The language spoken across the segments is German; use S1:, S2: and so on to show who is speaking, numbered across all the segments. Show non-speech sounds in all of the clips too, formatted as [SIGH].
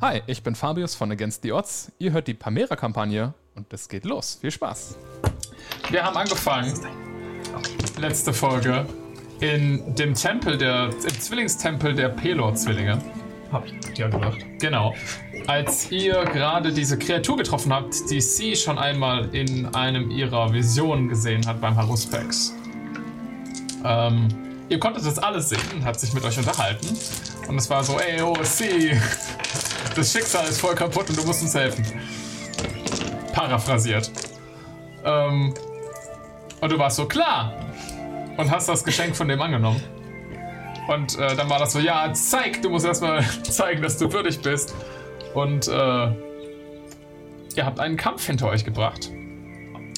S1: Hi, ich bin Fabius von Against the Odds. Ihr hört die Pamera-Kampagne und es geht los. Viel Spaß. Wir haben angefangen, letzte Folge, in dem Tempel der, im Zwillingstempel der Pelor-Zwillinge.
S2: Hab ich ja gemacht.
S1: Genau. Als ihr gerade diese Kreatur getroffen habt, die sie schon einmal in einem ihrer Visionen gesehen hat beim Haruspex. Ähm, ihr konntet das alles sehen und hat sich mit euch unterhalten. Und es war so, ey, oh, sie, das Schicksal ist voll kaputt und du musst uns helfen. Paraphrasiert. Ähm, und du warst so, klar! Und hast das Geschenk von dem angenommen. Und äh, dann war das so, ja, zeig, du musst erstmal [LAUGHS] zeigen, dass du würdig bist. Und äh, ihr habt einen Kampf hinter euch gebracht,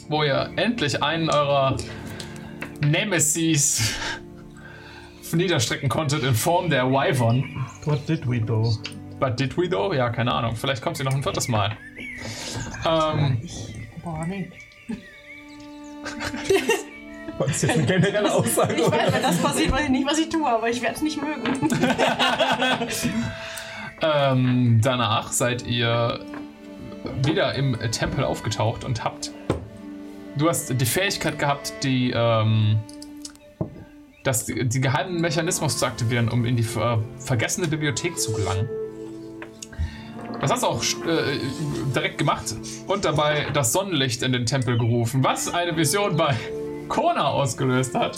S1: wo ihr endlich einen eurer Nemesis [LAUGHS] niederstrecken konntet in Form der Wyvern.
S2: What did we do?
S1: But did we though? Ja, keine Ahnung. Vielleicht kommt sie noch ein viertes Mal. Ähm,
S2: Das ist jetzt eine generelle Aussage.
S3: Ich weiß, wenn das passiert, weiß ich nicht, was ich tue, aber ich werde es nicht mögen.
S1: Ähm, danach seid ihr wieder im Tempel aufgetaucht und habt. Du hast die Fähigkeit gehabt, die, ähm, das, die geheimen Mechanismus zu aktivieren, um in die ver vergessene Bibliothek zu gelangen. Das hast du auch äh, direkt gemacht und dabei das Sonnenlicht in den Tempel gerufen, was eine Vision bei Kona ausgelöst hat,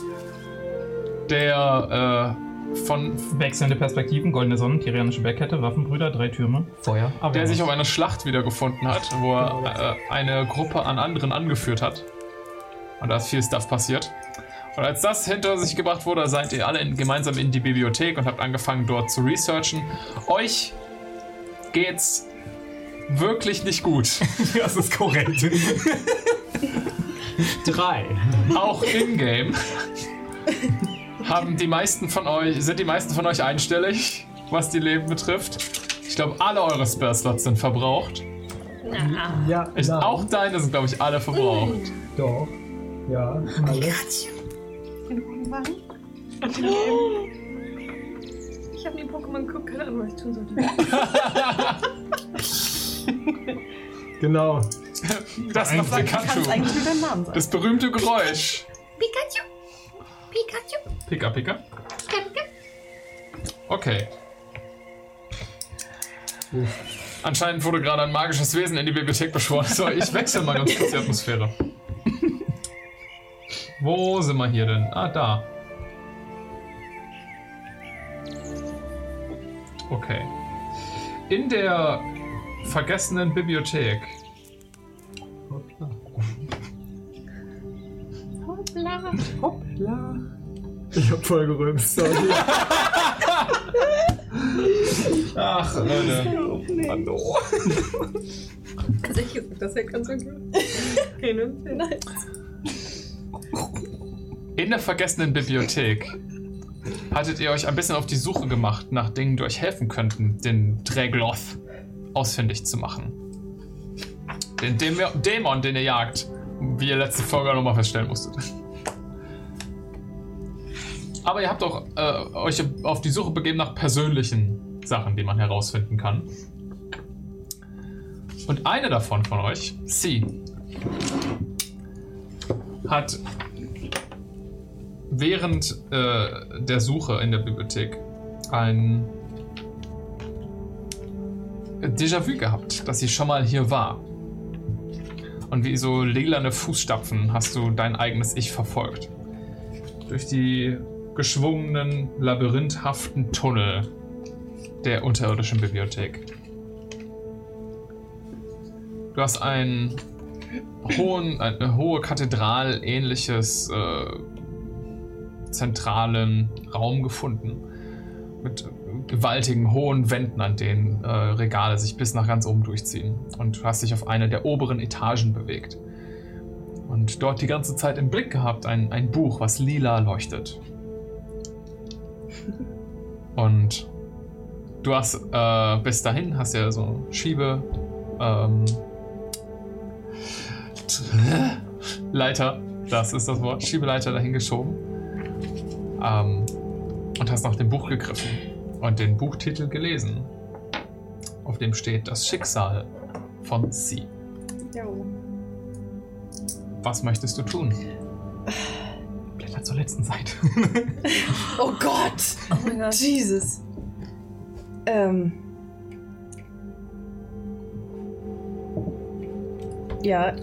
S1: der äh, von
S4: Wechselnde Perspektiven, goldene Sonnen, tyrannische Bergkette, Waffenbrüder, drei Türme, Feuer.
S5: [LAUGHS]
S4: Aber
S1: der sich auf einer Schlacht wiedergefunden hat, wo er äh, eine Gruppe an anderen angeführt hat. Und da ist viel Stuff passiert. Und als das hinter sich gebracht wurde, seid ihr alle in, gemeinsam in die Bibliothek und habt angefangen dort zu researchen. Euch geht's wirklich nicht gut.
S2: Das ist korrekt.
S4: drei.
S1: Auch in-game haben die meisten von euch, sind die meisten von euch einstellig, was die Leben betrifft. Ich glaube, alle eure Spare-Slots sind verbraucht.
S2: Ja,
S1: Ich,
S2: nein,
S1: auch deine sind, glaube ich, alle verbraucht.
S6: Mm.
S2: Doch. Ja,
S6: Oh
S2: alles.
S3: Den Hunden machen?
S6: Ich habe den Pokémon geguckt, keine Ahnung, was ich tun sollte.
S2: Genau.
S1: Das ist
S3: Sag, du kannst
S1: Pikachu.
S3: eigentlich nur deinen Namen sagen.
S1: Das berühmte Geräusch.
S6: Pikachu! Pikachu!
S1: Pika, Pika. Okay. Anscheinend wurde gerade ein magisches Wesen in die Bibliothek beschworen. So, ich wechsle mal ganz kurz die Atmosphäre. Wo sind wir hier denn? Ah, da. Okay. In der vergessenen Bibliothek
S6: Hoppla!
S2: Hoppla. Ich hab voll gerülpst. Sorry.
S1: Ach, Leute.
S6: [LAUGHS] Also ich gesagt, das ist ja ganz okay. ne? Keine Nein.
S1: In der vergessenen Bibliothek hattet ihr euch ein bisschen auf die Suche gemacht nach Dingen, die euch helfen könnten, den Dregloth ausfindig zu machen. Den Däm Dämon, den ihr jagt, wie ihr letzte Folge nochmal feststellen musstet. Aber ihr habt auch äh, euch auf die Suche begeben nach persönlichen Sachen, die man herausfinden kann. Und eine davon von euch, sie, hat während äh, der Suche in der Bibliothek ein Déjà-vu gehabt, dass sie schon mal hier war. Und wie so lilane Fußstapfen hast du dein eigenes Ich verfolgt. Durch die geschwungenen, labyrinthhaften Tunnel der unterirdischen Bibliothek. Du hast einen hohen, eine hohe Kathedral-ähnliches äh, zentralen Raum gefunden. Mit gewaltigen, hohen Wänden, an denen äh, Regale sich bis nach ganz oben durchziehen. Und du hast dich auf eine der oberen Etagen bewegt. Und dort die ganze Zeit im Blick gehabt ein, ein Buch, was lila leuchtet. Und du hast äh, bis dahin hast ja so Schiebe, ähm, Leiter, das ist das Wort, Schiebeleiter dahin geschoben ähm, und hast nach dem Buch gegriffen und den Buchtitel gelesen. auf dem steht das Schicksal von Sie.
S7: Ja, oh.
S1: Was möchtest du tun?
S5: Blätter zur letzten Seite.
S3: Oh Gott!
S7: oh mein Gott.
S3: Jesus! Ähm. Ja,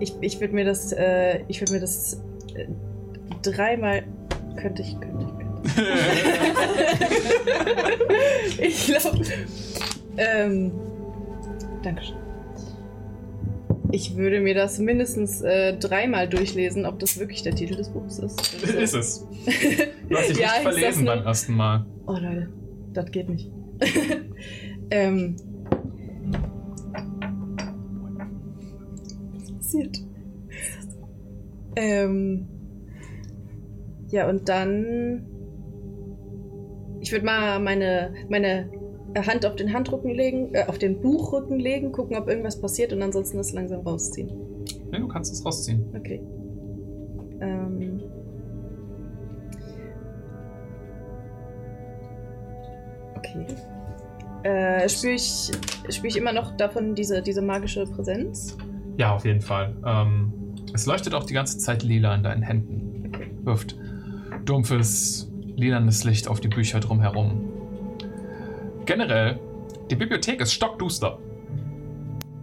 S3: ich, ich würde mir das, äh, ich würde mir das äh, dreimal. Könnte ich, könnte ich, könnte ich. ich glaube. Ähm. Dankeschön. Ich würde mir das mindestens äh, dreimal durchlesen, ob das wirklich der Titel des
S1: [LAUGHS]
S3: Buches ist. Also,
S1: Ist es. Du [LAUGHS] hast dich nicht
S3: Ja, ich sag's
S1: verlesen
S3: nur.
S1: beim ersten Mal.
S3: Oh Leute, das geht nicht. [LAUGHS] ähm. Passiert. Ähm. Ja, und dann. Ich würde mal meine, meine Hand auf den Handrücken legen, äh, auf den Buchrücken legen, gucken, ob irgendwas passiert und ansonsten das langsam rausziehen.
S1: Ja, du kannst es rausziehen.
S3: Okay. Ähm. Okay. Äh, spüre ich, spür ich immer noch davon diese, diese magische Präsenz?
S1: Ja, auf jeden Fall. Ähm, es leuchtet auch die ganze Zeit lila in deinen Händen. Wirft dumpfes, lilanes Licht auf die Bücher drumherum. Generell, die Bibliothek ist stockduster.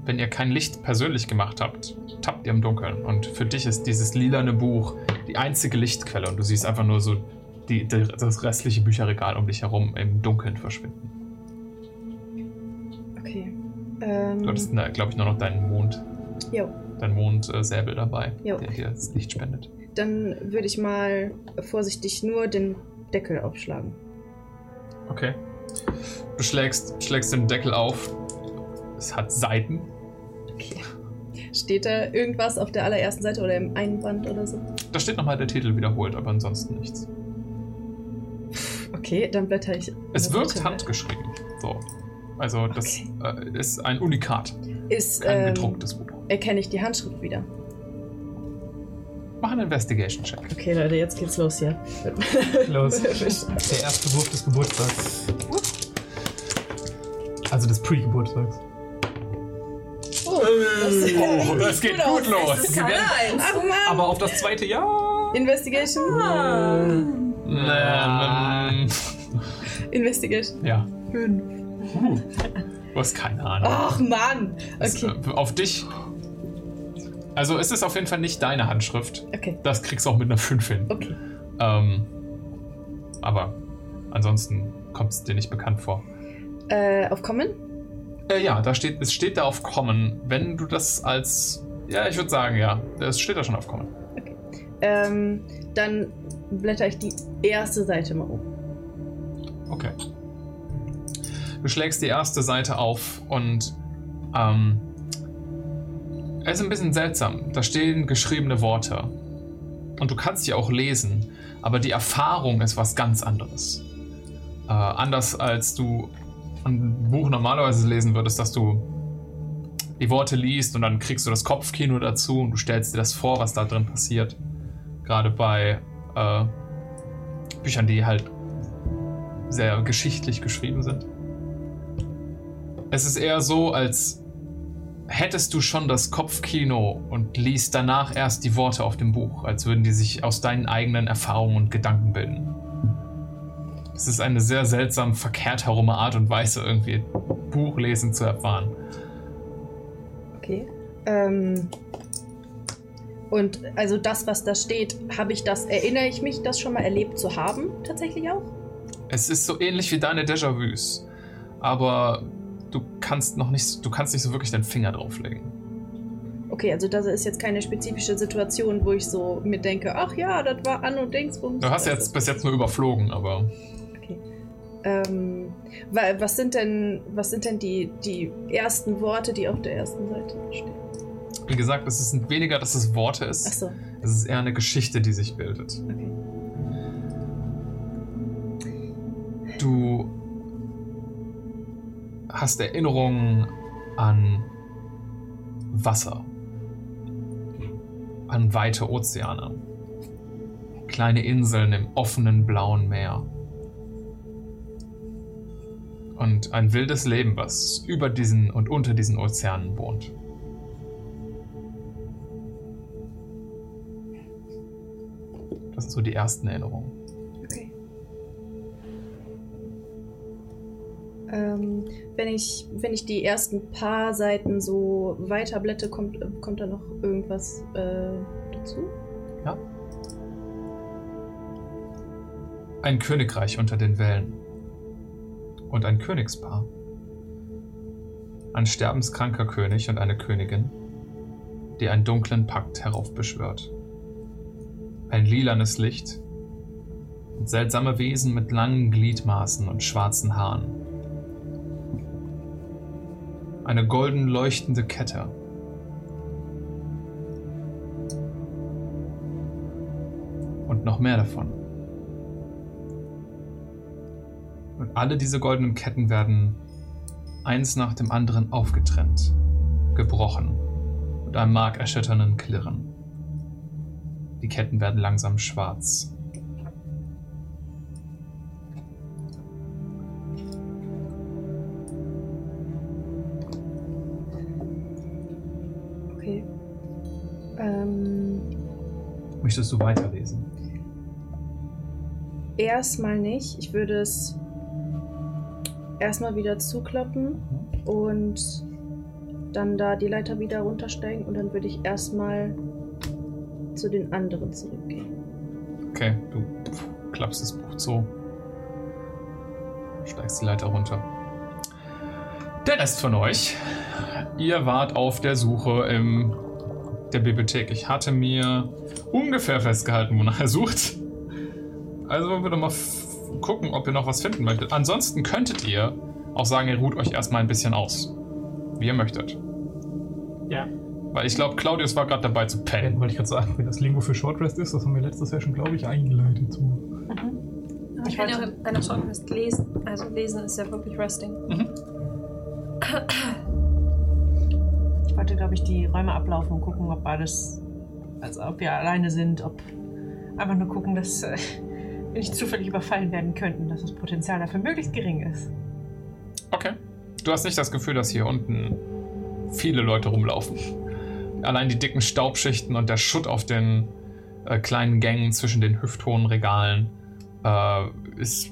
S1: Wenn ihr kein Licht persönlich gemacht habt, tappt ihr im Dunkeln. Und für dich ist dieses lilane Buch die einzige Lichtquelle. Und du siehst einfach nur so die, die, das restliche Bücherregal um dich herum im Dunkeln verschwinden.
S3: Okay.
S1: Du
S3: Ähm,
S1: hattest, glaube äh, ich, nur noch deinen Mond.
S3: Jo.
S1: Dein Mondsäbel dabei,
S3: Jo.
S1: der dir das Licht spendet.
S3: dann würde ich mal vorsichtig nur den Deckel aufschlagen.
S1: Okay. Du schlägst, schlägst den Deckel auf. Es hat Seiten.
S3: Steht da irgendwas auf der allerersten Seite oder im Einband oder so?
S1: Da steht nochmal der Titel wiederholt, aber ansonsten nichts.
S3: Okay, dann blätter ich.
S1: Es wirkt
S3: Seite.
S1: handgeschrieben. So. Also, das äh, ist ein Unikat.
S3: Ist,
S1: Kein
S3: ähm,
S1: gedrucktes Buch.
S3: erkenne ich die Handschrift wieder.
S1: Mach einen Investigation-Check.
S3: Okay, Leute, jetzt geht's los hier.
S1: [LAUGHS]
S5: Los. Der erste Wurf des Geburtstags. Also des Pre-Geburtstags.
S1: Oh, das geht gut los.
S3: Ach Mann!
S5: Aber auf das zweite Jahr.
S3: Investigation?
S1: Ah. Ähm,
S3: Investigation.
S1: Ja.
S3: Fünf.
S1: Uh, du hast keine Ahnung.
S3: Ach Mann!
S1: Es,
S3: Okay,
S1: äh, auf dich. Also, es ist auf jeden Fall nicht deine Handschrift.
S3: okay,
S1: Das kriegst du auch mit einer 5 hin.
S3: okay.
S1: Ähm, aber ansonsten kommt es dir nicht bekannt vor.
S3: Äh, auf Common?
S1: Äh, ja, da steht, es steht da auf Common. Wenn du das als. Ja, ich würde sagen, ja. Es steht da schon auf Common.
S3: Ähm, dann blätter ich die erste Seite mal um.
S1: Okay. Du schlägst die erste Seite auf und. Ähm, es ist ein bisschen seltsam. Da stehen geschriebene Worte. Und du kannst sie auch lesen. Aber die Erfahrung ist was ganz anderes. Äh, anders als du ein Buch normalerweise lesen würdest, dass du die Worte liest und dann kriegst du das Kopfkino dazu und du stellst dir das vor, was da drin passiert. Gerade bei äh, Büchern, die halt sehr geschichtlich geschrieben sind. Es ist eher so, als hättest du schon das Kopfkino und liest danach erst die Worte auf dem Buch, als würden die sich aus deinen eigenen Erfahrungen und Gedanken bilden. Es ist eine sehr seltsam verkehrt herum Art und Weise, irgendwie Buchlesen zu erfahren.
S3: Okay. Ähm. Und also das, was da steht, habe ich das, erinnere ich mich, das schon mal erlebt zu haben, tatsächlich auch?
S1: Es ist so ähnlich wie deine Déjà-vus, aber du kannst noch nicht, du kannst nicht so wirklich deinen Finger drauflegen.
S3: Okay, also das ist jetzt keine spezifische Situation, wo ich so mir denke, ach ja, das war an und Dingsbums.
S1: Du hast jetzt bis jetzt nur überflogen, aber
S3: Ähm, wa- was sind denn, was sind denn die, die ersten Worte, die auf der ersten Seite stehen?
S1: wie gesagt, es ist weniger, dass es Worte ist.
S3: Achso,
S1: Es ist eher eine Geschichte, die sich bildet.
S3: okay.
S1: Du hast Erinnerungen an Wasser, an weite Ozeane, kleine Inseln im offenen blauen Meer. und ein wildes Leben, was über diesen und unter diesen Ozeanen wohnt. Das sind so die ersten Erinnerungen.
S8: Okay. Ähm, wenn, ich, wenn ich die ersten paar Seiten so weiterblätte, kommt, kommt da noch irgendwas äh, dazu?
S1: Ein Königreich unter den Wellen und ein Königspaar. Ein sterbenskranker König und eine Königin, die einen dunklen Pakt heraufbeschwört. Ein lilanes Licht und seltsame Wesen mit langen Gliedmaßen und schwarzen Haaren. Eine golden leuchtende Kette. Und noch mehr davon. Und alle diese goldenen Ketten werden eins nach dem anderen aufgetrennt, gebrochen mit einem markerschütternden Klirren. Die Ketten werden langsam schwarz.
S8: Okay. Ähm,
S1: Möchtest du weiterlesen?
S8: Erstmal nicht. Ich würde es erstmal wieder zuklappen und dann da die Leiter wieder runtersteigen und dann würde ich erstmal zu den anderen zurückgehen.
S1: Okay, du pf, klappst das Buch zu. Steigst die Leiter runter. Der Rest von euch. Ihr wart auf der Suche im der Bibliothek. Ich hatte mir ungefähr festgehalten, wonach er sucht. Also wollen wir doch mal f- gucken, ob ihr noch was finden möchtet. Ansonsten könntet ihr auch sagen, ihr ruht euch erstmal ein bisschen aus. Wie ihr möchtet.
S4: Ja.
S1: Weil ich glaube, Claudius war gerade dabei zu pennen.
S4: Ja, wollte ich gerade sagen, wenn das Lingo für Short Rest ist, das haben wir letzte Session, glaube ich, eingeleitet. So.
S3: Mhm.
S6: Aber ich kann ja auch bei der Shortlist lesen. Also lesen ist ja wirklich resting. [LAUGHS]
S3: Ich wollte, glaube ich, die Räume ablaufen und gucken, ob alles. Also, ob wir alleine sind, ob. Einfach nur gucken, dass äh, wir nicht zufällig überfallen werden könnten, dass das Potenzial dafür möglichst gering ist.
S1: Okay. Du hast nicht das Gefühl, dass hier unten viele Leute rumlaufen. Allein die dicken Staubschichten und der Schutt auf den äh, kleinen Gängen zwischen den hüfthohen Regalen äh, ist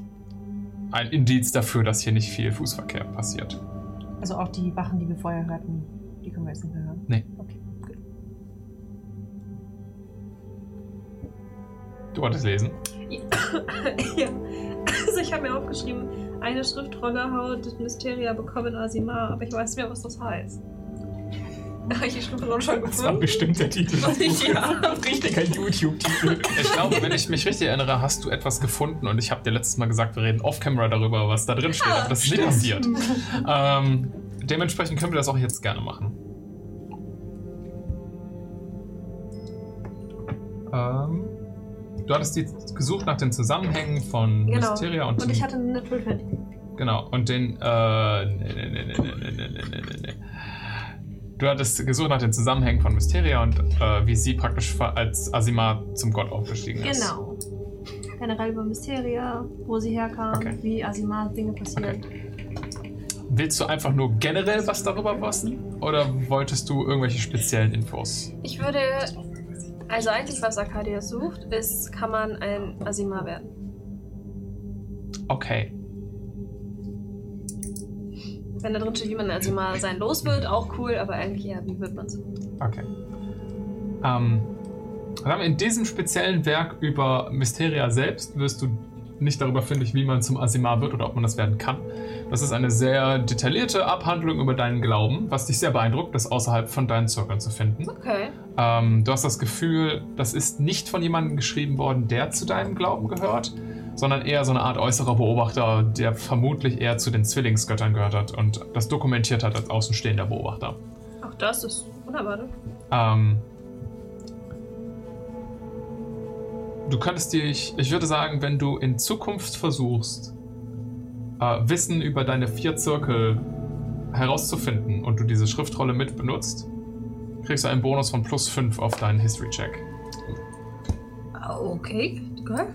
S1: ein Indiz dafür, dass hier nicht viel Fußverkehr passiert.
S3: Also auch die Wachen, die wir vorher hatten, die können wir jetzt nicht mehr hören.
S1: Nee.
S3: Okay, gut.
S1: Du wolltest lesen.
S6: ja. Also ich habe mir aufgeschrieben, eine Schriftrolle haut Mysteria bekommen Asimar, aber ich weiß nicht mehr, was das heißt. Habe ich die Schriftrolle schon
S4: Das war
S6: gefunden?
S4: bestimmt der Titel.
S6: Was ich ja.
S4: Richtig, kein YouTube-Titel.
S1: Ich glaube, wenn ich mich richtig erinnere, hast du etwas gefunden und ich habe dir letztes Mal gesagt, wir reden off-camera darüber, was da drin
S6: Ah,
S1: steht. Aber das ist nicht passiert. Ähm, dementsprechend können wir das auch jetzt gerne machen. Ähm, du hattest die gesucht nach den Zusammenhängen von
S6: Genau.
S1: Mysteria und,
S6: Und ich hatte eine Natural 20.
S1: genau und den äh, nee, nee, nee, nee, nee, nee, nee, nee, nee, nee. du hattest gesucht nach den Zusammenhängen von Mysteria und äh, wie sie praktisch ver- als Asima zum Gott aufgestiegen ist.
S6: Genau. Generell über Mysteria, wo sie herkam,
S1: Okay.
S6: wie Asimar Dinge passieren.
S1: Willst du einfach nur generell was darüber wissen oder wolltest du irgendwelche speziellen Infos?
S6: Ich würde. Also eigentlich, was Arcadia sucht, ist, kann man ein Asimar werden.
S1: Okay.
S6: Wenn da drin steht, wie man ein Asimar sein los wird, auch cool, aber eigentlich eher, wie wird man es?
S1: Okay. Ähm, wir haben in diesem speziellen Werk über Mysteria selbst wirst du nicht darüber fündig, wie man zum Asimar wird oder ob man das werden kann. Das ist eine sehr detaillierte Abhandlung über deinen Glauben, was dich sehr beeindruckt, das außerhalb von deinen Zirkeln zu finden.
S6: Okay.
S1: Ähm, du hast das Gefühl, das ist nicht von jemandem geschrieben worden, der zu deinem Glauben gehört, sondern eher so eine Art äußerer Beobachter, der vermutlich eher zu den Zwillingsgöttern gehört hat und das dokumentiert hat als außenstehender Beobachter.
S6: Auch das ist ne? unerwartet.
S1: Ähm, du könntest dich, ich würde sagen, wenn du in Zukunft versuchst, äh, Wissen über deine vier Zirkel herauszufinden und du diese Schriftrolle mit benutzt, kriegst du einen Bonus von plus 5 auf deinen History-Check.
S6: Ah, Okay, geil.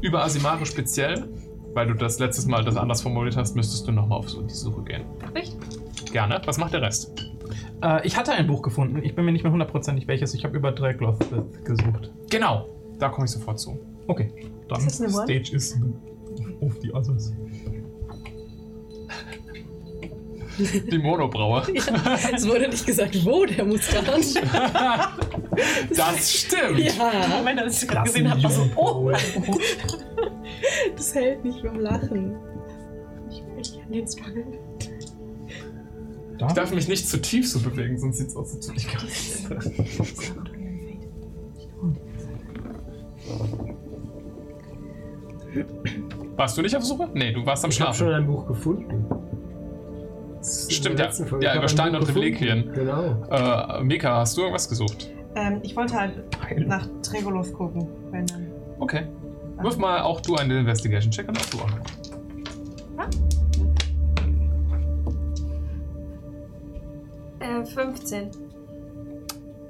S1: Über Asimare speziell, weil du das letztes Mal das anders formuliert hast, müsstest du nochmal auf so die Suche gehen.
S6: Echt?
S1: Gerne. Was macht der Rest?
S4: Äh, ich hatte ein Buch gefunden. Ich bin mir nicht mehr hundertprozentig welches. Ich habe über Dragloth gesucht.
S1: Genau. Da komme ich sofort zu.
S4: Okay. Dann
S6: Ist das eine One?
S4: Stage ist auf die Others.
S1: Die Monobraue.
S8: Es wurde nicht gesagt, wo der
S3: [LAUGHS]
S8: Muskan.
S1: [LAUGHS] Das stimmt.
S3: [LAUGHS]
S8: ja,
S3: Moment, als ich das gesehen habe, war so, oh, [LAUGHS]
S8: das hält nicht beim Lachen.
S6: Ich will dich an den Struggle.
S4: Da?
S1: Ich darf mich nicht zu tief so bewegen, sonst sieht es aus, als würde ich gar nicht. Warst du nicht auf Suche? Nee, du warst am
S2: Ich habe
S1: Schlafen.
S2: schon ein Buch gefunden. Das ist in
S1: Stimmt,
S2: der
S1: ja.
S2: letzten Folge.
S1: Ja,
S2: Ich hab
S1: über
S2: ein
S1: Steine
S2: Buch
S1: und
S2: gefunden.
S1: Reliquien.
S2: Genau.
S1: Äh, Mika, hast du irgendwas gesucht?
S3: ähm, ich wollte halt nach Tregoloth gucken. Wenn dann.
S1: Okay. Wirf mal auch du einen Investigation-Check und auch du auch noch.
S6: Äh, 15.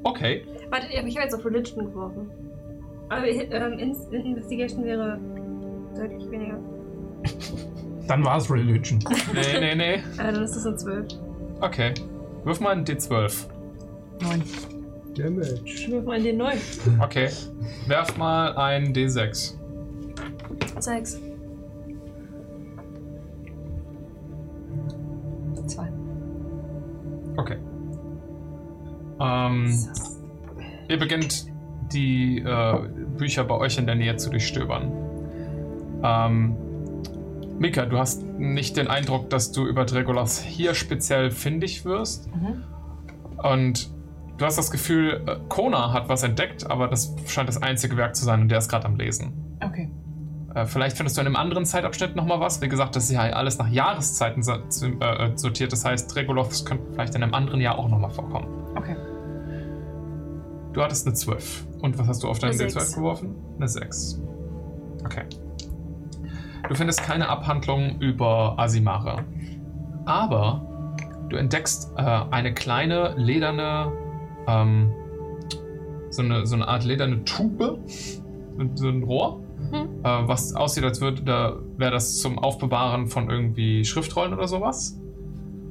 S1: Okay.
S6: Warte, ich habe jetzt auf Religion geworfen. Aber ähm, Ins- Investigation wäre deutlich weniger.
S4: Dann war es Religion.
S1: Nee, nee, nee.
S6: Äh, dann ist es eine 12.
S1: Okay. Wirf mal einen D12.
S3: Neun.
S2: Damage.
S6: Wirf mal den neu.
S1: Okay. Werf mal einen D6.
S6: 6.
S3: Zwei.
S1: Okay. Ähm, ihr beginnt die äh, Bücher bei euch in der Nähe zu durchstöbern. Ähm, Mika, du hast nicht den Eindruck, dass du über Dregolas hier speziell findig wirst.
S3: Mhm.
S1: Und du hast das Gefühl, äh, Kona hat was entdeckt, aber das scheint das einzige Werk zu sein und der ist gerade am Lesen.
S3: Okay.
S1: Äh, vielleicht findest du in einem anderen Zeitabschnitt nochmal was. Wie gesagt, das ist ja alles nach Jahreszeiten sa- zu- äh, äh, sortiert. Das heißt, Dregoloths könnten vielleicht in einem anderen Jahr auch nochmal vorkommen.
S3: Okay.
S1: Du hattest eine 12. Und was hast du auf deinen
S6: Eine
S1: D12
S6: Sechs.
S1: geworfen? Eine 6. Okay. Du findest keine Abhandlung über Asimara. Aber du entdeckst äh, eine kleine lederne, ähm, so, eine, so eine Art lederne Tube, so- so ein Rohr, äh, was aussieht, als würde da, wäre das zum Aufbewahren von irgendwie Schriftrollen oder sowas.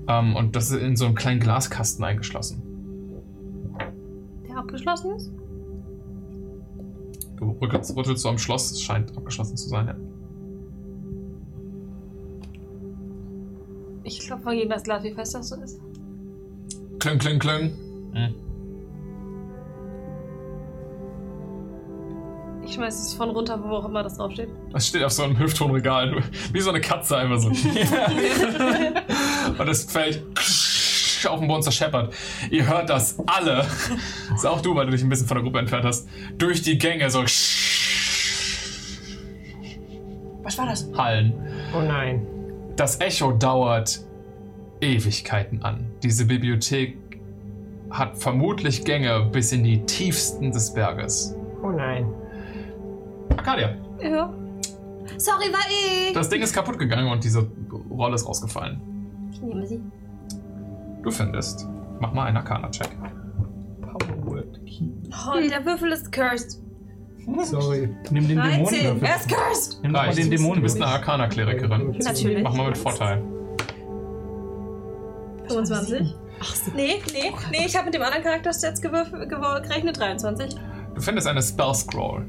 S1: Ähm, und das ist in so einen kleinen Glaskasten eingeschlossen.
S6: Der abgeschlossen ist?
S1: Du rüttelst, rüttelst du am Schloss, es scheint abgeschlossen zu sein, ja.
S6: Ich glaube, von jedem das Glas, wie fest das so ist.
S1: Kling, kling, kling.
S6: Ich schmeiß es von runter, wo auch immer das draufsteht.
S1: Es steht auf so einem Hüfttonregal, wie so eine Katze einfach so. [LAUGHS] Und es fällt auf den Boden zerscheppert. Ihr hört das alle, das ist auch du, weil du dich ein bisschen von der Gruppe entfernt hast, durch die Gänge so
S3: Was war das?
S1: hallen.
S2: Oh nein.
S1: Das Echo dauert Ewigkeiten an. Diese Bibliothek hat vermutlich Gänge bis in die tiefsten des Berges.
S2: Oh nein.
S1: Arcadia,
S6: Ja. Sorry, war ich.
S1: das Ding ist kaputt gegangen und diese Rolle ist rausgefallen.
S6: Ich nehme sie.
S1: Du findest. Mach mal einen Arcana-Check.
S4: Powerword Key.
S6: Oh, der Würfel ist cursed.
S2: Sorry.
S4: Nimm den
S6: 13.
S4: Dämonenwürfel.
S6: Er ist cursed.
S4: Nimm doch mal
S1: Reicht.
S4: den
S1: Du bist
S4: Dämonenwürfel.
S1: eine Arcana-Klerikerin.
S6: Natürlich.
S1: Mach mal mit Vorteil.
S6: 25. Nee, nee, nee, ich habe mit dem anderen Charakter jetzt gewürfel- gewor- gerechnet. 23.
S1: Du findest eine Spell Scroll.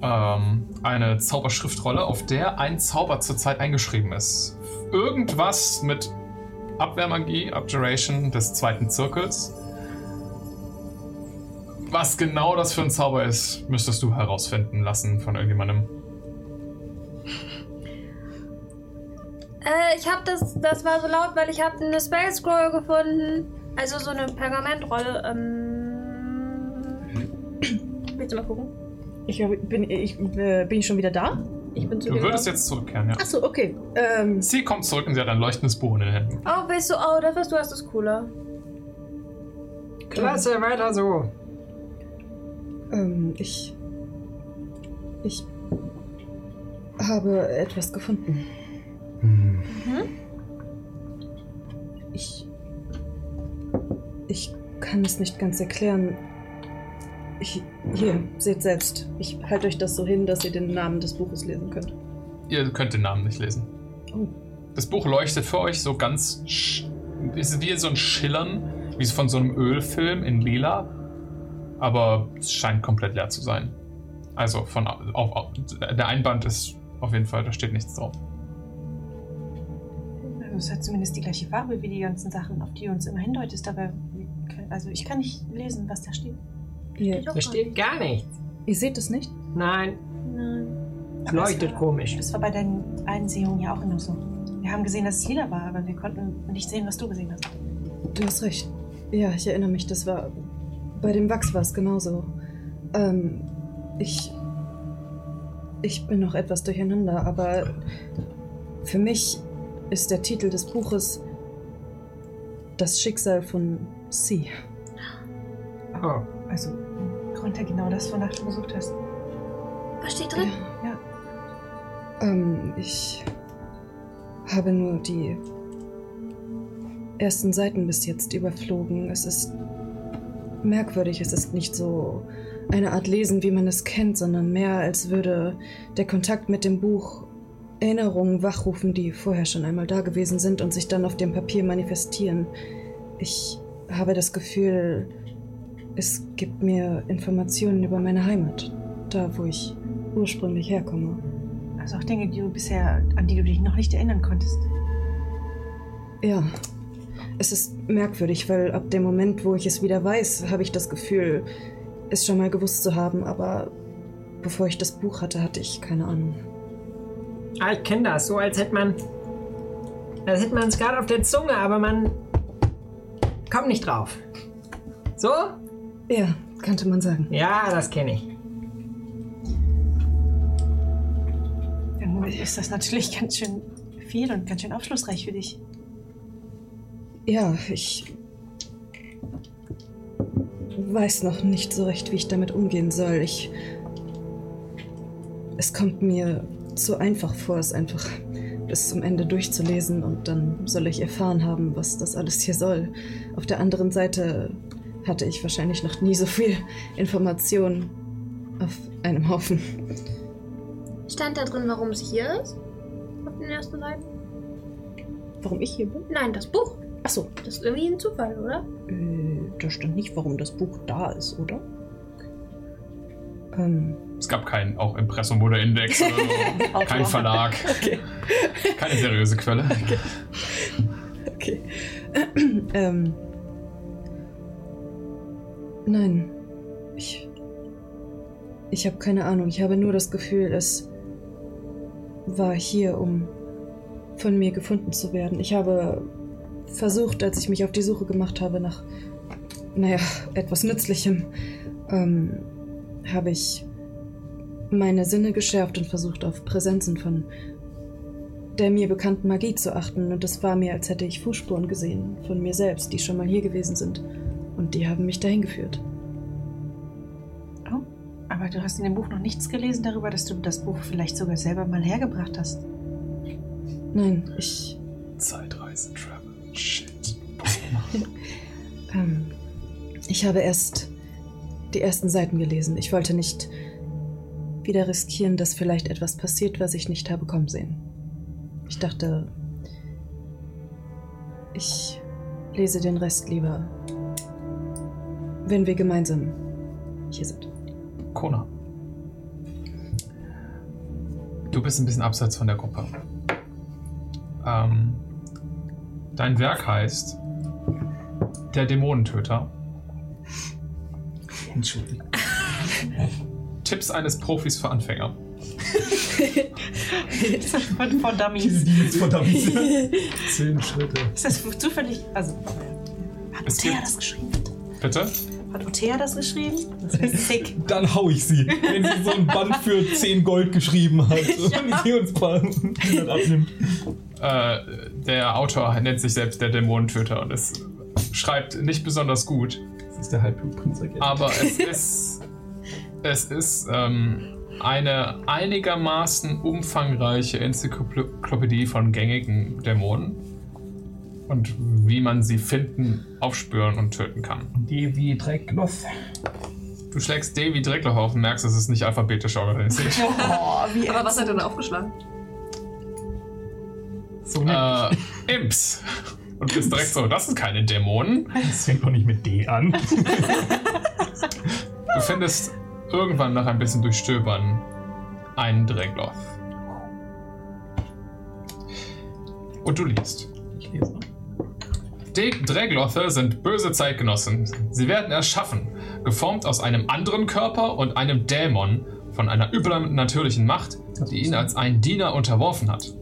S1: Ähm, eine Zauberschriftrolle, auf der ein Zauber zurzeit eingeschrieben ist. Irgendwas mit Abwehrmagie, Abjuration des zweiten Zirkels. Was genau das für ein Zauber ist, müsstest du herausfinden lassen von irgendjemandem.
S6: Äh, ich habe das, das war so laut, weil ich habe eine Spell Scroll gefunden. Also so eine Pergamentrolle. Ähm. Willst du mal gucken?
S8: Ich äh, bin, ich, äh, bin ich schon wieder da?
S6: Ich bin zu
S1: Du würdest jetzt zurückkehren, ja.
S8: Achso, genau. okay. Ähm,
S1: Sie kommt zurück und sie hat ein leuchtendes Buch in den Händen.
S6: Oh, willst du? Oh, das, was du hast, ist cooler.
S2: Klasse, weiter so.
S8: ähm, ich. Ich habe etwas gefunden. Ich. Ich kann es nicht ganz erklären.
S9: Ich, hier, seht selbst. Ich halte euch das so hin, dass ihr den Namen des Buches lesen könnt.
S1: Ihr könnt den Namen nicht lesen.
S9: Oh.
S1: Das Buch leuchtet für euch so ganz. sch- Es ist wie so ein Schillern, wie von so einem Ölfilm in lila. Aber es scheint komplett leer zu sein. Also, von, au- auf, auf, der Einband ist auf jeden Fall, da steht nichts drauf.
S3: Also Es hat zumindest die gleiche Farbe wie die ganzen Sachen, auf die du uns immer hindeutest, aber wir können- also ich kann nicht lesen, was da steht.
S9: Ihr,
S6: Doch
S10: Da steht gar nichts.
S9: ihr seht es nicht?
S10: Nein,
S6: Nein.
S10: es
S3: Aber es
S10: leuchtet
S3: war-
S10: komisch.
S3: Das war bei deinen Einsehungen ja auch immer so. Wir haben gesehen, dass es lila war, aber wir konnten nicht sehen, was du gesehen hast.
S9: Du hast recht. Ja, ich erinnere mich, das war. Bei dem Wachs war es genauso. Ähm, ich. Ich bin noch etwas durcheinander, aber für mich ist der Titel des Buches Das Schicksal von C.
S10: Oh,
S3: Also konnte genau das, wonach du gesucht hast.
S6: Was steht drin?
S9: Ähm, ich habe nur die ersten Seiten bis jetzt überflogen. Es ist merkwürdig, es ist nicht so eine Art Lesen, wie man es kennt, sondern mehr, als würde der Kontakt mit dem Buch Erinnerungen wachrufen, die vorher schon einmal da gewesen sind und sich dann auf dem Papier manifestieren. Ich habe das Gefühl, es gibt mir Informationen über meine Heimat, da wo ich ursprünglich herkomme.
S3: Also auch Dinge, die du bisher, an die du dich noch nicht erinnern konntest.
S9: Ja. Es ist merkwürdig, weil ab dem Moment, wo ich es wieder weiß, habe ich das Gefühl, es schon mal gewusst zu haben, aber bevor ich das Buch hatte, hatte ich keine Ahnung.
S10: ah, ich kenne das. So als hätte man. Als hätte man es gerade auf der Zunge, aber man kommt nicht drauf. So?
S9: Ja, könnte man sagen.
S10: Ja, das kenne ich.
S3: Dann ist das natürlich [LAUGHS] ganz schön viel und ganz schön aufschlussreich für dich.
S9: Ja, ich weiß noch nicht so recht, wie ich damit umgehen soll. Ich. Es kommt mir zu einfach vor, es einfach bis zum Ende durchzulesen und dann soll ich erfahren haben, was das alles hier soll. Auf der anderen Seite hatte ich wahrscheinlich noch nie so viel Informationen auf einem Haufen.
S11: Stand da drin, warum es hier ist? Auf den ersten Seiten?
S9: Warum ich hier bin?
S11: Nein, das Buch.
S9: Achso,
S11: Das ist irgendwie ein Zufall, oder?
S9: äh, da stand nicht, warum das Buch da ist, oder? Ähm,
S1: Es gab keinen auch Impressum oder Index oder
S9: [LAUGHS]
S1: so. Kein Verlag.
S9: Okay.
S1: Keine seriöse Quelle.
S9: [LAUGHS] Okay. ähm. Nein. Ich. Ich habe keine Ahnung. Ich habe nur das Gefühl, es war hier, um von mir gefunden zu werden. Ich habe versucht, als ich mich auf die Suche gemacht habe nach, naja, etwas Nützlichem, ähm, habe ich meine Sinne geschärft und versucht, auf Präsenzen von der mir bekannten Magie zu achten und es war mir, als hätte ich Fußspuren gesehen von mir selbst, die schon mal hier gewesen sind. Und die haben mich dahin geführt.
S3: Aber du hast in dem Buch noch nichts gelesen darüber, dass du das Buch vielleicht sogar selber mal hergebracht [LAUGHS] hast.
S9: Nein, ich.
S1: Zeitreise, Travel, Shit.
S9: Ähm, ich habe erst die ersten Seiten gelesen. Ich wollte nicht wieder riskieren, dass vielleicht etwas passiert, was ich nicht habe kommen sehen. Ich dachte, ich lese den Rest lieber, wenn wir gemeinsam hier sind.
S1: Kona. Du bist ein bisschen abseits von der Gruppe. Ähm, dein Werk heißt Der Dämonentöter.
S5: Entschuldigung.
S1: Tipps eines Profis für Anfänger.
S3: Von, von Dummies.
S5: Jetzt
S9: [LAUGHS]
S5: verdammt.
S12: Zehn Schritte.
S3: Ist das zufällig? Also, hat
S1: Es
S3: Othea
S1: gibt-
S3: das geschrieben?
S1: Bitte?
S3: Hat Othea das geschrieben? Das ist sick.
S5: Dann hau ich sie, wenn sie so ein Band für 10 Gold geschrieben hat und sie uns paar 100 abnimmt.
S1: Äh, der Autor nennt sich selbst der Dämonentöter und es schreibt nicht besonders gut,
S5: Das ist der Halbblutprinz erkennt.
S1: aber es ist, es ist ähm, eine einigermaßen umfangreiche Enzyklopädie von gängigen Dämonen und wie man sie finden, aufspüren und töten kann.
S5: Die wie Dreckloff.
S1: Du schlägst Davy Dreckloch auf und merkst, es ist nicht alphabetisch organisiert.
S3: Oh, wie
S6: Aber was hat er denn aufgeschlagen?
S5: So,
S1: äh, Imps. Und bist direkt so, das sind keine Dämonen.
S5: das fängt doch nicht mit D an.
S1: Du findest irgendwann nach ein bisschen durchstöbern einen Dreckloch. Und du liest.
S5: Ich lese noch.
S1: Die Dreglothe sind böse Zeitgenossen. Sie werden erschaffen, geformt aus einem anderen Körper und einem Dämon von einer übernatürlichen Macht, die ihn als einen Diener unterworfen hat.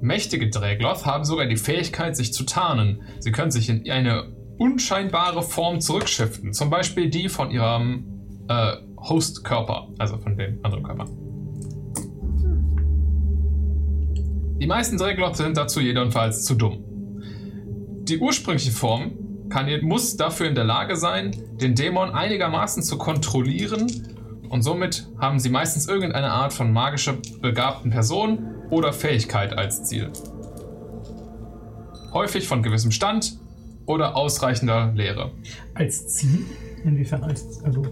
S1: Mächtige Dregloth haben sogar die Fähigkeit, sich zu tarnen. Sie können sich in eine unscheinbare Form zurückschiften, zum Beispiel die von ihrem äh, Hostkörper, also von dem anderen Körper. Die meisten Dregloth sind dazu jedenfalls zu dumm. Die ursprüngliche Form kann, muss dafür in der Lage sein, den Dämon einigermaßen zu kontrollieren und somit haben sie meistens irgendeine Art von magischer begabten Person oder Fähigkeit als Ziel. Häufig von gewissem Stand oder ausreichender Lehre.
S5: Als Ziel? Inwiefern als. Also,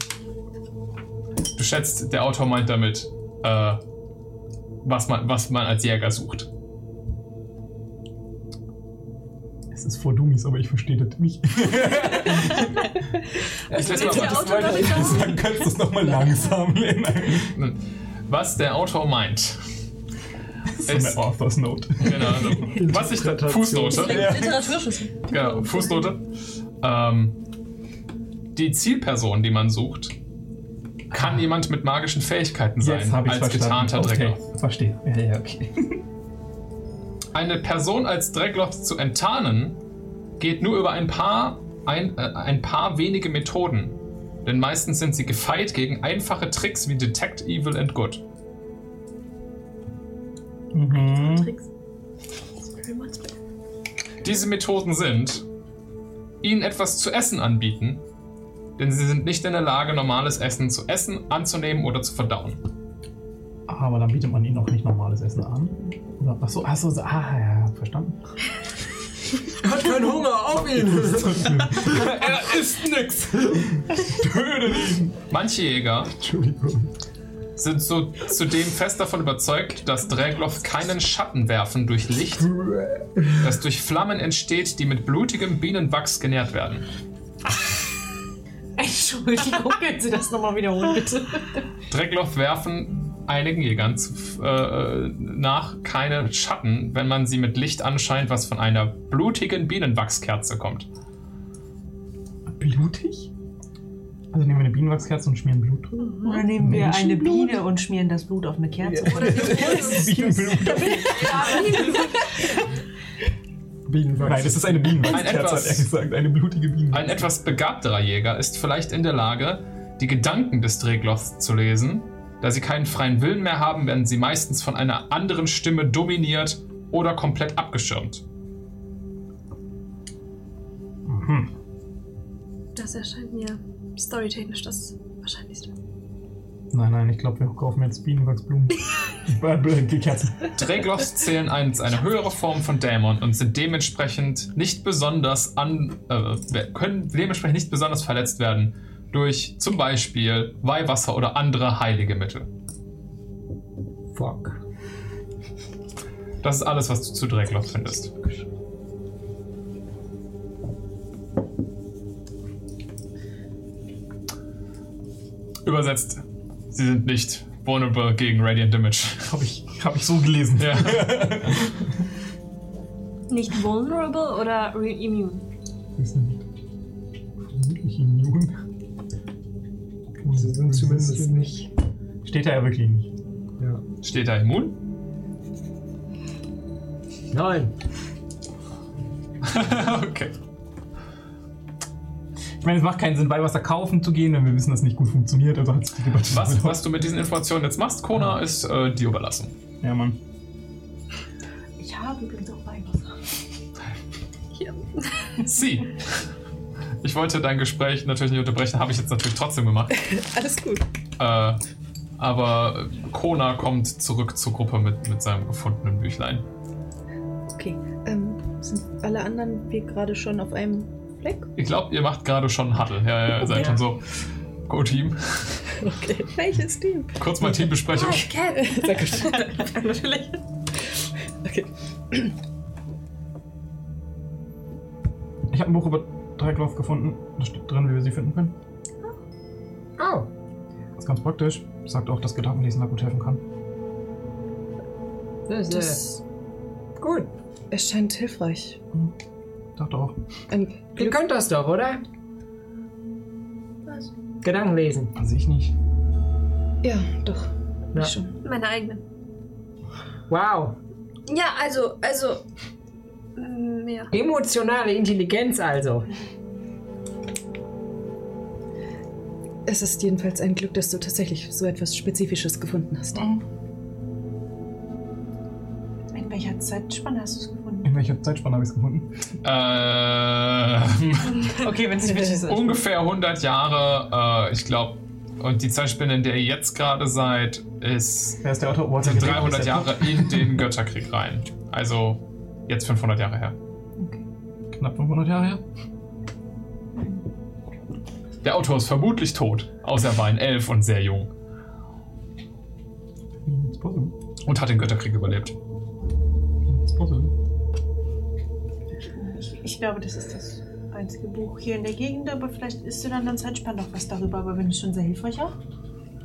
S1: Du schätzt, der Autor meint damit, äh, was, man, was man als Jäger sucht.
S5: es ist vor Dummies, aber ich verstehe das nicht.
S1: Ich lese
S6: Jetzt
S1: mal
S6: der
S1: was-
S6: Autor damit auch?
S5: Dann kannst du es nochmal langsam lernen.
S1: was der Autor meint.
S5: So eine Author's Note.
S1: Genau, also, was ich da.
S10: Interpretation.
S1: Fußnote.
S5: Ja.
S6: Literaturschlüssel.
S1: Genau, Fußnote. Ähm, die Zielperson, die man sucht, kann jemand mit magischen Fähigkeiten sein,
S5: Ah. Jetzt habe ich
S1: als
S5: verstanden.
S1: getarnter Dreckloch.
S5: Okay, verstehe. Ja, ja, okay.
S1: Eine Person als Dreckloch zu enttarnen, geht nur über ein paar, ein, äh, ein paar wenige Methoden. Denn meistens sind sie gefeit gegen einfache Tricks wie Detect Evil and Good.
S5: Mhm.
S6: Tricks.
S1: Diese Methoden sind, ihnen etwas zu essen anbieten, denn sie sind nicht in der Lage, normales Essen zu essen, anzunehmen oder zu verdauen.
S5: Aber dann bietet man ihnen auch nicht normales Essen an. Oder, ach so, ach so, so, ah, ja, verstanden.
S13: [LAUGHS] Hat keinen Hunger,
S5: [LAUGHS]
S13: auf ihn!
S1: Er ist nix! Tötet ihn! Manche Jäger
S5: Entschuldigung.
S1: sind so zudem fest davon überzeugt, dass Dragloff keinen Schatten werfen durch Licht, das durch Flammen entsteht, die mit blutigem Bienenwachs genährt werden.
S3: [LAUGHS] Entschuldigung, können Sie das nochmal wiederholen, bitte?
S1: Dragloff werfen einigen Jägern zu, äh, nach keine Schatten, wenn man sie mit Licht anscheint, was von einer blutigen Bienenwachskerze kommt.
S5: Blutig? Also nehmen wir eine Bienenwachskerze und schmieren Blut
S13: [LAUGHS]
S5: drüber.
S6: Hm?
S3: Oder nehmen wir eine
S5: Menschenblut?
S3: Biene und schmieren das Blut auf eine Kerze?
S6: Oder die Rose.
S5: Bienenblut.
S10: Bienenwachs.
S5: Nein, das ist eine
S1: Ein
S5: Bienenwachskerze,
S1: etwas-
S5: hat er gesagt. Eine blutige
S1: Ein
S5: Bienenwachskerze.
S1: etwas begabterer Jäger ist vielleicht in der Lage, die Gedanken des Dregloths zu lesen. Da sie keinen freien Willen mehr haben, werden sie meistens von einer anderen Stimme dominiert oder komplett abgeschirmt.
S6: Das erscheint mir storytechnisch das Wahrscheinlichste.
S5: Nein, nein, ich glaube, wir kaufen
S13: [LAUGHS]
S5: jetzt Bienenwachsblumen. Äh, Kerzen.
S1: Dregloths zählen als eine höhere Form von Dämon und sind dementsprechend nicht besonders an, äh, können dementsprechend nicht besonders verletzt werden durch zum Beispiel Weihwasser oder andere heilige Mittel.
S13: Fuck.
S1: Das ist alles, was du zu Dregloth findest. Übersetzt, sie sind nicht vulnerable gegen Radiant Damage.
S5: Habe ich, hab ich so gelesen.
S1: Ja.
S6: Nicht vulnerable oder re- immune?
S5: Wir sind vermutlich immun.
S10: Sie sind zumindest nicht.
S5: Steht da ja wirklich nicht.
S10: Ja.
S1: Steht da immun? [LAUGHS]
S10: Nein.
S1: okay.
S5: Ich meine, es macht keinen Sinn, Weihwasser kaufen zu gehen, wenn wir wissen, dass es nicht gut funktioniert. Also hat sich die Debatte
S1: Was,
S5: verlaufen.
S1: was du mit diesen Informationen jetzt machst, Kona, ist äh, dir überlassen.
S5: Ja, Mann.
S6: [LAUGHS] Ich habe übrigens auch Weihwasser. Hier.
S1: Sie. Ich wollte dein Gespräch natürlich nicht unterbrechen, habe ich jetzt natürlich trotzdem gemacht.
S9: Alles gut.
S1: Äh, aber Kona kommt zurück zur Gruppe mit, mit seinem gefundenen Büchlein.
S9: Okay. Ähm, sind alle anderen wir gerade schon auf einem Fleck?
S1: Ihr glaubt, ihr macht gerade schon einen Huddle. Ja, ja, ihr seid
S9: Ja.
S1: schon so. Go Team.
S9: Okay. [LAUGHS] Welches Team?
S1: Kurz mal Teambesprechung.
S6: Cat.
S9: Dankeschön.
S6: [LAUGHS] Natürlich.
S5: Ich habe ein Buch über Dreiklauf gefunden. Da steht drin, wie wir sie finden können.
S10: Oh,
S5: Das ist ganz praktisch. Sagt auch, dass Gedankenlesen da gut helfen kann.
S10: das ist
S9: Das
S10: äh, gut.
S9: erscheint hilfreich.
S5: Dachte auch.
S9: Ein
S10: Ihr könnt das doch, oder?
S11: Was?
S10: Gedanken lesen.
S5: An sich nicht.
S9: ja, doch.
S10: Ja.
S9: Schon.
S6: Meine eigene.
S10: Wow.
S11: Ja, also, also,
S6: Mehr.
S10: Emotionale Intelligenz also.
S9: Es ist jedenfalls ein Glück, dass du tatsächlich so etwas Spezifisches gefunden hast.
S3: Mhm. In welcher Zeitspanne hast du es gefunden?
S5: In welcher Zeitspanne habe ich es gefunden?
S1: Ähm,
S3: [LAUGHS]
S1: [LAUGHS]
S3: Okay, wenn es nicht wichtig ist.
S1: ungefähr 100 Jahre, äh, ich glaube. Und die Zeitspanne, in der ihr jetzt gerade seid, ist
S5: Wer ist der Autor? Oh, hat er gedacht,
S1: 300
S5: ist er
S1: Also Jahre in den Götterkrieg rein. Also jetzt 500 Jahre her.
S5: Knapp 500 Jahre her.
S1: Der Autor ist vermutlich tot, außer er war ein Elf und sehr jung
S5: It's possible.
S1: und hat den Götterkrieg überlebt.
S5: It's possible.
S3: Ich, ich glaube, das ist das einzige Buch hier in der Gegend, aber vielleicht ist in anderen Zeitspannen noch was darüber, aber wenn es schon sehr hilfreich auch.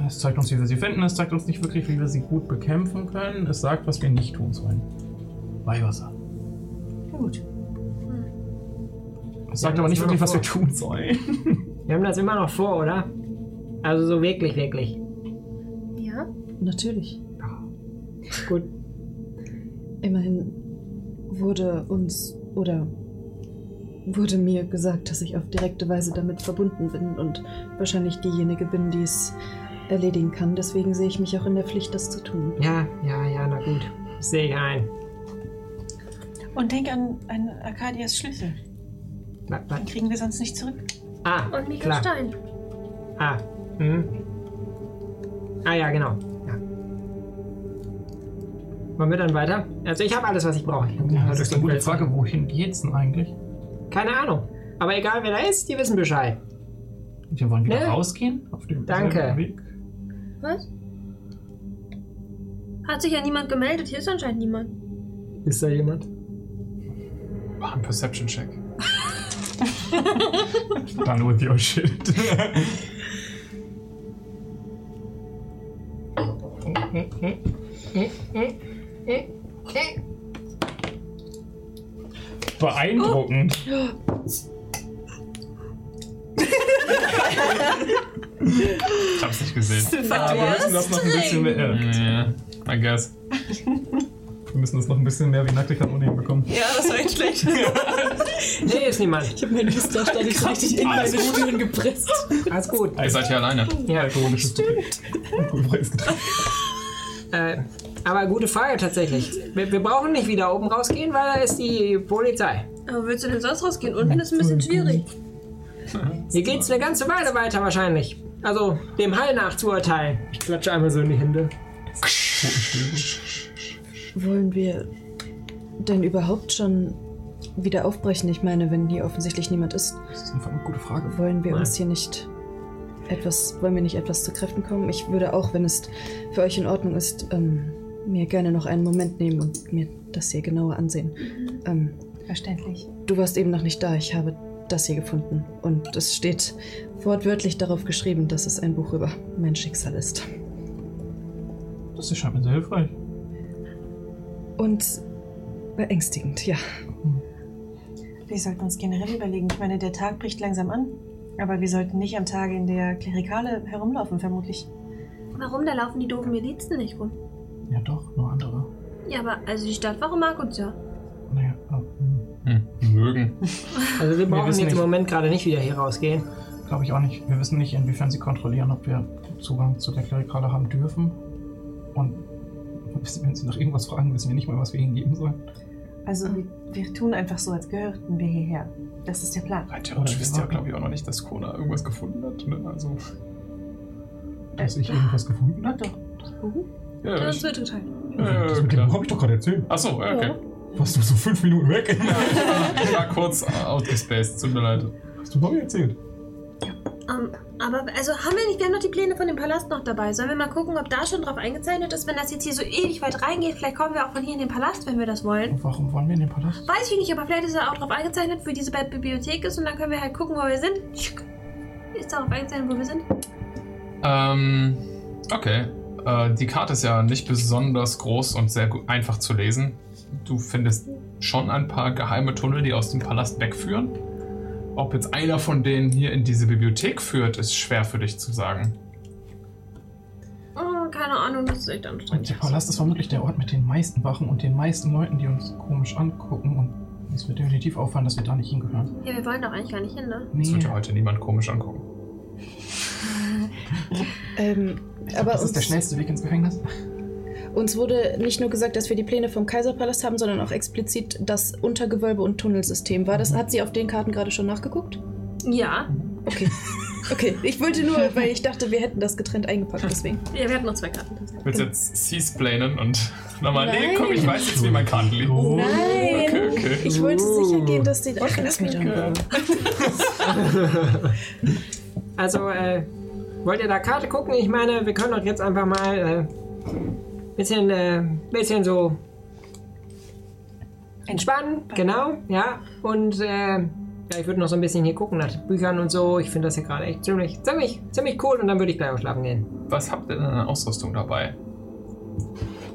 S5: Es zeigt uns, wie wir sie finden. Es zeigt uns nicht wirklich, wie wir sie gut bekämpfen können. Es sagt, was wir nicht tun sollen. Weihwasser.
S3: Na gut.
S5: Es sagt
S10: Ja,
S5: aber nicht
S10: das
S5: wirklich,
S10: war
S5: was wir tun sollen.
S10: Wir haben das immer noch vor, oder? Also so wirklich, wirklich.
S11: ja.
S9: Natürlich.
S10: Gut.
S9: Immerhin wurde uns oder wurde mir gesagt, dass ich auf direkte Weise damit verbunden bin und wahrscheinlich diejenige bin, die es erledigen kann. Deswegen sehe ich mich auch in der Pflicht, das zu tun.
S10: Ja, ja, ja, na gut. Ich sehe ich ein.
S3: Und denk an, an Arcadias Schlüssel.
S10: Na, na.
S3: Den kriegen wir sonst nicht zurück.
S10: Ah,
S11: Und Mika
S10: klar.
S11: Stein.
S10: Ah, mhm. Ah ja, genau. Ja. Wollen wir dann weiter? Also ich habe alles, was ich brauche. Ich hab
S5: Ja,
S10: alles
S5: das ist eine gute
S10: Bild.
S5: Frage. Wohin geht's denn eigentlich?
S10: Keine Ahnung. Aber egal wer da ist, die wissen Bescheid.
S5: Wir wollen wieder
S10: Ne?
S5: rausgehen auf dem
S10: Danke.
S5: selben Weg.
S11: Was? Hat sich ja niemand gemeldet. Hier ist anscheinend niemand.
S10: Ist da jemand?
S1: Mach einen Perception-Check.
S5: Done with your shit. Beeindruckend.
S1: Ich hab's nicht gesehen.
S5: Aber Oh, wir müssen das noch ein bisschen mehr. Äh,
S1: Yeah, I guess.
S5: wir müssen das noch ein bisschen mehr wie nackte Kanone hinbekommen.
S6: Ja, das war echt schlecht.
S10: Nee, ist niemand.
S9: Ich habe meinen
S10: [LAUGHS]
S9: Muster stattlich richtig in meine Schulen gepresst.
S10: Alles gut.
S1: Ihr seid hier alleine.
S10: Ja,
S5: Alkoholisches Stimmt. Alkoholfreies Getränk.
S10: Äh, aber gute Frage tatsächlich. Wir, wir brauchen nicht wieder oben rausgehen, weil da ist die Polizei.
S6: Aber willst du denn sonst rausgehen? Unten ist ein bisschen schwierig.
S10: Hier geht's eine ganze Weile weiter wahrscheinlich. Also dem Hall nach zu urteilen. Ich klatsche einmal so in die Hände.
S9: Wollen wir denn überhaupt schon wieder aufbrechen? Ich meine, wenn hier offensichtlich niemand ist,
S5: Das ist einfach eine gute Frage.
S9: wollen wir
S10: Nein.
S9: uns hier nicht etwas, wollen wir nicht etwas zu Kräften kommen? Ich würde auch, wenn es für euch in Ordnung ist, ähm, mir gerne noch einen Moment nehmen und mir das hier genauer ansehen. Ähm,
S3: Verständlich.
S9: du warst eben noch nicht da. Ich habe das hier gefunden und es steht wortwörtlich darauf geschrieben, dass es ein Buch über mein Schicksal ist.
S5: Das erscheint mir sehr hilfreich.
S9: Und beängstigend, ja.
S3: Wir sollten uns generell überlegen. Ich meine, der Tag bricht langsam an. Aber wir sollten nicht am Tage in der Klerikale herumlaufen, vermutlich.
S11: Warum? Da laufen die doofen Milizen nicht rum.
S5: Ja doch, nur andere.
S11: Ja, aber also die Stadtwache mag uns ja.
S5: Naja, aber, hm,
S1: Hm, mögen.
S10: Also wir brauchen
S5: wissen
S10: jetzt im
S5: nicht.
S10: Moment gerade nicht wieder hier rausgehen.
S5: glaube ich auch nicht. Wir wissen nicht, inwiefern sie kontrollieren, ob wir Zugang zu der Klerikale haben dürfen. Und wenn sie nach irgendwas fragen, wissen wir nicht mal, was wir ihnen geben sollen.
S3: Also, wir, wir tun einfach so, als gehörten wir hierher. Das ist der Plan.
S1: Rein theoretisch wisst ihr, glaube ich, auch noch nicht, dass Kona irgendwas gefunden hat. Ne? Also,
S5: Dass Also ich irgendwas gefunden
S3: Na
S5: habe.
S3: doch.
S1: ja,
S6: Das
S1: ich,
S6: wird geteilt.
S1: äh,
S5: das mit dem
S1: klar.
S5: Buch habe ich doch gerade erzählt.
S1: Achso, ja, okay. Ah,
S4: Warst du so fünf Minuten weg?
S1: Ich war kurz outgespaced, tut mir leid.
S4: Hast du Bobby erzählt?
S11: Ähm, aber also haben wir nicht, wir haben noch die Pläne von dem Palast noch dabei. Sollen wir mal gucken, ob da schon drauf eingezeichnet ist, wenn das jetzt hier so ewig weit reingeht? Vielleicht kommen wir auch von hier in den Palast, wenn wir das wollen.
S4: Und warum wollen wir in den Palast?
S11: Weiß ich nicht, aber vielleicht ist da auch drauf eingezeichnet, wo diese Bi- Bibliothek ist und dann können wir halt gucken, wo wir sind. Schick. Ist darauf eingezeichnet, wo wir sind?
S1: Ähm, okay. Äh, die Karte ist ja nicht besonders groß und sehr gu- einfach zu lesen. Du findest schon ein paar geheime Tunnel, die aus dem Palast wegführen. Ob jetzt einer von denen hier in diese Bibliothek führt, ist schwer für dich zu sagen.
S11: Oh, keine Ahnung, das ist echt
S4: Und
S11: anstrengend.
S4: der Palast ist vermutlich der Ort mit den meisten Wachen und den meisten Leuten, die uns komisch angucken. Und es wird definitiv auffallen, dass wir da nicht hingehören.
S11: Ja, wir wollen doch eigentlich gar nicht hin, ne?
S1: Das
S4: Nee,
S1: wird ja heute niemand komisch angucken.
S8: Ähm,
S4: ich glaub,
S8: aber
S4: das ist der
S8: uns,
S4: schnellste Weg ins Gefängnis.
S8: uns wurde nicht nur gesagt, dass wir die Pläne vom Kaiserpalast haben, sondern auch explizit das Untergewölbe und Tunnelsystem. War
S4: Mhm.
S8: das, hat sie auf den Karten gerade schon nachgeguckt?
S11: Ja.
S4: [LAUGHS]
S8: Okay. Okay, ich wollte nur, weil ich dachte, wir hätten das getrennt eingepackt, deswegen.
S11: Ja, wir hatten noch zwei Karten tatsächlich.
S1: Willst du jetzt C-Splainen und [LAUGHS] nochmal, nee,
S8: Nein.
S1: komm, ich weiß jetzt, wie mein Karten liegt.
S4: Oh.
S8: Nein!
S1: Okay, okay.
S8: Ich wollte sicher gehen, dass die. Ach, lass mich doch.
S10: Also, äh, wollt ihr da Karte gucken? Ich meine, wir können doch jetzt einfach mal äh, bisschen, äh, bisschen so entspannen, genau, ja. Und äh, ja, ich würde noch so ein bisschen hier gucken nach Büchern und so. Ich finde das hier gerade echt ziemlich, ziemlich, ziemlich cool und dann würde ich gleich auch schlafen gehen.
S1: Was habt ihr denn an Ausrüstung dabei?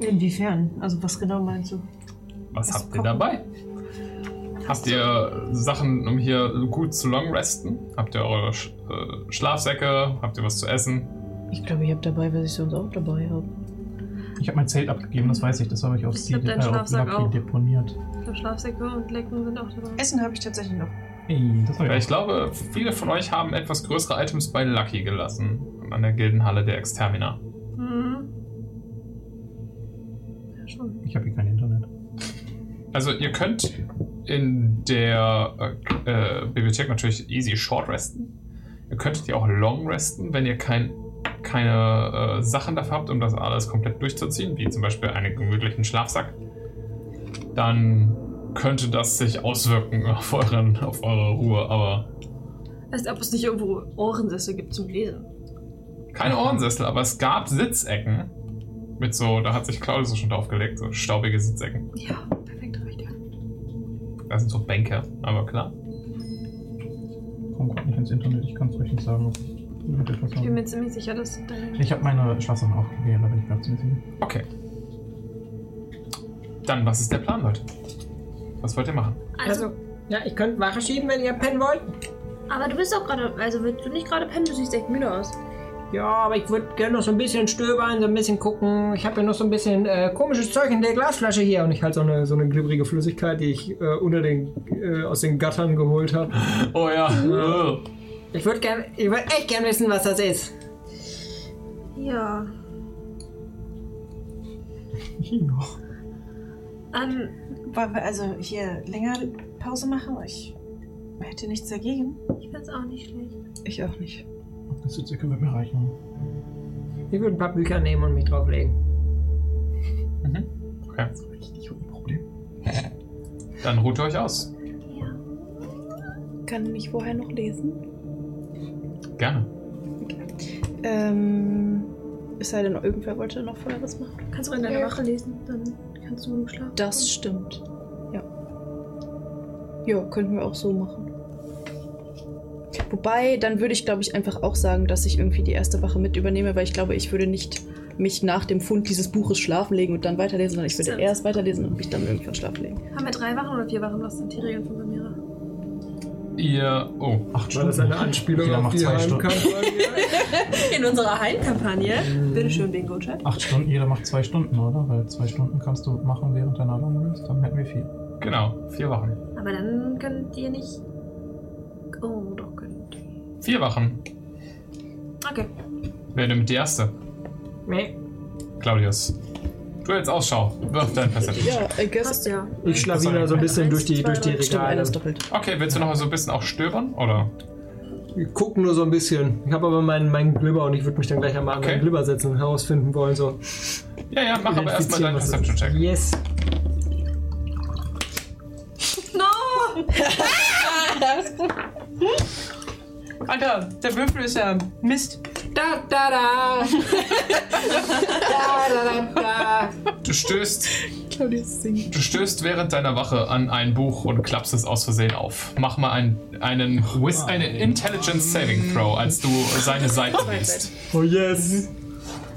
S3: Inwiefern? Also was genau meinst du?
S1: Was
S3: Was
S1: habt ihr
S3: kochen?
S1: dabei? Habt ihr Sachen, um hier gut zu longresten? Habt ihr eure Sch äh, Schlafsäcke? Habt ihr was zu essen?
S8: Ich glaube, ich habe dabei, was ich sonst auch dabei habe.
S4: Ich habe mein Zelt abgegeben, das weiß ich. Das habe ich auf
S6: Ich
S4: Sie
S6: glaub, dein
S4: äh, auf
S6: Schlafsack
S4: Lucky
S6: auch.
S4: deponiert.
S6: Ich glaub, Schlafsäcke und Lecken sind auch dabei.
S3: Essen habe ich tatsächlich noch.
S4: Ey, das
S1: Ja,
S4: habe
S1: ich
S4: ich auch.
S1: glaube, viele von euch haben etwas größere Items bei Lucky gelassen. An der Gildenhalle der Extermina.
S6: Mhm. Ja, schon.
S4: Ich habe hier kein Internet.
S1: Also ihr könnt in der äh, äh, Bibliothek natürlich easy short resten. Ihr könntet ja auch long resten, wenn ihr kein, keine äh, Sachen dafür habt, um das alles komplett durchzuziehen, wie zum Beispiel einen gemütlichen Schlafsack. Dann könnte das sich auswirken [LAUGHS] auf, euren, auf eure Ruhe, aber
S6: Als ob es nicht irgendwo Ohrensessel gibt zum Lesen.
S1: keine
S6: Mhm.
S1: Ohrensessel, aber es gab Sitzecken mit so, da hat sich Claudius schon draufgelegt, so staubige Sitzecken.
S6: Ja, perfekt reicht ja.
S1: Da sind so Bänke, aber klar.
S4: Komm, kommt nicht ins Internet. Ich kann es euch nicht sagen. ob- wird etwas
S6: Ich bin
S4: haben.
S6: mir ziemlich sicher, dass dein.
S4: Ich habe meine Schlafsachen aufgegeben, da bin ich ganz sicher.
S1: Okay. Dann, was ist der Plan, Leute? Was wollt ihr machen?
S11: Also,
S10: Also, ja, ich könnte Wache schieben, wenn ihr pennen wollt.
S11: aber du bist auch gerade, also willst du nicht gerade pennen, du siehst echt müde aus.
S10: Ja, aber ich würde gerne noch so ein bisschen stöbern, so ein bisschen gucken. Ich habe ja noch so ein bisschen äh, komisches Zeug in der Glasflasche hier. Und ich halt so eine, so eine glibberige Flüssigkeit, die ich äh, unter den, äh, aus den Gattern geholt habe.
S1: Oh ja.
S10: Ich würde gern, ich würd echt gern wissen, was das ist.
S4: [LAUGHS]
S11: Ja. Ähm,
S3: Wollen wir also hier länger Pause machen? Ich hätte nichts dagegen.
S11: ich find's auch nicht schlecht.
S8: Ich auch nicht.
S4: Das Sitzecke wird mir reichen.
S10: Ich würde ein paar Bücher nehmen und mich drauflegen.
S1: Mhm.
S4: Ich habe ein Problem.
S1: [LAUGHS] Dann ruht ihr euch aus.
S8: Kann ich vorher noch lesen?
S1: Gerne.
S8: Ähm. Es sei denn, irgendwer wollte noch vorher was machen.
S11: Kannst du in deiner
S8: Ja.
S11: Wache lesen, dann kannst du genug schlafen.
S8: Das stimmt. Ja. Ja, könnten wir auch so machen. Wobei, dann würde ich, glaube ich, einfach auch sagen, dass ich irgendwie die erste Wache mit übernehme, weil ich glaube, ich würde nicht mich nach dem Fund dieses Buches schlafen legen und dann weiterlesen, sondern ich würde
S11: Stimmt.
S8: erst weiterlesen und mich dann irgendwann schlafen legen.
S11: Haben wir drei Wachen oder vier Wachen? Was sind die Regeln von Samira?
S1: Ihr. Oh, acht
S6: War das eine Anspielung
S4: Jeder
S6: auf
S4: macht
S6: die
S4: zwei
S10: [LAUGHS]
S4: Stunden.
S6: Heimkampagne?
S11: In unserer Heimkampagne?
S10: Bitte schön.
S6: Bingo-Chat.
S4: Acht Stunden, jeder macht zwei Stunden, oder? Weil zwei Stunden kannst du machen während deiner Long Rest, dann hätten wir vier.
S1: Genau, vier Wachen.
S11: Aber dann könnt ihr nicht. Oh, doch könnt. ihr.
S1: Vier Wachen.
S11: Okay.
S1: Wer nimmt die erste?
S10: Nee,
S1: Claudius. Du jetzt Ausschau. Wirf deinen Perception.
S8: Ja, I guess.
S11: Passt ja.
S10: ich schlawiner so ein bisschen durch die, durch die
S8: Stimmt,
S10: Regale.
S8: alles doppelt.
S1: Okay, willst du noch so ein bisschen auch stöbern? Oder?
S10: Ich guck nur so ein bisschen. Ich habe aber meinen, meinen Glibber und ich würde mich dann gleich einmal an
S1: Okay.
S10: meinen Glibber setzen und herausfinden wollen. So.
S1: Ja, ja, mach aber erstmal
S10: Identifizieren,
S1: deinen
S10: was das ist.
S1: Perception-Check.
S10: Yes.
S3: Alter, der Würfel ist ja Mist.
S10: Da, da, da. da, da, da,
S1: Du stößt,
S9: Claudius singt.
S1: du stößt während deiner Wache an ein Buch und klappst es aus Versehen auf. Mach mal einen, einen,
S4: Oh
S1: Whis, einen Intelligence Saving Throw, als du seine Seite liest.
S14: Oh yes.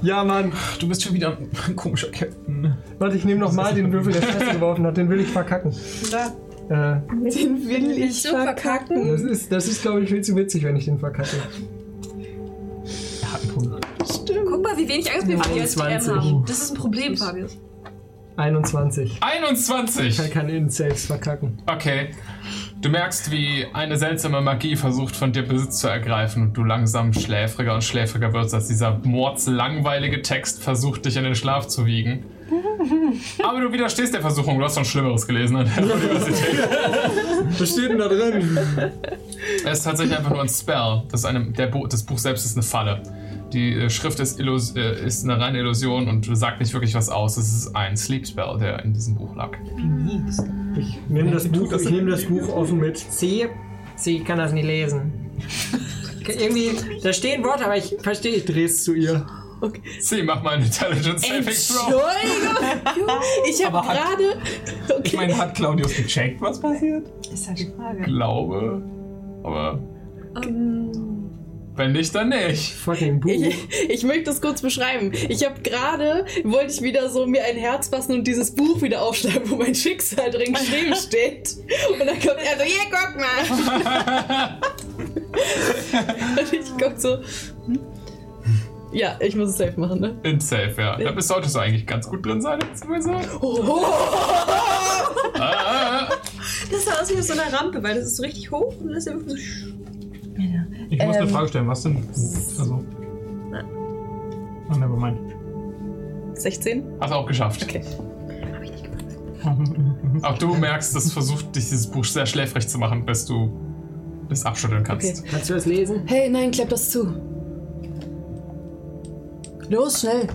S14: Ja, Mann.
S4: Du bist schon wieder ein komischer Captain.
S10: Warte, ich nehme nochmal [LAUGHS] den Würfel, der Scheiße geworfen hat. Den will ich verkacken.
S3: Da.
S10: Äh,
S9: Den will ich so verkacken.
S10: das ist, das ist glaube ich, viel zu witzig, wenn ich den verkacke.
S6: Guck mal, wie wenig Angst wir vor dir als DM
S10: 29.
S6: haben. Das ist ein Problem, Fabius.
S10: 21.
S1: 21!
S10: Ich kann keine Insaves verkacken.
S1: Okay. Du merkst, wie eine seltsame Magie versucht, von dir Besitz zu ergreifen und du langsam schläfriger und schläfriger wirst, als dieser mordslangweilige Text versucht, dich in den Schlaf zu wiegen. Aber du widerstehst der Versuchung, du hast schon Schlimmeres gelesen an der Universität.
S14: Was steht denn da drin?
S1: Es ist tatsächlich einfach nur ein Spell. Das, ist eine, der Bu das Buch selbst ist eine Falle. Die äh, Schrift ist, Illus äh, ist eine reine Illusion und sagt nicht wirklich was aus. Es ist ein Sleep Spell, der in diesem Buch lag.
S10: Ich nehme das, Buch- ich nehme das Buch offen mit. Sie, sie kann das nicht lesen. Irgendwie, da stehen Worte, aber ich verstehe, ich drehe es zu ihr.
S1: Sie, mach mal einen Intelligence Saving Throw.
S9: Entschuldigung. Ich habe
S4: Aber hat-
S9: gerade.
S4: Ich meine, hat Claudius gecheckt, was passiert?
S3: Ist ja die Frage.
S1: glaube. Aber
S6: Ähm,
S1: wenn nicht, dann nicht.
S10: Fucking Buch.
S9: Ich, ich möchte das kurz beschreiben. Ich habe gerade, wollte ich wieder so mir ein Herz fassen und dieses Buch wieder aufschlagen, wo mein Schicksal drin
S4: [LAUGHS]
S9: geschrieben steht. Und dann kommt er so, hier, guck mal.
S4: [LAUGHS]
S9: und ich guck so, hm? ja, ich muss es safe machen, ne?
S1: In Safe, ja. Da bist, solltest du eigentlich ganz gut drin sein, jetzt sowieso. Ah,
S6: das sah aus wie auf so einer Rampe, weil das ist so richtig hoch und das ist irgendwie so.
S4: Ich muss
S9: Ähm.
S4: eine Frage stellen, was denn? Also. Oh, never [LAUGHS] mind.
S9: 16?
S1: hast du auch geschafft.
S9: Ähm, Okay.
S1: Auch du merkst, das versucht dich dieses Buch sehr schläfrig zu machen, bis du es abschütteln kannst.
S10: Kannst du das lesen?
S9: Hey, nein, klepp das zu. Los, schnell.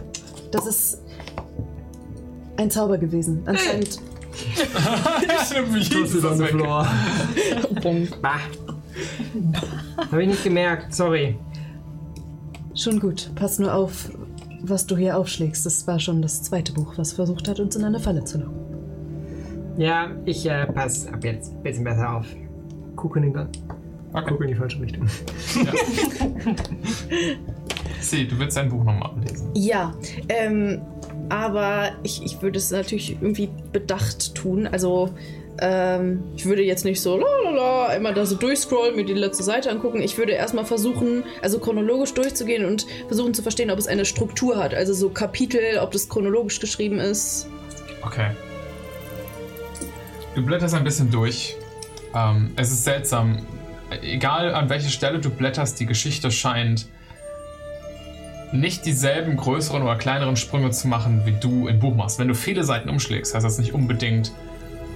S9: Das ist ein Zauber gewesen. Anscheinend.
S1: [LAUGHS] Ich nehm mich
S10: Das ist
S1: das
S10: on the
S1: weg.
S10: floor. Bah. Habe ich nicht gemerkt, sorry.
S9: Schon gut. Pass nur auf, was du hier aufschlägst. Das war schon das zweite Buch, was versucht hat, uns in eine Falle zu locken.
S10: Ja, ich äh, pass ab jetzt ein bisschen besser auf. Gucke in, den- Ah, guck
S1: Okay.
S10: in die falsche Richtung.
S1: Sie, du willst dein Buch nochmal ablesen.
S9: Ja, ähm, aber ich, ich würde es natürlich irgendwie bedacht tun. Also, ähm, ich würde jetzt nicht so lalala, immer da so durchscrollen, mir die letzte Seite angucken. Ich würde erstmal versuchen, also chronologisch durchzugehen und versuchen zu verstehen, ob es eine Struktur hat. Also so Kapitel, ob das chronologisch geschrieben ist.
S1: Okay. Du blätterst ein bisschen durch. Ähm, es ist seltsam. Egal an welche Stelle du blätterst, die Geschichte scheint nicht dieselben größeren oder kleineren Sprünge zu machen, wie du im Buch machst. Wenn du viele Seiten umschlägst, heißt das nicht unbedingt,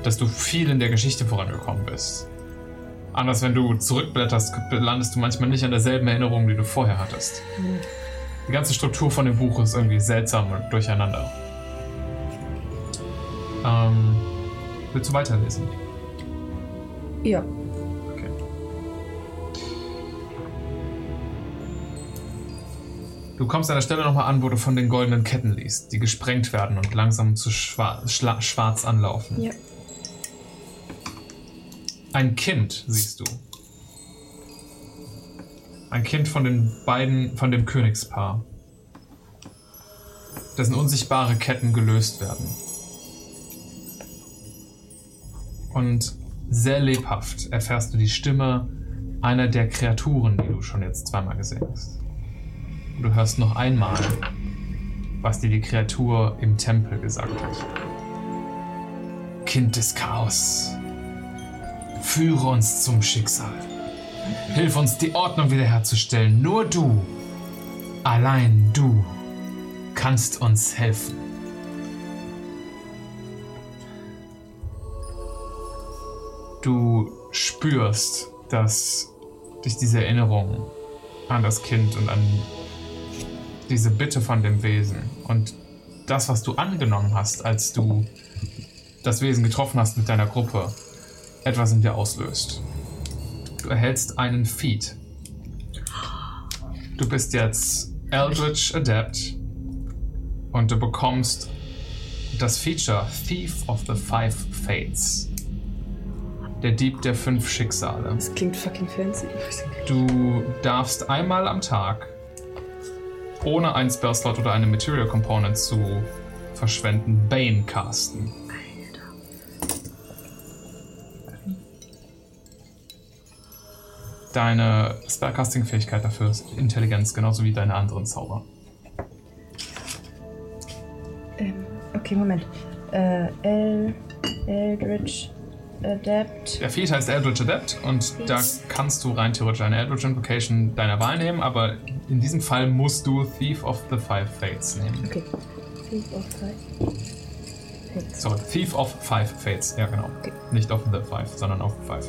S1: dass du viel in der Geschichte vorangekommen bist. Anders, wenn du zurückblätterst, landest du manchmal nicht an derselben Erinnerung, die du vorher hattest. Die ganze Struktur von dem Buch ist irgendwie seltsam und durcheinander. Ähm, willst du weiterlesen?
S9: Ja.
S1: Du kommst an der Stelle nochmal an, wo du von den goldenen Ketten liest, die gesprengt werden und langsam zu schwa schla- schwarz anlaufen.
S9: Ja.
S1: Ein Kind siehst du. Ein Kind von den beiden, von dem Königspaar. Dessen unsichtbare Ketten gelöst werden. Und sehr lebhaft erfährst du die Stimme einer der Kreaturen, die du schon jetzt zweimal gesehen hast. Und du hörst noch einmal, was dir die Kreatur im Tempel gesagt hat. Kind des Chaos, führe uns zum Schicksal. Hilf uns, die Ordnung wiederherzustellen. Nur du, allein du, kannst uns helfen. Du spürst, dass dich diese Erinnerung an das Kind und an diese Bitte von dem Wesen und das, was du angenommen hast, als du das Wesen getroffen hast mit deiner Gruppe, etwas in dir auslöst. Du erhältst einen Feed. Du bist jetzt Eldritch Adept und du bekommst das Feature Thief of the Five Fates. Der Dieb der fünf Schicksale.
S8: Das klingt fucking fancy.
S1: Du darfst einmal am Tag, ohne einen Spellslot oder eine Material Component zu verschwenden, Bane casten. Deine Spellcasting-Fähigkeit dafür ist Intelligenz, genauso wie deine anderen Zauber.
S8: Ähm, okay, Moment. Äh, El, Eldritch Adept.
S1: Der Feed heißt Eldritch Adept und da kannst du rein theoretisch eine Eldritch Invocation deiner Wahl nehmen, aber in diesem Fall musst du Thief of the Five Fates nehmen.
S8: Okay. Thief of Five. Fates.
S1: Sorry, Thief of Five Fates, ja genau.
S8: Okay.
S1: Nicht of the Five, sondern of Five.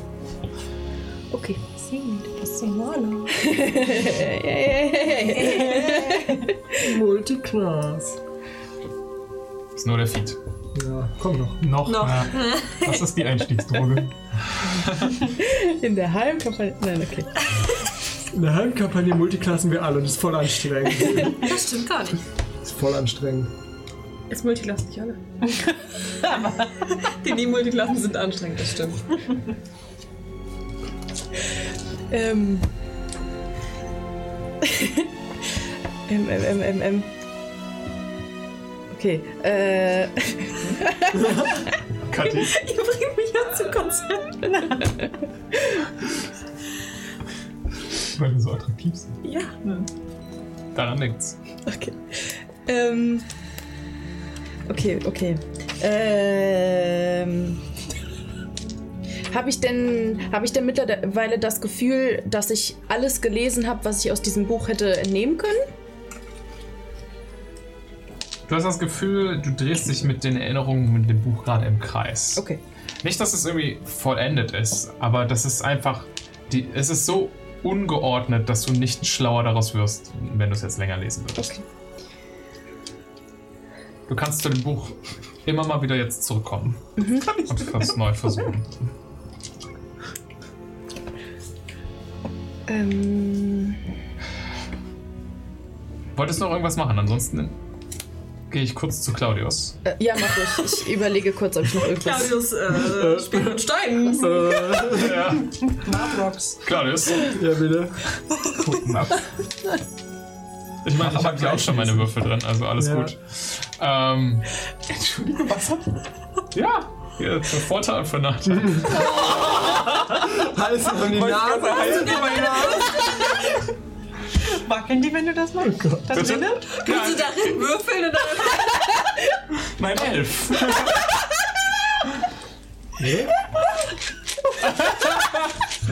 S8: Okay.
S10: Multiclass.
S1: Ist nur der Feed.
S10: Ja, komm noch.
S4: Noch.
S6: Noch.
S4: Ja. Das ist die Einstiegsdroge.
S8: In der Heimkampagne. Nein, okay.
S10: In der Heimkampagne multiklassen wir alle und das ist voll anstrengend.
S6: Das stimmt gar nicht.
S10: Das ist voll anstrengend.
S15: Jetzt multiklassen nicht alle. die nie multiklassen sind anstrengend, das stimmt.
S8: Ähm. [LAUGHS] M, M, M, M, M. ähm, Okay, äh. [LAUGHS]
S1: Kathi?
S15: Ihr bringt mich ja zu Konzert.
S4: Weil du so attraktiv sind.
S8: Hm.
S1: Daran liegt's.
S8: Okay. Ähm. Okay, okay. Ähm. Habe ich, denn, hab ich denn mittlerweile das Gefühl, dass ich alles gelesen habe, was ich aus diesem Buch hätte entnehmen können?
S1: Du hast das Gefühl, du drehst dich mit den Erinnerungen mit dem Buch gerade im Kreis.
S8: Okay.
S1: Nicht, dass es irgendwie vollendet ist, aber das ist einfach. Die, es ist so ungeordnet, dass du nicht schlauer daraus wirst, wenn du es jetzt länger lesen würdest.
S8: Okay.
S1: Du kannst zu dem Buch immer mal wieder jetzt zurückkommen
S8: Mhm.
S1: und das neu versuchen.
S8: Ähm.
S1: Wolltest du noch irgendwas machen? Ansonsten gehe ich kurz zu Claudius.
S8: Äh, ja, mach ich. Ich überlege kurz, ob ich noch irgendwas.
S15: Claudius äh, spielt mit Steinen.
S1: Ja. Claudius.
S10: Ja, bitte.
S1: Guten Abend. Ich meine, ich habe ja auch schon meine Würfel drin, also alles
S10: Ja.
S1: gut. Ähm, Entschuldige, was hat. Ja, ja, für Vorteil und für Nachteil.
S10: Hals über die Nase, Hals über die Nase.
S3: Wackeln die, wenn du das machst? Das
S1: Bitte?
S3: Rille?
S1: Ja,
S15: Also darin würfeln und dann
S1: mein Elf.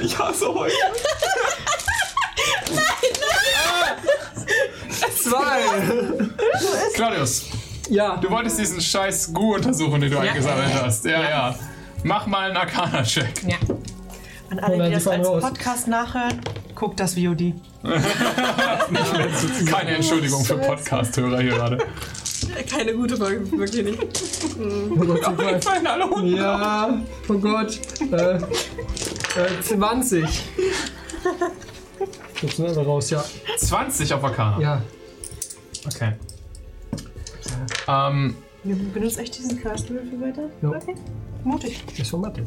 S1: ich hasse heute.
S10: Zwei.
S1: Claudius,
S10: Ja.
S1: du wolltest diesen scheiß Gu untersuchen, den du eingesammelt hast. Ja, ja. Mach mal einen Arcana-Check.
S3: An alle,
S10: Oder
S3: die
S10: die
S3: das
S10: fallen
S3: als
S10: raus.
S3: Podcast nachhören, guckt das VOD.
S1: Keine Entschuldigung für Podcast-Hörer hier gerade.
S15: keine gute Folge, wirklich nicht.
S10: Oh Gott, oh Gott.
S1: Fein, hallo.
S10: Ja, oh Gott. Äh, äh, 20. Jetzt sind alle raus, ja.
S1: 20 auf Arcana.
S10: Ja.
S1: Okay. Ähm,
S3: Wir benutzen echt diesen Cast-Würfel weiter?
S10: Jo.
S3: Okay. Mutig.
S10: Das ist schon Mathe.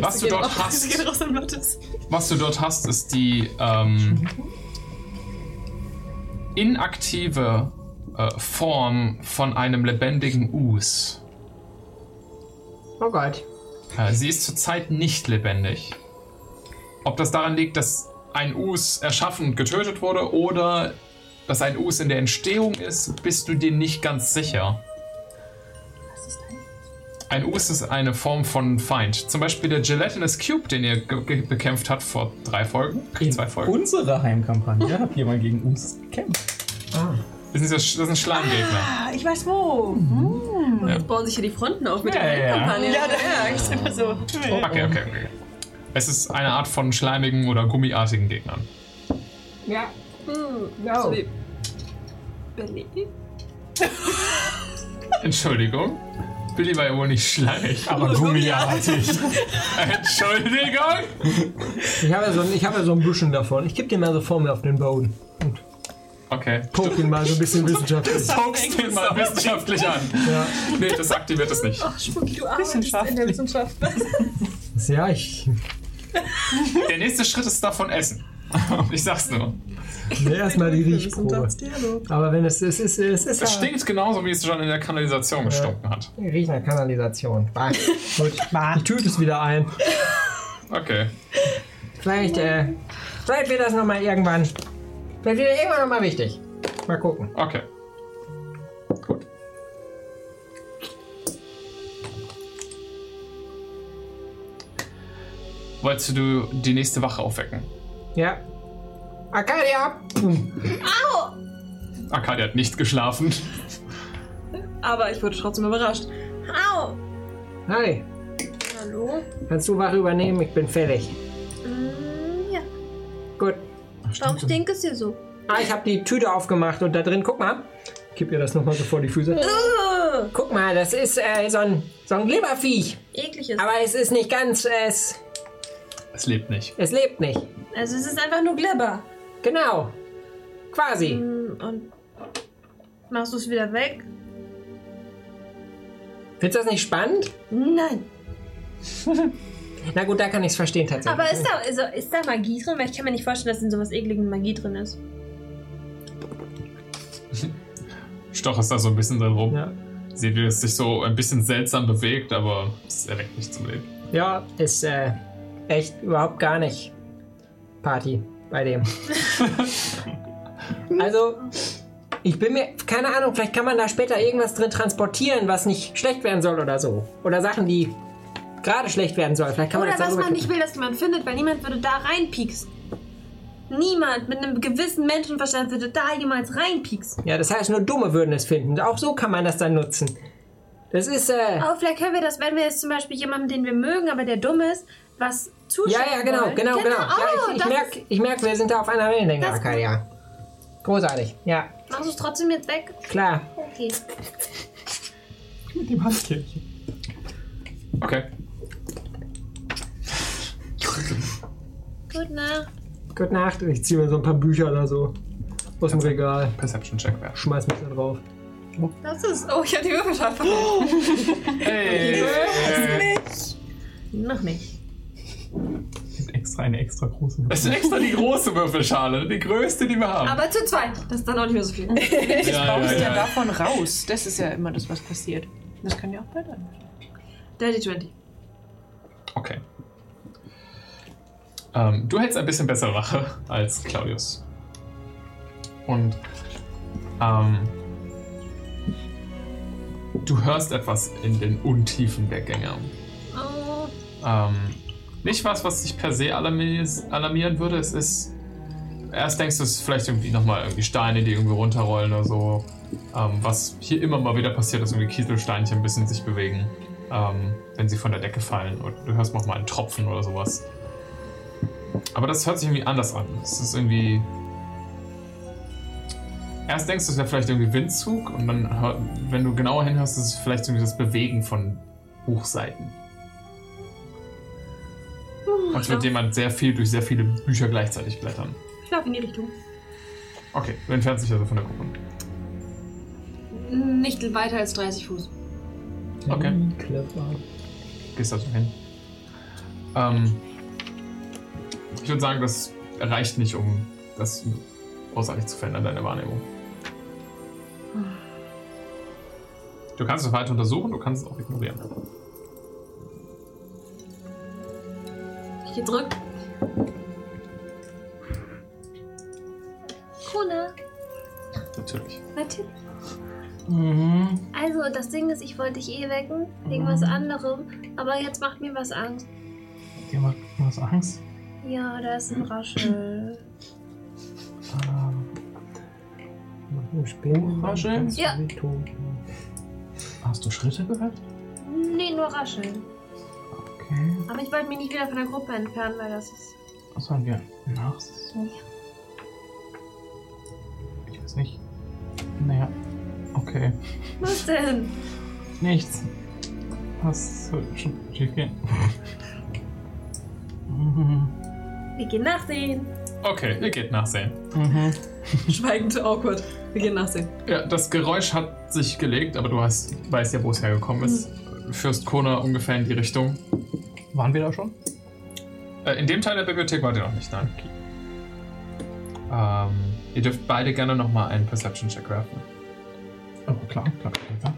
S1: was du dort hast.
S15: Geht raus an Mattes.
S1: Was du dort hast, ist die ähm, inaktive äh, Form von einem lebendigen Us.
S10: Oh Gott.
S1: Äh, sie ist zurzeit nicht lebendig. Ob das daran liegt, dass ein Us erschaffen und getötet wurde oder dass ein Us in der Entstehung ist, bist du dir nicht ganz sicher. Ein Us ist eine Form von Feind. Zum Beispiel der Gelatinous Cube, den ihr ge- ge- bekämpft habt vor drei Folgen, zwei Folgen.
S4: Unsere Heimkampagne hat jemand gegen uns gekämpft.
S1: Das ist, das ist ein Schleimgegner.
S3: Ah, ich weiß wo.
S15: Jetzt bauen sich hier die Fronten auf mit
S4: Ja,
S15: der
S4: ja, ja.
S15: Kampagne.
S3: Ja, da ja, ich sehe immer so.
S1: Okay, okay, okay. Es ist eine Art von schleimigen oder gummiartigen Gegnern.
S10: Ja.
S15: So
S10: No.
S15: wie Berlin.
S1: Entschuldigung. Billy war ja wohl nicht schlank, aber gummiartig. Entschuldigung!
S10: Ich habe ja, so, ein- ich habe ja so ein bisschen davon. Ich gebe den mal so vor mir auf den Boden.
S1: Okay.
S10: Poke ihn mal so ein bisschen wissenschaftlich.
S1: Pokst den mal wissenschaftlich an.
S10: Ja.
S1: Nee, das aktiviert es nicht.
S6: in der Wissenschaft.
S10: ja, ich.
S1: Der nächste Schritt ist davon essen. Ich sag's nur.
S10: Nee, erstmal die Riechprobe. Aber wenn es. Es ist. Es ist
S1: Es
S10: ja-
S1: stinkt genauso, wie es schon in der Kanalisation gestunken hat.
S10: Riecht nach Kanalisation. Bah. Gut. Bah. Die Tüte ist wieder ein.
S1: Okay.
S10: Vielleicht, äh, vielleicht wird das nochmal irgendwann. Vielleicht wird das irgendwann nochmal wichtig. Mal gucken.
S1: Okay. Gut. Wolltest du die nächste Wache aufwecken?
S10: Ja. Arcadia!
S1: Arcadia hat nicht geschlafen.
S15: Aber ich wurde trotzdem überrascht.
S11: Au!
S10: Hi,
S11: Hallo?
S10: kannst du Wache übernehmen? Ich bin fertig.
S11: Mm, ja.
S10: Gut.
S11: Warum stinkt es hier so?
S10: Ah, ich habe die Tüte aufgemacht und da drin, guck mal. Ich Kipp ihr das nochmal so vor die Füße.
S11: Uh,
S10: Guck mal, das ist äh, so ein, so ein Glibberviech.
S11: ekliges.
S10: Aber es ist nicht ganz, es,
S1: Es lebt nicht.
S10: es lebt nicht.
S11: Also es ist einfach nur Glibber.
S10: Genau. Quasi.
S11: Mm, Und machst du es wieder weg?
S10: Findest du das nicht spannend?
S11: Nein.
S10: Na gut, da kann ich es verstehen tatsächlich.
S11: Aber ist da, ist, da- ist da Magie drin? Weil ich kann mir nicht vorstellen, dass in sowas ekligen Magie drin ist.
S1: Stoch ist da so ein bisschen drin rum.
S10: Ja.
S1: Seht, wie es sich so ein bisschen seltsam bewegt, aber es erweckt nicht zum Leben.
S10: Ja, ist äh, echt überhaupt gar nicht Party bei
S11: [LAUGHS]
S10: dem. also, ich bin mir, keine Ahnung, vielleicht kann man da später irgendwas drin transportieren, was nicht schlecht werden soll oder so. Oder Sachen, die gerade schlecht werden sollen. Vielleicht kann man
S11: Oder
S10: das
S11: was
S10: darüber
S11: man nicht will, dass jemand findet, weil niemand würde da reinpieksen. Niemand mit einem gewissen Menschenverstand würde da jemals reinpieksen.
S10: Ja, das heißt, nur Dumme würden es finden. Auch so kann man das dann nutzen. Das ist, äh,
S11: Aber vielleicht können wir das, wenn wir jetzt zum Beispiel jemanden, den wir mögen, aber der dumm ist, was zuschicken
S10: ja, ja, genau,
S11: wollen.
S10: genau, genau.
S11: Oh,
S10: ja, ich ich
S11: das
S10: merke, ich merk, wir sind da auf einer Wellenlänge,
S11: Das-
S10: Arcadia. Großartig, ja,
S11: ist, machst du es trotzdem jetzt weg?
S10: klar.
S11: Okay.
S4: Mit dem Handkärchen.
S1: Okay.
S11: Gut, na.
S10: Gute Nacht. Ich ziehe mir so ein paar Bücher oder so aus dem Regal.
S1: Perception-Check wäre.
S10: Schmeiß mich da drauf.
S15: Das ist. Oh, ich hatte die Würfelschaft
S10: [LAUGHS]
S15: verloren.
S1: Hey!
S11: Noch nicht.
S4: Es gibt extra eine extra große.
S1: Es ist extra die große Würfelschale, die größte, die wir haben.
S15: Aber zu zweit. Das ist dann auch nicht mehr so viel.
S11: [LAUGHS]
S1: ja, ja,
S3: Kommst ja
S1: Äh, ja.
S3: davon raus. Das ist ja immer das, was passiert. Das kann ja auch bald anders.
S15: Dirty 20.
S1: Okay. Ähm, du hältst ein bisschen besser Wache als Claudius. Und ähm, du hörst etwas in den Untiefen der Gänge.
S11: Oh,
S1: Ähm, nicht was, was dich per se alarmis- alarmieren würde. Es ist. Erst denkst du, es ist vielleicht irgendwie nochmal irgendwie Steine, die irgendwie runterrollen oder so. Ähm, was hier immer mal wieder passiert, dass irgendwie Kieselsteinchen ein bisschen sich bewegen, ähm, wenn sie von der Decke fallen. Und du hörst noch mal einen Tropfen oder sowas. Aber das hört sich irgendwie anders an. Es ist irgendwie. Erst denkst du, es wäre vielleicht irgendwie Windzug und dann, hör, wenn du genauer hinhörst, ist es vielleicht irgendwie das Bewegen von Buchseiten. Als würde jemand sehr viel durch sehr viele Bücher gleichzeitig blättern.
S11: ich laufe in die Richtung.
S1: Okay, du entfernst dich also von der Gruppe.
S15: Nicht weiter als 30 Fuß.
S1: Okay. Gehst also hin. Ähm, ich würde sagen, das reicht nicht, um das großartig zu verändern, deine Wahrnehmung. Du kannst es weiter untersuchen, du kannst es auch ignorieren.
S15: Ich geh zurück.
S11: Kuna,
S1: Natürlich.
S11: natürlich.
S4: Mhm.
S11: Also, das Ding ist, ich wollte dich eh wecken, wegen was anderem, aber jetzt macht mir was Angst.
S4: Dir macht was Angst?
S11: Ja, da ist ein Raschel.
S4: Ähm,
S5: Ah,
S1: Rascheln?
S11: Ja.
S4: Hast du Schritte gehört?
S11: Nee, nur Rascheln.
S4: Okay.
S11: Aber ich wollte mich nicht wieder von der Gruppe entfernen, weil das ist.
S4: Was sollen wir nachsuchen? Ich weiß nicht. Naja. Okay.
S11: Was denn?
S4: Nichts. Das wird schon schief gehen.
S11: Wir gehen nachsehen.
S1: Okay, ihr geht nachsehen.
S15: Schweigend awkward. Wir gehen nachsehen.
S1: Ja, das Geräusch hat sich gelegt, aber du hast, weißt ja, wo es hergekommen ist. Fürst Kona ungefähr in die Richtung.
S4: Waren wir da schon?
S1: Äh, in dem Teil der Bibliothek wart ihr noch nicht, nein. Ähm, ihr dürft beide gerne nochmal einen Perception-Check werfen.
S4: Oh, klar, klar, klar, klar.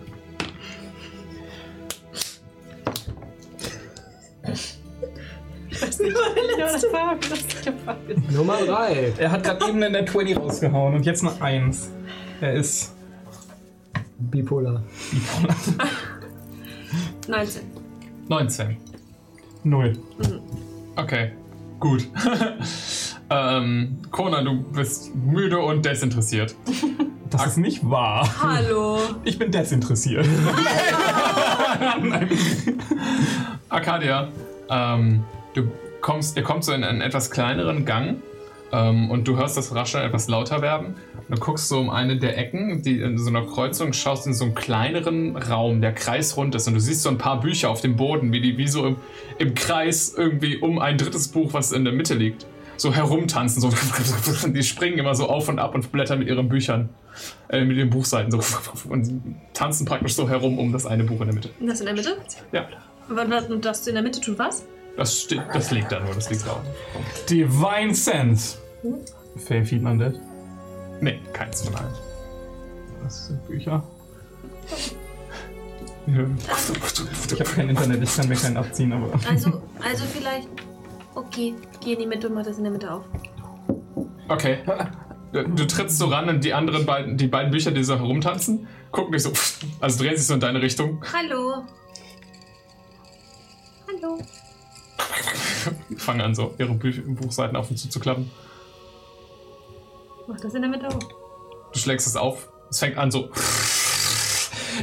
S3: Ja, das war das ist der Fall.
S10: Nummer 3.
S4: Er hat gerade eben in der 20 rausgehauen und jetzt eine 1. Er ist.
S10: Bipolar.
S15: 19.
S1: 19.
S4: Null.
S1: Okay, gut. [LAUGHS] ähm, Kona, du bist müde und desinteressiert.
S4: Das ist nicht wahr.
S15: Hallo.
S4: Ich bin desinteressiert.
S1: Arcadia, ähm, du kommst, ihr kommt so in einen etwas kleineren Gang ähm, und du hörst das Rascheln etwas lauter werden. Und du guckst so um eine der Ecken, die in so einer Kreuzung, schaust in so einen kleineren Raum, der kreisrund ist und du siehst so ein paar Bücher auf dem Boden, wie die wie so im, im Kreis irgendwie um ein drittes Buch, was in der Mitte liegt, so herumtanzen. So [LAUGHS] die springen immer so auf und ab und blättern mit ihren Büchern, äh, mit den Buchseiten so [LAUGHS] und tanzen praktisch so herum um das eine Buch in der Mitte.
S15: Und Das in der Mitte?
S1: Ja.
S15: Und was- und das in der Mitte tut was?
S1: Das, steht, das liegt da nur, das liegt da.
S4: Divine Sense. Fail feed man that.
S1: Nee, keins von allen.
S4: Das sind Bücher. Ich
S1: Ich
S4: habe kein Internet, ich kann mir keinen abziehen, aber.
S11: Also, also vielleicht. Okay, geh in die Mitte und mach das in der Mitte auf.
S1: [LAUGHS] Okay. Du, du trittst so ran und die anderen beiden, die beiden Bücher, die so herumtanzen, gucken dich so, [LAUGHS] also drehen sich so in deine Richtung.
S11: Hallo. Hallo.
S1: Fangen an, so ihre Bü Buchseiten auf und zu zu klappen.
S15: Mach das in der Mitte auch.
S1: Du schlägst es auf. Es fängt an, so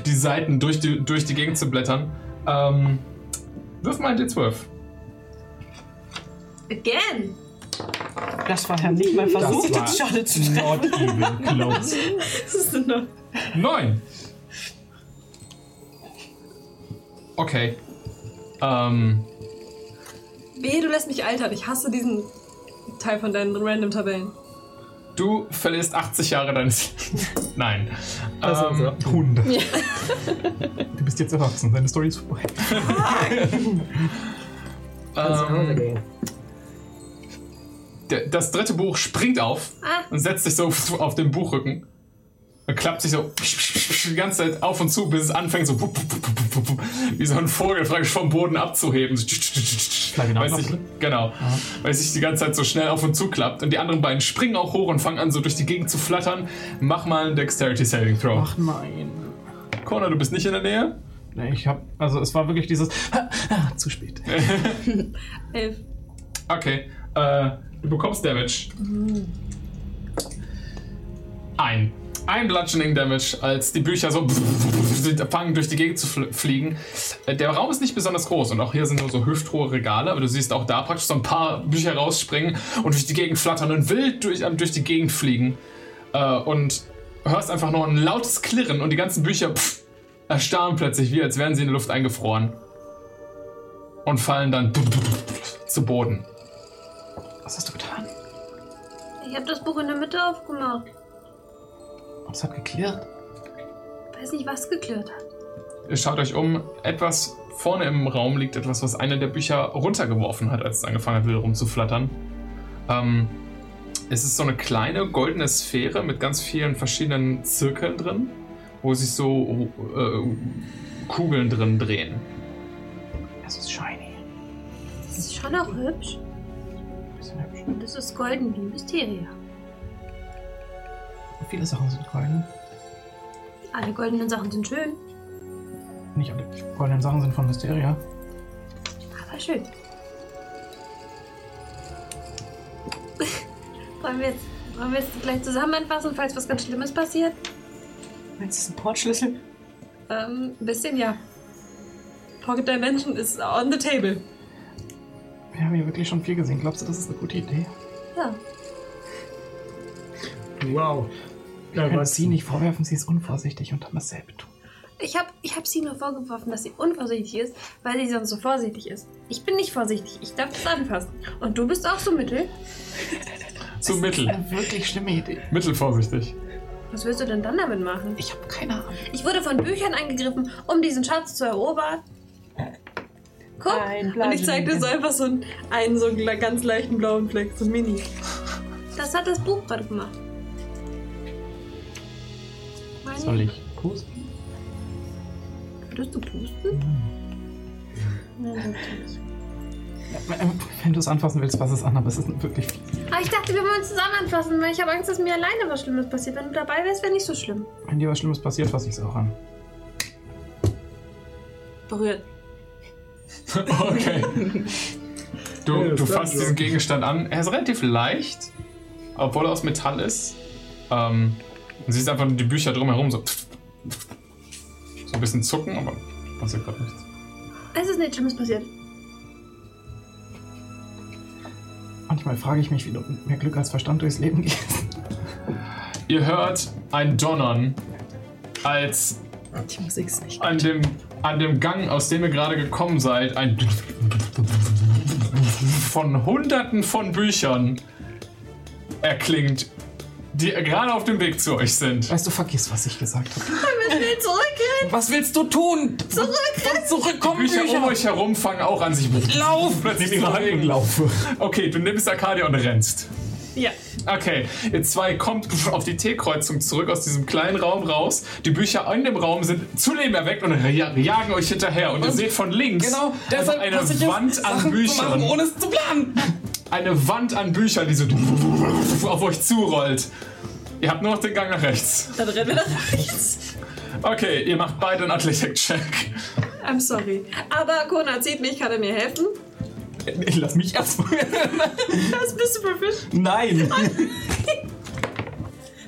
S1: [LAUGHS] die Seiten durch die, durch die Gegend zu blättern. Ähm, wirf mal ein D12.
S15: Again!
S3: Das war ja nicht mein Versuch,
S4: war
S3: das Schade zu treffen.
S4: Not even close.
S15: Das ist eine
S1: Neun. Okay. Ähm,
S15: Weh, du lässt mich altern. Ich hasse diesen Teil von deinen random Tabellen.
S1: du verlierst 80 Jahre deines [LAUGHS] Lebens. Nein.
S10: Also,
S1: Ähm,
S4: 100. Du bist jetzt erwachsen, deine Story ist vorbei.
S10: also,
S1: ähm, der, das dritte Buch springt auf und setzt sich so auf den Buchrücken und klappt sich so die ganze Zeit auf und zu, bis es anfängt, so wie so ein Vogel praktisch vom Boden abzuheben. Weil es sich, genau. Weil es sich die ganze Zeit so schnell auf und zu klappt. Und die anderen beiden springen auch hoch und fangen an, so durch die Gegend zu flattern. Mach mal einen Dexterity Saving Throw.
S4: Ach nein.
S1: Connor, du bist nicht in der Nähe?
S4: Nee, Ich hab. Also, es war wirklich dieses. [LAUGHS] Ah, zu spät.
S15: Elf.
S1: Okay. Äh, du bekommst Damage. Ein. Ein Bludgeoning Damage, als die Bücher so fangen durch die Gegend zu fl fliegen. Äh, Der Raum ist nicht besonders groß und auch hier sind nur so hüfthohe Regale, aber du siehst auch da praktisch so ein paar Bücher rausspringen und durch die Gegend flattern und wild durch, ähm, durch die Gegend fliegen. Äh, und hörst einfach nur ein lautes Klirren und die ganzen Bücher pff, erstarren plötzlich, wie als wären sie in der Luft eingefroren. Und fallen dann zu Boden.
S4: Was hast du getan?
S11: Ich habe das Buch in der Mitte aufgemacht.
S4: Und es hat geklirrt.
S11: Weiß nicht, was geklärt hat.
S1: Ihr schaut euch um. Etwas vorne im Raum liegt etwas, was einer der Bücher runtergeworfen hat, als es angefangen hat, wieder rumzuflattern. Ähm, es ist so eine kleine goldene Sphäre mit ganz vielen verschiedenen Zirkeln drin, wo sich so äh, Kugeln drin drehen.
S4: Es ist shiny.
S11: Das ist schon auch hübsch.
S4: Ein bisschen hübsch.
S11: Und das ist golden wie Mysteria.
S4: Viele Sachen sind golden.
S11: Alle goldenen Sachen sind schön,
S4: Nicht alle goldenen Sachen sind von Mysteria.
S11: aber schön. [LAUGHS] wollen, wir jetzt, wollen wir jetzt gleich zusammen anfassen, falls was ganz Schlimmes passiert?
S3: Meinst du, das ist ein Portschlüssel?
S15: Ähm, ein bisschen ja. Pocket Dimension ist on the table.
S4: Wir haben hier wirklich schon viel gesehen. Glaubst du, das ist eine gute Idee?
S11: Ja.
S10: Wow.
S4: Ich kann sie nicht vorwerfen, sie ist unvorsichtig und dann dasselbe tun.
S11: ich habe ich hab sie nur vorgeworfen, dass sie unvorsichtig ist, weil sie sonst so vorsichtig ist. Ich bin nicht vorsichtig, ich darf das anfassen. Und du bist auch so mittel.
S1: Zu mittel.
S5: Eine wirklich schlimme Idee.
S4: äh,
S1: Mittelvorsichtig.
S11: Was willst du denn dann damit machen?
S5: Ich habe keine Ahnung.
S11: Ich wurde von Büchern angegriffen, um diesen Schatz zu erobern. Guck,
S3: Ein
S6: Und ich zeig dir so einfach so einen, einen so einen ganz leichten blauen Fleck, so mini.
S11: das hat das Buch gerade gemacht. Meine
S5: Soll ich pusten?
S11: Würdest du pusten?
S5: Hm.
S11: Nein, natürlich.
S4: Wenn du es anfassen willst, fass es an, aber es ist wirklich.
S11: Aber Ah, ich dachte, wir wollen uns zusammen anfassen, weil ich habe Angst, dass mir alleine was Schlimmes passiert. Wenn du dabei wärst, wäre nicht so schlimm.
S4: Wenn dir was Schlimmes passiert, fass ich es auch an.
S6: Berührt.
S1: [LAUGHS] Okay.
S4: Ja,
S1: Du,
S4: das
S1: du
S4: stimmt
S1: fasst
S4: schon.
S1: diesen Gegenstand an. Er ist relativ leicht, obwohl er aus Metall ist. Ähm, und siehst einfach nur die Bücher drumherum so. So ein bisschen zucken, aber passiert gerade nichts.
S11: Es ist nichts Schlimmes passiert.
S4: Manchmal frage ich mich, wie du mit mehr Glück als Verstand durchs Leben gehst.
S1: Ihr hört ein Donnern, als
S8: Die Musik ist nicht.
S1: an dem, an dem Gang, aus dem ihr gerade gekommen seid, ein von hunderten von Büchern erklingt, die gerade auf dem Weg zu euch sind.
S4: Weißt du, vergiss, was ich gesagt habe.
S11: Zurück!
S5: Was willst du tun? Zurück! Zurückkommen,
S1: Bücher,
S5: Bücher!
S1: um euch herum fangen auch an sich
S5: Lauf!
S1: plötzlich zu bewegen.
S4: laufe.
S1: Okay, du nimmst Arcadia und rennst.
S6: Ja.
S1: Okay, ihr zwei kommt auf die T-Kreuzung zurück aus diesem kleinen Raum raus. Die Bücher in dem Raum sind zu Leben erweckt und ja jagen euch hinterher. Und, ihr seht von links
S5: Genau,
S1: einfach
S5: deshalb
S1: Also eine
S5: muss ich es,
S1: Wand an
S5: Sachen zu machen,
S1: Büchern.
S5: ohne es zu planen.
S1: Eine Wand an Büchern, die so auf euch zurollt. Ihr habt nur noch den Gang nach rechts.
S6: Dann rennen wir nach rechts.
S1: Okay, ihr macht beide einen Athletik-Check.
S6: I'm sorry. Aber Kona zieht mich, kann er mir helfen?
S5: Ich Äh, lass mich erstmal.
S6: Das bist du
S15: [LAUGHS]
S6: proficient.
S5: Nein!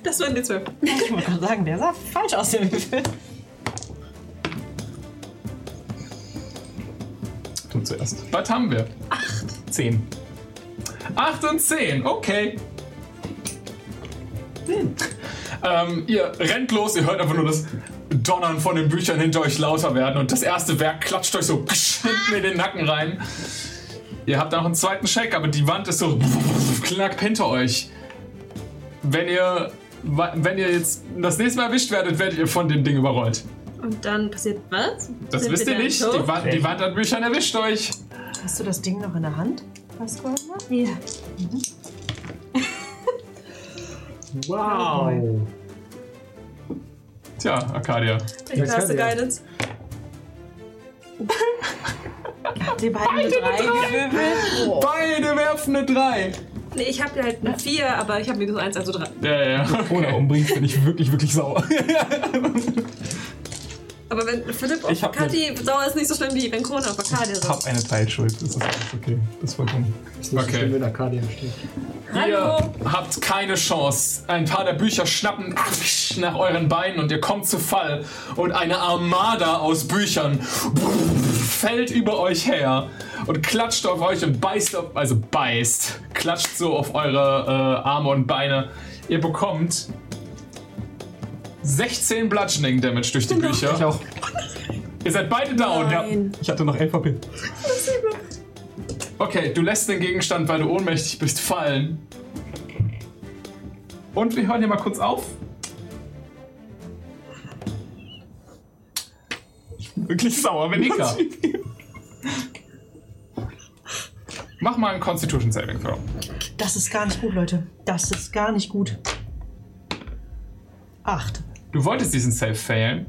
S6: Das waren die zwölf.
S3: Ich wollte gerade sagen, der sah falsch aus, der Würfel.
S1: Du zuerst. Was haben wir? Acht. Zehn. Acht und zehn, okay. Hm. Ähm, ihr rennt los, ihr hört einfach nur das Donnern von den Büchern hinter euch lauter werden und das erste Werk klatscht euch so psch, hinten in den Nacken rein. Ihr habt dann noch einen zweiten Check, aber die Wand ist so knack hinter euch. Wenn ihr, wenn ihr jetzt das nächste Mal erwischt werdet, werdet ihr von dem Ding überrollt.
S6: Und dann passiert was?
S1: Das
S6: Sind
S1: wisst
S6: wir
S1: ihr
S6: dann
S1: nicht.
S6: tot?
S1: Die Wand, die Wand an Büchern erwischt euch.
S3: Hast du das Ding noch in der Hand? Was du gemacht? Ja.
S2: Wow.
S1: Tja, Arcadia.
S6: Ich lasse Guidance.
S3: Die beiden mit drei gewürfelt.
S1: Beide werfen eine 3.
S6: Nee, ich habe halt eine 4, aber ich habe minus 1, also 3.
S1: Ja, ja.
S4: Oder umbringst, bin ich wirklich, wirklich sauer.
S6: Aber wenn Philipp auf
S4: Ich hab
S6: Kati sauer ist, nicht so schlimm wie wenn Kona auf Kati
S4: Ich
S6: ist.
S4: hab eine Teilschuld. Das ist alles okay. Das ist vollkommen.
S5: Ist nicht
S1: Okay.
S5: okay. schlimm, wenn Arcadia steht.
S1: Ihr habt keine Chance. Ein paar der Bücher schnappen nach euren Beinen und ihr kommt zu Fall. Und eine Armada aus Büchern fällt über euch her und klatscht auf euch und beißt auf, also beißt, klatscht so auf eure äh, Arme und Beine. Ihr bekommt 16 Bludgeoning Damage durch die
S4: Ich
S1: Bücher.
S4: auch.
S1: Ihr seid beide down.
S4: Ja, ich hatte noch LVP.
S1: Okay, du lässt den Gegenstand, weil du ohnmächtig bist, fallen. Und wir hören hier mal kurz auf.
S4: Wirklich sauer, wenn
S1: Nika. Mach mal einen Constitution Saving Throw.
S3: Das ist gar nicht gut, Leute. Das ist gar nicht gut. Acht.
S1: Du wolltest diesen Save failen,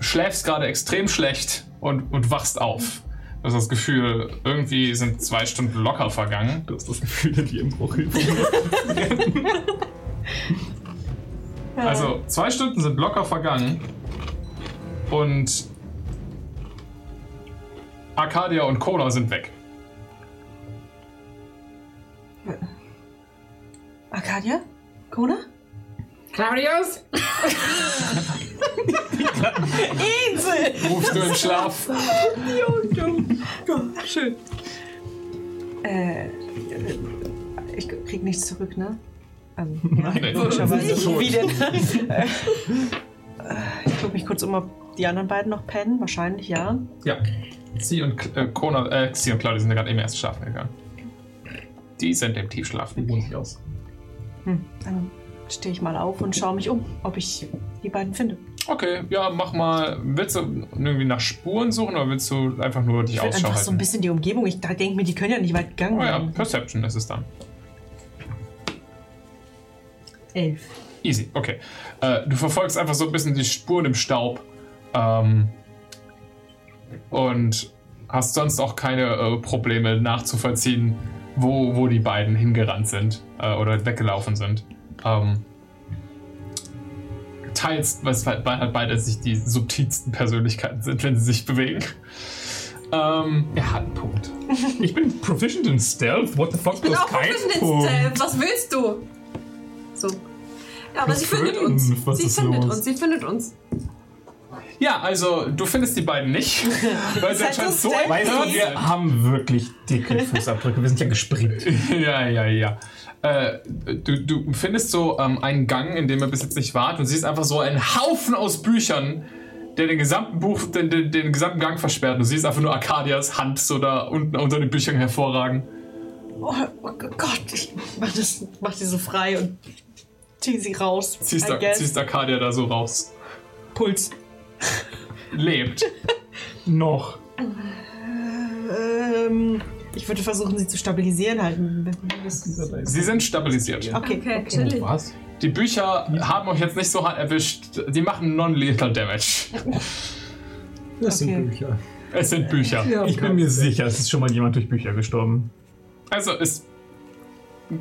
S1: schläfst gerade extrem schlecht und, und wachst auf. Du hast das Gefühl, irgendwie sind zwei Stunden locker vergangen.
S4: Du hast das Gefühl, die im Bruch
S1: Also zwei Stunden sind locker vergangen und Arcadia und Cola sind weg.
S3: Arcadia? Kona?
S10: Claudius?
S1: Rufst du im Schlaf?
S6: Schön.
S3: Äh, äh, ich krieg nichts
S1: [LAUGHS]
S3: zurück, ne? Also,
S1: Nee.
S3: logischerweise. Wie denn? Äh, guck mich kurz um, ob die anderen beiden noch pennen. Wahrscheinlich ja.
S1: Ja. Sie und K- äh, Kona, äh, Sie und Claudia sind ja gerade eben erst schlafen gegangen. Die sind im Tiefschlaf.
S5: Die wohnen sich aus.
S3: Hm. Dann stehe ich mal auf und schaue mich um, ob ich die beiden finde.
S1: Okay, ja, mach mal. Willst du irgendwie nach Spuren suchen oder willst du einfach nur dich
S3: Ich will
S1: Ausschau
S3: einfach
S1: halten?
S3: so ein bisschen die Umgebung. Ich denke mir, die können ja nicht weit gegangen
S1: oh ja,
S3: sein.
S1: Perception ist es dann.
S3: Elf.
S1: Easy, okay. Äh, du verfolgst einfach so ein bisschen die Spuren im Staub. Ähm, und hast sonst auch keine äh, Probleme nachzuvollziehen, wo, wo die beiden hingerannt sind äh, oder weggelaufen sind. Ähm, teils, weil es halt weil halt beide sich die subtilsten Persönlichkeiten sind, wenn sie sich bewegen. Ähm,
S5: Er hat einen Punkt. [LAUGHS] Ich bin proficient in Stealth. What the fuck? Du hast keinen Punkt.
S15: Äh, was willst du? So. Ja, aber
S5: Was
S15: sie findet
S5: für ein-
S15: uns.
S5: was
S15: Sie
S5: ist
S15: findet
S5: los?
S15: uns. Sie findet uns.
S1: ja, also du findest die beiden nicht, weil sie
S3: Seid so
S1: anscheinend so
S3: stealthy.
S5: Weißt du,
S1: empört
S5: wir
S1: sind.
S5: haben wirklich dicke Fußabdrücke. Wir sind ja gesprintet.
S1: [LAUGHS] Ja, ja, ja. Äh, du, du findest so ähm, einen Gang, in dem er bis jetzt nicht war, und siehst einfach so einen Haufen aus Büchern, der den gesamten Buch, den, den, den gesamten Gang versperrt. Du siehst einfach nur Arcadias Hand so da unten unter den Büchern hervorragen.
S3: Oh, oh Gott, ich mach, das, mach die so frei und zieh sie raus.
S1: Ziehst,
S3: I
S1: Ar-
S3: guess.
S1: ziehst Arcadia da so raus.
S3: Puls.
S1: Lebt.
S5: Noch.
S3: Ähm, ich würde versuchen, sie zu stabilisieren halt.
S1: Sie sind stabilisiert.
S3: Okay, okay.
S15: chillig.
S5: Was?
S1: Die Bücher haben euch jetzt nicht so hart erwischt. Die machen non-lethal Damage.
S10: Das
S3: Okay.
S10: sind Bücher.
S1: Es sind Bücher.
S5: Ich bin mir sicher, es ist schon mal jemand durch Bücher gestorben.
S1: Also, es.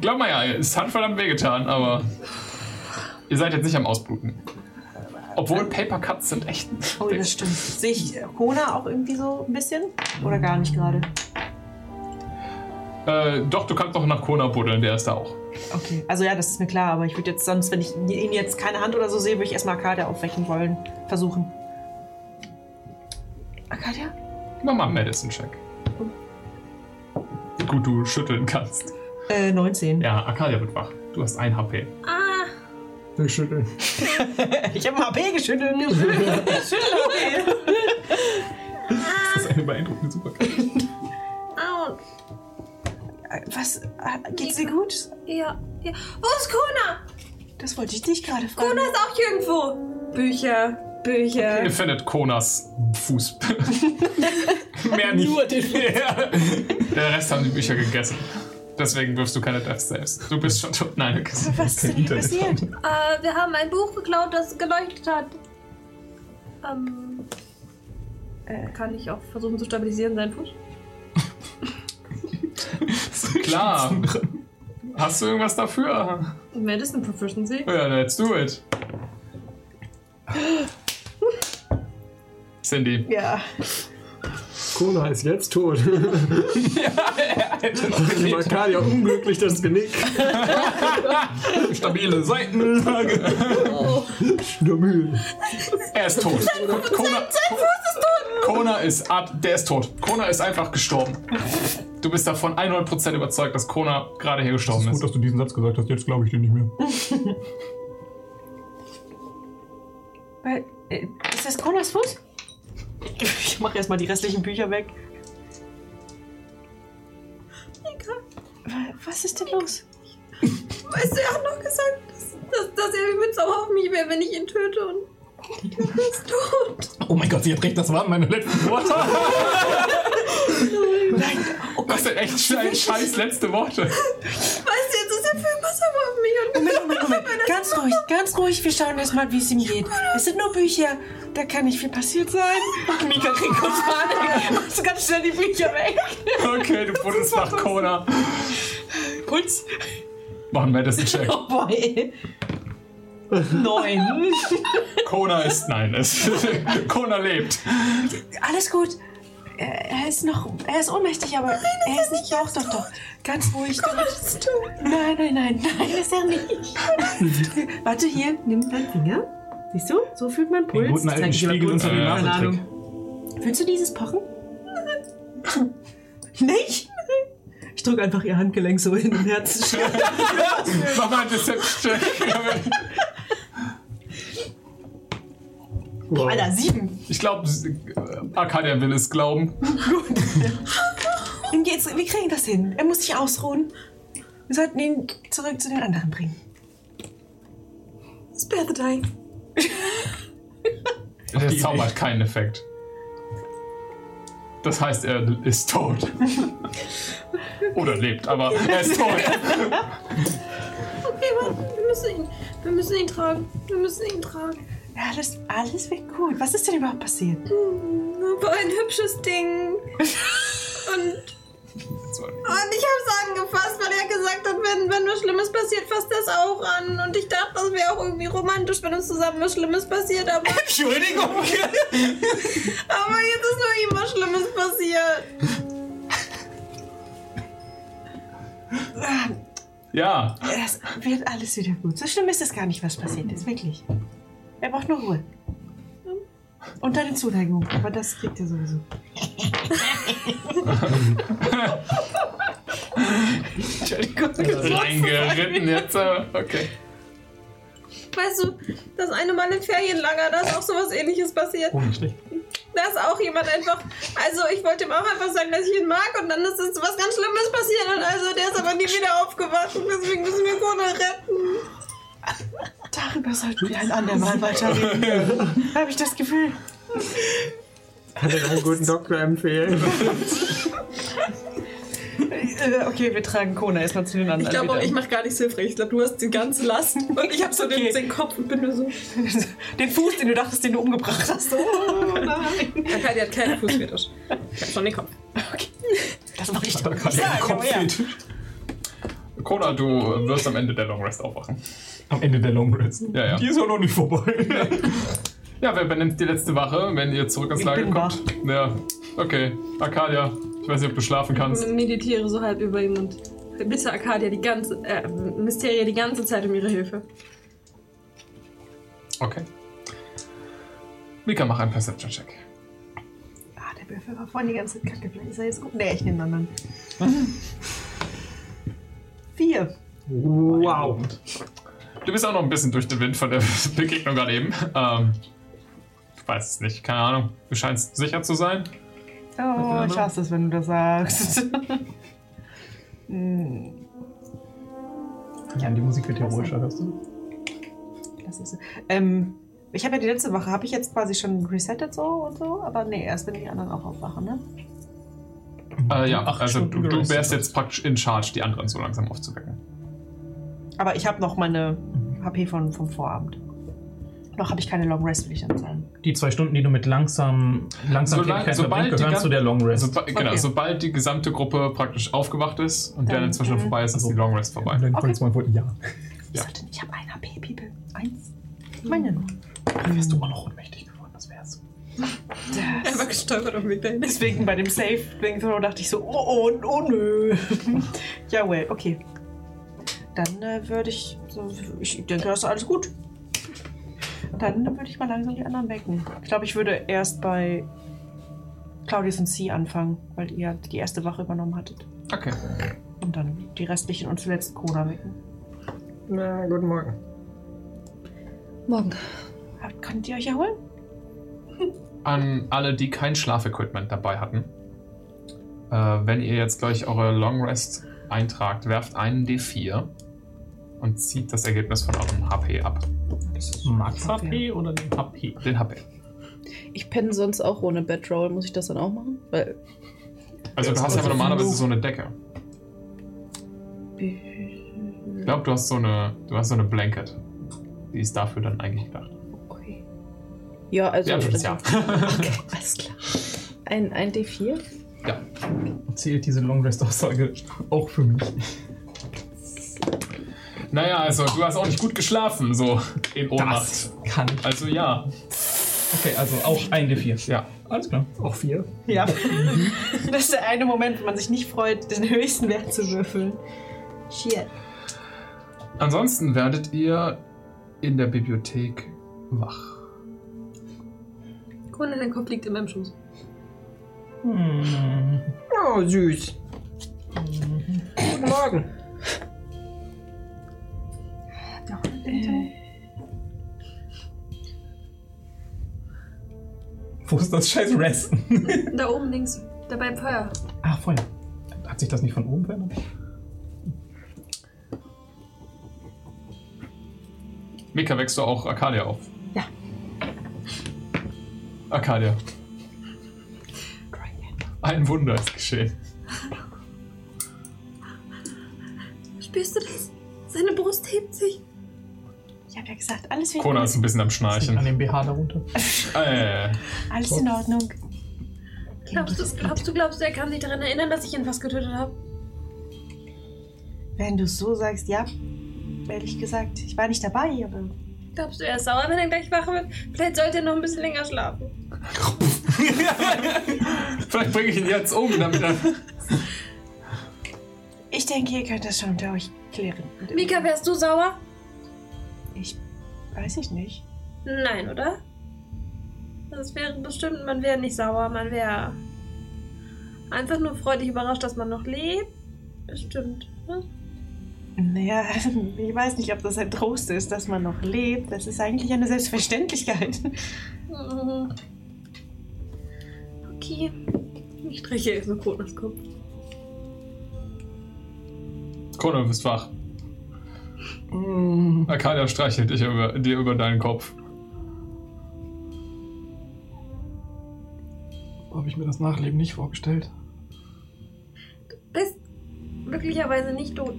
S1: Glaub mal ja, es hat verdammt wehgetan, aber. Ihr seid jetzt nicht am Ausbluten. Obwohl Paper Cuts sind echt.
S3: Oh, das stimmt. Sehe ich Kona auch irgendwie so ein bisschen? Oder gar nicht gerade?
S1: äh, doch, du kannst doch nach Kona buddeln, der ist da auch.
S3: Okay. Also ja, das ist mir klar, aber ich würde jetzt sonst, wenn ich ihn jetzt keine Hand oder so sehe, würde ich erstmal Arcadia aufwecken wollen. Versuchen. Arcadia?
S1: Mach mal einen Medicine-Check. Gut, du schütteln kannst.
S3: Äh, 19.
S1: Ja, Arcadia wird wach. Du hast ein HP.
S10: Durchschütteln.
S3: [LAUGHS] Ich habe ein HP geschüttelt. [LAUGHS] Schüttel
S1: Das ist eine beeindruckende
S3: [LAUGHS]
S1: Superkraft.
S6: Ah,
S11: Au.
S3: HP. [LAUGHS] Was? Äh, Geht's dir gut?
S11: Ja, ja. Wo ist Kona?
S3: Das wollte ich dich gerade fragen.
S11: Kona ist auch hier irgendwo. Bücher, Bücher.
S1: Ihr findet Konas
S3: [LAUGHS]
S1: Fuß. Mehr nicht. Nur den Der Rest haben die Bücher gegessen. Deswegen wirfst du keine Death Saves. Du bist schon tot. Nein, okay.
S3: Was ist denn hier passiert?
S11: Äh, wir haben ein Buch geklaut, das geleuchtet hat. Ähm,
S15: Kann ich auch versuchen zu stabilisieren seinen Fuß?
S1: Klar. Hast du irgendwas dafür?
S15: Medicine Proficiency.
S1: Ja, let's do it. Cindy.
S3: Ja.
S2: Kona ist jetzt tot.
S4: [LAUGHS]
S2: Die Arcadia unglücklich das Genick.
S1: Stabile Seitenlage.
S2: Stabil.
S1: Er ist tot. Kona, Kona ist ab. Der ist tot. Kona ist einfach gestorben. Du bist davon 100% überzeugt, dass Kona gerade hier gestorben ist.
S5: dass du diesen Satz gesagt hast. Jetzt glaube ich dir nicht mehr.
S3: Weil, äh, Ist das Konas Fuß? Ich mache erstmal die restlichen Bücher weg. Wa- Was ist denn los?
S15: Weißt du, er hat noch gesagt, dass, dass, dass er übelst sauer auf mich wäre, wenn ich ihn töte und. Er ist tot.
S5: Oh mein Gott, sie hat recht, das waren meine letzten Worte.
S1: Oh Das sind echt ein scheiß letzte Worte.
S15: Weißt du, jetzt ist er viel besser auf mich und.
S3: Moment, Moment, [LAUGHS] Moment. Ganz ruhig, ganz ruhig. Wir schauen erstmal, wie es ihm geht. Es sind nur Bücher. Da kann nicht viel passiert sein. Mika kriegt kurz [LAUGHS] Panik. Machst ganz schnell die Bücher weg.
S1: Okay, du wurdest nach Kona.
S3: Puls.
S1: Mach einen Medicine-Check.
S3: Oh boy. Neun.
S1: Kona ist. Nein, es. [LAUGHS] Kona lebt.
S3: Alles gut. Er er ist noch, er ist ohnmächtig, aber er ist nicht. Doch, doch, doch. Ganz ruhig. Nein, nein, nein, nein, ist er nicht. [LAUGHS] Warte hier, nimm deinen Finger. Siehst du? So fühlt man Puls.
S5: Den guten alten
S3: Zeig ich dir mal
S5: Spiegel
S3: kurz.
S5: unter den
S1: Äh,
S5: Nasentrick.
S3: Fühlst du dieses Pochen? nicht? Ich drücke einfach ihr Handgelenk so hin um und Herz.
S1: Mach mal einen Deception-Check. Wow.
S3: Alter, sieben.
S1: Ich glaube, Arcadia will es glauben.
S3: Ihm geht's, wir kriegen das hin. Er muss sich ausruhen. Wir sollten ihn zurück zu den anderen bringen.
S15: Spare the dying.
S1: Der Zauber hat keinen Effekt. Das heißt, er ist tot. Oder lebt, aber er ist tot.
S15: Okay, warte, wir müssen ihn, wir müssen ihn tragen. Wir müssen ihn tragen.
S3: Ja, das, alles wird gut. Was ist denn überhaupt passiert?
S15: War ein hübsches Ding. Und Und ich hab's angefasst, weil er gesagt hat, wenn, wenn was Schlimmes passiert, fasst das auch an. Und ich dachte, das wäre auch irgendwie romantisch, wenn uns zusammen was Schlimmes passiert, [LAUGHS] aber.
S5: Entschuldigung.
S15: Aber jetzt ist nur ihm was Schlimmes passiert.
S1: Ja,
S3: Es wird alles wieder gut. So schlimm ist es gar nicht, was passiert ist. Wirklich. Er braucht nur Ruhe. Und deine Zuneigung. Aber das kriegt er sowieso.
S1: reingeritten jetzt. aber Okay.
S15: Weißt du, das eine Mal im Ferienlager, da ist auch sowas ähnliches passiert.
S4: Oh, nicht schlecht.
S15: Da ist auch jemand einfach. Also, ich wollte ihm auch einfach sagen, dass ich ihn mag und dann ist es was ganz Schlimmes passiert. Und also, der ist aber nie wieder aufgewacht und deswegen müssen wir Kona retten.
S3: Darüber sollten wir ein
S10: [LAUGHS]
S3: andermal weiterreden. Habe ich das Gefühl.
S10: Kann dir einen guten Doktor empfehlen.
S3: Äh, Okay, wir tragen Kona erstmal zu den anderen.
S6: Ich glaube auch,
S3: wieder.
S6: ich mache gar nichts hilfreich. Ich glaube, du hast die ganze
S15: [LAUGHS]
S6: Last und ich habe so den, den Kopf und bin nur so.
S3: [LAUGHS] Den Fuß, den du dachtest, den du umgebracht hast. Oh, nein.
S6: Kakadi hat keinen Fußfetisch. Ich habe schon den Kopf.
S3: Das mache ich
S5: Da
S3: doch.
S5: kann ich
S3: Ja,
S5: den Kopf
S3: ja.
S5: sehen.
S1: Kona, du äh, wirst am Ende der Long Rest aufwachen.
S5: Am Ende der Long Rest.
S1: Ja, ja.
S5: Die ist auch noch nicht vorbei.
S1: Ja, wer benimmt die letzte Wache, wenn ihr zurück ins
S3: Ich
S1: Lager
S3: bin
S1: kommt? Ja, okay. Arcadia, ich weiß nicht, ob du schlafen kannst.
S6: meditiere so halb über ihm und bitte Arcadia die ganze, äh, Mysteria die ganze Zeit um ihre Hilfe.
S1: Okay. Mika, mach einen Perception-Check.
S3: Ah, der Würfel war vorhin die ganze Zeit kacke. Vielleicht ist er jetzt gut. Nee, ich nehme den anderen. Vier.
S10: Wow.
S1: Du bist auch noch ein bisschen durch den Wind von der [LAUGHS] Begegnung gerade eben. Ähm, ich weiß es nicht, keine Ahnung. Du scheinst sicher zu sein.
S3: Oh, ich hasse es, wenn du das sagst.
S4: Ja, die Musik wird ja ruhiger, hörst du?
S3: Das ist so. ähm, ich habe ja die letzte Woche, habe ich jetzt quasi schon resettet so und so, aber nee, erst wenn die anderen auch aufwachen, ne?
S1: Äh, ja,
S4: Acht
S1: also
S4: Stunden
S1: du, du
S4: gerestet
S1: wärst
S4: hast.
S1: jetzt praktisch in Charge, die anderen so langsam aufzuwecken.
S3: Aber ich habe noch meine HP von, vom Vorabend. Noch habe ich keine Long Rest, will ich dann sagen.
S4: Die zwei Stunden, die du mit langsam, langsam
S1: Solange- sobald
S4: Tätigkeiten verbringst,
S1: die
S4: gehören
S1: gan-
S4: zu der Long Rest.
S1: Also, ba- Genau,
S3: Okay.
S1: sobald die gesamte Gruppe praktisch aufgewacht ist und
S3: Dann,
S1: der inzwischen
S3: äh,
S1: vorbei ist, ist die Long Rest vorbei.
S5: Dann kurz mal vor. Ja.
S3: Ich
S1: Ja.
S3: sollte nicht, ich habe ein HP, People. Eins. Meine nur.
S4: wärst du immer noch ohnmächtig geworden, das wär's.
S6: Er war gestolpert auf mich dahin.
S3: Deswegen bei dem Safe Ding so dachte ich so, oh, oh, oh nö. [LAUGHS] ja, well, okay. Dann äh, würde ich, so, ich denke, das ist alles gut. Dann würde ich mal langsam die anderen wecken. Ich glaube, ich würde erst bei Claudius und Sie anfangen, weil ihr die erste Wache übernommen hattet.
S1: Okay.
S3: Und dann die restlichen und zuletzt Kona wecken.
S10: Na, guten Morgen.
S8: Morgen.
S3: Habt- Könnt ihr euch erholen?
S1: An alle, die kein Schlafequipment dabei hatten. Äh, wenn ihr jetzt gleich eure Long Rest eintragt, werft einen D4 und zieht das Ergebnis von eurem HP ab.
S4: Max HP oder den HP?
S1: Den HP.
S8: Ich penne sonst auch ohne Bedroll. Muss ich das dann auch machen? Weil.
S1: Also
S4: Ja,
S1: du hast
S4: also
S1: ja normalerweise
S4: du-
S1: so eine Decke. Ich glaube, du hast so eine, du hast so eine Blanket. Die ist dafür dann eigentlich gedacht.
S8: Okay. Ja, also.
S1: Ja,
S8: also
S1: das ja.
S8: Okay, alles klar. Ein, ein D4?
S4: Zählt diese Long Rest-Aussage auch für mich.
S1: [LAUGHS] Naja, also du hast auch nicht gut geschlafen, so in Ohnmacht.
S4: kann ich.
S1: Also ja.
S4: Okay, also auch ein D4.
S1: Ja.
S4: Alles klar.
S10: Auch vier.
S3: Ja. [LAUGHS] das ist der eine Moment, wo man sich nicht freut, den höchsten Wert zu würfeln.
S6: Shit.
S1: Ansonsten werdet ihr in der Bibliothek wach.
S6: Kona, dein Kopf liegt in meinem Schoß.
S4: Hm.
S10: Oh, süß. Guten Morgen.
S4: Wo ist das scheiß Resten?
S6: Da oben links, da beim Feuer.
S4: Ach, voll. Ah, Hat sich das nicht von oben verändert?
S1: Mika, wächst du auch Arcadia auf?
S3: Ja.
S1: Arcadia. Ein Wunder ist geschehen.
S11: Spürst du das? Seine Brust hebt sich.
S3: Ich habe ja gesagt, alles wird
S1: Kona ist ein bisschen am
S4: Das liegt An
S3: [LAUGHS]
S1: Schnarchen.
S4: dem BH darunter.
S1: Ah, ja, ja, ja.
S3: alles in Ordnung.
S11: Glaubst du, glaubst du, glaubst du, er kann sich daran erinnern, dass ich ihn fast getötet habe?
S3: Wenn du es so sagst, ja. Ehrlich gesagt, ich war nicht dabei, aber
S11: Glaubst du, er ist sauer, wenn er gleich wach wird? Vielleicht sollte er noch ein bisschen länger schlafen.
S1: Vielleicht bringe ich ihn jetzt um, damit er.
S3: ich denke, ihr könnt das schon unter euch klären.
S11: Mika, wärst du sauer?
S3: Ich weiß ich nicht.
S11: Nein, oder? Das wäre bestimmt, man wäre nicht sauer, man wäre einfach nur freudig überrascht, dass man noch lebt. Bestimmt. ne?
S3: Naja, [LAUGHS] ich weiß nicht, ob das ein Trost ist, dass man noch lebt. Das ist eigentlich eine Selbstverständlichkeit. [LAUGHS]
S11: Mhm. Okay. Ich streiche jetzt nur Konas Kopf.
S1: Kona, du bist wach.
S4: Hm,
S1: Arcadia streichelt dich über, dir über deinen Kopf.
S4: So habe ich mir das Nachleben nicht vorgestellt.
S11: Bist möglicherweise nicht tot.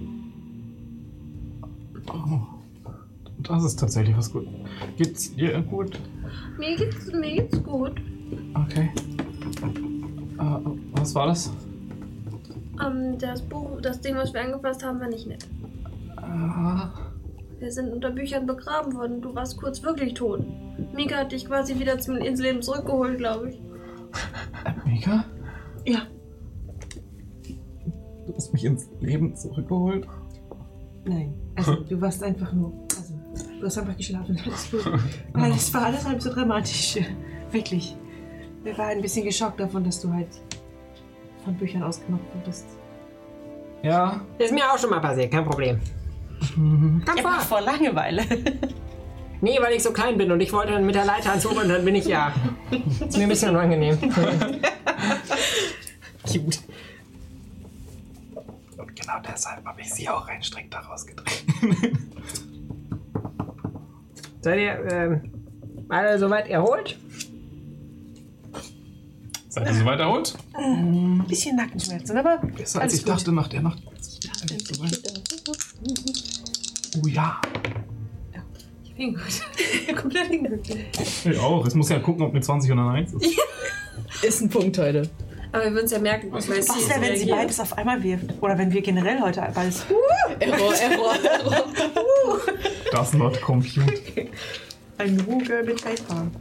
S4: Oh. Das ist tatsächlich was gut. Geht's dir gut?
S11: Mir geht's, mir geht's gut.
S4: Okay. Äh, was war das?
S11: Ähm, das Buch, das Ding, was wir angefasst haben, war nicht nett.
S4: Ah,
S11: Wir sind unter Büchern begraben worden. Du warst kurz wirklich tot. Mika hat dich quasi wieder zum, ins Leben zurückgeholt, glaube ich.
S4: Mika?
S11: Ja.
S4: Du hast mich ins Leben zurückgeholt.
S3: Nein, also du warst einfach nur. Also, du hast einfach geschlafen. [LAUGHS] Alles gut. Weil es war alles halb so dramatisch. Wirklich. Wir waren ein bisschen geschockt davon, dass du halt von Büchern ausgenockt wurdest.
S4: Ja.
S10: Ist mir auch schon mal passiert, kein Problem. Komm vor.
S3: vor Langeweile.
S10: Nee, weil ich so klein bin und ich wollte dann mit der Leiter ans Ober und dann bin ich ja. Ist mir ein bisschen unangenehm.
S4: [LAUGHS] Cute. Und genau deshalb habe ich sie auch rein strikt daraus gedreht.
S10: [LAUGHS] Seid ihr ähm, alle soweit erholt?
S1: Seid ihr soweit erholt?
S3: Ein bisschen Nackenschmerzen, aber
S4: Besser
S3: Alles
S4: als ich
S3: gut.
S4: dachte nach der Nacht. Oh ja.
S3: [LAUGHS] komplett hingekommen.
S5: Ich auch. Jetzt muss ich ja gucken, ob eine 20 oder eine 1 ist.
S8: Ist ein Punkt heute.
S6: Aber wir würden es ja merken, was weiß
S3: Was wäre, wenn sie beides auf einmal wirft? Oder wenn wir generell heute beides.
S8: Error, Error,
S15: [LAUGHS]
S8: Error.
S5: Das not compute.
S3: Ein Ruge mit Feldfahren.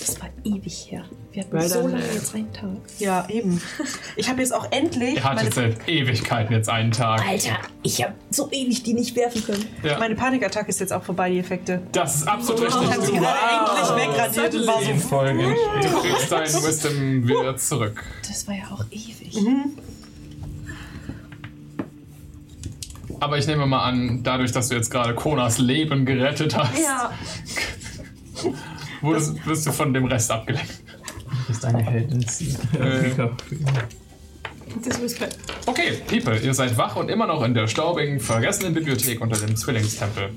S8: Das war ewig her. Wir hatten
S10: Weil
S8: so
S10: dann,
S8: lange
S10: äh,
S8: jetzt einen Tag.
S3: Ja, eben. Ich habe jetzt auch endlich.
S1: Ihr hattet
S3: Meine,
S1: seit Ewigkeiten jetzt einen Tag.
S8: Alter, ich habe so ewig die nicht werfen können.
S1: Ja,
S3: meine Panikattacke ist jetzt auch vorbei, die Effekte.
S1: das ist absolut
S3: Ich habe sie
S1: richtig.
S3: gerade endlich wegradiert und war so.
S5: In Folge.
S1: Du kriegst deinen Wisdom wieder zurück.
S8: Das war ja auch ewig.
S1: Aber ich nehme mal an, dadurch, dass du jetzt gerade Konas Leben gerettet hast,
S11: Ja.
S1: wurdest, wirst du von dem Rest abgelenkt.
S4: Du bist eine Heldin. Sie-
S1: Äh.
S4: Mika.
S1: Okay, People, ihr seid wach und immer noch in der staubigen, vergessenen Bibliothek unter dem Zwillingstempel.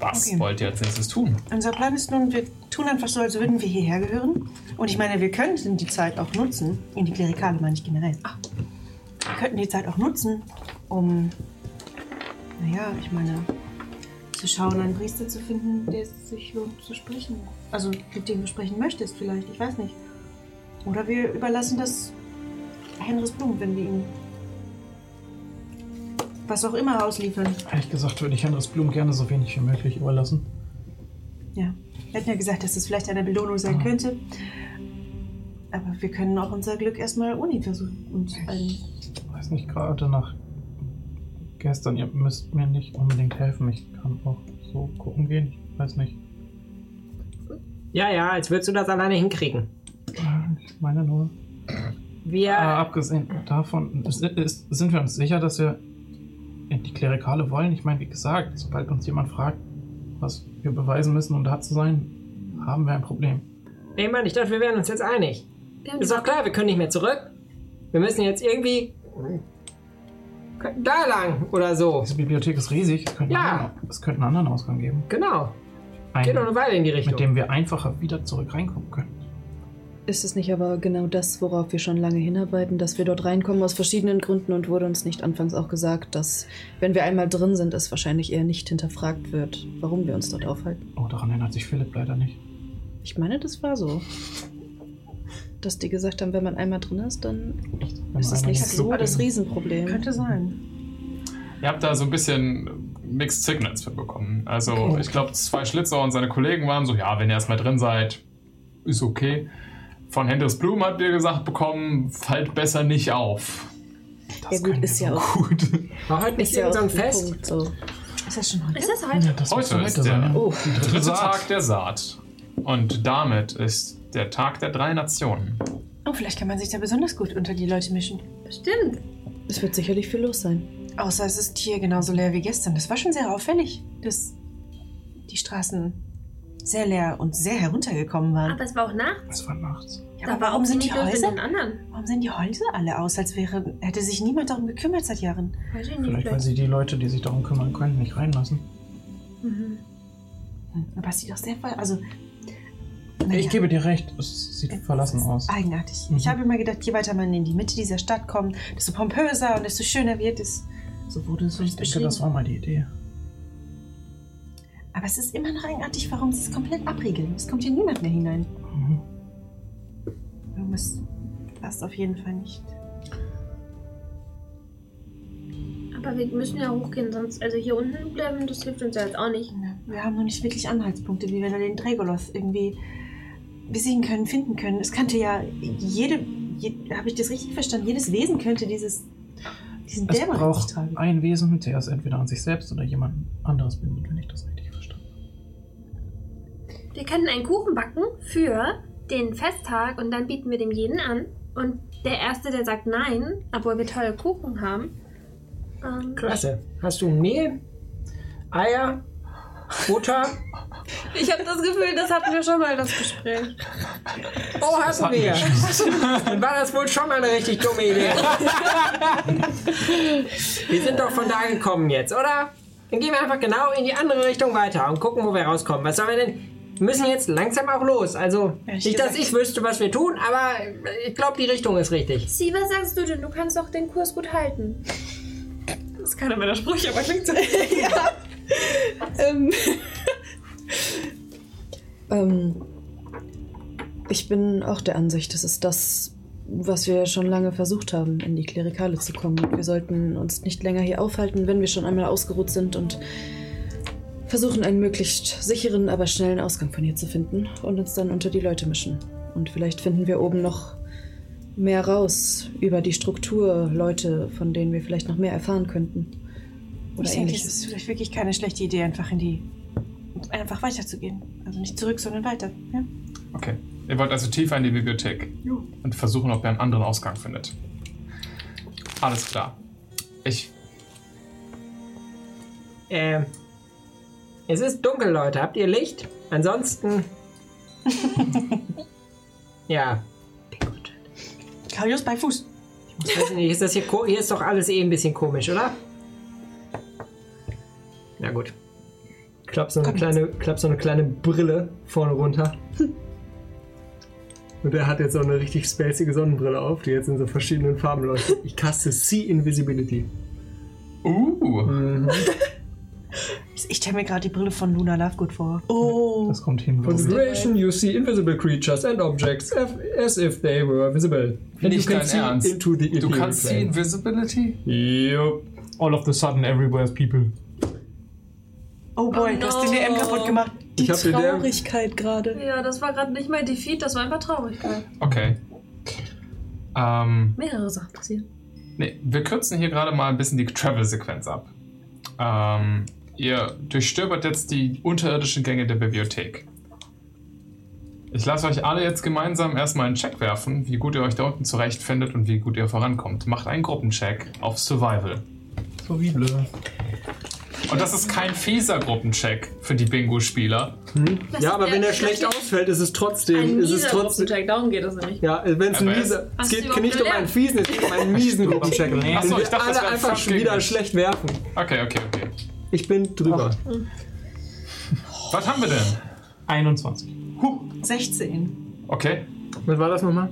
S1: Was
S3: Okay.
S1: wollt ihr als nächstes tun?
S3: Unser Plan ist nun, wir tun einfach so, als würden wir hierher gehören. Und ich meine, wir könnten die Zeit auch nutzen, in die Klerikale meine ich generell. Ah. Wir könnten die Zeit auch nutzen, um, naja, ich meine, zu schauen, einen Priester zu finden, der es sich lohnt zu sprechen. Also mit dem du sprechen möchtest vielleicht, ich weiß nicht. Oder wir überlassen das Henris Blum, wenn wir ihm was auch immer ausliefern.
S4: Ehrlich gesagt würde ich Henris Blum gerne so wenig wie möglich überlassen.
S3: Ja, wir hatten ja gesagt, dass das vielleicht eine Belohnung sein
S4: Ah.
S3: könnte. Aber wir können auch unser Glück erstmal ohne ihn versuchen. Und ein,
S4: Weiß nicht, gerade nach gestern, ihr müsst mir nicht unbedingt helfen. Ich kann auch so gucken gehen. Ich weiß nicht.
S10: Ja, ja, als würdest du das alleine hinkriegen.
S4: Äh, Ich meine nur.
S10: Wir.
S4: Äh, abgesehen davon, ist, ist, sind wir uns sicher, dass wir in die Klerikale wollen? Ich meine, wie gesagt, sobald uns jemand fragt, was wir beweisen müssen, um da zu sein, haben wir ein Problem.
S10: Nee, Mann, ich dachte, wir wären uns jetzt einig. Ist doch klar, wir können nicht mehr zurück. Wir müssen jetzt irgendwie da lang oder so.
S4: Diese Bibliothek ist riesig. Es könnte,
S10: Ja.
S4: einen anderen- es könnte einen anderen Ausgang geben.
S10: Genau.
S4: Einen,
S10: Geht doch eine Weile in die Richtung.
S4: mit dem wir einfacher wieder zurück reinkommen können.
S9: Ist es nicht aber genau das, worauf wir schon lange hinarbeiten, dass wir dort reinkommen aus verschiedenen Gründen und wurde uns nicht anfangs auch gesagt, dass, wenn wir einmal drin sind, es wahrscheinlich eher nicht hinterfragt wird, warum wir uns dort aufhalten?
S4: Oh, daran erinnert sich Philipp leider nicht.
S9: Ich meine, das war so. Dass die gesagt haben, wenn man einmal drin ist, dann
S4: Wenn
S9: ist
S4: man
S9: es
S4: einmal
S9: nicht
S4: den
S9: so
S4: Club
S9: das
S4: in-
S9: Riesenproblem.
S3: Könnte sein.
S1: Ihr habt da so ein bisschen Mixed Signals mitbekommen. Also, ich glaube, zwei Schlitzer und seine Kollegen waren so: Ja, wenn ihr erstmal drin seid, ist okay. Von Hendris Blum habt ihr gesagt bekommen: Fallt besser nicht auf.
S9: ja gut, ist ja auch,
S1: Gut.
S10: War heute nicht
S9: ist ja auch
S10: irgendein
S9: ein
S10: Fest?
S9: Punkt so.
S3: Ist das schon heute?
S11: Ist das heute?
S4: Ja, das muss
S1: Heute
S4: so
S1: ist
S4: weiter sein.
S1: der-
S4: ja.
S9: Oh,
S4: Die dritte
S1: Dritter
S4: Saat.
S1: Tag der Saat. Und damit ist der Tag der drei Nationen.
S3: Oh, vielleicht kann man sich da besonders gut unter die Leute mischen.
S11: Stimmt.
S9: es wird sicherlich viel los sein.
S3: Außer es ist hier genauso leer wie gestern. Das war schon sehr auffällig, dass die Straßen sehr leer und sehr heruntergekommen waren.
S11: Aber es war auch nachts.
S4: Es war nachts.
S3: Ja, aber warum sind die
S11: nicht durch
S3: Häuser?
S11: den anderen?
S3: Warum sehen die Häuser alle aus, als wäre, hätte sich niemand darum gekümmert seit Jahren?
S11: Weiß ich nicht.
S4: Vielleicht, weil sie die Leute, die sich darum kümmern können, nicht reinlassen.
S11: Mhm.
S3: Hm, Aber es sieht doch sehr voll. Also. naja,
S4: Ich gebe dir recht, es sieht
S3: es
S4: verlassen
S3: ist
S4: aus.
S3: Eigenartig.
S4: Mhm.
S3: Ich habe immer gedacht, je weiter man in die Mitte dieser Stadt kommt, desto pompöser und desto schöner wird es. So wurde es uns
S4: Ich denke,
S3: beschrieben.
S4: das war mal die Idee.
S3: Aber es ist immer noch eigenartig, warum sie es komplett abriegeln. Es kommt hier niemand mehr hinein.
S4: Mhm.
S3: Irgendwas passt auf jeden Fall nicht.
S11: Aber wir müssen ja hochgehen, sonst. Also hier unten bleiben, das hilft uns ja jetzt auch nicht.
S3: Ja, Wir haben noch nicht wirklich Anhaltspunkte, wie wir da den Dregoloth irgendwie besiegen können, finden können. Es könnte ja jede, je, habe ich das richtig verstanden? Jedes Wesen könnte dieses, diesen
S4: Es
S3: Dämon in sich
S4: braucht
S3: tragen.
S4: ein Wesen, der es entweder an sich selbst oder jemand anderes bindet, wenn ich das richtig verstanden habe.
S11: Wir könnten einen Kuchen backen für den Festtag und dann bieten wir dem jeden an. Und der Erste, der sagt nein, obwohl wir tolle Kuchen haben. Ähm,
S10: Klasse. Hast du Mehl, Eier, Butter?
S6: Ich habe das Gefühl, das hatten wir schon mal, das Gespräch.
S10: Oh, hatten wir. Dann war das wohl schon mal eine richtig dumme Idee. wir sind doch von da gekommen jetzt, oder? Dann gehen wir einfach genau in die andere Richtung weiter und gucken, wo wir rauskommen. Was sollen wir denn? Wir müssen jetzt langsam auch los. Also,
S3: Ehrlich
S10: nicht, dass
S3: gesagt-
S10: ich wüsste, was wir tun, aber ich glaube, die Richtung ist richtig.
S11: Sie, was sagst du denn? Du kannst doch den Kurs gut halten.
S6: Das ist keiner meiner Sprüche, aber klingt so.
S9: Ähm. ähm, ich bin auch der Ansicht, das ist das, was wir schon lange versucht haben, in die Klerikale zu kommen. Und wir sollten uns nicht länger hier aufhalten, wenn wir schon einmal ausgeruht sind und versuchen, einen möglichst sicheren, aber schnellen Ausgang von hier zu finden und uns dann unter die Leute mischen. Und vielleicht finden wir oben noch mehr raus über die Struktur, Leute, von denen wir vielleicht noch mehr erfahren könnten. Oder
S3: ich denke, es
S9: ähnliches.
S3: ist vielleicht wirklich keine schlechte Idee, einfach in die. einfach weiterzugehen. Also nicht zurück, sondern weiter. Ja?
S1: Okay. Ihr wollt also tiefer in die Bibliothek und versuchen, ob ihr einen anderen Ausgang findet. Alles klar. Ich.
S10: Ähm, es ist dunkel, Leute. Habt ihr Licht?
S11: [LAUGHS]
S10: Ansonsten. ja.
S3: Claudius bei Fuß.
S10: Ich weiß nicht, ist das hier, ko- hier ist doch alles eh ein bisschen komisch, oder? Na gut. Klapp so eine,
S3: Komm
S10: kleine, klapp so eine kleine Brille
S3: [LAUGHS]
S10: vorne runter. Und er hat jetzt so eine richtig spacige Sonnenbrille auf, die jetzt in so verschiedenen Farben leuchtet. Ich caste See Invisibility.
S1: Uh!
S4: Mhm.
S3: Ich stelle mir gerade die Brille von Luna Lovegood vor.
S9: Oh.
S4: Das kommt hin. glaub ich.
S10: Consideration, you see invisible creatures and objects as if they were visible.
S1: Nicht dein Ernst. Du kannst die
S10: sehen.
S1: Invisibility?
S5: Yep. All of a sudden, everywhere's people.
S3: Oh boy, du hast den DM kaputt gemacht.
S9: Die
S10: Ich hab in der-
S9: Traurigkeit gerade.
S6: Ja, das war gerade nicht mal Defeat, das war einfach Traurigkeit.
S1: Okay. Ähm.
S6: Mehrere Sachen passiert.
S1: Nee, wir kürzen hier gerade mal ein bisschen die Travel-Sequenz ab. Ähm, ihr durchstöbert jetzt die unterirdischen Gänge der Bibliothek. Ich lasse euch alle jetzt gemeinsam erstmal einen Check werfen, wie gut ihr euch da unten zurechtfindet und wie gut ihr vorankommt. Macht einen Gruppencheck auf Survival.
S4: Horrible.
S1: Und Und das ist kein Feser-Gruppencheck für die Bingo-Spieler.
S11: Das
S10: Ja, aber
S11: ist
S10: wenn
S11: der-
S10: er schlecht
S11: der-
S10: ausfällt, ist es
S15: Ein
S10: trotzdem. Ist es
S15: mieser
S10: trotzdem
S15: Gruppencheck, darum geht es nämlich.
S10: ja, wenn es ein
S1: Aber er-
S10: mieser. Es
S11: Hast du
S10: geht
S11: überhaupt
S10: nicht um einen
S11: gelernt?
S10: fiesen, es geht um einen miesen Gruppencheck. Den
S1: Ach so, ich
S10: wir
S1: dachte, das
S10: alle
S1: wäre ein
S10: einfach schon
S1: Fucking-
S10: wieder schlecht werfen.
S1: Okay, okay, okay.
S10: Ich bin drüber.
S11: Oh.
S1: Was haben wir denn?
S4: 21.
S3: 16.
S1: Okay,
S10: Was war das nochmal?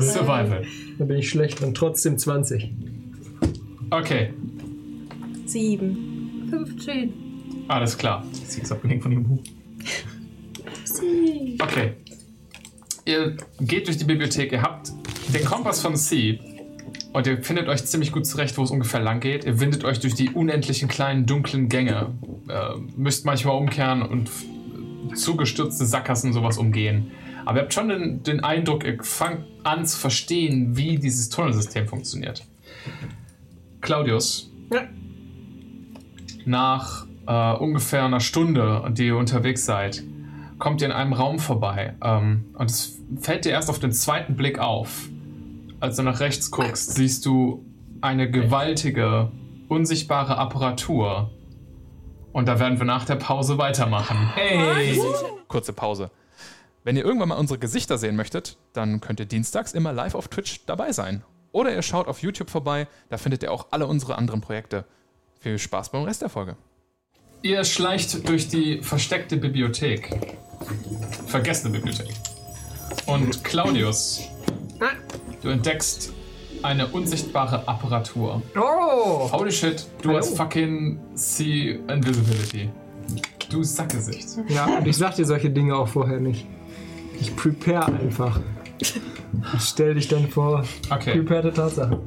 S1: [LAUGHS] Survival.
S10: Da bin ich schlecht und trotzdem 20.
S1: Okay,
S8: Sieben.
S11: 15.
S1: alles klar.
S4: Das ist abgelenkt von dem Buch.
S1: Okay. Ihr geht durch die Bibliothek, ihr habt den Kompass von C und ihr findet euch ziemlich gut zurecht, wo es ungefähr lang geht. Ihr windet euch durch die unendlichen kleinen dunklen Gänge, äh, müsst manchmal umkehren und f- zugestürzte Sackgassen und sowas umgehen. Aber ihr habt schon den, den Eindruck, ihr fangt an zu verstehen, wie dieses Tunnelsystem funktioniert. Claudius, nach äh, ungefähr einer Stunde, die ihr unterwegs seid, kommt ihr in einem Raum vorbei. Ähm, und es fällt dir erst auf den zweiten Blick auf. Als du nach rechts guckst, siehst du eine gewaltige, unsichtbare Apparatur. Und da werden wir nach der Pause weitermachen. Hey! Kurze Pause. Wenn ihr irgendwann mal unsere Gesichter sehen möchtet, dann könnt ihr dienstags immer live auf Twitch dabei sein. Oder ihr schaut auf YouTube vorbei, da findet ihr auch alle unsere anderen Projekte. Viel Spaß beim Rest der Folge. Ihr schleicht durch die versteckte Bibliothek. Vergessene Bibliothek. Und Claudius, du entdeckst eine unsichtbare Apparatur.
S10: Oh!
S1: Holy shit, du hast fucking See Invisibility. Du Sackgesicht.
S10: Ja, und ich sag dir solche Dinge auch vorher nicht. Ich prepare einfach. Ich stell dich dann vor
S1: Okay.
S10: preparede Tatsache.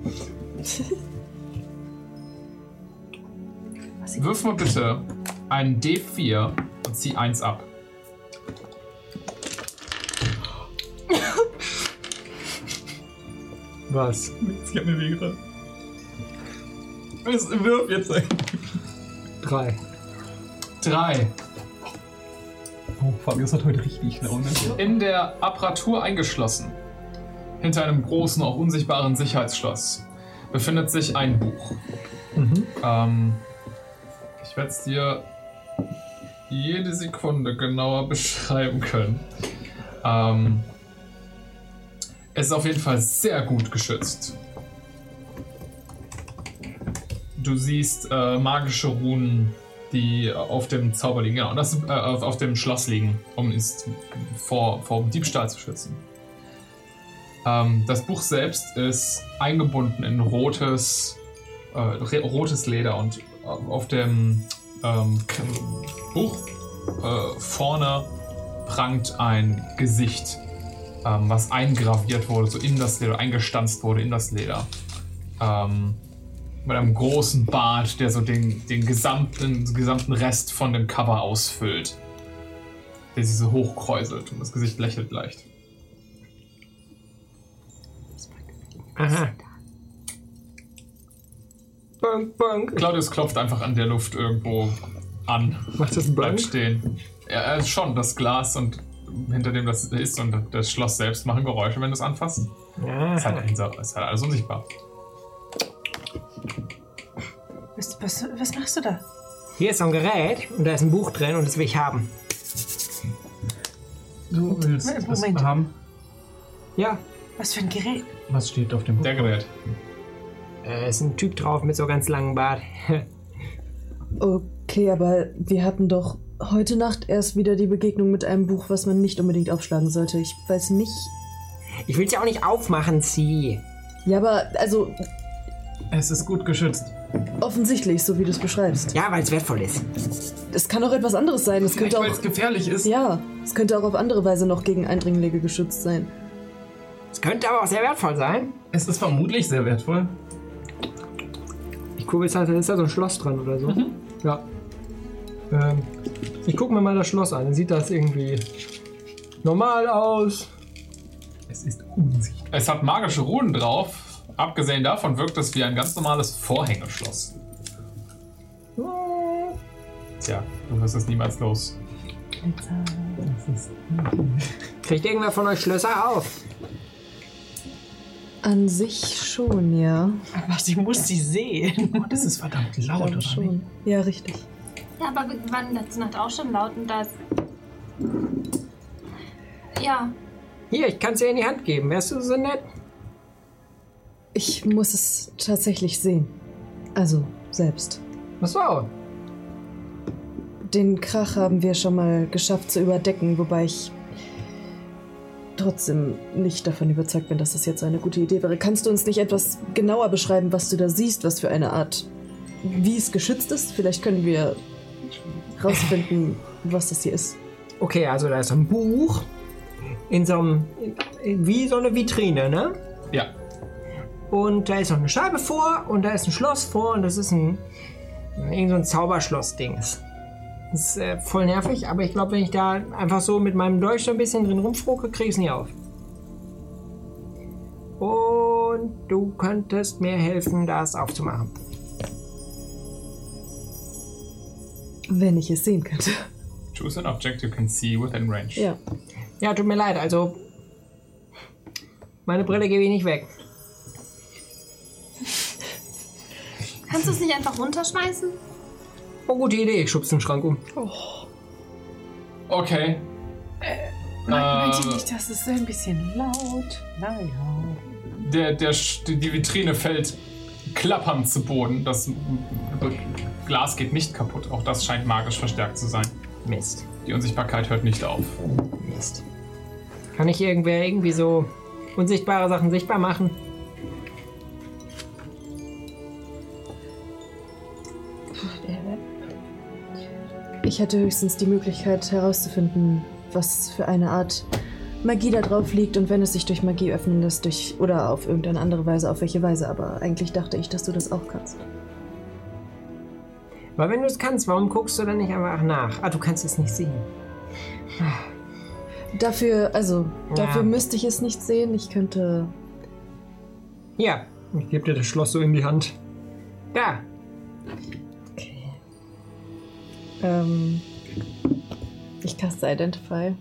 S1: Wirf mal bitte einen D4 und zieh 1 ab.
S10: Was?
S5: Ich hab mir wehgetan.
S1: Es wirf jetzt ein.
S10: Drei.
S1: 3.
S4: Oh, Fabius hat heute richtig Laune.
S1: in der Apparatur eingeschlossen. Hinter einem großen, auch unsichtbaren Sicherheitsschloss befindet sich ein Buch. Ähm, ich werde es dir jede Sekunde genauer [LAUGHS] beschreiben können. Ähm, es ist auf jeden Fall sehr gut geschützt. Du siehst äh, magische Runen, die auf dem Zauber liegen, genau, das, äh, auf, auf dem Schloss liegen, um es vor, vor Diebstahl zu schützen. Ähm, das Buch selbst ist eingebunden in rotes, äh, re- rotes Leder und auf dem ähm, K- Buch äh, vorne prangt ein Gesicht, ähm, was eingraviert wurde, so in das Leder, eingestanzt wurde in das Leder. Ähm, mit einem großen Bart, der so den, den gesamten, den gesamten Rest von dem Cover ausfüllt. Der sich so hochkräuselt und das Gesicht lächelt leicht.
S10: Aha. Bank, Bank.
S1: Claudius klopft einfach an der Luft irgendwo an,
S10: Macht das
S1: bleibt
S10: Bank?
S1: stehen. Er äh, schon das Glas und hinter dem das ist und das Schloss selbst machen Geräusche, wenn du es anfasst. Ist halt, ist halt alles unsichtbar.
S3: Was, was, was machst du da?
S10: Hier ist so ein Gerät und da ist ein Buch drin und das will ich haben.
S4: Du willst
S3: Moment.
S4: das haben.
S10: Ja,
S3: Was für ein Gerät?
S4: Was steht auf dem Buch?
S1: Der Gerät.
S10: äh, ist ein Typ drauf mit so ganz langem Bart.
S9: Okay, aber wir hatten doch heute Nacht erst wieder die Begegnung mit einem Buch, was man nicht unbedingt aufschlagen sollte. Ich weiß nicht.
S10: Ich will's ja auch nicht aufmachen, Sie.
S9: Ja, aber also
S4: Es ist gut geschützt.
S9: offensichtlich, so wie du es beschreibst.
S10: Ja, weil's wertvoll ist.
S9: Es kann auch etwas anderes sein. Es könnte
S4: Weil
S9: auch
S4: es gefährlich ist.
S9: ja, es könnte auch auf andere Weise noch gegen Eindringlinge geschützt sein.
S10: Es könnte aber auch sehr wertvoll sein.
S4: Es ist vermutlich sehr wertvoll.
S10: Ich gucke jetzt, halt, ist da so ein Schloss dran oder so? Ja. Ähm, ich gucke mir mal das Schloss an. Dann sieht das irgendwie normal aus.
S4: Es ist unsichtbar.
S1: Es hat magische Runen drauf. Abgesehen davon wirkt es wie ein ganz normales Vorhängeschloss.
S9: Hm.
S1: Tja, du wirst es niemals los.
S10: Kriegt irgendwer von euch Schlösser auf?
S9: An sich schon, ja.
S3: Aber sie muss sie sehen.
S4: Oh, das ist verdammt laut, oder nicht?
S9: Ja, richtig.
S11: Ja, aber wir waren letzte Nacht auch schon laut und das. Ja,
S10: Hier, ich kann es dir in die Hand geben. Wärst du so nett?
S9: Ich muss es tatsächlich sehen. Also selbst.
S10: Was war?
S9: Den Krach haben wir schon mal geschafft zu überdecken, wobei ich trotzdem nicht davon überzeugt bin, dass das jetzt eine gute Idee wäre. Kannst du uns nicht etwas genauer beschreiben, was du da siehst, was für eine Art, wie es geschützt ist? Vielleicht können wir rausfinden, was das hier ist.
S10: Okay, also da ist ein Buch in so einem, in, wie so eine Vitrine, ne?
S1: Ja.
S10: Und da ist noch eine Scheibe vor und da ist ein Schloss vor und das ist ein, irgend so ein Zauberschloss-Dings. Das ist äh, voll nervig, aber ich glaube, wenn ich da einfach so mit meinem Dolch so ein bisschen drin rumfrucke, krieg ich es nie auf. Und du könntest mir helfen, das aufzumachen.
S9: Wenn ich es sehen könnte.
S1: Choose an object you can see within range.
S9: Ja.
S10: Ja, tut mir leid, also. Meine Brille gebe ich nicht weg.
S11: kannst du es nicht einfach runterschmeißen?
S10: Oh, gute Idee, ich schub's den Schrank um.
S1: Okay.
S3: Nein,
S1: Äh,
S3: meinte ich nicht, das ist so ein bisschen laut. Naja.
S1: der, der, Sch- die die Vitrine fällt klappernd zu Boden. Das m- m- Glas geht nicht kaputt. Auch das scheint magisch verstärkt zu sein.
S10: Mist.
S1: Die Unsichtbarkeit hört nicht auf.
S10: Mist. Kann ich irgendwer irgendwie so unsichtbare Sachen sichtbar machen?
S9: Ich hätte höchstens die Möglichkeit herauszufinden, was für eine Art Magie da drauf liegt und wenn es sich durch Magie öffnen lässt, durch oder auf irgendeine andere Weise, auf welche Weise. Aber eigentlich dachte ich, dass du das auch kannst.
S10: Weil wenn du es kannst, warum guckst du dann nicht einfach nach? Ah, du kannst es nicht sehen.
S9: Dafür, also, dafür
S10: Ja.
S9: müsste ich es nicht sehen. Ich könnte.
S10: Ja. Ich gebe dir das Schloss so in die Hand. Da.
S9: Ähm, ich caste Identify.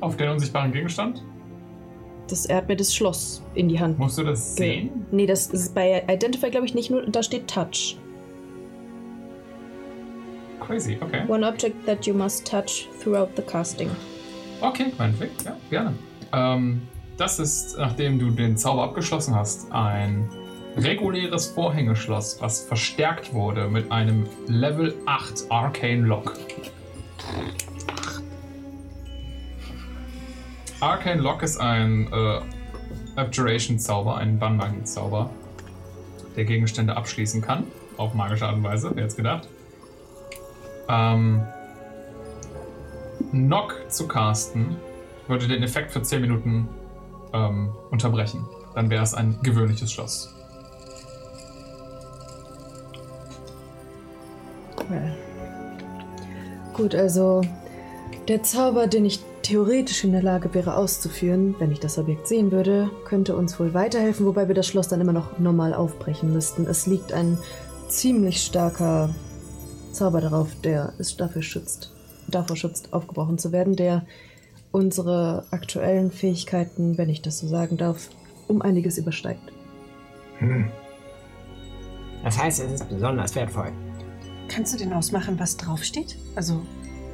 S1: Auf den unsichtbaren Gegenstand?
S9: Das, er hat mir das Schloss in die Hand.
S1: Musst du das
S9: ge-
S1: sehen?
S9: Nee, das ist bei Identify, glaube ich, nicht nur. Da steht Touch.
S1: Crazy, okay.
S8: One object that you must touch throughout the casting.
S1: Okay, meinetwegen, ja, gerne. Ähm, das ist, nachdem du den Zauber abgeschlossen hast, ein reguläres Vorhängeschloss, was verstärkt wurde mit einem Level 8 Arcane Lock. Arcane Lock ist ein äh, Abjuration-Zauber, ein Bannmagie-Zauber, der Gegenstände abschließen kann, auf magische Art und Weise, wer jetzt gedacht. Ähm, Knock zu casten, würde den Effekt für 10 Minuten ähm, unterbrechen. Dann wäre es ein gewöhnliches Schloss.
S9: Gut, also der Zauber, den ich theoretisch in der Lage wäre auszuführen, wenn ich das Objekt sehen würde, könnte uns wohl weiterhelfen, wobei wir das Schloss dann immer noch normal aufbrechen müssten. Es liegt ein ziemlich starker Zauber darauf, der es dafür schützt, davor schützt, aufgebrochen zu werden, der unsere aktuellen Fähigkeiten, wenn ich das so sagen darf, um einiges übersteigt.
S10: Hm. Das heißt, es ist besonders wertvoll.
S3: Kannst du denn ausmachen, was draufsteht? Also,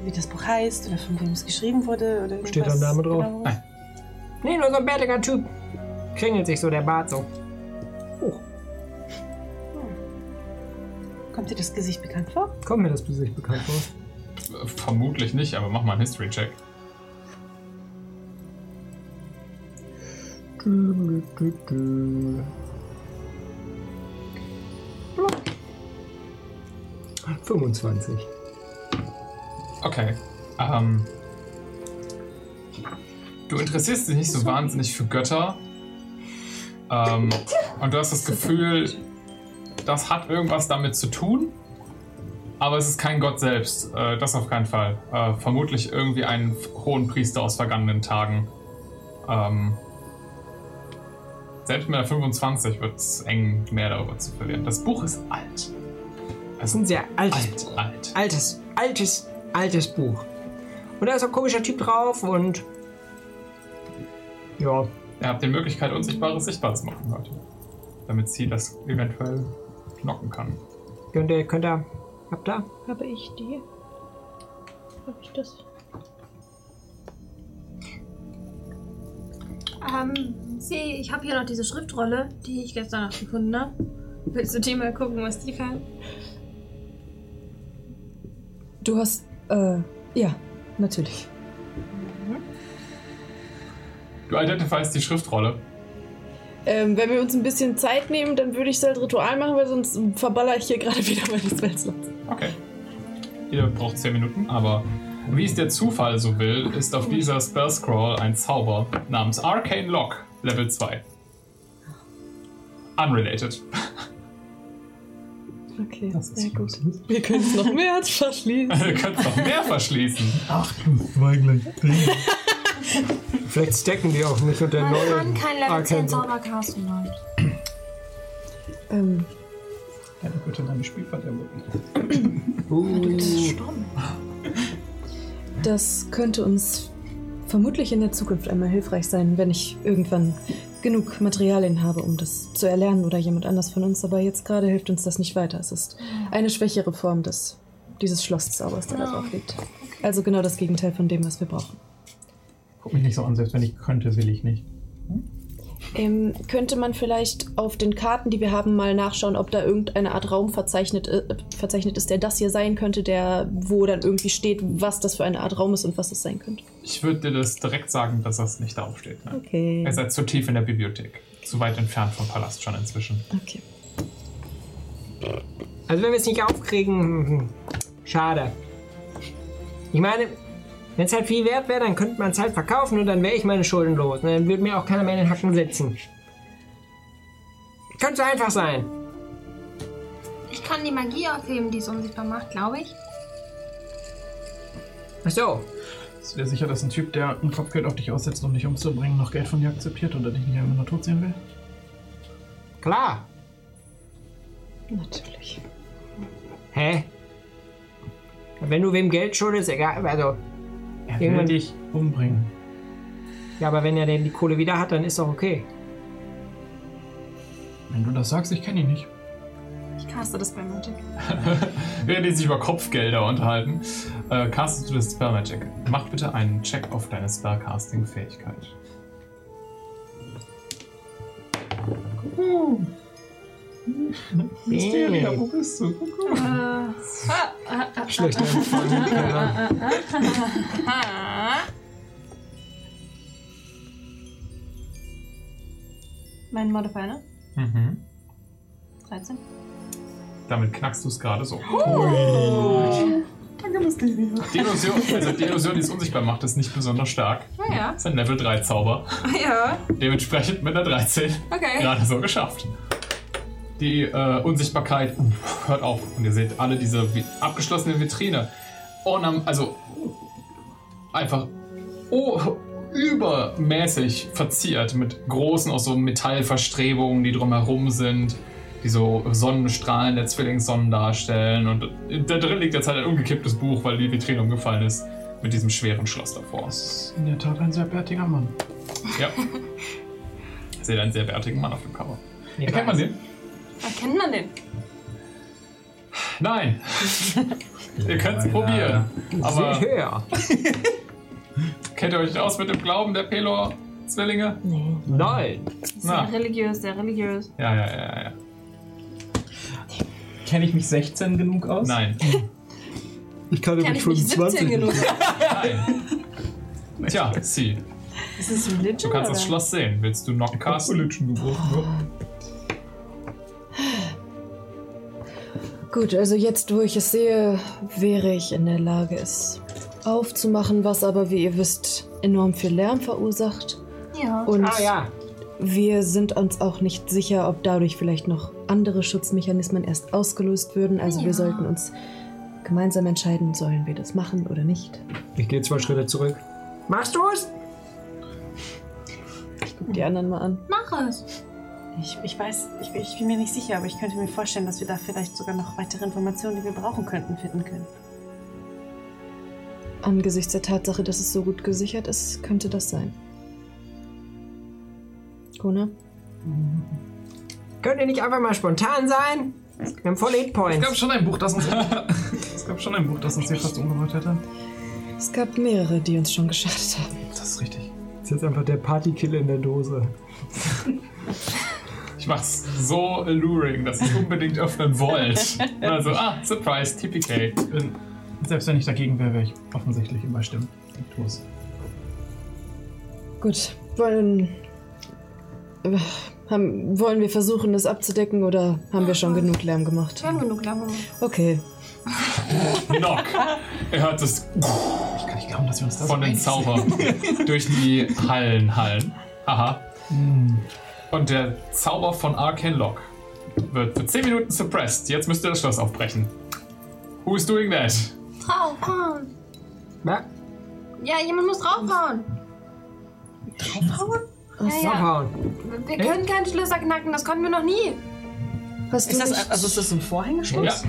S3: wie das Buch heißt oder von wem es geschrieben wurde? Oder
S10: Steht da
S3: irgendwas
S10: ein Name drauf? Ah.
S3: genau?
S1: Nein.
S10: Nee, nur so ein bärtiger Typ. Kringelt sich so der Bart so.
S3: Kommt dir das Gesicht bekannt vor?
S10: Kommt mir das Gesicht bekannt vor?
S1: Äh, Vermutlich nicht, aber mach mal einen History-Check.
S10: Blub. 25.
S1: Okay. Ähm, du interessierst dich nicht so wahnsinnig für Götter. Ähm, und du hast das Gefühl, das hat irgendwas damit zu tun. Aber es ist kein Gott selbst. Äh, das auf keinen Fall. Äh, vermutlich irgendwie einen hohen Priester aus vergangenen Tagen. Ähm, selbst mit der 25 wird es eng, mehr darüber zu verlieren. Das Buch ist alt.
S10: Das ist ein sehr altes
S1: Alt, alt.
S10: altes, altes, altes Buch. Und da ist ein komischer Typ drauf und. Ja,
S1: Ihr habt die Möglichkeit, Unsichtbares sichtbar zu machen heute. Damit sie das eventuell knocken kann.
S10: Könnt ihr, könnt ihr, habt ihr?
S11: Habe ich die? Habe ich das? Ähm, sie, ich habe hier noch diese Schriftrolle, die ich gestern noch gefunden habe. Willst du die mal gucken, was die kann?
S9: Du hast, äh, ja, natürlich.
S1: Du identifizierst die Schriftrolle.
S8: Ähm, wenn wir uns ein bisschen Zeit nehmen, dann würde ich es halt Ritual machen, weil sonst verballere ich hier gerade [LAUGHS] wieder meine Spells.
S1: Okay. Ihr braucht 10 Minuten, aber wie es der Zufall so will, ist auf dieser Spell Scroll ein Zauber namens Arcane Lock, Level 2. Unrelated. [LAUGHS]
S9: Okay, sehr gut. Wir können es noch mehr verschließen.
S1: Ihr könnt noch mehr verschließen.
S4: Ach, du Schweiglein.
S10: Vielleicht stecken die auch nicht unter
S11: Man kann
S10: neuen
S11: kein Level 10
S10: Arcane-
S11: Zauber casten, Leute.
S9: [LAUGHS] Ähm,
S4: Deine Güte, deine Spielverderbe.
S9: uh, das könnte uns vermutlich in der Zukunft einmal hilfreich sein, wenn ich irgendwann genug Materialien habe, um das zu erlernen oder jemand anders von uns. Aber jetzt gerade hilft uns das nicht weiter. Es ist eine schwächere Form des, dieses Schlosszaubers, der da
S11: Ja.
S8: Ah.
S9: drauf liegt. Also genau das Gegenteil von dem, was wir brauchen.
S4: Guck mich nicht so an, selbst wenn ich könnte, will ich nicht.
S8: Ähm, könnte man vielleicht auf den Karten, die wir haben, mal nachschauen, ob da irgendeine Art Raum verzeichnet, äh, verzeichnet ist, der das hier sein könnte, der, wo dann irgendwie steht, was das für eine Art Raum ist und was das sein könnte.
S1: Ich würde dir das direkt sagen, dass das nicht darauf steht. Ne?
S9: Okay.
S1: Ihr seid zu tief in der Bibliothek. Zu weit entfernt vom Palast schon inzwischen.
S9: Okay.
S10: Also wenn wir es nicht aufkriegen, hm, schade. Ich meine, wenn es halt viel wert wäre, dann könnte man es halt verkaufen und dann wäre ich meine Schulden los. Und dann würde mir auch keiner mehr in den Hacken setzen. Könnte so einfach sein.
S11: Ich kann die Magie aufheben, die es unsichtbar macht, glaube ich.
S10: Ach so.
S4: Bist du dir sicher, dass ein Typ, der ein Kopfgeld auf dich aussetzt, um dich umzubringen, noch Geld von dir akzeptiert oder dich nicht einfach nur tot sehen will?
S10: Klar.
S9: Natürlich.
S10: Hä? Wenn du wem Geld schuldest, egal, also.
S4: Er will
S10: Irgendwann-
S4: dich umbringen.
S10: Ja, aber wenn er denn die Kohle wieder hat, dann ist doch okay.
S4: Wenn du das sagst, ich kenne ihn nicht.
S11: Ich caste das bei Magic.
S1: Während die sich über Kopfgelder unterhalten, äh, castest du das Spell Magic. Mach bitte einen Check auf deine Spellcasting-Fähigkeit.
S10: Mysteria, wo
S4: bist du?
S15: Äh,
S10: Schlecht. äh,
S6: Mein Modifier, ne?
S1: Mhm.
S6: 13.
S11: [LAUGHS]
S1: Damit knackst du es gerade so.
S4: Danke, Mysteria.
S1: Die Illusion, also die Illusion, die es unsichtbar macht, ist nicht besonders stark.
S6: Naja.
S1: Ist ein Level 3 Zauber.
S6: Ja.
S1: Dementsprechend mit einer 13.
S6: Okay.
S1: Gerade so geschafft. Die äh, Unsichtbarkeit uff, hört auf und ihr seht alle diese vi- abgeschlossene Vitrine. Ornam, also einfach oh, übermäßig verziert mit großen aus so Metallverstrebungen, die drumherum sind, die so Sonnenstrahlen der Zwillingssonnen darstellen. Und da drin liegt jetzt halt ein umgekipptes Buch, weil die Vitrine umgefallen ist mit diesem schweren Schloss davor.
S4: In der Tat ein sehr bärtiger Mann.
S1: Ja. Ihr seht einen sehr bärtigen Mann auf dem Cover.
S10: äh.
S1: Erkennt man den?
S6: Erkennt man den?
S1: Nein. ihr könnt es probieren.
S10: [LAUGHS]
S1: Aber
S10: Seht her.
S1: kennt ihr euch aus mit dem Glauben der Pelor-Zwillinge?
S10: Nein.
S1: Na.
S6: Sehr religiös, sehr religiös.
S1: Ja, ja, ja, ja.
S4: Kenne ich mich 16 genug aus?
S1: Nein.
S4: Ich kannte
S6: Kann ich nicht 17 genug?
S1: Nein. Tja, sie.
S3: Ist es Religion?
S1: Du kannst das
S3: oder?
S1: Schloss sehen. Willst du noch casten?
S9: Gut, also jetzt, wo ich es sehe, wäre ich in der Lage, es aufzumachen, was aber, wie ihr wisst, enorm viel Lärm verursacht.
S11: Ja.
S9: Und
S10: Ah ja.
S9: wir sind uns auch nicht sicher, ob dadurch vielleicht noch andere Schutzmechanismen erst ausgelöst würden. Also
S11: Ja.
S9: wir sollten uns gemeinsam entscheiden, sollen wir das machen oder nicht.
S10: Ich gehe zwei Schritte zurück. Machst du es?
S9: Ich gucke die anderen mal an.
S11: Mach es.
S3: Ich, ich weiß, ich, ich bin mir nicht sicher, aber ich könnte mir vorstellen, dass wir da vielleicht sogar noch weitere Informationen, die wir brauchen könnten, finden können.
S9: Angesichts der Tatsache, dass es so gut gesichert ist, könnte das sein. Nico, ne?
S10: Könnt ihr nicht einfach mal spontan sein? Wir haben volle Hitpoints.
S4: Es gab schon ein Buch, das uns, es gab schon ein Buch, das uns hier fast umgebracht hätte.
S9: Es gab mehrere, die uns schon geschadet haben.
S4: Das ist richtig.
S10: Das ist jetzt einfach der Partykiller in der Dose.
S1: Ich mach's so alluring, dass ihr unbedingt öffnen wollt.
S6: [LAUGHS]
S1: Also, ah, Surprise, TPK.
S4: Ähm, Selbst wenn ich dagegen wäre, wäre ich offensichtlich überstimmt. Ich tue es.
S9: Gut, wollen, äh, haben, wollen wir versuchen, das abzudecken oder haben wir schon genug Lärm gemacht?
S6: Wir haben genug Lärm gemacht.
S9: Okay,
S1: Knock. Er hört das
S4: Ich kann nicht glauben, dass wir uns das
S1: von den Zauber [LAUGHS] durch die Hallen hallen. Aha. Und der Zauber von Arcane Lock wird für 10 Minuten suppressed. Jetzt müsst ihr das Schloss aufbrechen. Who is doing that?
S15: Draufhauen.
S10: Na,
S15: Ja, jemand muss draufhauen. Ja, ja.
S10: abhauen.
S15: Wir können keinen Schlösser knacken, das konnten wir noch nie.
S9: Hast du
S3: Ist das,
S9: nicht-
S3: also ist das ein
S1: Ja,
S3: Vorhängeschloss?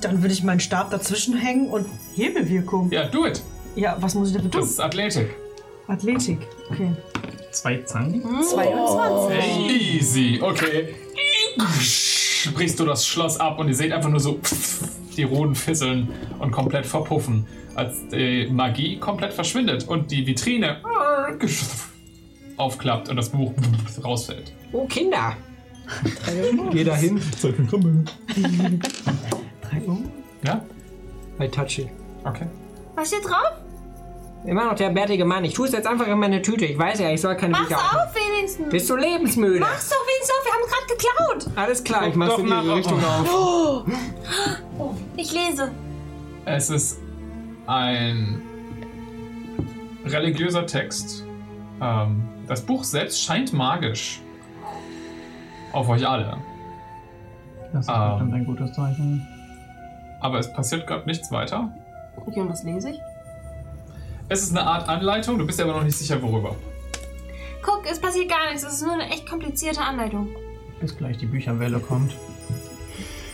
S3: Dann würde ich meinen Stab dazwischen hängen und Hebelwirkung.
S1: ja, do it.
S3: Ja, was muss ich dafür
S1: Das
S3: tun?
S1: ist Athletik.
S3: Athletik. Okay.
S4: Zwei Zangen?
S9: 22.
S1: Easy. Okay. Brichst du das Schloss ab und ihr seht einfach nur so die Roden fisseln und komplett verpuffen, als die Magie komplett verschwindet und die Vitrine aufklappt und das Buch rausfällt.
S10: Oh, Kinder. Geh da hin.
S5: Zeit für Krümmel.
S1: Ja?
S10: Bei Touchy.
S1: Okay.
S15: Was steht drauf?
S10: Immer noch der bärtige Mann. Ich tue es jetzt einfach in meine Tüte. Ich weiß ja, ich soll keine
S15: Mach's
S10: Bücher aufmachen.
S15: auf wenigstens.
S10: Bist du lebensmüde?
S15: Mach's doch wenigstens auf, wir haben gerade geklaut.
S10: Alles klar, ich mach's
S1: Doch,
S10: in die
S1: mach auf.
S10: [LAUGHS] Richtung auf.
S15: Ich lese.
S1: Es ist ein religiöser Text. Ähm, das Buch selbst scheint magisch. Auf euch alle.
S4: Das ist
S1: Ah.
S4: bestimmt ein gutes Zeichen.
S1: Aber es passiert gerade nichts weiter.
S6: Okay, und was lese ich?
S1: Es ist eine Art Anleitung, du bist dir aber noch nicht sicher, worüber.
S15: Guck, es passiert gar nichts. Es ist nur eine echt komplizierte Anleitung.
S4: Bis gleich die Bücherwelle kommt.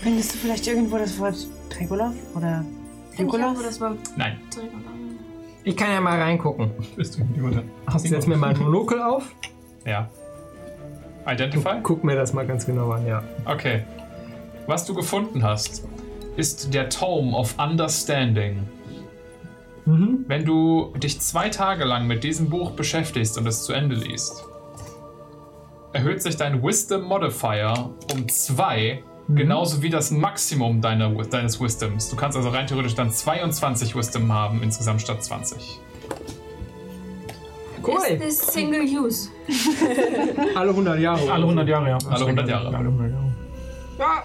S3: Findest du vielleicht irgendwo das Wort Trigolov oder
S15: Finde ich auch,
S3: Trigolov?
S15: wo das Wort
S1: Nein.
S15: drin war.
S10: Ich kann ja mal reingucken.
S4: Bist du jemand?
S10: Ich setz mir mein Monokel auf.
S1: Ja. Identify?
S10: Guck mir das mal ganz genau an, ja.
S1: Okay. Was du gefunden hast, ist der Tome of Understanding. Wenn du dich zwei Tage lang mit diesem Buch beschäftigst und es zu Ende liest, erhöht sich dein Wisdom Modifier um zwei, genauso wie das Maximum deiner, deines Wisdoms. Du kannst also rein theoretisch dann 22 Wisdom haben, insgesamt statt 20.
S10: Cool.
S15: Ist es Single Use.
S10: Alle 100 Jahre.
S4: Alle 100 Jahre, ja.
S1: Alle 100 Jahre.
S4: Alle 100 Jahre.
S10: Ja.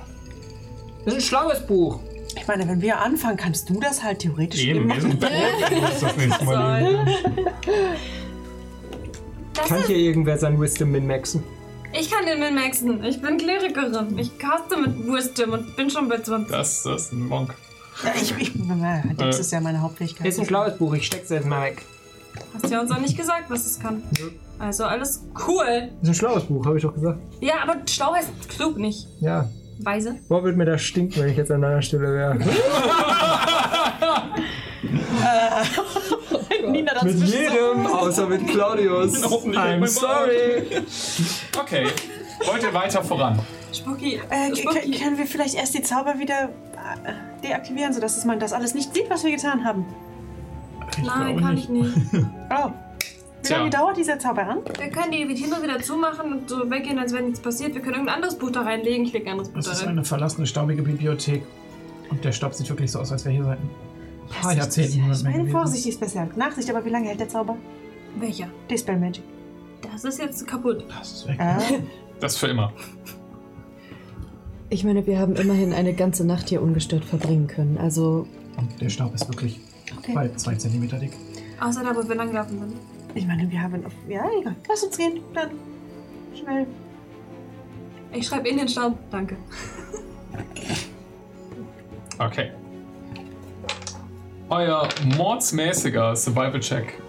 S10: Das ist ein schlaues Buch.
S3: Ich meine, wenn wir anfangen, kannst du das halt theoretisch
S5: Eben,
S3: eben
S5: wir
S3: machen.
S4: [LAUGHS]
S5: sind das das nächste Mal lesen.
S15: Das
S10: Kann
S15: ist,
S10: hier irgendwer sein Wisdom min-maxen?
S6: Ich kann den Min-Maxen. Ich bin Klerikerin. Ich caste mit Wisdom und bin schon bei 20.
S1: Das, das ist ein Monk.
S3: Ja, ich, ich, halt, das
S1: Äh.
S3: ist ja meine Hauptfähigkeit.
S10: Ist ein schlaues Buch. Ich steck's jetzt mal weg.
S6: Hast ja uns auch nicht gesagt, was es kann. Also alles cool.
S10: Das ist ein schlaues Buch, habe ich doch gesagt.
S6: Ja, aber schlau heißt klug nicht.
S10: Ja.
S6: Weise.
S10: Boah, würde mir das stinken, wenn ich jetzt an deiner Stelle
S15: [LAUGHS]
S10: [LAUGHS] wäre.
S3: Nina, das
S10: Mit jedem, außer mit Claudius.
S1: Hoffentlich
S10: I'm
S1: irgendwann
S10: sorry.
S1: Okay. Wollt ihr weiter voran?
S6: Spucki.
S3: äh, k- k-
S6: Spucki.
S3: können wir vielleicht erst die Zauber wieder äh, deaktivieren, sodass es man das alles nicht sieht, was wir getan haben?
S6: Nein, kann ich nicht. [LAUGHS]
S3: Oh. Wie
S1: Tja.
S3: lange dauert dieser Zauber an?
S6: Wir können die Vitrine wieder zumachen und so weggehen, als wäre nichts passiert. Wir können irgendein anderes Buch da reinlegen. Klick ein anderes Buch
S4: Es
S6: da
S4: ist
S6: rein.
S4: eine verlassene, staubige Bibliothek. Und der Staub sieht wirklich so aus, als wäre hier seit ein paar Jahrzehnten niemand
S3: Ich
S4: mehr
S3: meine,
S4: gewesen.
S3: Vorsicht, die Special Nachsicht, aber wie lange hält der Zauber?
S6: Welcher?
S3: Dispel Magic.
S6: Das ist jetzt kaputt.
S4: Das ist weg.
S3: [LAUGHS] Ah.
S1: Das für immer.
S9: Ich meine, wir haben immerhin eine ganze Nacht hier ungestört verbringen können. Also,
S4: Und der Staub ist wirklich
S3: Okay.
S4: bald zwei Zentimeter dick.
S6: Außer da, wo wir langgelaufen sind.
S3: Ich meine, wir haben. Ja, egal. Lass uns gehen. Dann. Schnell.
S6: Ich schreibe in den Staub. Danke.
S1: Okay. Euer mordsmäßiger Survival-Check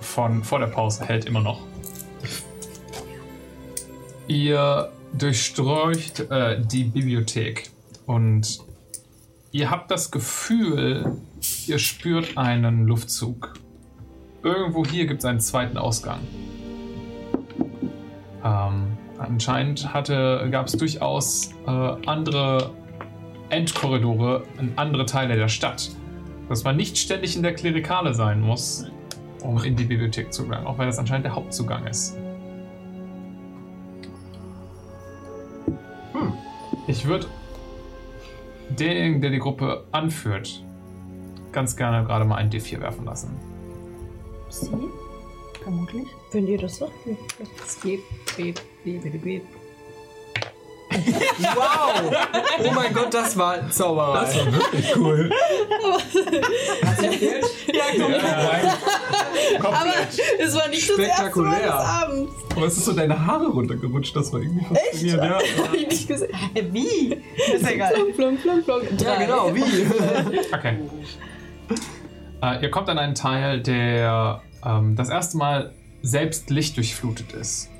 S1: von vor der Pause hält immer noch. Ihr durchstreicht äh, die Bibliothek und ihr habt das Gefühl, ihr spürt einen Luftzug. Irgendwo hier gibt es einen zweiten Ausgang. Ähm, anscheinend gab es durchaus äh, andere Endkorridore in andere Teile der Stadt. Dass man nicht ständig in der Klerikale sein muss, um in die Bibliothek zu gelangen, auch wenn das anscheinend der Hauptzugang ist. Hm. Ich würde denjenigen, der die Gruppe anführt, ganz gerne gerade mal ein D4 werfen lassen.
S8: Sie? Vermutlich. Wenn ihr das sagt. ja.
S10: Es geht, geht, geht, geht, geht. Wow! Oh mein Gott, das war Zauberei. Das war wirklich cool.
S8: Ja, komm. Aber es war nicht das erste Mal des
S5: Spektakulär.
S8: Abends.
S5: Aber es ist so deine Haare runtergerutscht, das war irgendwie faszinierend. Ja.
S8: Hab ich nicht gesehen.
S3: Wie? Ist egal.
S8: Plonk, plonk, plonk, plonk.
S10: Ja,
S8: Drei.
S10: genau, wie?
S1: Okay. Äh, ihr kommt an einen Teil, der ähm, das erste Mal selbst lichtdurchflutet ist.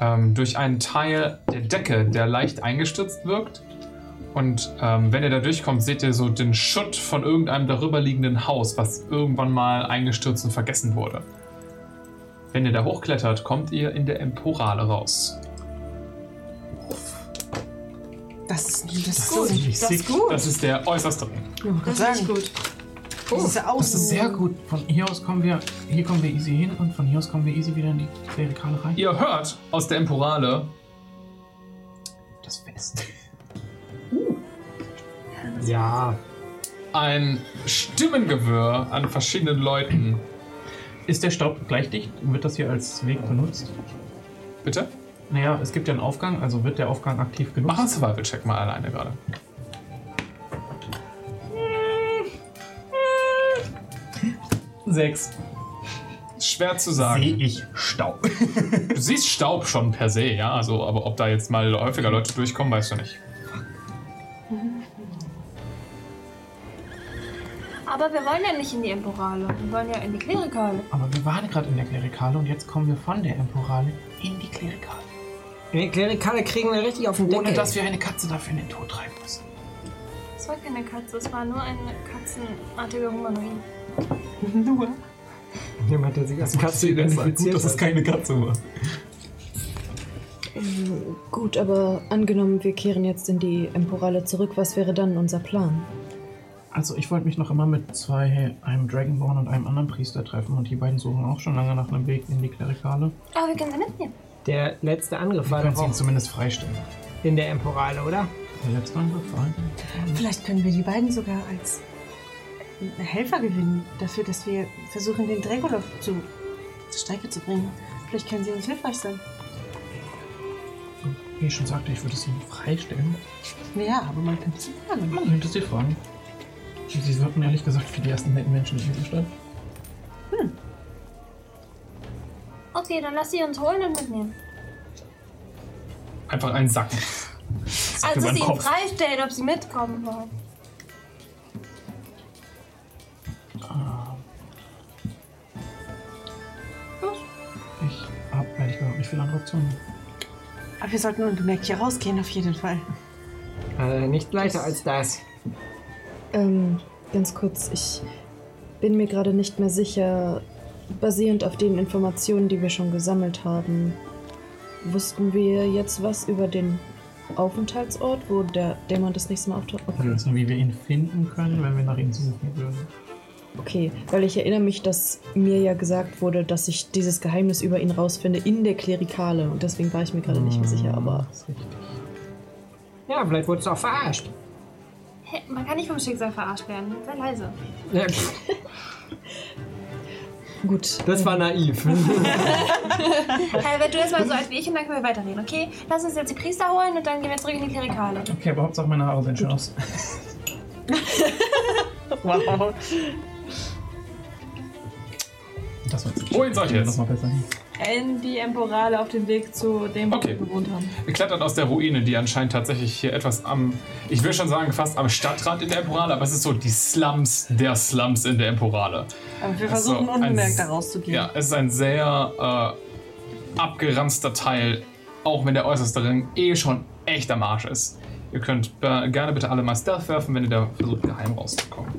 S1: Ähm, durch einen Teil der Decke, der leicht eingestürzt wirkt. Und ähm, wenn ihr da durchkommt, seht ihr so den Schutt von irgendeinem darüberliegenden Haus, was irgendwann mal eingestürzt und vergessen wurde. Wenn ihr da hochklettert, kommt ihr in der Emporale raus.
S3: Das ist, das ist
S1: Das
S3: gut.
S1: ist
S3: Das ist gut.
S1: Das ist der äußerste Ring.
S3: Das ist gut. Das ist ja
S4: Das ist sehr gut. Von hier aus kommen wir, hier kommen wir easy hin und von hier aus kommen wir easy wieder in die Klerikale rein.
S1: Ihr hört aus der Emporale
S4: Das Fest.
S10: Ja.
S1: ein Stimmengewirr an verschiedenen Leuten.
S4: Ist der Staub gleich dicht? Wird das hier als Weg benutzt?
S1: Bitte?
S4: Naja, es gibt ja einen Aufgang, also wird der Aufgang aktiv genutzt.
S1: Mach einen Survival-Check mal alleine gerade.
S4: Sechs.
S1: Schwer zu
S4: Sehe
S1: sagen.
S4: ich Staub.
S1: Du siehst Staub schon per se, ja, also, aber ob da jetzt mal häufiger Leute durchkommen, weißt du nicht.
S11: Aber wir wollen ja nicht in die Emporale. Wir wollen ja in die Klerikale.
S4: Aber wir waren gerade in der Klerikale und jetzt kommen wir von der Emporale in die Klerikale.
S10: Die Klerikale kriegen wir richtig auf den Deckel.
S4: Ohne dass wir eine Katze dafür in den Tod treiben müssen.
S11: Es war keine Katze, es war nur ein katzenartiger Humanoid.
S3: Nur.
S10: Jemand, der sich als Katze
S5: Gut,
S10: identifiziert
S5: dass es
S10: hat.
S5: keine Katze war.
S9: Gut, aber angenommen, wir kehren jetzt in die Emporale zurück, was wäre dann unser Plan?
S4: Also ich wollte mich noch immer mit zwei, einem Dragonborn und einem anderen Priester treffen und die beiden suchen auch schon lange nach einem Weg in die Klerikale.
S11: Aber wir können sie mitnehmen.
S10: Der letzte Angriff
S4: Wir
S10: war
S4: können
S10: doch
S4: sie ihn
S10: auch
S4: zumindest freistellen.
S10: in der Emporale, oder?
S4: Der letzte Angriff war
S3: Vielleicht können wir die beiden sogar als Helfer gewinnen, dafür, dass wir versuchen, den Dragolov zu, zur Strecke zu bringen. Vielleicht können sie uns hilfreich sein.
S4: Wie ich schon sagte, ich würde sie freistellen.
S3: Ja, aber man könnte sie fragen.
S4: Man könnte sie fragen. Sie wirken ehrlich gesagt wie die ersten netten Menschen in dieser Stadt.
S11: Okay, dann lass sie uns holen und mitnehmen.
S1: Einfach einen Sack.
S11: Also
S1: meinen
S11: sie
S1: Kopf.
S11: freistellen, ob sie mitkommen wollen.
S4: Ich habe ehrlich gesagt nicht viel andere Optionen.
S3: Aber wir sollten unbemerkt hier rausgehen, auf jeden Fall.
S10: Äh, nicht leichter als das.
S9: Ähm, ganz kurz, ich bin mir gerade nicht mehr sicher, basierend auf den Informationen, die wir schon gesammelt haben, wussten wir jetzt was über den Aufenthaltsort, wo der Dämon das nächste Mal auftaucht?
S4: Wir
S9: Okay.
S4: wissen, wie wir ihn finden können, wenn wir nach ihm suchen würden.
S9: okay, weil ich erinnere mich, dass mir ja gesagt wurde, dass ich dieses Geheimnis über ihn rausfinde in der Klerikale und deswegen war ich mir gerade nicht mehr sicher, aber
S4: Das ist richtig.
S10: Ja, vielleicht wurdest du auch verarscht.
S11: Hä, man kann nicht vom Schicksal verarscht werden. Sei leise.
S10: Ja, pff,
S9: gut.
S10: Das war naiv.
S11: Hey, wenn du jetzt mal so alt wie ich und dann können wir weiterreden, okay? Lass uns jetzt die Priester holen und dann gehen wir zurück in die Klerikale.
S4: Okay, aber Hauptsache meine Haare sehen schön aus.
S3: Wow.
S4: Das war jetzt.
S1: Wohin soll ich jetzt?
S4: Nochmal besser hin.
S3: In die Emporale auf dem Weg zu dem,
S1: Okay.
S3: wir gewohnt haben.
S1: Ihr klettert aus der Ruine, die anscheinend tatsächlich hier etwas am, ich will schon sagen, fast am Stadtrand in der Emporale, aber es ist so die Slums der Slums in der Emporale.
S3: Aber wir
S1: Also,
S3: versuchen
S1: ein
S3: unbemerkt
S1: S-
S3: da rauszugehen.
S1: Ja, es ist ein sehr äh, abgeranzter Teil, auch wenn der äußerste Ring eh schon echt am Arsch ist. Ihr könnt äh, gerne bitte alle mal Stealth werfen, wenn ihr da versucht, geheim rauszukommen.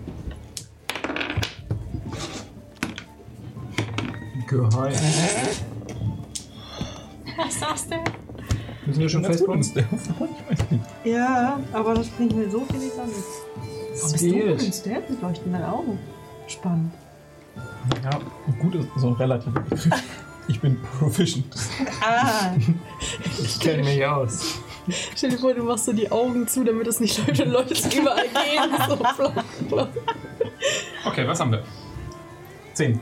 S10: Geheim.
S3: Was sagst du?
S4: Wir sind ja schon
S5: ganz gut
S4: Facebook.
S3: Ja, aber das bringt mir so viel nicht an. Warum bist du
S4: Spielt.
S3: denn Stealth mit leuchtenden Augen? Spannend.
S4: Ja, gut ist so ein relativer Begriff. [LAUGHS] Ich bin proficient.
S3: Ah,
S10: Ich kenne mich aus.
S9: Stell dir vor, du machst so die Augen zu, damit das nicht Leute [LAUGHS] läuft überall gehen. So flach, flach.
S1: Okay, was haben wir? Zehn.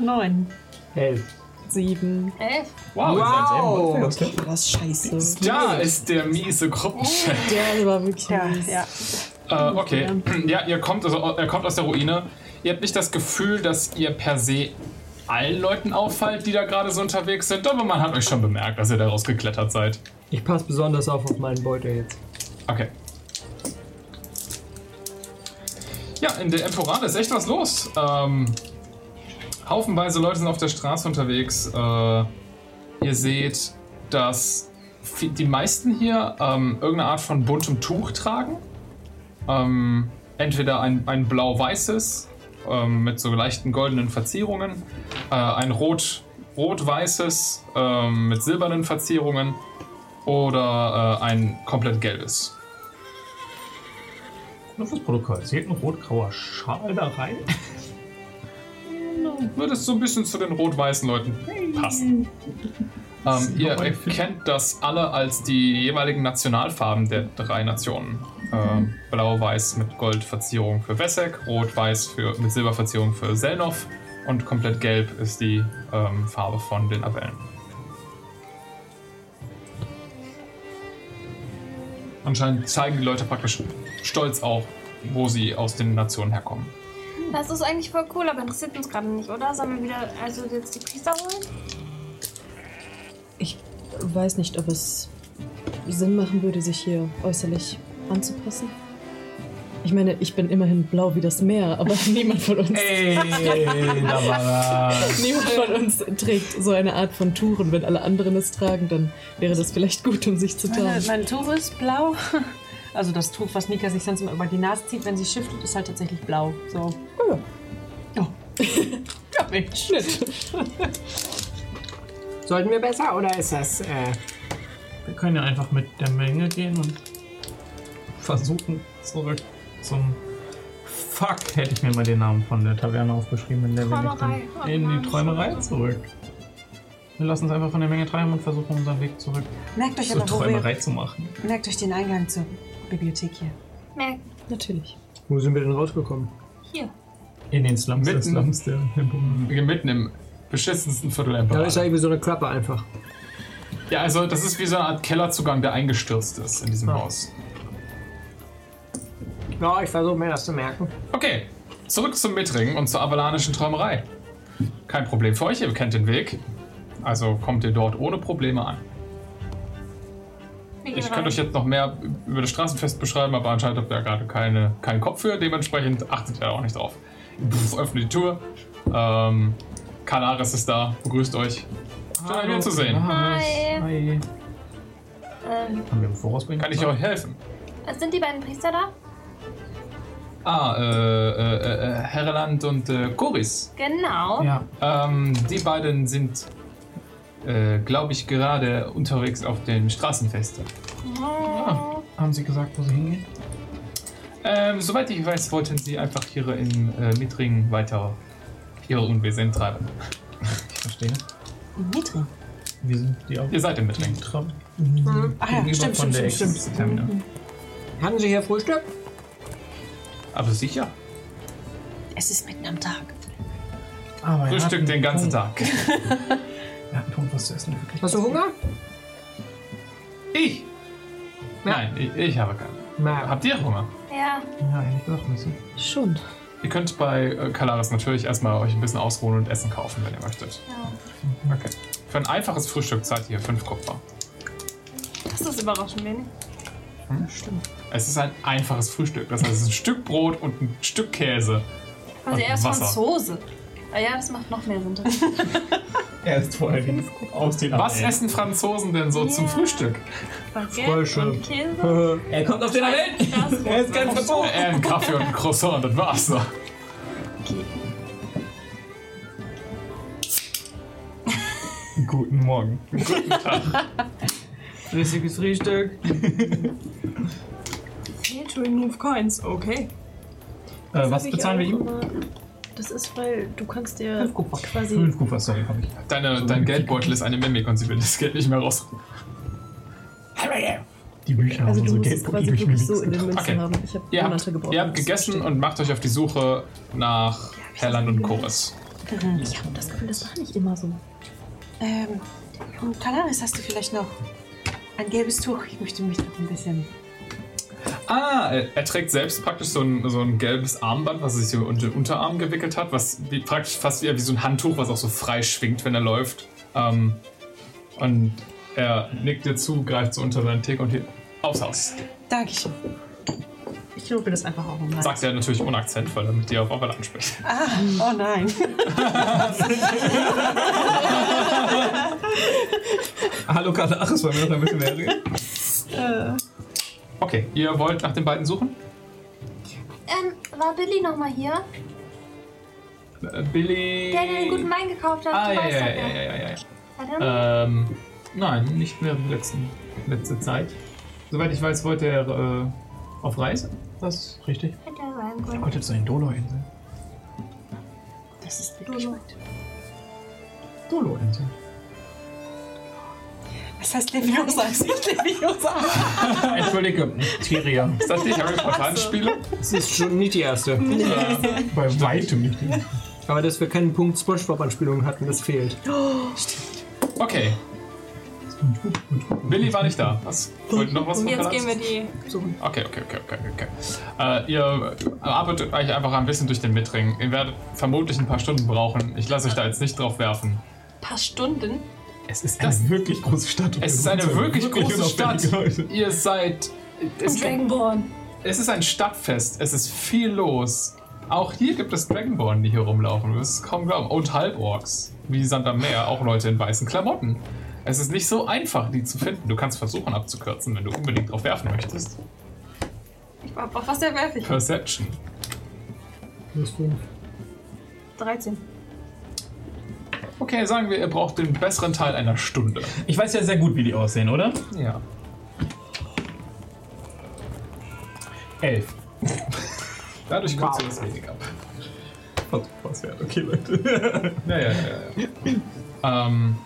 S3: neun.
S10: Elf.
S9: Sieben.
S6: Elf.
S1: Wow.
S9: Wow. Okay, war das scheiße.
S1: Da ist der miese Gruppenchef.
S9: Der war wirklich
S3: Ja,
S9: mies.
S3: ja.
S1: Äh, okay. [CLEARS THROAT] Ja, ihr kommt, also, er kommt aus der Ruine. Ihr habt nicht das Gefühl, dass ihr per se allen Leuten auffallt, die da gerade so unterwegs sind, aber man hat euch schon bemerkt, dass ihr da rausgeklettert seid.
S10: Ich passe besonders auf auf meinen Beutel jetzt.
S1: Okay. Ja, in der Emporade ist echt was los. Ähm, haufenweise Leute sind auf der Straße unterwegs. Äh, ihr seht, dass vi- die meisten hier ähm, irgendeine Art von buntem Tuch tragen. Ähm, entweder ein, ein blau-weißes ähm, mit so leichten goldenen Verzierungen, äh, ein rot- rot-weißes ähm, mit silbernen Verzierungen oder äh, ein komplett gelbes.
S4: Nur fürs Protokoll. Zählt ein rot-grauer Schal da rein?
S1: Würde es so ein bisschen zu den rot-weißen Leuten passen. Ähm, ihr erkennt das alle als die jeweiligen Nationalfarben der drei Nationen. Ähm, Blau-Weiß mit Goldverzierung für Wessek, Rot-Weiß für, mit Silberverzierung für Selnov und komplett Gelb ist die ähm, Farbe von den Abellen. Anscheinend zeigen die Leute praktisch stolz auch, wo sie aus den Nationen herkommen.
S11: Das ist eigentlich voll cool, aber interessiert uns gerade nicht, oder? Sollen wir wieder, also jetzt die Priester holen?
S9: Ich weiß nicht, ob es Sinn machen würde, sich hier äußerlich anzupassen. Ich meine, ich bin immerhin blau wie das Meer, aber [LAUGHS] niemand von uns,
S4: Ey, da war das.
S9: [LAUGHS] niemand von uns trägt so eine Art von Touren. Wenn alle anderen es tragen, dann wäre das vielleicht gut, um sich zu
S3: Meine,
S9: tarnen.
S3: mein Tuch ist blau. [LAUGHS] Also das Tuch, was Nika sich sonst immer über die Nase zieht, wenn sie shiftet, ist halt tatsächlich blau. So.
S9: Ja.
S3: Ja. ja, Mensch.
S10: Sollten wir besser oder ist das. Äh,
S4: Wir können ja einfach mit der Menge gehen und versuchen zurück zum. Fuck, hätte ich mir mal den Namen von der Taverne aufgeschrieben, in der wir nicht
S11: Träumerei.
S4: sind.
S11: Oh
S4: In
S11: nein.
S4: die Träumerei zurück. Wir lassen uns einfach von der Menge treiben und versuchen unseren Weg zurück
S3: Merkt euch
S4: zur
S3: aber, wo wir,
S4: Träumerei zu machen.
S3: merkt euch den Eingang zur Bibliothek hier.
S11: Merken.
S9: Natürlich.
S4: Wo sind wir denn rausgekommen?
S11: Hier.
S4: In den Slums der
S1: Mitten.
S4: Slums der Himmelbomben.
S1: Mitten im beschissensten Viertel der
S10: da
S1: Parade.
S10: ist ja irgendwie so eine Klappe einfach.
S1: Ja, also das ist wie so eine Art Kellerzugang, der eingestürzt ist in diesem
S10: Ah.
S1: Haus.
S10: Ja, ich versuche mir das zu merken.
S1: Okay, zurück zum Mitringen und zur avalanischen Träumerei. Kein Problem für euch, ihr kennt den Weg. Also kommt ihr dort ohne Probleme an.
S11: Wir gehen
S1: Ich
S11: rein.
S1: könnte euch jetzt noch mehr über das Straßenfest beschreiben, aber anscheinend habt ihr ja gerade keine, keinen Kopf für. Dementsprechend achtet ihr da auch nicht drauf. Pff, öffnet die Tür. Ähm, Kalaris ist da, begrüßt euch. Schön, euch wiederzusehen.
S11: Hi.
S4: Hi.
S11: Ähm, also
S4: Haben wir im Voraus bringen?
S1: Kann ich euch helfen?
S11: sind die beiden Priester da?
S1: Ah, äh, äh, äh, Herreland und äh, Koris.
S11: Genau.
S4: Ja,
S1: Ähm, die beiden sind, äh, glaube ich, gerade unterwegs auf dem Straßenfest.
S11: Oh.
S4: haben sie gesagt, wo sie hingehen?
S1: Ähm, soweit ich weiß, wollten sie einfach ihre in äh, Mitringen weiter ihre Unwesen treiben.
S4: Ich verstehe.
S3: Mitring.
S4: Wir sind die auch.
S1: Ihr seid im Mitringen.
S4: Tram.
S3: Ah ja, stimmt,
S4: von
S3: stimmt,
S4: der
S3: stimmt, stimmt.
S4: Ex-Terminal.
S10: Hatten Sie hier Frühstück?
S1: Aber sicher.
S3: Es ist mitten am Tag.
S4: Aber er hat
S1: Frühstück
S4: einen
S1: den ganzen
S4: Punkt.
S1: Tag.
S4: Er hat einen Punkt, was zu essen. Wirklich.
S10: Hast du Hunger?
S1: Ich? Nein, ich, ich habe keinen.
S10: Na,
S1: Habt ihr Hunger?
S11: Ja.
S4: Ja, eigentlich gesagt, müssen.
S1: Äh,
S9: Schon.
S1: Ihr könnt bei äh, Kalaris natürlich erstmal euch ein bisschen ausruhen und Essen kaufen, wenn ihr möchtet. Okay. Für ein einfaches Frühstück zahlt ihr fünf Kupfer.
S11: Das ist überraschend wenig.
S1: Es ist ein einfaches Frühstück. Das heißt, es ist ein Stück Brot und ein Stück Käse.
S11: Also
S1: Und
S11: er ist
S1: Wasser.
S11: Franzose. Ah ja, das macht noch mehr Sinn.
S4: Er ist vorher aus den
S1: Was essen Franzosen denn so zum
S11: Ja.
S1: Frühstück?
S11: Baguette und Käse.
S15: [LAUGHS]
S10: er kommt auf den Welt.
S11: Das
S10: Er ist ganz verzogen.
S1: Äh, einen Kaffee und ein Croissant, das war's so.
S11: okay.
S5: Guten Morgen. Guten Tag.
S10: [LAUGHS]
S4: Flüssiges Frühstück.
S6: Fail to remove coins, okay.
S5: Äh, was bezahlen wir ihm?
S8: Das ist, weil du kannst dir quasi...
S5: Fünf Kupfer, sorry, hab ich.
S1: Deine, dein Geldbeutel ist eine Mimik und sie will das Geld nicht mehr raus.
S5: Die Bücher
S9: Also
S5: haben
S9: du
S5: unsere
S9: musst es
S5: Geldbeutel
S9: quasi wirklich so in
S5: durchmixen.
S1: Okay.
S9: den Münzen haben. Ich habe
S1: Ihr habt,
S9: Monate gebraucht.
S1: ihr
S9: um
S1: habt
S9: das zu
S1: gegessen
S9: verstehen.
S1: und macht euch auf die Suche nach Herland und Chorus.
S9: Ich habe das Gefühl, das war nicht immer so.
S3: Ähm, und Kalaris, hast du vielleicht noch ein gelbes Tuch? Ich möchte mich noch ein bisschen.
S1: Ah, er, er trägt selbst praktisch so ein, so ein gelbes Armband, was er sich so unter den Unterarm gewickelt hat, was wie, praktisch fast wie, wie so ein Handtuch, was auch so frei schwingt, wenn er läuft. Ähm, und er nickt dir zu, greift so unter seinen Tick und hier aufs Haus.
S3: Dankeschön. Ich knope das einfach auch um.
S1: Sagt er natürlich ohne Akzent, weil er mit dir auf Avalanche spricht.
S3: Ah, oh nein.
S5: [LAUGHS] Hallo Kalachis, wollen wir noch ein bisschen mehr reden?
S6: Äh,
S1: Okay, ihr wollt nach den beiden suchen?
S11: Ähm, war Billy nochmal hier?
S1: Äh, Billy.
S11: Der, der den guten Wein gekauft hat.
S1: Ah,
S11: du
S1: ja,
S11: weißt
S1: ja,
S11: doch,
S1: ja, ja,
S11: wer.
S1: ja, ja.
S11: Hat er noch?
S1: Ähm, nein, nicht mehr in letzter letzte Zeit. Soweit ich weiß, wollte er äh, auf Reise.
S5: Das ist richtig.
S11: Hat er Wein
S5: Er
S11: geholt?
S5: wollte zu den Dolo-Inseln.
S3: Das ist wirklich
S11: Dolo.
S3: weit.
S5: Dolo-Inseln.
S3: Das heißt Leviosa, es ist nicht Leviosa.
S4: Entschuldige, Tyria.
S1: Ist das nicht Harry Potter Anspielung?
S10: Das ist schon nicht die erste. [LAUGHS]
S5: Bei weitem nicht.
S10: Aber dass wir keinen Punkt Spongebob-Anspielung hatten, das fehlt.
S1: Okay. Billy war nicht da. Was? Wollt ihr noch was
S6: und
S1: von
S6: jetzt
S1: Palast?
S6: gehen wir die.
S1: Okay, okay, okay, okay, okay. Äh, ihr arbeitet euch einfach ein bisschen durch den Mitring. Ihr werdet vermutlich ein paar Stunden brauchen. Ich lasse euch da jetzt nicht drauf werfen.
S6: paar Stunden.
S1: Es ist
S5: Eine wirklich große Stadt.
S1: Es ist eine wirklich große Stadt.
S5: unauffällige Leute.
S1: Ihr seid. Es,
S6: Dragonborn.
S1: es ist ein Stadtfest. Es ist viel los. Auch hier gibt es Dragonborn, die hier rumlaufen. Du wirst es kaum glauben. Und Halborgs. Wie Sand am Meer. Auch Leute in weißen Klamotten. Es ist nicht so einfach, die zu finden. Du kannst versuchen abzukürzen, wenn du unbedingt drauf werfen möchtest.
S6: Ich war auf was der werfe ich?
S1: Perception.
S2: Plus 5.
S6: 13.
S1: Okay, sagen wir, ihr braucht den besseren Teil einer Stunde.
S5: Ich weiß ja sehr gut, wie die aussehen, oder?
S1: Ja.
S5: Elf.
S1: Dadurch kürzt ihr das wenig ab.
S5: Hat was wert. Okay, Leute.
S1: [LAUGHS] Ja, ja, ja. ja. ähm,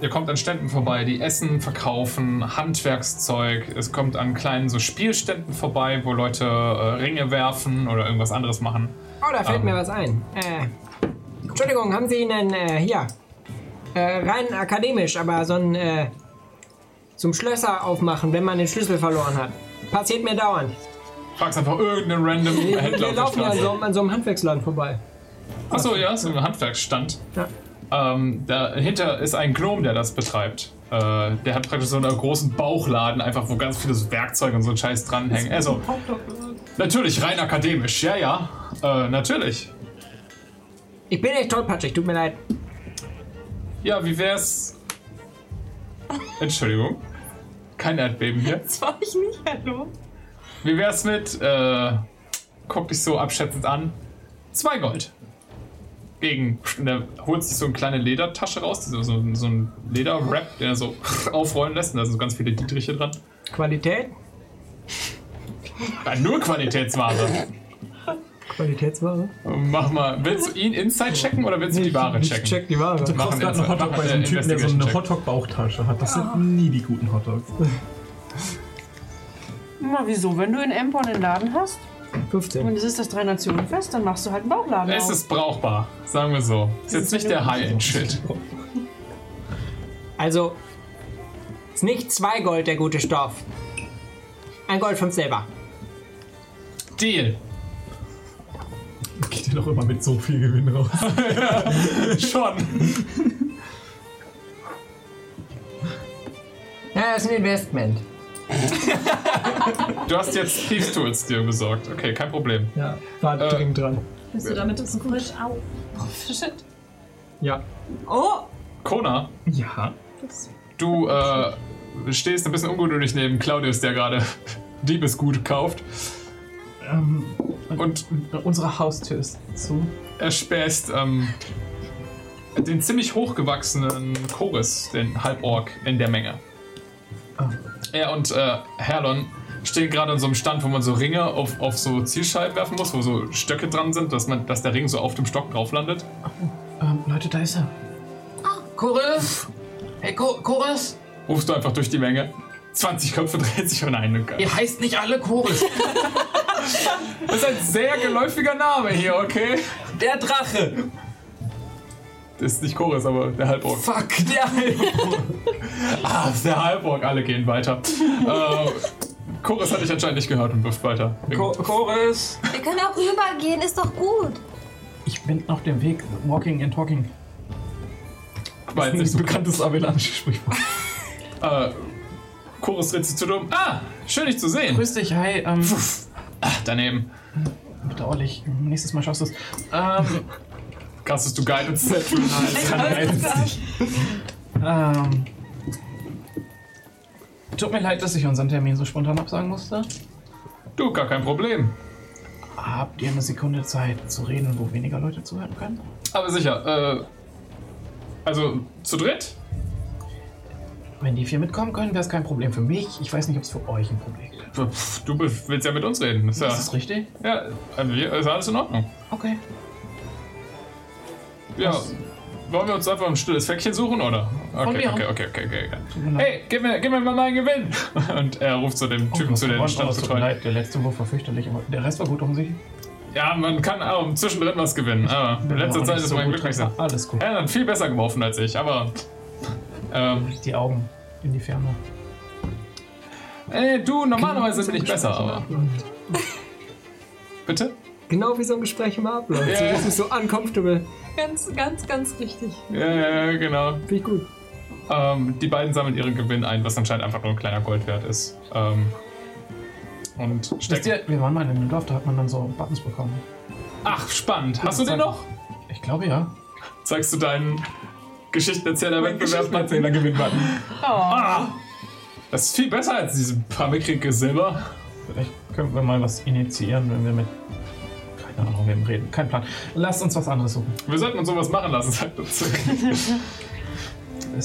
S1: ihr kommt an Ständen vorbei, die Essen verkaufen, Handwerkszeug. Es kommt an kleinen so Spielständen vorbei, wo Leute äh, Ringe werfen oder irgendwas anderes machen.
S10: Oh, da fällt
S1: Ähm.
S10: mir was ein. Äh, Entschuldigung, haben Sie einen, äh, hier, äh, rein akademisch, aber so ein, äh, zum Schlösser aufmachen, wenn man den Schlüssel verloren hat. Passiert mir dauernd.
S1: Fragst einfach irgendeinen random Händler
S10: Wir
S1: auf der
S10: laufen ja an
S1: Straße.
S10: so, an so einem Handwerksladen vorbei.
S1: Achso, ja, ist ein Handwerksstand.
S10: Ja.
S1: Ähm, dahinter ist ein Gnom, der das betreibt. Äh, der hat praktisch so einen großen Bauchladen, einfach wo ganz viele so Werkzeuge und so ein Scheiß dranhängen. Also, natürlich, rein akademisch, ja, ja. Äh, natürlich.
S10: Ich bin echt tollpatschig, tut mir leid.
S1: Ja, wie wär's? Entschuldigung. Kein Erdbeben hier.
S6: Das war ich nicht, hallo.
S1: Wie wär's mit, äh, guck dich so abschätzend an, zwei Gold. Gegen, und er holt sich so eine kleine Ledertasche raus, so, so, so ein Lederwrap, den er so [LAUGHS] aufrollen lässt, und da sind so ganz viele Dietriche dran.
S10: Qualität?
S1: Ja, nur Qualitätsware.
S10: Qualitätsware?
S1: Mach mal, willst du ihn Inside checken oder willst du die Ware checken?
S10: Ich check die Ware.
S5: Du
S1: Machen
S5: kaufst
S1: wir
S5: gerade einen
S1: jetzt-
S5: Hotdog
S1: machen
S5: bei so
S1: wir
S5: einem Typen, der so eine
S1: Investigation-Check.
S5: Hotdog-Bauchtasche hat. Das sind nie die guten Hotdogs.
S3: Na, wieso? Wenn du in Empor einen Laden hast
S10: 15.
S3: und es ist das Drei-Nationen-Fest, dann machst du halt einen Bauchladen.
S1: Es
S3: auf.
S1: ist brauchbar, sagen wir so. Ist jetzt nicht der High-End-Shit.
S10: Also, ist nicht zwei Gold der gute Stoff. Ein Gold, fünf Silber.
S1: Deal.
S5: Geht ja doch immer mit so viel Gewinn raus.
S1: [LAUGHS] Schon.
S10: Ja, das ist ein Investment.
S1: Du hast jetzt Thieves Tools dir besorgt. Okay, kein Problem.
S10: Ja, war
S4: halt
S1: Äh.
S10: dringend dran.
S6: Bist du damit im Frisch auch? Proficient.
S10: Ja.
S6: Oh!
S1: Kona,
S5: Ja.
S1: du äh, stehst ein bisschen ungeduldig neben Claudius, der gerade Diebesgut kauft.
S5: Ähm,
S1: Und
S5: unsere Haustür ist zu.
S1: er späßt ähm, den ziemlich hochgewachsenen Chorus, den Halborg, in der Menge. Er und äh, Herlon stehen gerade an so einem Stand, wo man so Ringe auf, auf so Zielscheiben werfen muss, wo so Stöcke dran sind, dass, man, dass der Ring so auf dem Stock drauf landet.
S4: Ähm, Leute, da ist er.
S16: Chorus? Hey, Cho- Chorus?
S1: Rufst du einfach durch die Menge. 20 Köpfe [LAUGHS] drehen sich um einen.
S16: Ihr heißt nicht alle Chorus.
S1: Das ist ein sehr geläufiger Name hier, okay?
S16: Der Drache.
S1: Das ist nicht Chorus, aber der Halborg.
S16: Fuck, der
S10: [LAUGHS]
S16: Halborg.
S1: Ah, ist der Halborg, alle gehen weiter. äh, Chorus hatte ich anscheinend nicht gehört und wirft weiter.
S4: Chorus!
S15: Wir können auch rübergehen, ist doch gut.
S4: Ich bin auf dem Weg. Walking and talking.
S1: War jetzt [LAUGHS] nicht so
S4: bekanntes avellanisches Sprichwort.
S1: [LAUGHS] äh, Chorus dreht sich zu dumm. Ah, schön dich zu sehen.
S4: Grüß dich, hi. Ähm,
S1: Ah, daneben.
S4: bedauerlich. Nächstes Mal schaffst du es. Ähm,
S1: Kastest du Guidance Set?
S4: [LAUGHS] ähm, tut mir leid, dass ich unseren Termin so spontan absagen musste.
S1: Du, gar kein Problem.
S4: Habt ihr eine Sekunde Zeit zu reden, wo weniger Leute zuhören können?
S1: Aber sicher, äh, also zu dritt?
S4: Wenn die vier mitkommen können, wäre es kein Problem für mich. Ich weiß nicht, ob es für euch ein Problem ist.
S1: Pff, Du willst ja mit uns reden. Ist, ja,
S4: Ist das richtig?
S1: Ja, äh, wir- ist alles in Ordnung.
S4: Okay.
S1: Ja. Wollen wir uns einfach ein stilles Fäckchen suchen, oder?
S4: Von
S1: Okay,
S4: mir
S1: okay, okay, okay, okay. okay. Hey, gib mir, gib mir mal meinen Gewinn! [LAUGHS] Und er ruft zu dem Typen, zu dem
S4: Ron,
S1: Stand
S4: oh, es
S1: zu
S4: tut mir leid, Der letzte Wurf war fürchterlich, aber der Rest war gut offensichtlich.
S1: Ja, man kann auch zwischendrin was gewinnen, aber in
S4: bin
S1: letzter
S4: auch
S1: Zeit
S4: nicht
S1: ist ne?
S4: so
S1: mein
S4: gut
S1: Glück nicht so.
S4: treffer. Alles gut.
S1: Er hat viel besser geworfen als ich, aber. Ähm,
S4: Die Augen in die Ferne.
S1: ey, du, normalerweise bin ich besser, [LAUGHS] aber. Bitte?
S10: Genau wie so ein Gespräch immer abläuft.
S1: Ja.
S10: So richtig so uncomfortable.
S6: Ganz, ganz, ganz richtig.
S1: Ja, ja, ja, genau.
S10: Finde ich gut.
S1: Ähm, die beiden sammeln ihren Gewinn ein, was anscheinend einfach nur ein kleiner Goldwert ist. Ähm, und
S4: Wisst
S1: steckt.
S4: ihr, wir waren mal in einem Dorf, da hat man dann so Buttons bekommen.
S1: Ach, spannend. Hast du den noch?
S4: Ich glaube ja.
S1: Zeigst du deinen Geschichtenerzähler weggewerfen? Geschichtenerzähler gewinnt man. Ah, das ist viel besser als diese paar mickrige Silber.
S4: Vielleicht können wir mal was initiieren, wenn wir mit. Keine Ahnung, wem reden. Kein Plan. Lasst uns was anderes suchen.
S1: Wir sollten uns sowas machen lassen, sagt uns.
S4: [LAUGHS]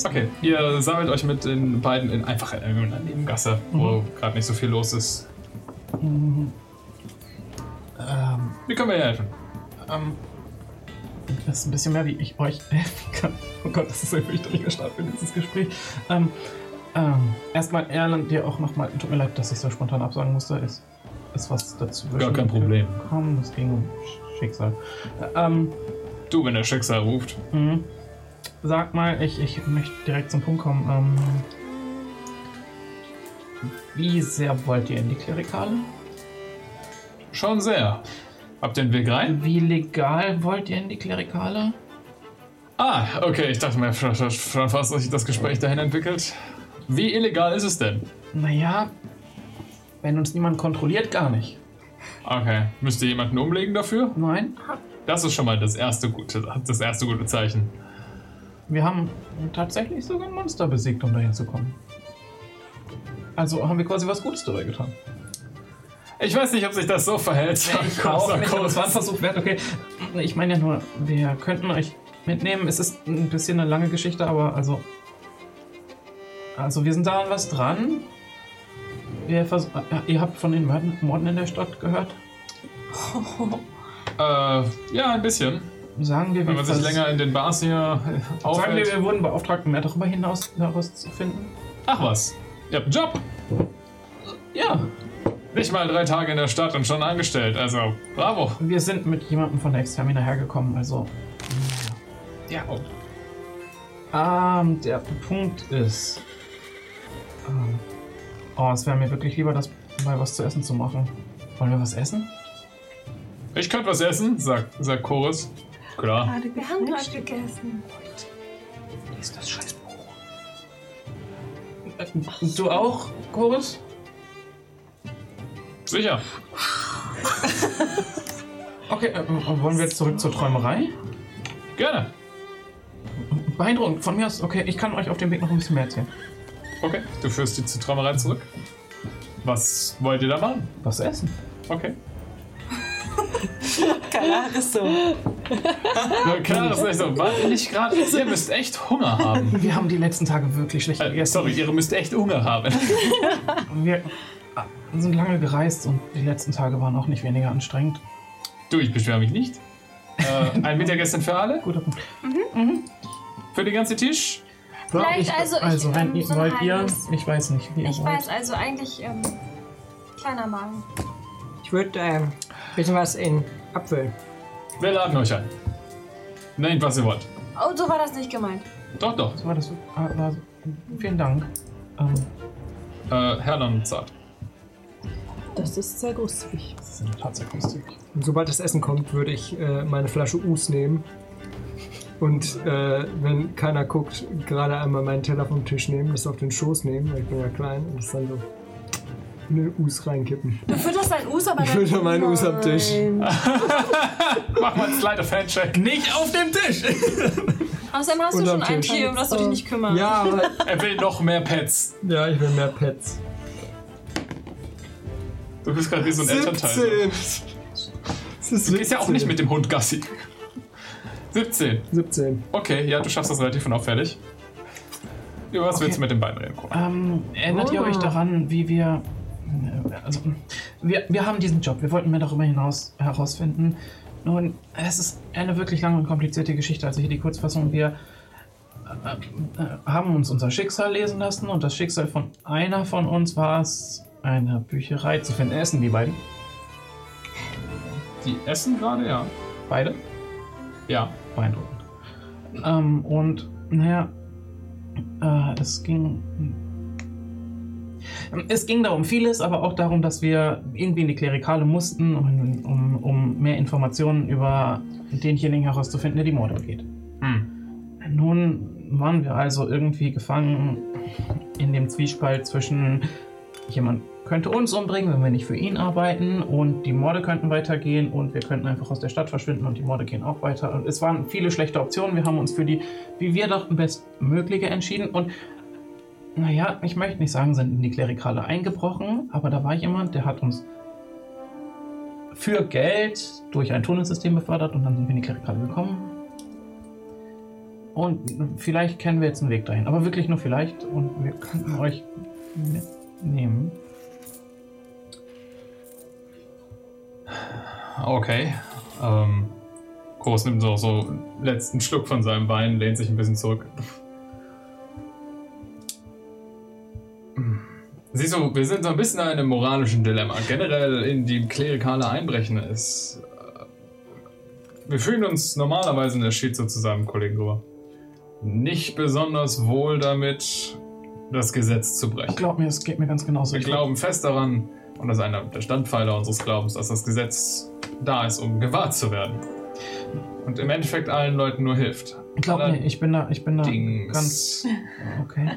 S1: Okay, ihr sammelt euch mit den beiden in einfach in einer Nebengasse, wo gerade nicht so viel los ist.
S4: Mhm. Ähm,
S1: Wie können wir ihr helfen?
S4: ähm. Das ist ein bisschen mehr, wie ich euch helfen kann. Oh Gott, das ist ein fürchterlicher Start für dieses Gespräch. Ähm, ähm, erstmal Erland, dir auch nochmal. Tut mir leid, dass ich so spontan absagen musste. Ist, ist was dazu.
S1: Gar kein Problem.
S4: Komm, es ging um Schicksal. Ä- Ähm,
S1: Du, wenn der Schicksal ruft.
S4: Mhm. Sag mal, ich, ich möchte direkt zum Punkt kommen. Ähm, wie sehr wollt ihr in die Klerikale?
S1: Schon sehr. Habt ihr den Weg rein?
S4: Wie legal wollt ihr in die Klerikale?
S1: Ah, okay, ich dachte mir schon schon- schon fast, dass sich das Gespräch dahin entwickelt. Wie illegal ist es denn?
S4: Naja, wenn uns niemand kontrolliert, gar nicht.
S1: Okay, müsst ihr jemanden umlegen dafür?
S4: Nein,
S1: Das ist schon mal das erste gute, das erste gute Zeichen.
S4: wir haben tatsächlich sogar ein Monster besiegt, um dahin zu kommen. Also haben wir quasi was Gutes dabei
S1: [LAUGHS]
S4: getan.
S1: Ich weiß nicht, ob sich das so verhält.
S4: Ich auch nicht, aber es war ein Versuch wert, okay. Ich meine ja nur, wir könnten euch mitnehmen. Es ist ein bisschen eine lange Geschichte, aber also. Also, wir sind da an was dran. Wir vers- äh, ihr habt von den Mörden- Morden in der Stadt gehört.
S1: Äh, ja, ein bisschen.
S4: Sagen wir,
S1: Wenn
S4: wir,
S1: man sich
S4: vers-
S1: länger in den Bars hier äh,
S4: sagen wir,
S1: aufhält.
S4: wir wurden beauftragt, mehr darüber hinaus herauszufinden.
S1: Ach was, ihr habt einen Job.
S4: Ja,
S1: Nicht mal drei Tage in der Stadt und schon angestellt. Also, bravo.
S4: wir sind mit jemandem von der Extermina hergekommen, also.
S1: Ja.
S4: Ähm, der Punkt ist. Ähm, oh, es wäre mir wirklich lieber, das mal was zu essen zu machen. Wollen wir was essen?
S1: Ich könnte was essen, sagt, sagt Chorus. Klar.
S6: Wir haben gerade gegessen.
S4: Ist das scheiß Buch. Du auch, Chorus?
S1: Sicher.
S4: Okay, äh, wollen wir jetzt zurück zur Träumerei?
S1: Gerne.
S4: Beeindruckend, von mir aus. Okay, ich kann euch auf dem Weg noch ein bisschen mehr erzählen.
S1: Okay, du führst die Zitramerei zurück. Was wollt ihr da machen?
S4: Was essen?
S1: Okay.
S3: Klar, ist so.
S1: Ja, klar, das ist echt so. Wart ihr nicht gerade? Ihr müsst echt Hunger haben.
S4: Wir haben die letzten Tage wirklich schlecht
S1: Äh, sorry, ihr müsst echt Hunger haben.
S4: Wir ah, sind lange gereist und die letzten Tage waren auch nicht weniger anstrengend.
S1: Du, ich beschwere mich nicht. Äh, ein Mittagessen für alle?
S4: Guter Punkt.
S1: Für den ganzen Tisch?
S6: Vielleicht Ich- also ich- also, wenn ähm, ihr- so ein wollt ihr- halbes-
S4: Ich weiß nicht, wie
S6: Ich weiß, also eigentlich ähm, kleiner Magen.
S10: Ich würde ähm, ein bisschen was in Apfel.
S1: Wir laden euch ein. Nennt, was ihr wollt.
S6: Oh, so war das nicht gemeint.
S1: Doch, doch.
S4: Das war das. ah, war- Vielen Dank. Ähm,
S1: Äh, Herlan zart.
S9: Das ist sehr großzügig.
S4: das ist in der Tat sehr günstig.
S10: Und sobald das Essen kommt, würde ich äh, meine Flasche Us nehmen. Und äh, wenn keiner guckt, gerade einmal meinen Teller vom Tisch nehmen, das auf den Schoß nehmen, weil ich bin ja klein, und das dann so eine Us reinkippen.
S6: Du fütterst dein Us, aber
S10: Ich fütter meinen Us am Tisch.
S1: Mach mal einen Slider-Fan-Check.
S10: [LAUGHS]
S16: Nicht auf dem Tisch!
S6: Außerdem hast du
S10: Unterm
S6: schon ein
S10: Tisch.
S6: Tier, um das du dich nicht kümmerst.
S10: Ja, aber
S1: Er will noch mehr Pets.
S10: ja, ich will mehr Pets.
S1: Du bist gerade wie so ein Elternteil. ne?
S10: 17! Es ist
S1: Du gehst ja auch
S10: 17.
S1: nicht mit dem Hund Gassi. 17.
S10: 17.
S1: Okay, ja, du schaffst das relativ unaufhällig. Über was willst du mit den beiden reden, Cora?
S4: Ähm, erinnert ihr
S10: Ah.
S4: euch daran, wie wir. äh, Also, wir, wir haben diesen Job. Wir wollten mehr darüber hinaus herausfinden. Nun, es ist eine wirklich lange und komplizierte Geschichte. Also hier die Kurzfassung. Wir äh, äh, haben uns unser Schicksal lesen lassen und das Schicksal von einer von uns war es, eine Bücherei zu finden. Essen die beiden?
S1: Die essen gerade, ja.
S4: Beide?
S1: Ja.
S4: beeindruckend. Ähm, und naja, äh, es ging. Ähm, Es ging darum vieles, aber auch darum, dass wir irgendwie in die Klerikale mussten, um, um, um mehr Informationen über denjenigen herauszufinden, der die Morde begeht.
S1: Hm.
S4: Nun waren wir also irgendwie gefangen in dem Zwiespalt zwischen jemand könnte uns umbringen, wenn wir nicht für ihn arbeiten und die Morde könnten weitergehen und wir könnten einfach aus der Stadt verschwinden und die Morde gehen auch weiter. Und es waren viele schlechte Optionen. Wir haben uns für die, wie wir dachten, bestmögliche entschieden und naja, ich möchte nicht sagen, sind in die Klerikale eingebrochen, aber da war jemand, der hat uns für Geld durch ein Tunnelsystem befördert und dann sind wir in die Klerikale gekommen. Und vielleicht kennen wir jetzt einen Weg dahin. Aber wirklich nur vielleicht. Und wir könnten euch mitnehmen.
S1: Okay. Ähm, Kors nimmt so, so einen letzten Schluck von seinem Wein, lehnt sich ein bisschen zurück. Siehst du, wir sind so ein bisschen in einem moralischen Dilemma. Generell in die klerikale Einbrechen ist. äh, Wir fühlen uns normalerweise in der Schied so zu seinem Kollegen rüber. Nicht besonders wohl damit, das Gesetz zu brechen.
S4: Glaub mir, es geht mir ganz genauso.
S1: Wir glauben fest daran, und das ist einer der Standpfeiler unseres Glaubens, dass das Gesetz da ist, um gewahrt zu werden. Und im Endeffekt allen Leuten nur hilft.
S4: Glaub mir, ich bin da, ich bin da ganz.
S1: Allerdings
S4: Okay.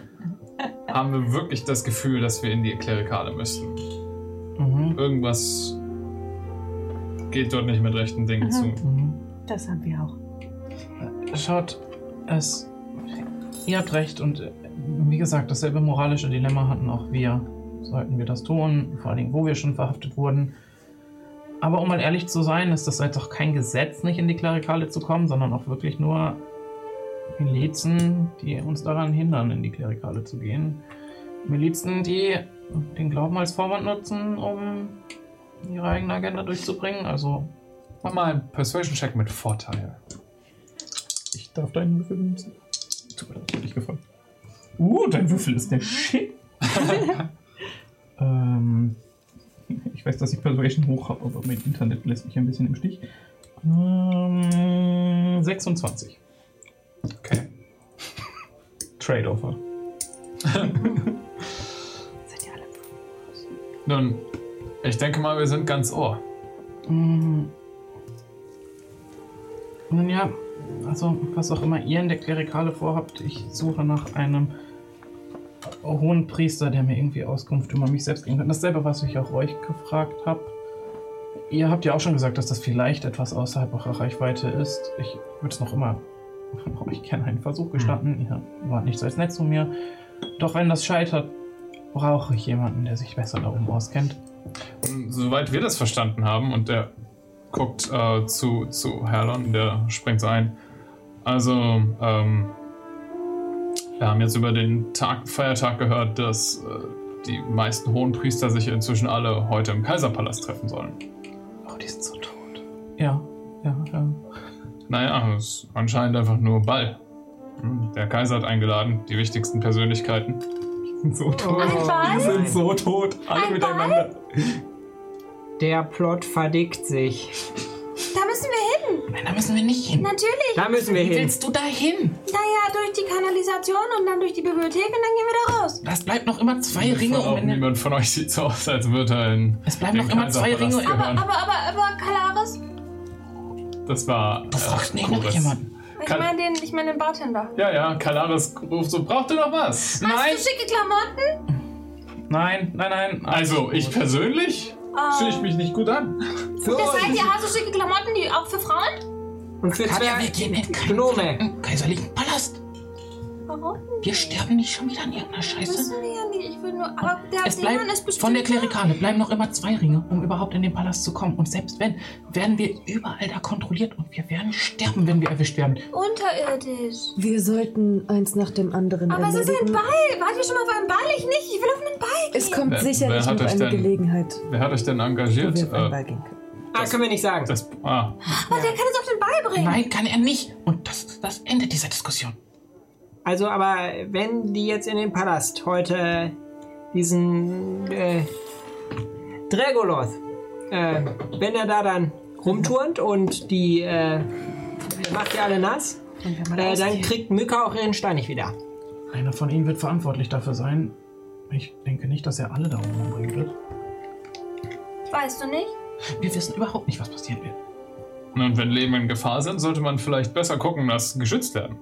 S1: haben wir wirklich das Gefühl, dass wir in die Klerikale müssen.
S4: Mhm.
S1: Irgendwas geht dort nicht mit rechten Dingen zu.
S4: Mhm.
S3: Das haben wir auch.
S4: Schaut, es. Ihr habt recht und äh, wie gesagt, dasselbe moralische Dilemma hatten auch wir. Sollten wir das tun, vor allem wo wir schon verhaftet wurden. Aber um mal ehrlich zu sein, ist das halt auch kein Gesetz, nicht in die Klerikale zu kommen, sondern auch wirklich nur Milizen, die uns daran hindern, in die Klerikale zu gehen. Milizen, die den Glauben als Vorwand nutzen, um ihre eigene Agenda durchzubringen. Also,
S1: Mach mal einen Persuasion-Check mit Vorteil.
S5: Ich darf deinen Würfel benutzen. Tut mir leid, ich hab dich gefangen. Uh, dein Würfel ist der Shit. ähm, ich weiß, dass ich Persuasion hoch habe, aber mein Internet lässt mich ein bisschen im Stich.
S4: ähm, 26.
S1: Okay.
S5: Trade-Offer.
S1: Nun, ich denke mal, wir sind ganz ohr.
S4: Mm. Nun ja, also was auch immer ihr in der Klerikale vorhabt, ich suche nach einem hohen Priester, der mir irgendwie Auskunft über mich selbst geben kann. Dasselbe, was ich auch euch gefragt habe. Ihr habt ja auch schon gesagt, dass das vielleicht etwas außerhalb eurer Reichweite ist. Ich würde es noch immer [LAUGHS] von euch gerne einen Versuch gestatten. Ihr wart nicht so als nett zu mir. Doch wenn das scheitert, brauche ich jemanden, der sich besser darum auskennt.
S1: Soweit wir das verstanden haben und der guckt äh, zu, zu Herlon, der springt so ein. Also, ähm, wir haben jetzt über den Tag, Feiertag gehört, dass äh, die meisten hohen Priester sich inzwischen alle heute im Kaiserpalast treffen sollen. Oh, die sind so tot.
S4: Ja, ja, ja.
S1: Naja, es ist anscheinend einfach nur Ball. Hm, Der Kaiser hat eingeladen, die wichtigsten Persönlichkeiten.
S5: So tot.
S10: Ein Ball?
S5: Die sind so tot. Alle
S10: Ein
S5: miteinander.
S10: Der Plot verdickt sich.
S15: Da müssen wir hin.
S16: Nein, da müssen wir nicht hin.
S15: Natürlich.
S10: Da müssen wir hin.
S16: Willst du da hin?
S15: Naja, durch die Kanalisation und dann durch die Bibliothek und dann gehen wir da raus.
S16: Das bleibt noch immer zwei Ringe
S1: Auch
S16: um. Wenn
S1: niemand von euch sieht so aus, als würde er in. Es
S16: bleiben noch immer zwei Ringe.
S15: Aber, aber, aber, aber, Kalaris,
S1: Das war. äh, Du fragst nicht
S16: nach jemandem.
S15: ich
S1: Kal
S15: meine den, ich mein den Bartender.
S1: ja, ja, Kalaris ruft so: Braucht ihr noch
S15: Hast
S1: was?
S15: du schicke Klamotten?
S1: Nein, nein, nein. Also, ich persönlich
S15: Ähm.
S1: fühle ich mich nicht gut an. Oh,
S15: das heißt, ihr hast so schicke Klamotten, die auch für Frauen?
S10: Und für
S16: Katja,
S10: zwei
S16: wir gehen in keinen
S10: Gnome.
S16: verdammten kaiserlichen Palast.
S15: Warum?
S16: Wir sterben nicht schon wieder an irgendeiner Scheiße.
S15: Müssen wir ja nicht. Ich will nur. Aber der
S16: Es
S15: Dämon
S16: bleibt
S15: ist bestimmt.
S16: von der Klerikale bleiben noch immer zwei Ringe, um überhaupt in den Palast zu kommen. Und selbst wenn, werden wir überall da kontrolliert und wir werden sterben, wenn wir erwischt werden.
S15: Unterirdisch.
S9: Wir sollten eins nach dem anderen
S15: Aber es ist ein
S9: erledigen.
S15: Ball. Wart ihr schon mal auf einem Ball? Ich nicht. Ich will auf einen Ball gehen.
S9: Es kommt
S1: Wer- wer
S9: sicherlich
S1: hat
S9: noch
S1: euch
S9: eine
S1: denn-
S9: Gelegenheit.
S1: Wer hat euch denn engagiert? Äh,
S9: Wo wir auf einen
S10: Ah,
S9: Ball
S10: können wir nicht sagen.
S1: das, ah,
S15: Aber der kann es auf den Ball bringen.
S16: Nein, kann er nicht. Und das ist das Ende dieser Diskussion.
S10: Also, aber wenn die jetzt in den Palast heute diesen äh, Dragoloth, äh, wenn er da dann rumturnt und die äh, macht die alle nass, äh, dann kriegt Mücke auch ihren Stein nicht wieder.
S4: Einer von ihnen wird verantwortlich dafür sein. Ich denke nicht, dass er alle da oben umbringen wird.
S15: Weißt du nicht?
S16: Wir wissen überhaupt nicht, was passieren wird.
S1: und wenn Leben in Gefahr sind, sollte man vielleicht besser gucken, dass sie geschützt werden.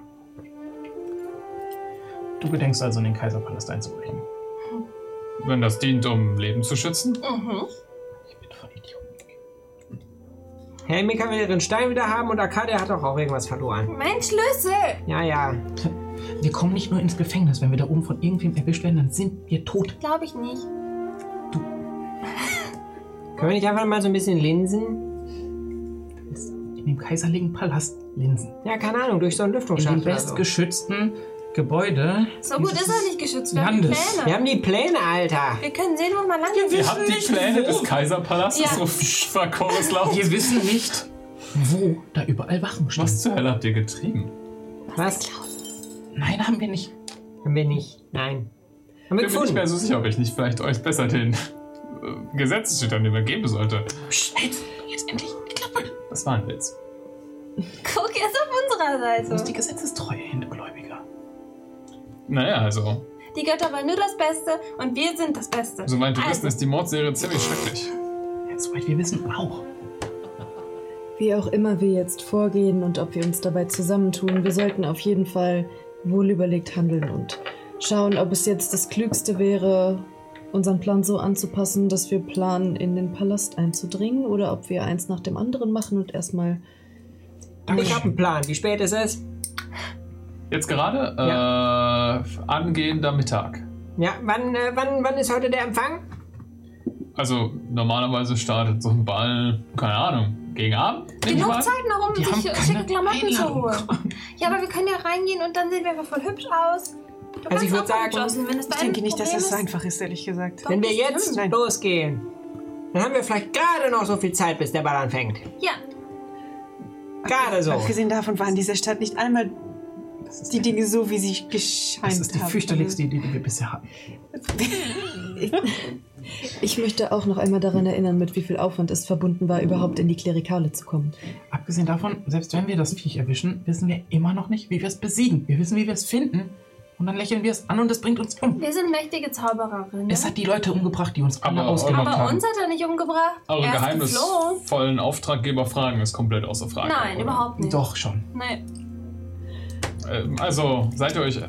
S4: Du gedenkst also, in den Kaiserpalast einzubrechen.
S1: Wenn das dient, um Leben zu schützen.
S15: Mhm.
S10: Hey, Mika will ihren Stein wieder haben und Arcadia hat doch auch irgendwas verloren.
S15: Mein Schlüssel.
S10: Ja, ja.
S16: Wir kommen nicht nur ins Gefängnis. Wenn wir da oben von irgendwem erwischt werden, dann sind wir tot.
S15: Glaube ich nicht.
S10: Können wir nicht einfach mal so ein bisschen linsen?
S4: In dem kaiserlichen Palast Linsen.
S10: Ja, keine Ahnung, durch so einen
S4: In dem
S10: Lüftungsschacht. oder so.
S4: bestgeschützten Gebäude.
S15: So gut ist er nicht geschützt. Wir haben die
S4: Landes.
S15: Pläne.
S10: Wir haben die Pläne, Alter.
S15: Wir können sehen, wo man lang geht.
S1: Ihr habt die Pläne des Kaiserpalastes
S15: Ja.
S1: so war Chorus laut.
S4: Wir wissen nicht, wo da überall Wachen stehen.
S1: Was zur Hölle habt ihr getrieben?
S10: Was?
S16: Nein, haben wir nicht.
S10: Haben wir nicht. Nein. Haben wir
S1: Ich bin nicht
S10: gefunden.
S1: mehr so sicher, ob ich nicht vielleicht euch besser den äh, Gesetzesschüttern übergeben sollte.
S16: Jetzt, jetzt endlich. Die Klappe.
S1: Das war ein Witz.
S15: Guck, er ist auf unserer
S4: Wo ist die
S15: Seite.
S4: Gesetzestreue Hindgläubiger?
S1: Naja, also,
S15: Die Götter wollen nur das Beste und wir sind das Beste.
S1: soweit wir
S15: Also,
S1: wissen, ist die Mordserie ziemlich schrecklich.
S4: Ja, Soweit wir wissen, auch.
S9: Wie auch immer wir jetzt vorgehen und ob wir uns dabei zusammentun, wir sollten auf jeden Fall wohlüberlegt handeln und schauen, ob es jetzt das Klügste wäre, unseren Plan so anzupassen, dass wir planen, in den Palast einzudringen oder ob wir eins nach dem anderen machen und erstmal.
S10: Ich habe einen Plan. Wie spät ist es?
S1: Jetzt gerade? Äh, angehender Mittag.
S10: Ja, wann, äh, wann, wann ist heute der Empfang?
S1: Also, normalerweise startet so ein Ball, keine Ahnung, gegen Abend? nehme ich mal
S15: Genug
S1: an.
S15: Zeit noch, um
S16: Die haben
S15: sich
S16: keine
S15: schicke Klamotten zu
S16: Einladung.
S15: holen. Ja, aber wir können ja reingehen und dann sehen wir einfach voll hübsch aus. Du
S10: Also ich
S15: kannst
S10: würd
S15: auch
S10: sagen,
S15: hübsch aussehen, wenn das
S3: Ich
S15: dein
S3: denke nicht, dass
S15: Problem
S3: das so
S15: ist.
S3: einfach ist, ehrlich gesagt.
S10: Wenn wir
S15: Doch,
S10: jetzt
S3: nein.
S10: losgehen, dann haben wir vielleicht gerade noch so viel Zeit, bis der Ball anfängt.
S15: Ja,
S10: Gerade so.
S3: Abgesehen davon war in dieser Stadt nicht einmal die Dinge so, wie sie gescheint haben.
S4: Das ist die fürchterlichste Idee, die wir bisher hatten.
S9: Ich möchte auch noch einmal daran erinnern, mit wie viel Aufwand es verbunden war, überhaupt in die Klerikale zu kommen.
S4: Abgesehen davon, selbst wenn wir das Viech erwischen, wissen wir immer noch nicht, wie wir es besiegen. Wir wissen, wie wir es finden. Und dann lächeln wir es an und es bringt uns um.
S15: wir sind mächtige Zaubererinnen.
S4: Es hat die Leute umgebracht, die uns alle
S1: Aber-
S4: ausgeraubt
S15: aber
S4: haben.
S15: uns hat er nicht umgebracht.
S1: Euren
S15: er ist geflohen.
S1: geheimnisvollen Auftraggeber fragen ist komplett außer Frage.
S15: Nein,
S1: oder?
S15: überhaupt nicht.
S4: Doch schon.
S15: Nee.
S1: Ähm, also, seid ihr euch.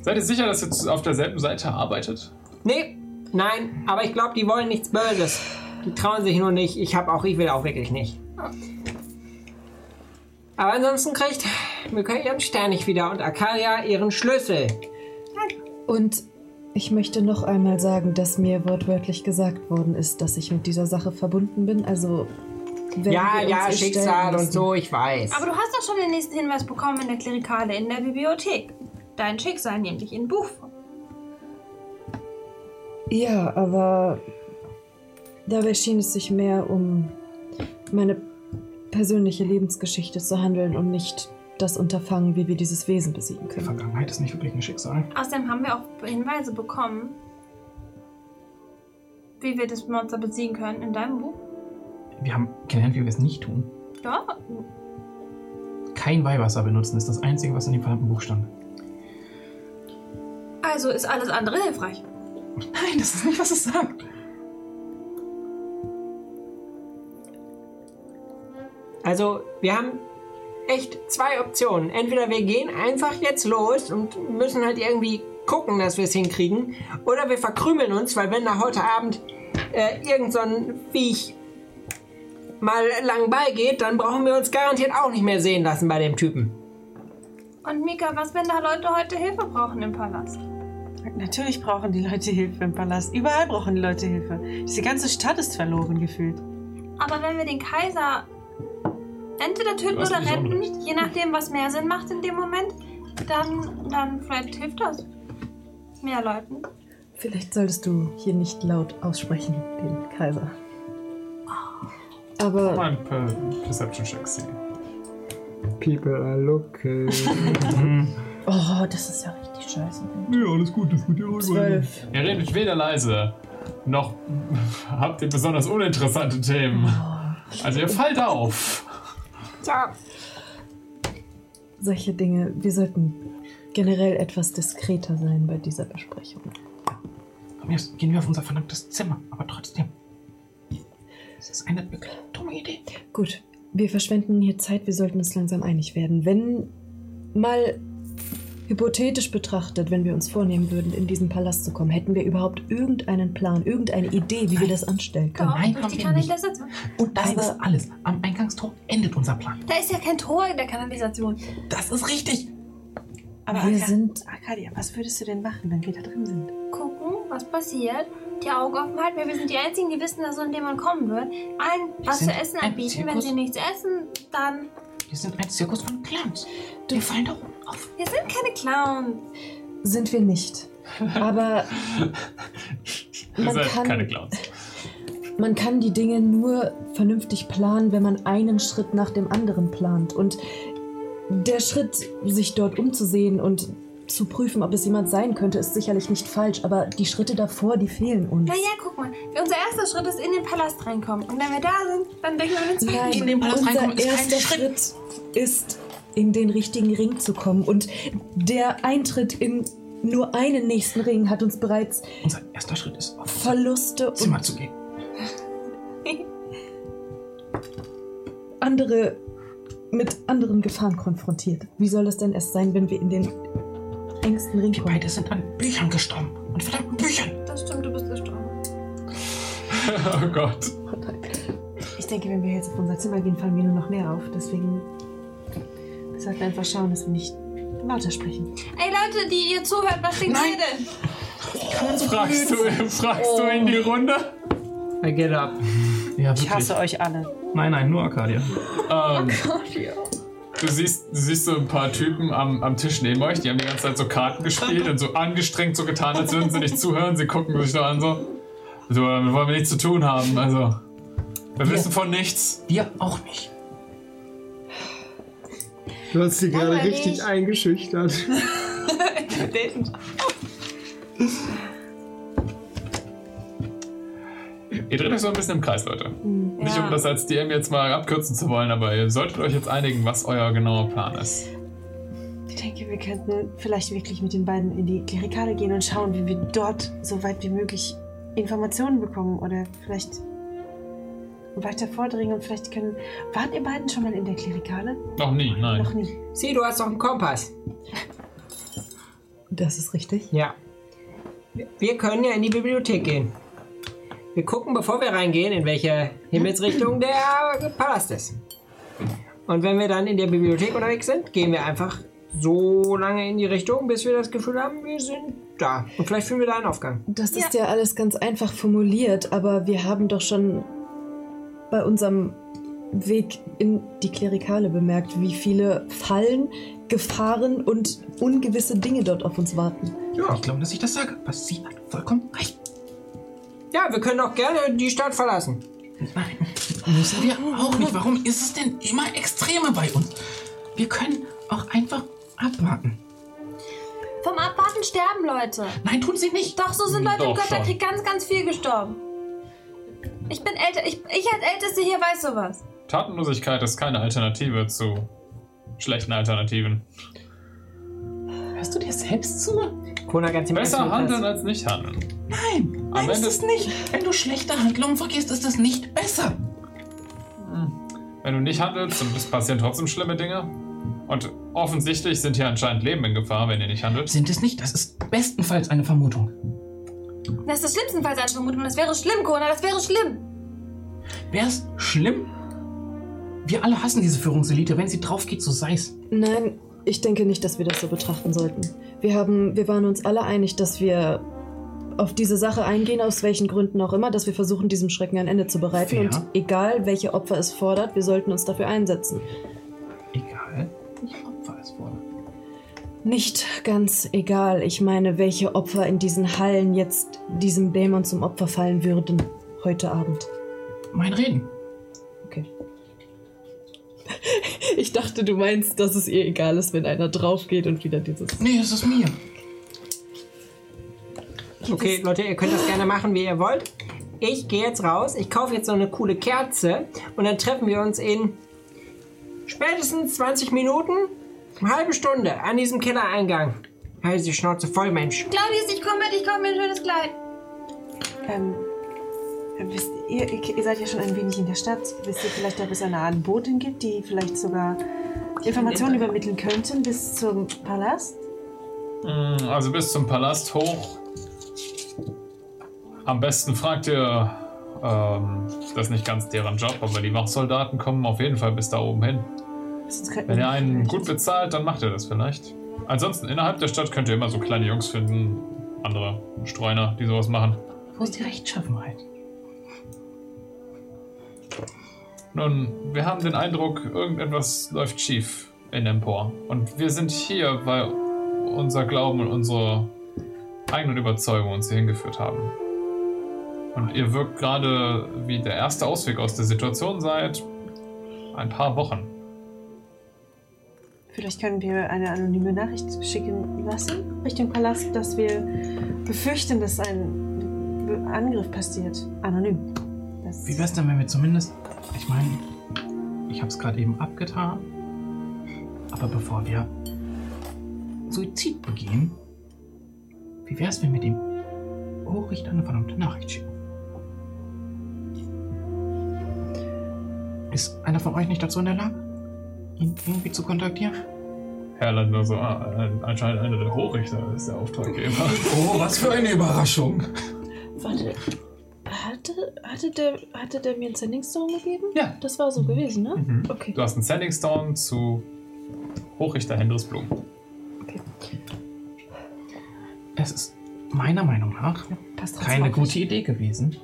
S1: Seid ihr sicher, dass ihr zu- auf derselben Seite arbeitet?
S10: Nee, nein, aber ich glaube, die wollen nichts Böses. Die trauen sich nur nicht. Ich habe auch, ich will auch wirklich nicht. Aber ansonsten kriegt Mika ihren Stern nicht wieder und Akaria ihren Schlüssel.
S9: Und ich möchte noch einmal sagen, dass mir wortwörtlich gesagt worden ist, dass ich mit dieser Sache verbunden bin. Also
S8: Wenn
S10: ja,
S8: wir
S10: ja,
S8: uns ihr
S10: Schicksal
S8: stellen
S10: und
S8: müssen.
S10: so, ich weiß.
S11: Aber du hast doch schon den nächsten Hinweis bekommen in der Klerikale in der Bibliothek. Dein Schicksal nämlich in Buchform.
S9: Ja, aber dabei schien es sich mehr um meine persönliche Lebensgeschichte zu handeln und nicht das Unterfangen, wie wir dieses Wesen besiegen können.
S4: Vergangenheit ist nicht wirklich ein Schicksal.
S11: Außerdem haben wir auch Hinweise bekommen, wie wir das Monster besiegen können in deinem Buch.
S4: Wir haben gelernt, wie wir es nicht tun.
S11: Ja,
S4: Kein Weihwasser benutzen ist das Einzige, was in dem verdammten Buch stand.
S11: also ist alles andere hilfreich.
S4: Nein, das ist nicht, was es sagt.
S10: Also, wir haben echt zwei Optionen. Entweder wir gehen einfach jetzt los und müssen halt irgendwie gucken, dass wir es hinkriegen. Oder wir verkrümeln uns, weil wenn da heute Abend äh, irgend so ein Viech mal lang beigeht, dann brauchen wir uns garantiert auch nicht mehr sehen lassen bei dem Typen.
S11: Und Mika, was, wenn da Leute heute Hilfe brauchen im Palast?
S3: Also, Natürlich brauchen die Leute Hilfe im Palast. Überall brauchen die Leute Hilfe. Diese ganze Stadt ist verloren gefühlt.
S11: Aber wenn wir den Kaiser entweder töten
S3: Du hast
S11: oder
S3: nicht
S11: retten, je nachdem, was mehr Sinn macht in dem Moment, dann, dann vielleicht hilft das mehr Leuten.
S9: Vielleicht solltest du hier nicht laut aussprechen, den Kaiser. Aber
S1: Mal ein per Perception-Check sehen.
S10: People are looking.
S9: oh, das ist ja richtig scheiße.
S1: Ja, alles gut, das wird ja ruhig.
S9: Zwölf.
S1: Ihr redet weder leise, noch [LAUGHS] habt ihr besonders uninteressante Themen.
S15: Oh.
S1: Also ihr fallt auf.
S9: Solche Dinge, wir sollten generell etwas diskreter sein bei dieser Besprechung.
S4: Komm, jetzt gehen wir auf unser verdammtes Zimmer. Aber trotzdem. Das ist eine wirklich dumme Idee.
S9: Gut, wir verschwenden hier Zeit, wir sollten uns langsam einig werden. Wenn mal hypothetisch betrachtet, wenn wir uns vornehmen würden, in diesen Palast zu kommen, hätten wir überhaupt irgendeinen Plan, irgendeine Idee, wie wir das anstellen können.
S11: Nein, durch die Kanalisation.
S4: Und das ist alles. Am Eingangstor endet unser Plan.
S11: Da ist ja kein Tor in der Kanalisation.
S4: Das ist richtig.
S3: Aber
S9: Wir
S3: Arka-
S9: sind-
S3: Arkadia, was würdest du denn machen, wenn wir da drin sind?
S11: Gucken, was passiert. Die Augen offen halten, weil wir sind die Einzigen, die wissen, dass so ein Dämon kommen wird. Allen was zu
S4: sind
S11: essen
S4: ein
S11: anbieten. Wenn
S4: Zirkus.
S11: sie nichts essen, dann.
S4: Wir sind ein Zirkus von Clans. Wir fallen da oben auf.
S11: Wir sind keine Clowns.
S9: Sind wir nicht. Aber
S1: Ihr
S9: Man
S1: seid
S9: kann-
S1: keine Clowns.
S9: Man kann die Dinge nur vernünftig planen, wenn man einen Schritt nach dem anderen plant. Und der Schritt, sich dort umzusehen und zu prüfen, ob es jemand sein könnte, ist sicherlich nicht falsch, aber die Schritte davor, die fehlen uns.
S11: Naja, guck mal. Unser erster Schritt ist in den Palast reinkommen. Und wenn wir da sind, dann denken wir an den zweiten.
S9: Nein,
S11: Schritt.
S9: unser erster Schritt. ist, in den richtigen Ring zu kommen. Und der Eintritt in nur einen nächsten Ring hat uns bereits
S4: Unser erster Schritt ist, auf
S9: Verluste
S4: das Zimmer
S9: und
S4: zu gehen.
S9: andere mit anderen Gefahren konfrontiert. Wie soll es denn erst sein, wenn wir in den engsten Ring kommen? Wir
S4: beide sind an Büchern gestorben. Und verdammten Büchern.
S11: Das stimmt, du bist gestorben.
S1: Oh Gott.
S3: Ich denke, wenn wir jetzt auf unser Zimmer gehen, fallen wir nur noch mehr auf. Deswegen wir sollten einfach schauen, dass wir nicht lauter sprechen.
S11: Ey Leute, die ihr zuhört, was denkt ihr denn?
S1: Fragst du, fragst du in die Runde?
S10: I get up.
S4: Ja,
S3: Ich hasse euch alle.
S4: Nein, nein, nur Arcadia.
S1: Ähm, du, siehst, du siehst so ein paar Typen am, am Tisch neben euch, die haben die ganze Zeit so Karten gespielt und so angestrengt so getan, als würden sie nicht zuhören. Sie gucken sich nur an so. So, damit wollen wir nichts zu tun haben. Also, wir wissen von nichts.
S4: Wir auch nicht.
S2: Du hast sie gerade
S3: Mama,
S2: richtig
S3: nicht.
S2: eingeschüchtert.
S1: Ihr dreht euch so ein bisschen im Kreis, Leute.
S3: Hm.
S1: Nicht
S11: Ja.
S1: um das als DM jetzt mal abkürzen zu wollen, aber ihr solltet euch jetzt einigen, was euer genauer Plan ist.
S3: Ich denke, wir könnten vielleicht wirklich mit den beiden in die Klerikale gehen und schauen, wie wir dort so weit wie möglich Informationen bekommen oder vielleicht weiter vordringen und vielleicht können. Wart ihr beiden schon mal in der Klerikale?
S1: Noch nie, nein.
S3: Noch nie.
S10: Sieh, du hast doch einen Kompass.
S9: Das ist richtig.
S10: Ja. Wir können ja in die Bibliothek gehen. Wir gucken, bevor wir reingehen, in welche Himmelsrichtung der Palast ist. Und wenn wir dann in der Bibliothek unterwegs sind, gehen wir einfach so lange in die Richtung, bis wir das Gefühl haben, wir sind da. Und vielleicht finden wir da einen Aufgang.
S9: Das ist ja alles ganz einfach formuliert, aber wir haben doch schon bei unserem Weg in die Klerikale bemerkt, wie viele Fallen, Gefahren und ungewisse Dinge dort auf uns warten.
S10: Ja, ich glaube, dass ich das sage. Was sie hat vollkommen recht. Ja, wir können auch gerne die Stadt verlassen.
S4: Nein, müssen wir auch nicht. Warum ist es denn immer Extreme bei uns? Wir können auch einfach abwarten.
S11: Vom Abwarten sterben Leute.
S4: Nein, tun sie nicht.
S11: Doch, so sind Leute im
S4: Doch schon.
S11: Götterkrieg ganz, ganz viel gestorben. Ich bin älter, ich, ich als Älteste hier weiß sowas.
S1: Tatenlosigkeit ist keine Alternative zu schlechten Alternativen.
S4: Hörst du dir selbst zu?
S10: Kona ganz im
S1: Besser
S10: Ernst,
S1: handeln als nicht handeln.
S4: Nein,
S1: Am
S4: nein ist
S1: Ende-
S4: es nicht. Wenn du schlechte Handlungen vergisst, ist es nicht besser.
S1: Wenn du nicht handelst, dann passieren trotzdem schlimme Dinge. Und offensichtlich sind hier anscheinend Leben in Gefahr, wenn ihr nicht handelt.
S4: Sind es nicht? Das ist bestenfalls eine Vermutung.
S11: Das ist schlimmstenfalls eine Vermutung. Das wäre schlimm, Kona, das wäre schlimm.
S4: Wäre es schlimm? Wir alle hassen diese Führungselite. Wenn sie drauf geht, so sei's.
S9: Nein, ich denke nicht, dass wir das so betrachten sollten. Wir haben, wir waren uns alle einig, dass wir auf diese Sache eingehen, aus welchen Gründen auch immer, dass wir versuchen, diesem Schrecken ein Ende zu bereiten.
S4: Fair.
S9: Und egal, welche Opfer es fordert, wir sollten uns dafür einsetzen.
S4: Egal. Ich opfer es vor.
S9: Nicht ganz egal. Ich meine, welche Opfer in diesen Hallen jetzt diesem Dämon zum Opfer fallen würden heute Abend.
S4: Mein Reden.
S9: Okay. Ich dachte, du meinst, dass es ihr egal ist, wenn einer draufgeht und wieder dieses.
S4: Nee, es ist mir.
S10: Okay, Leute, ihr könnt das gerne machen, wie ihr wollt. Ich gehe jetzt raus, ich kaufe jetzt noch eine coole Kerze und dann treffen wir uns in spätestens 20 Minuten, eine halbe Stunde an diesem Kellereingang. Halt die Schnauze voll, Mensch.
S11: Claudius, ich komme mit, ich komme mir ein schönes Kleid.
S3: Ähm, wisst ihr, ihr seid ja schon ein wenig in der Stadt. Wisst ihr vielleicht, ob es eine Art Botin gibt, die vielleicht sogar Informationen übermitteln könnten bis zum Palast?
S1: Mm, Also bis zum Palast hoch. Am besten fragt ihr, ähm, das ist nicht ganz deren Job, aber die Wachsoldaten kommen auf jeden Fall bis da oben hin. Wenn ihr einen gut bezahlt, dann macht ihr das vielleicht. Ansonsten innerhalb der Stadt könnt ihr immer so kleine Jungs finden, andere Streuner, die sowas machen.
S4: Wo ist die Rechtschaffenheit?
S1: Nun, wir haben den Eindruck, irgendetwas läuft schief in Empor. Und wir sind hier, weil unser Glauben und unsere eigenen Überzeugungen uns hier hingeführt haben. Und ihr wirkt gerade wie der erste Ausweg aus der Situation seit ein paar Wochen.
S3: Vielleicht können wir eine anonyme Nachricht schicken lassen Richtung Palast, dass wir befürchten, dass ein Be- Angriff passiert. Anonym. Das
S4: Wie wär's denn, wenn wir zumindest. Ich meine, ich hab's gerade eben abgetan. Aber bevor wir Suizid begehen, wie wär's, wenn wir dem Hochrichter eine verdammte Nachricht schicken? Ist einer von euch nicht dazu in der Lage, ihn irgendwie zu kontaktieren?
S1: Herland nur so, ah, anscheinend einer der Hochrichter ist der
S9: [LAUGHS]
S1: Auftraggeber.
S5: Oh, was für eine Überraschung.
S9: Warte. Hatte, hatte, der, hatte der mir einen Sending Stone gegeben?
S4: Ja.
S9: Das war so gewesen, ne?
S1: Mhm.
S9: Okay.
S1: Du hast einen Sending Stone zu Hochrichter Hendris Blum.
S4: Es ist meiner Meinung nach
S3: passt trotzdem
S4: keine
S3: auf
S4: gute Idee gewesen,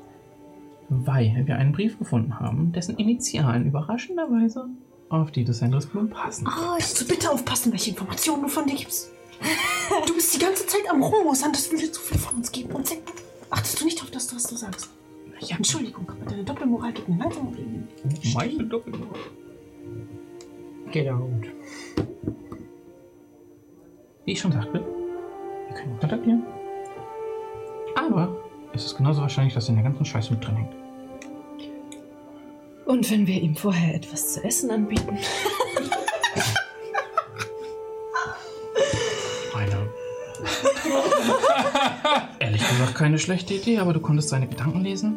S4: weil wir einen Brief gefunden haben, dessen Initialen überraschenderweise auf die des Hendris Blum
S16: Ah,
S4: passen.
S3: Oh, Kannst du bitte aufpassen, welche Informationen du von dir gibst? Du bist die ganze Zeit am Rummusern, dass du dir zu viel von uns geben und sag- achtest du nicht auf das, was du sagst. Ja, Entschuldigung, aber deine Doppelmoral geht mir langsam auf die Nerven.
S4: Meine Doppelmoral.
S10: Geht auch gut.
S4: Wie ich schon sagte, wir können ihn kontaktieren. Aber es ist genauso wahrscheinlich, dass er in der ganzen Scheiße mit drin hängt.
S9: Und wenn wir ihm vorher etwas zu essen anbieten.
S16: [LAUGHS]
S4: Eine. Ehrlich gesagt, keine schlechte Idee, aber du konntest seine Gedanken lesen.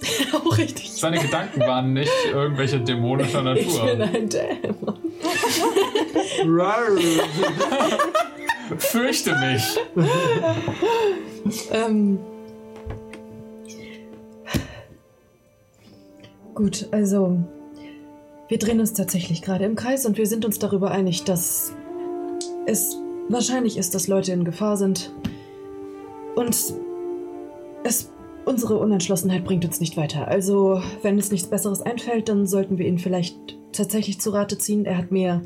S9: [LAUGHS] Auch richtig.
S1: Seine Gedanken waren nicht irgendwelche dämonischer
S9: [LAUGHS] Ich bin
S1: Natur.
S9: ein Dämon.
S1: Fürchte mich.
S9: ähm. Gut, also. Wir drehen uns tatsächlich gerade im Kreis und wir sind uns darüber einig, dass es wahrscheinlich ist, dass Leute in Gefahr sind. Und es Unsere Unentschlossenheit bringt uns nicht weiter. Also, wenn uns nichts Besseres einfällt, dann sollten wir ihn vielleicht tatsächlich zu Rate ziehen. Er hat mir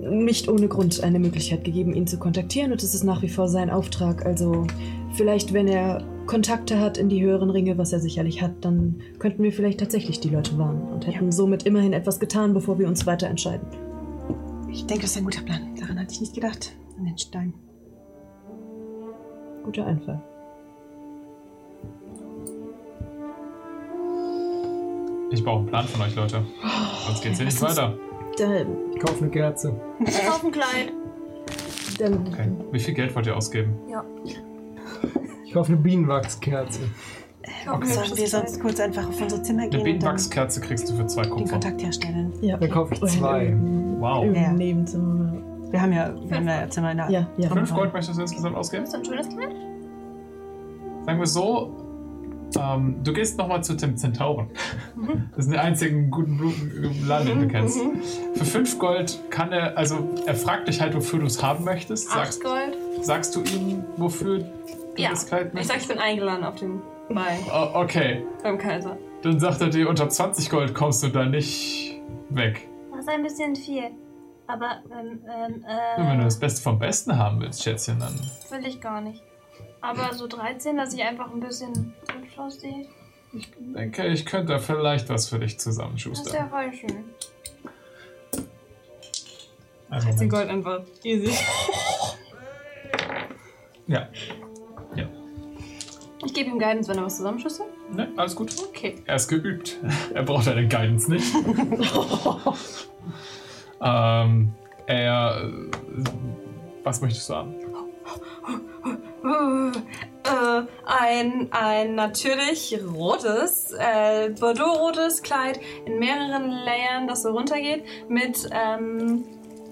S9: nicht ohne Grund eine Möglichkeit gegeben, ihn zu kontaktieren und es ist nach wie vor sein Auftrag. Also, vielleicht, wenn er Kontakte hat in die höheren Ringe, was er sicherlich hat, dann könnten wir vielleicht tatsächlich die Leute warnen und hätten somit immerhin etwas getan, bevor wir uns weiter entscheiden.
S3: Ich denke, das ist ein guter Plan. Daran hatte ich nicht gedacht. An den Stein.
S9: Guter Einfall.
S1: Ich brauche einen Plan von euch, Leute. Sonst geht's hier nicht weiter.
S9: Dann,
S10: Kauf eine Kerze.
S15: Ich kaufe ein Kleid.
S9: dann
S1: Okay. Wie viel Geld wollt ihr ausgeben?
S15: Ja.
S10: Ich kaufe eine Bienenwachskerze.
S3: Okay. Sollen wir sonst kurz einfach auf unser Zimmer
S1: Eine
S3: gehen und dann
S1: Bienenwachskerze kriegst du für zwei
S3: den
S1: Kupfer.
S3: Kontakt herstellen?
S9: Oh, ja.
S10: Dann kaufe ich
S9: Oder in
S10: zwei.
S9: irgendeinem-
S1: Wow.
S9: irgendeinem
S3: Ja.
S9: Nebenzimmer.
S3: Wir haben ja, wir haben ja Zimmer in der
S9: Ja, ja.
S1: Fünf Gold möchtest du insgesamt ausgeben?
S11: Ist das ein schönes Kleid?
S1: Sagen wir so, ähm, du gehst nochmal zu dem Zentauren.
S6: Mhm.
S1: Das sind die einzigen guten Blumenladen, den du kennst. Für fünf Gold kann er, also er fragt dich halt, wofür du es haben möchtest.
S6: Acht
S1: Sagst,
S6: Gold.
S1: sagst du ihm, wofür du
S6: Ja.
S1: das Kleid
S6: Ich sag,
S1: möchtest?
S6: ich bin eingeladen auf den Ball
S1: Oh, okay,
S6: beim Kaiser.
S1: dann sagt er dir, unter 20 Gold kommst du da nicht weg.
S11: Das ist ein bisschen viel. Aber, ähm, ähm,
S1: Und wenn du
S11: äh,
S1: das Beste vom Besten haben willst, Schätzchen, dann
S11: will ich gar nicht. Aber so 13, dass ich einfach ein bisschen hübsch aussehe,
S1: denke ich, könnte da vielleicht was für dich
S11: das ist ja
S1: zusammenschustern.
S11: voll schön.
S1: Also
S6: 13
S1: Moment.
S6: Gold einfach. Easy.
S1: Ja. Ja.
S6: Ich gebe ihm Guidance, wenn er was zusammenschüsse.
S1: Ne, alles gut.
S6: Okay.
S1: Er ist geübt. [LAUGHS] Er braucht deine Guidance nicht. ähm, er. äh, Was möchtest du haben?
S6: Uh, äh, ein, ein natürlich rotes, äh, Bordeaux-rotes Kleid in mehreren Layern, das so runtergeht, mit ähm,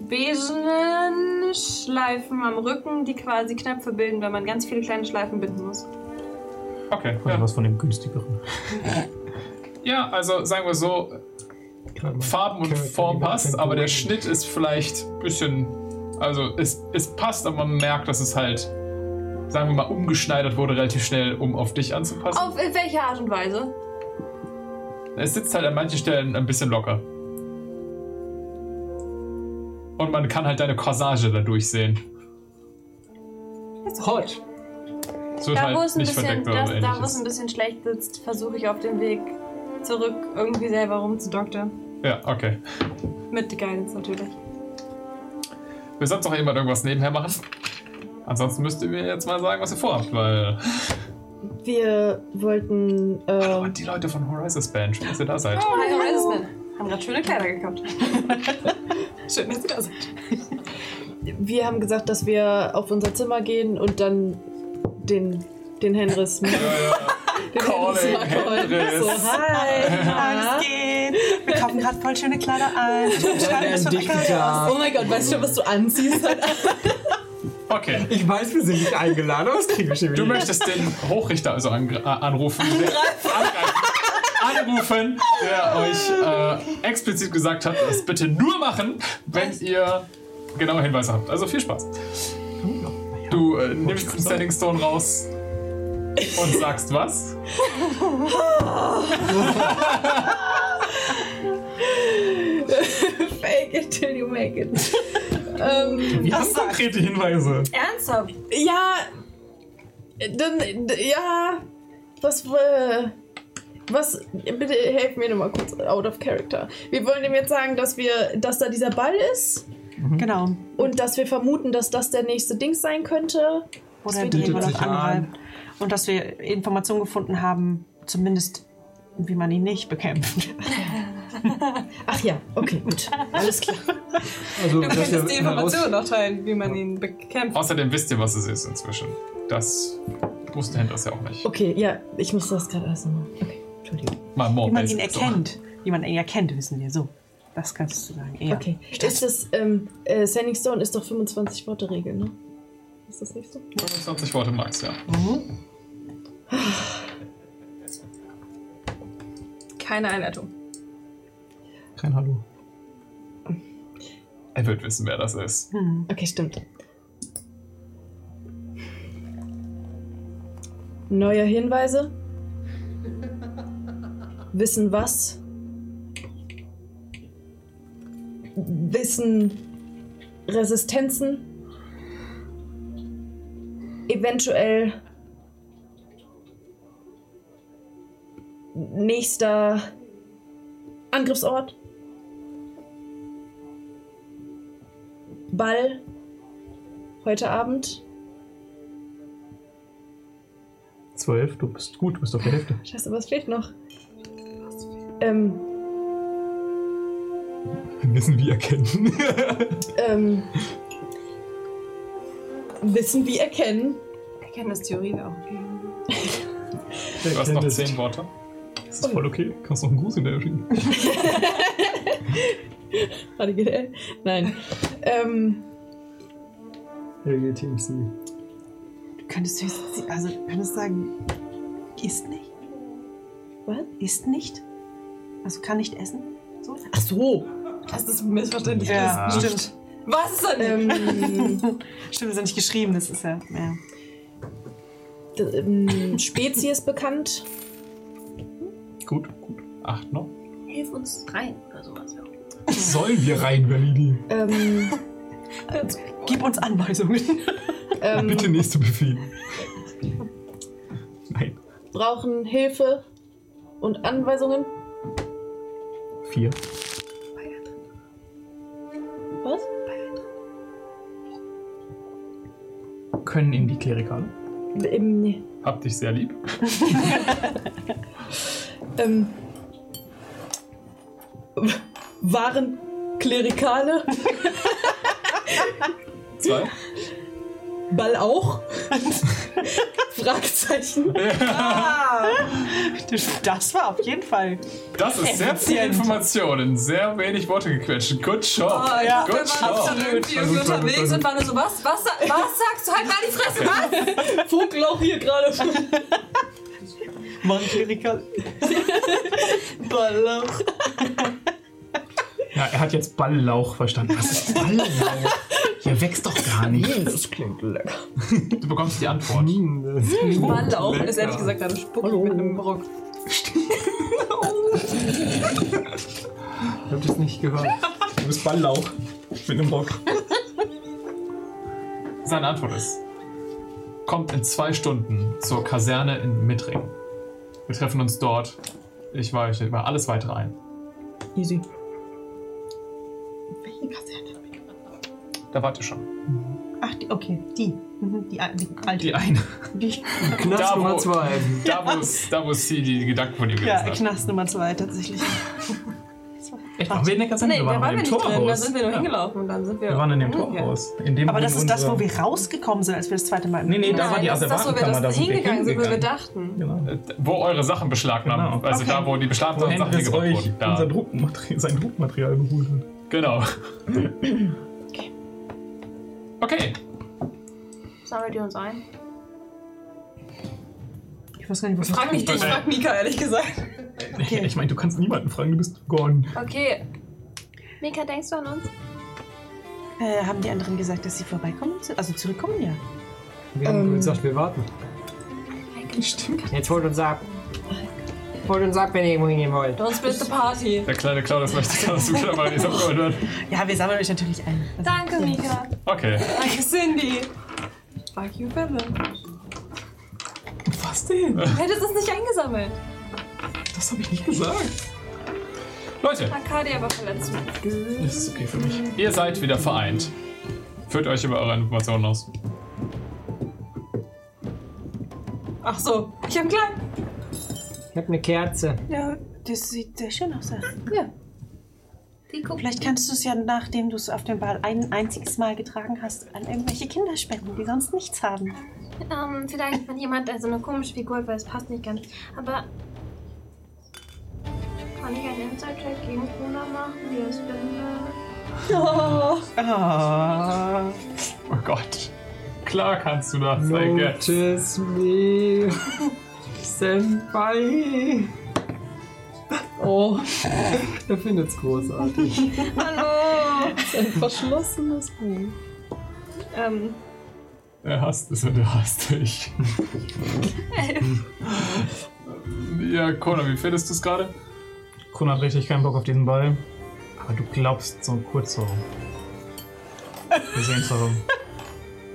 S6: beigen Schleifen am Rücken, die quasi Knöpfe bilden, wenn man ganz viele kleine Schleifen binden muss.
S1: Okay.
S5: Also
S1: Ja.
S5: was von dem günstigeren.
S1: ja, also sagen wir so, Farben und
S10: Character
S1: Form
S10: Development
S1: passt, aber der
S10: Board.
S1: Schnitt ist vielleicht ein bisschen. Also es, es passt, aber man merkt, dass es halt, sagen wir mal, umgeschneidert wurde relativ schnell, um auf dich anzupassen.
S6: Auf welche Art und Weise?
S1: Es sitzt halt an manchen Stellen ein bisschen locker. Und man kann halt deine Corsage dadurch sehen.
S10: Hot.
S1: Es wird
S6: Da, wo
S1: halt
S6: es ein
S1: nicht
S6: bisschen,
S1: verdeckt oder
S6: das, da, wo es
S1: ähnliches.
S6: ein bisschen schlecht sitzt, versuche ich auf dem Weg zurück irgendwie selber rumzudoktern.
S1: Ja, okay.
S6: Mit Guidance natürlich.
S1: Will sonst noch jemand irgendwas nebenher machen? Ansonsten müsst ihr mir jetzt mal sagen, was ihr vorhabt, weil.
S9: Wir wollten.
S1: Oh,
S9: Äh,
S1: und die Leute von Horizon Band, schön, dass ihr da seid.
S6: Hi, Reisesmann. Haben gerade schöne Kleider gekauft. Schön, dass ihr da seid.
S9: wir haben gesagt, dass wir auf unser Zimmer gehen und dann den, den Henris. den
S1: Calling
S9: mal callen.
S1: Henris.
S9: So, hi.
S3: [LAUGHS] Alles geht. Wir kaufen gerade voll schöne Kleider ein. Schreiben das von der Karte.
S10: Dichter.
S9: Oh mein Gott, weißt du schon, was du anziehst?
S1: Okay.
S10: Ich weiß, wir sind nicht eingeladen, aber das kriege ich
S1: Du
S10: irgendwie hin.
S1: möchtest den Hochrichter also angre- äh, anrufen. Angreifen. Anrufen, der euch äh, explizit gesagt hat, das bitte nur machen, wenn ihr genaue Hinweise habt. Also viel Spaß. Du äh, nimmst den Standing Stone raus und sagst
S3: [LAUGHS]
S1: was?
S9: Fake it till you make [LAUGHS] it. ähm,
S5: Wir haben konkrete Hinweise.
S6: Ernsthaft?
S9: ja. Dann. d- Ja. Was. äh, Was. Bitte helf mir nochmal kurz out of character. Wir wollen ihm jetzt sagen, dass wir. Dass da dieser Ball ist.
S3: Genau.
S9: Und dass wir vermuten, dass das der nächste Dings sein könnte.
S3: Wo der
S9: Das
S3: Diego
S10: bietet sich
S3: noch
S10: an.
S3: anhalten. Und dass wir Informationen gefunden haben, zumindest wie man ihn nicht bekämpft.
S9: Ach ja, okay, gut. [LAUGHS] Alles klar.
S10: Also,
S6: Du
S10: dass wir
S6: könntest die
S10: heraus-
S6: Information noch teilen, wie man ihn bekämpft.
S1: Außerdem wisst ihr, was es ist inzwischen. Das wusste Hendrix ja auch nicht.
S9: Okay, ja, ich muss das gerade erst nochmal. Okay, Entschuldigung.
S1: Mal more
S3: Wie man ihn
S1: basic, so.
S3: erkennt. Wie man ihn erkennt, wissen wir so. Das kannst du sagen. Eher.
S9: Okay. Ist das, ähm, äh, Sanding Stone ist doch 25 Worte Regel, ne? Ist das nicht so?
S1: 25 Worte max, ja.
S3: Mhm.
S6: Keine Einleitung.
S5: Kein Hallo.
S1: Er wird wissen, wer das ist.
S3: Hm.
S9: Okay, stimmt. Neue Hinweise? Wissen was? Wissen Resistenzen? Eventuell nächster Angriffsort? Ball heute Abend?
S5: Zwölf, du bist gut, du bist auf der Hälfte.
S9: Scheiße, was fehlt noch? Ähm,
S5: Wissen wie erkennen. [LAUGHS]
S9: ähm, wissen wie erkennen.
S6: Erkenntnistheorie wäre auch okay.
S1: Du hast noch zehn Worte.
S5: Das ist voll okay. Kannst noch einen Gruß hinterher schicken.
S9: HDGL? Nein. ähm,
S2: LGTMC.
S3: Du könntest höchstens, also du könntest sagen, isst nicht.
S9: Was?
S3: Isst nicht? Also kann nicht essen? So?
S9: Ach so.
S3: Das ist missverständlich.
S6: Ja,
S3: Ja, stimmt. Was ist denn?
S9: Ähm.
S3: stimmt, ist ja nicht geschrieben, das ist ja. ja.
S9: d- ähm, Spezies bekannt.
S1: Gut, gut. Acht noch.
S11: Hilf uns rein oder sowas.
S6: Oh,
S11: ja.
S5: Sollen wir rein, Validi?
S9: Ähm,
S3: Gib uns Anweisungen. [LAUGHS]
S9: ähm,
S5: Bitte nächste Befehl. Nein.
S9: brauchen Hilfe und Anweisungen.
S5: Vier.
S9: Was?
S16: Können in die Klerikale.
S9: Ähm, nee.
S1: Hab dich sehr lieb.
S9: Ähm, w- waren Klerikale.
S1: Zwei.
S9: Ball [LAUGHS] auch? Fragezeichen.
S3: Das war auf jeden Fall.
S1: Das ist sehr viel
S3: Effizient.
S1: Information in sehr wenig Worte gequetscht. Good job.
S6: Oh, ja, wir
S1: Good
S6: waren absolut
S1: job.
S6: irgendwie unterwegs und waren nur so, was, was, sa- was sagst du? Halt mal die Fresse,
S16: [LAUGHS]
S6: was?
S9: Funkloch hier gerade.
S3: Mann, Klerikal.
S9: ne?
S3: Ballauch.
S16: Ja, er hat jetzt Balllauch verstanden. Was ist Balllauch? Hier wächst doch
S4: [LAUGHS]
S16: gar nichts.
S5: Das klingt lecker.
S1: Du bekommst die Antwort.
S6: Ballauch ist ehrlich gesagt gerade spuckig mit einem Ruck.
S5: Ich hab das nicht gehört. Du bist Balllauch. Mit einem Rock.
S1: Seine Antwort ist: Kommt in zwei Stunden zur Kaserne in Mittring. Wir treffen uns dort. Ich weiche über alles weitere ein.
S9: Easy.
S3: Welche Kassette?
S1: Da wart ihr schon.
S3: Ach, die, okay, die. Mhm, Die, die alte.
S1: Die eine.
S3: Die,
S10: Knast
S1: Da, wo-
S10: Nummer zwei.
S1: Da wo es- da, wo es sie die Gedanken von ihm
S3: ja,
S1: gelesen hat.
S3: Knast Nummer zwei tatsächlich.
S16: Echt, waren wir in der Kaserne?
S6: Nee, da
S16: wir
S6: waren
S16: waren
S6: wir
S16: in dem
S6: nicht drin, da
S16: Torhaus.
S6: sind wir nur
S16: ja.
S6: hingelaufen und dann sind wir.
S16: wir waren in dem
S6: umgekehrt.
S16: Torhaus. In dem
S3: Aber das
S16: in
S3: ist das, wo
S16: unserer-
S3: wir rausgekommen sind, als wir das zweite Mal.
S16: Nee, nee, da
S6: Nein,
S16: war die
S6: das ist das, wo wir
S16: Asservatenkammer, da
S6: das
S16: sind wir
S6: hingegangen sind, wo wir
S16: hingegangen.
S6: dachten.
S16: Genau.
S1: Äh, Wo eure Sachen beschlagnahmt.
S16: Genau.
S1: Also
S3: Okay.
S1: da, wo die
S16: Wo
S1: beschlagnahmten Sachen
S16: Hendrix
S1: hingebracht
S16: euch
S1: wurden. Da.
S16: unser Druckmaterial, sein Druckmaterial geholt hat.
S1: Genau. Okay.
S6: Sammelt ihr uns ein?
S3: Ich weiß gar nicht, was
S6: Frag nicht dich, frag Mika, ehrlich gesagt.
S16: Ja, ich meine, du kannst niemanden fragen, du bist gone.
S6: Okay,
S11: Mika, denkst du an uns?
S3: Äh, haben die anderen gesagt, dass sie vorbeikommen? Also zurückkommen, ja.
S2: Wir haben gesagt, wir warten.
S10: Jetzt holt uns ab. Holt uns ab, wenn ihr irgendwo hingehen wollt.
S6: don't split the party.
S1: Der kleine Claudius möchte gerne dass du wieder mal die Sachen geholt werden.
S3: Ja, wir sammeln euch natürlich ein. Also,
S6: Danke, Mika.
S1: Okay.
S6: Danke, Cindy. Fuck you, Bibble.
S16: Was denn?
S6: Du hättest es nicht eingesammelt.
S16: Das habe ich nicht gesagt.
S1: Leute,
S6: Arcadia war verletzt.
S16: Das ist okay für mich.
S1: ihr seid wieder vereint. Führt euch über eure Informationen aus.
S6: Ach so, ich hab klein.
S10: Ich hab eine Kerze.
S3: Ja, das sieht sehr schön aus.
S11: Die gucken.
S3: Vielleicht kannst du es ja, nachdem du es auf dem Ball ein einziges Mal getragen hast, an irgendwelche Kinder spenden, die sonst nichts haben.
S11: Ähm, vielleicht an jemand, der so eine komische Figur hat, weil es passt nicht ganz. Aber. Kann ich einen Insight-Check gegen Bruna machen, wie er es findet?
S3: Ah.
S1: Oh Gott. Klar kannst du das. I guess.
S10: Notice me, Senpai. Oh,
S2: Er findet's großartig.
S6: Hallo.
S9: Ein verschlossenes Buch.
S6: ähm,
S16: [LAUGHS]
S1: Er hasst es und er hasst dich. Ja, Conan, wie findest du es gerade?
S4: Kuhn hat richtig keinen Bock auf diesen Ball. Aber du glaubst so kurz so. Gesehen zu haben.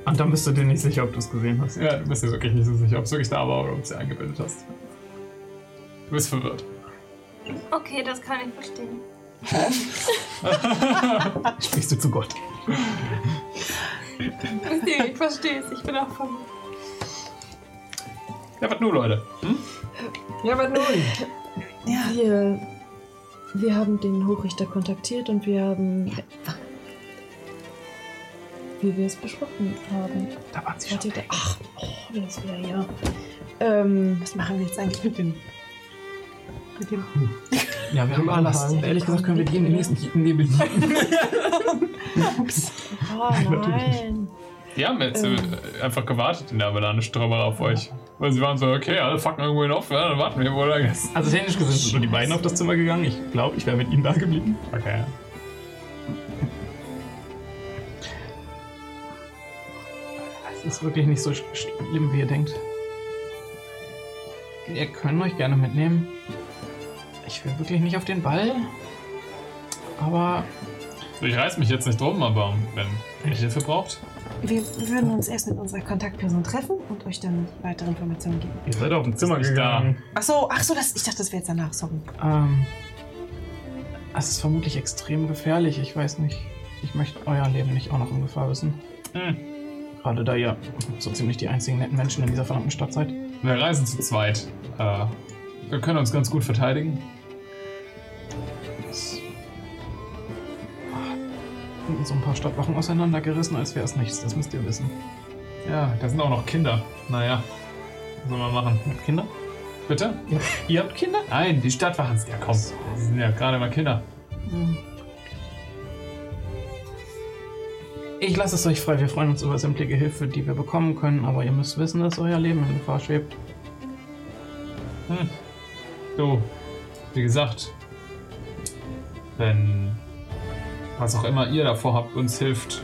S4: Und dann bist du dir nicht sicher, ob du es gesehen hast.
S1: Ja, du bist dir wirklich nicht so sicher, ob es wirklich da war oder ob du es dir eingebildet hast. Du bist verwirrt.
S11: Okay, das kann ich verstehen.
S4: Sprichst du zu Gott?
S11: Okay, ich verstehe es. Ich bin auch von.
S1: Ja, was nun, Leute? Hm?
S10: Ja, was nun?
S9: Wir, wir haben den Hochrichter kontaktiert und wir haben. Wie wir es besprochen haben.
S4: Da waren sie
S9: schon. Da, ach, oh, der ist wieder hier. Ähm,
S3: Was machen wir jetzt eigentlich mit dem. Mit dem.
S4: Ja, wir haben Anlass. Ehrlich gesagt können wir die in den nächsten Hieten nehmen. [LAUGHS]
S9: oh nein.
S1: Die haben jetzt äh, einfach gewartet in der Avalanche-Strömmer auf euch. Weil sie waren so, okay, alle fucken irgendwo hin auf, ja, dann warten wir wohl lange.
S4: Also technisch gesehen sind nur die beiden auf das Zimmer gegangen. Ich glaube, ich wäre mit ihnen da geblieben.
S1: Okay.
S4: Es ist wirklich nicht so sch- schlimm, wie ihr denkt. Ihr könnt euch gerne mitnehmen. Ich will wirklich nicht auf den Ball. Aber
S1: Also Ich reiß mich jetzt nicht drum, aber wenn, wenn ihr Hilfe braucht.
S3: Wir würden uns erst mit unserer Kontaktperson treffen und euch dann weitere Informationen geben.
S1: Ihr seid auf dem Zimmer gegangen.
S3: Ach so, ach so, das, ich dachte, das wäre jetzt danach. Sorry.
S4: Ähm, es ist vermutlich extrem gefährlich. Ich weiß nicht. Ich möchte euer Leben nicht auch noch in Gefahr wissen.
S1: Hm.
S4: Gerade da ihr so ziemlich die einzigen netten Menschen in dieser verdammten Stadt seid.
S1: Wir reisen zu zweit. Äh, wir können uns ganz gut verteidigen.
S4: Sind so ein paar Stadtwachen auseinandergerissen, als wäre es nichts. Das müsst ihr wissen.
S1: Ja, da sind auch noch Kinder. Naja, was soll man machen?
S4: Mit Kinder?
S1: Bitte?
S4: [LAUGHS] Ihr habt Kinder?
S1: Nein, die Stadtwachen sind ja komm. Das sind ja gerade mal Kinder.
S4: Ich lasse es euch frei. Wir freuen uns über sämtliche Hilfe, die wir bekommen können. Aber ihr müsst wissen, dass euer Leben in Gefahr schwebt.
S1: Hm. Du, wie gesagt, wenn was auch immer ihr davor habt, uns hilft,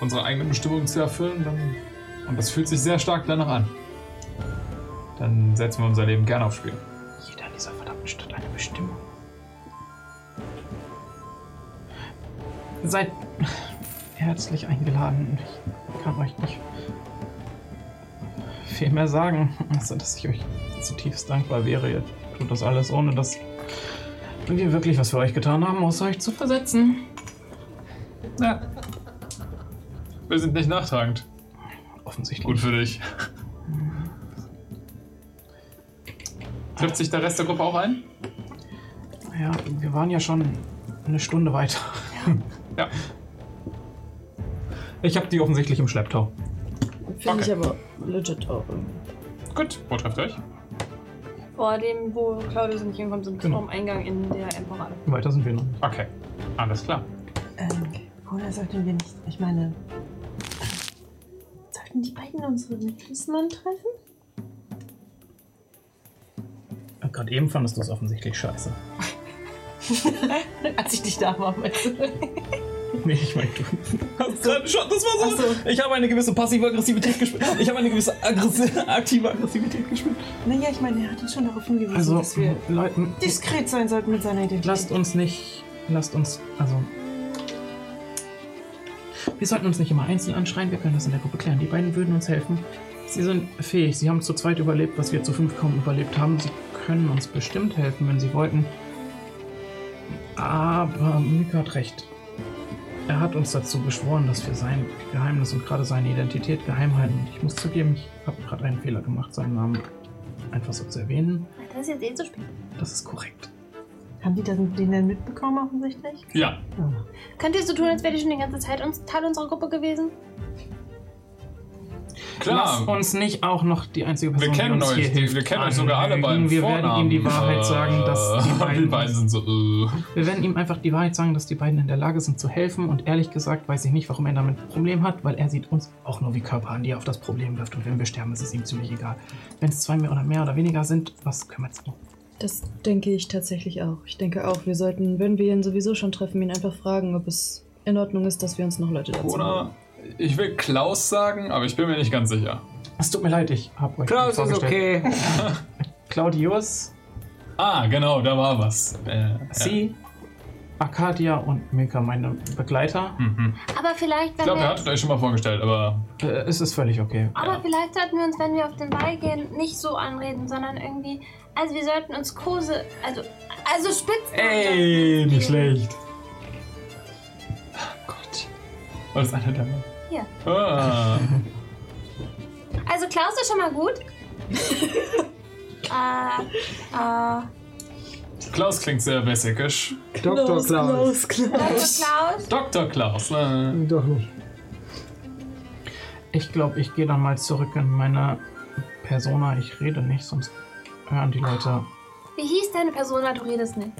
S1: unsere eigene Bestimmung zu erfüllen, dann, und das fühlt sich sehr stark danach an, dann setzen wir unser Leben gerne aufs Spiel.
S4: Jeder in dieser verdammten Stadt eine Bestimmung. Seid herzlich eingeladen. Ich kann euch nicht viel mehr sagen, also dass ich euch zutiefst dankbar wäre. Ihr tut das alles, ohne dass wir wirklich was für euch getan haben, außer euch zu versetzen.
S1: Ja. Wir sind nicht nachtragend.
S4: Offensichtlich.
S1: Gut für dich. Trifft sich der Rest der Gruppe auch ein?
S4: Ja, wir waren ja schon eine Stunde weiter.
S1: Ja.
S4: Ich habe die offensichtlich im Schlepptau.
S9: Finde ich aber legit auch. irgendwie.
S1: Gut, wo trefft ihr euch?
S6: Vor dem, wo Claudius und ich hinkommen, sind
S4: Genau.
S6: vorm Eingang in der Emporade.
S4: Weiter sind wir noch. nicht.
S1: Okay, alles klar.
S3: Ähm, oder sollten wir nicht. Ich meine. Sollten die beiden unsere Mitgliedsmann treffen?
S4: Und Gerade eben fandest du es offensichtlich scheiße.
S3: [LAUGHS]
S4: [LAUGHS]
S3: Als ich dich da war, weißt du.
S4: Nee, ich meine, du hast gerade schon. Das war so. Ich habe eine gewisse passive Aggressivität gespielt. Ich habe eine gewisse aggressi- aktive Aggressivität gespielt.
S3: Naja, ich meine, er hat uns schon darauf hingewiesen,
S4: Also,
S3: dass wir
S4: Leute,
S3: diskret sein sollten mit seiner Identität.
S4: lasst uns nicht. Lasst uns. Also. Wir sollten uns nicht immer einzeln anschreien. Wir können das in der Gruppe klären. Die beiden würden uns helfen. Sie sind fähig. Sie haben zu zweit überlebt, was wir zu fünf kaum überlebt haben. Sie können uns bestimmt helfen, wenn sie wollten. Aber Mika hat recht. Er hat uns dazu geschworen, dass wir sein Geheimnis und gerade seine Identität geheim halten. Und ich muss zugeben, ich habe gerade einen Fehler gemacht, seinen Namen einfach so zu erwähnen.
S11: Das ist jetzt eh zu spät.
S4: Das ist korrekt.
S3: Haben die das, den denn mitbekommen, offensichtlich?
S1: Ja.
S11: Könnt ihr so tun, als wärt ihr schon die ganze Zeit uns, Teil unserer Gruppe gewesen?
S1: Klar.
S4: Lass uns nicht auch noch die einzige
S1: Wir
S4: Person,
S1: kennen
S4: die uns hier
S1: euch,
S4: hilft,
S1: wir kennen euch sogar alle beim
S4: anlügen. Wir
S1: Vornamen.
S4: werden ihm die Wahrheit sagen,
S1: [LAUGHS]
S4: dass die
S1: äh, die
S4: beiden,
S1: beiden sind so, äh. [LAUGHS]
S4: wir werden ihm einfach die Wahrheit sagen, dass die beiden in der Lage sind zu helfen. Und ehrlich gesagt weiß ich nicht, warum er damit ein Problem hat, weil er sieht uns auch nur wie Körper an, die er auf das Problem wirft. Und wenn wir sterben, ist es ihm ziemlich egal. Wenn es zwei mehr oder mehr oder weniger sind, was kümmert es ihn?
S9: Das denke ich tatsächlich auch. Ich denke auch, wir sollten, wenn wir ihn sowieso schon treffen, ihn einfach fragen, ob es in Ordnung ist, dass wir uns noch Leute dazu holen.
S1: Oder ich will Klaus sagen, aber ich bin mir nicht ganz sicher.
S4: Es tut mir leid, ich habe euch
S10: Klaus ist
S4: vorgestellt.
S10: okay.
S4: Claudius.
S1: Ah, genau, da war was. Äh,
S4: Sie, Arcadia und Milka, meine Begleiter.
S11: Aber
S1: Mhm.
S11: vielleicht,
S1: Ich
S11: wenn
S1: glaube,
S11: wir,
S1: er hattet euch schon mal vorgestellt, aber.
S4: Äh, es ist völlig okay.
S11: aber vielleicht sollten wir uns, wenn wir auf den Ball gehen, nicht so anreden, sondern irgendwie, also wir sollten uns Kurse, also, also Spitznamen.
S1: Ey, nicht schlecht. Oh Gott. War das einer dabei?
S11: Hier.
S1: Ah.
S11: Also Klaus ist schon mal gut. äh, äh,
S1: Klaus klingt sehr basicisch.
S2: Dr. Klaus, Klaus.
S11: also Klaus.
S1: Dr. Klaus. Äh.
S2: Doch nicht.
S4: Ich glaube, ich gehe dann mal zurück in meine Persona. Ich rede nicht, sonst hören die Leute.
S11: Wie hieß deine Persona? Du redest nicht.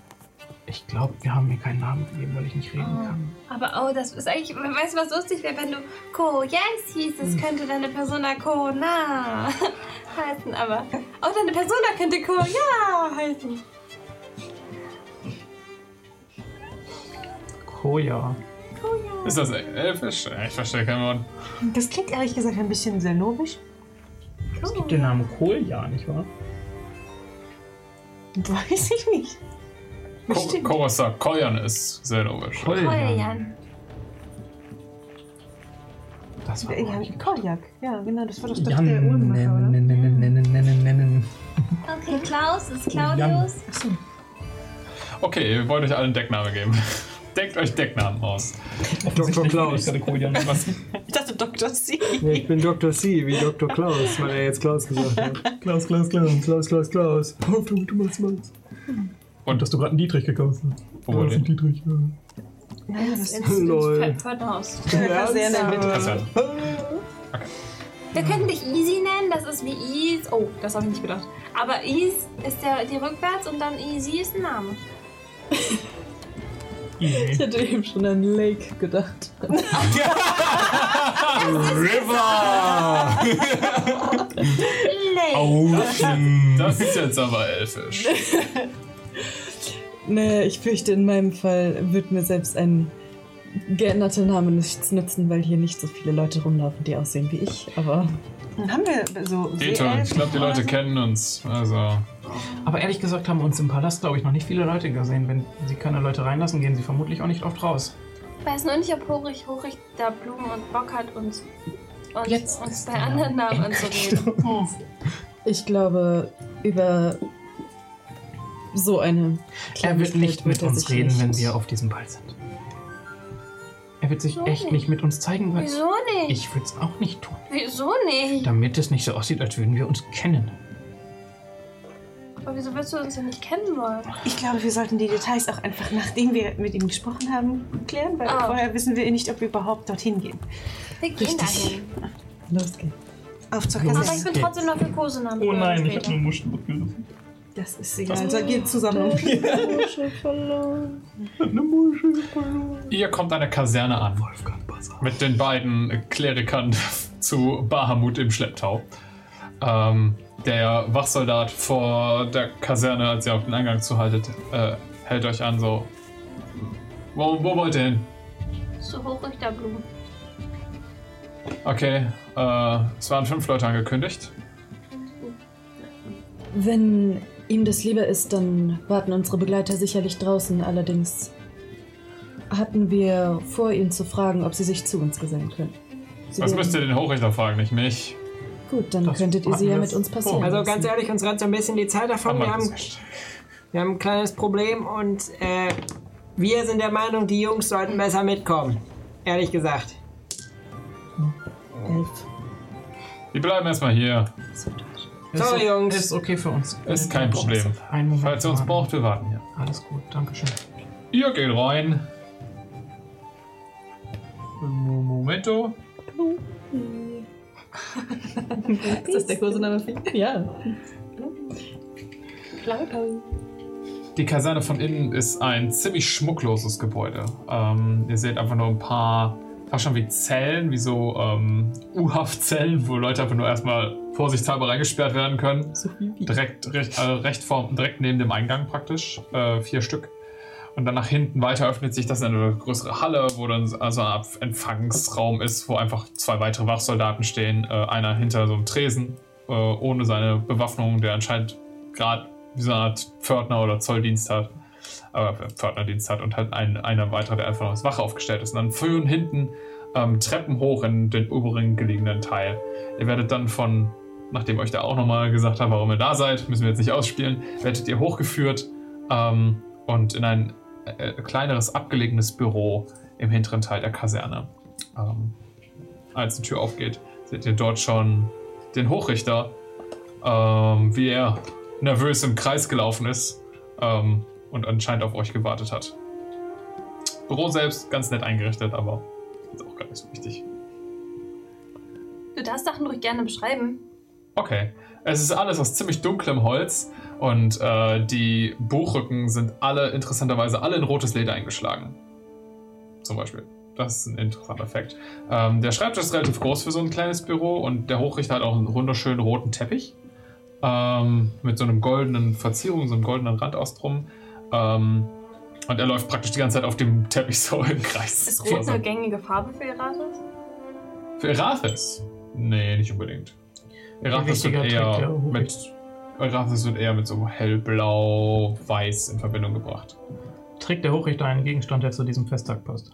S4: Ich glaube, wir haben mir keinen Namen gegeben, weil ich nicht reden kann.
S11: Aber oh, das ist eigentlich, weißt du, was lustig wäre, wenn du Ko Yes hießest, könnte deine Persona Ko Na [LAUGHS] heißen, aber auch deine Persona könnte Ko Ja heißen.
S4: Koja.
S1: Ist das elfisch? Ja, Ich verstehe kein Wort.
S3: Das klingt ehrlich gesagt ein bisschen sehr logisch. [LAUGHS]
S4: Es gibt den Namen Koja, nicht wahr?
S3: Weiß ich nicht.
S1: Ko- Korosa Koyan ist sehr logisch.
S11: Koljan.
S4: Das
S3: war ja, Koljak. Ja, genau, das war doch das der Uhrenmacher, oder?
S5: Nennen.
S11: Okay, Klaus ist Claudius.
S1: Okay, ihr wollt euch alle einen Decknamen geben. [LAUGHS] Denkt euch Decknamen aus.
S5: Dr.
S6: Oh,
S16: [LAUGHS]
S5: Klaus.
S1: Was?
S3: Ich dachte Dr. C.
S2: Nee, ich bin Dr. C, wie Dr. Klaus, weil er jetzt Klaus gesagt hat. Klaus, Klaus, Klaus, Klaus, Klaus, Klaus. Auf du, du machst meins.
S1: Und
S5: dass du gerade einen Dietrich gekauft hast.
S1: Wo war
S5: Das ist ein Dietrich, ja.
S3: Nein, das ist
S2: Lol.
S11: Pferdhaus.
S3: Das [LAUGHS] sehr nett.
S1: Christian.
S11: Wir könnten dich Easy nennen, das ist wie Ease. Oh, das habe ich nicht gedacht. Aber Ease ist der, die rückwärts und dann Easy ist ein Name.
S9: Ich hätte eben schon an Lake gedacht. [LAUGHS]
S1: River!
S11: Lay.
S16: Oh,
S1: Ocean! Das ist jetzt aber elfisch.
S9: Nee, ich fürchte, in meinem Fall wird mir selbst ein geänderter Name nichts nützen, weil hier nicht so viele Leute rumlaufen, die aussehen wie ich. Aber
S3: Dann haben wir so.
S1: Geht schon. Ich glaube, die Leute kennen uns. Also.
S4: Aber ehrlich gesagt haben uns im Palast, glaube ich, noch nicht viele Leute gesehen. Wenn sie keine Leute reinlassen, gehen sie vermutlich auch nicht oft raus.
S11: Ich weiß nur nicht, ob Horig Horig da Blumen und Bock hat, uns, uns,
S4: Jetzt
S11: uns bei anderen Namen anzureden.
S9: ich glaube, über so eine.
S4: Er wird nicht
S9: Kleinigkeit
S4: mit
S9: er
S4: uns
S9: sich
S4: reden,
S9: nicht-
S4: wenn wir auf diesem Ball sind. Er wird sich echt nicht mit uns zeigen, weil
S11: Wieso nicht?
S4: ich würde es auch nicht tun.
S11: Wieso nicht?
S4: Damit es nicht so aussieht, als würden wir uns kennen.
S11: Aber wieso willst du uns denn nicht kennen wollen?
S3: Ich glaube, wir sollten die Details auch einfach, nachdem wir mit ihm gesprochen haben, klären, weil
S11: Ah.
S3: vorher wissen wir nicht, ob wir überhaupt dorthin gehen.
S11: Wir gehen dahin.
S9: Los geht's.
S3: Auf zur
S5: Los
S11: Aber ich
S3: Kasse.
S11: bin
S5: geht's.
S11: trotzdem noch für Kosenamen.
S5: Oh
S11: früher oder
S5: nein, ich
S11: später.
S5: habe eine Muschel mitgerissen.
S3: Das ist egal. So, geht zusammen.
S1: Ihr kommt an der Kaserne an. Mit den beiden Klerikern [LAUGHS] zu Bahamut im Schlepptau. Ähm, der Wachsoldat vor der Kaserne, als ihr auf den Eingang zuhaltet, äh, hält euch an so. Wo, wo wollt ihr hin?
S11: Zu Horig da Blumen.
S1: Okay, äh, es waren fünf Leute angekündigt.
S9: Wenn ihm das lieber ist, dann warten unsere Begleiter sicherlich draußen. Allerdings hatten wir vor, ihn zu fragen, ob sie sich zu uns gesellen können. Sie
S1: Was
S9: werden-
S1: müsst ihr den Hochrichter fragen, nicht mich?
S9: Gut, dann
S4: Das
S9: könntet ihr sie
S4: hatten
S9: ja
S4: wir
S9: mit uns
S4: vor.
S9: passieren.
S10: Also ganz
S9: lassen.
S10: ehrlich, uns rennt so ein bisschen die Zeit davon.
S1: Haben
S10: Wir
S1: wir
S10: haben,
S1: gesagt.
S10: wir haben ein kleines Problem und äh, wir sind der Meinung, die Jungs sollten besser mitkommen. Ehrlich gesagt.
S9: Elf.
S1: Die bleiben erstmal hier.
S10: Sorry,
S4: ist,
S10: Jungs.
S4: Ist okay für uns.
S1: Ist kein Problem.
S4: Einen Moment
S1: Falls ihr uns
S4: warten.
S1: braucht, wir warten hier.
S4: Alles gut, danke schön.
S1: Ihr geht rein. Mo- Momento.
S9: Ist das der Kursename für Ja.
S1: Die Kaserne von innen ist ein ziemlich schmuckloses Gebäude. Ähm, ihr seht einfach nur ein paar, fast schon wie Zellen, wie so ähm, U-Haft-Zellen, wo Leute einfach nur erstmal vorsichtshalber reingesperrt werden können. Direkt, recht, äh, recht vor, direkt neben dem Eingang praktisch. Äh, vier Stück. Und dann nach hinten weiter öffnet sich das in eine größere Halle, wo dann also ein Ab- Empfangsraum ist, wo einfach zwei weitere Wachsoldaten stehen. Äh, einer hinter so einem Tresen, äh, ohne seine Bewaffnung, der anscheinend gerade wie so eine Art Pförtner oder Zolldienst hat. Aber Pförtnerdienst hat und halt ein, einer weiterer, der einfach noch als Wache aufgestellt ist. Und dann führen hinten ähm, Treppen hoch in den oberen gelegenen Teil. Ihr werdet dann von, nachdem euch da auch nochmal gesagt habe, warum ihr da seid, müssen wir jetzt nicht ausspielen, werdet ihr hochgeführt ähm, und in ein äh, kleineres, abgelegenes Büro im hinteren Teil der Kaserne. Ähm, als die Tür aufgeht, seht ihr dort schon den Hochrichter, ähm, wie er nervös im Kreis gelaufen ist ähm, und anscheinend auf euch gewartet hat. Büro selbst ganz nett eingerichtet, aber ist auch gar nicht so wichtig.
S6: Du darfst Sachen ruhig gerne beschreiben.
S1: Okay. Es ist alles aus ziemlich dunklem Holz und äh, die Buchrücken sind alle, interessanterweise, alle in rotes Leder eingeschlagen. Zum Beispiel. Das ist ein interessanter Fakt. Ähm, der Schreibtisch ist relativ groß für so ein kleines Büro und der Hochrichter hat auch einen wunderschönen roten Teppich. Ähm, mit so einem goldenen Verzierung, so einem goldenen Rand aus drum. Ähm, und er läuft praktisch die ganze Zeit auf dem Teppich [LAUGHS] so im Kreis.
S6: Ist rot ne? eine gängige Farbe für Erasmus?
S1: Für Erathis? Nee, nicht unbedingt. Erathis wird
S4: wichtiger
S1: eher
S4: Trick, ja, okay.
S1: mit. Erathis wird eher mit so hellblau-weiß in Verbindung gebracht.
S16: Trägt der Hochrichter einen Gegenstand, der zu diesem Festtag passt?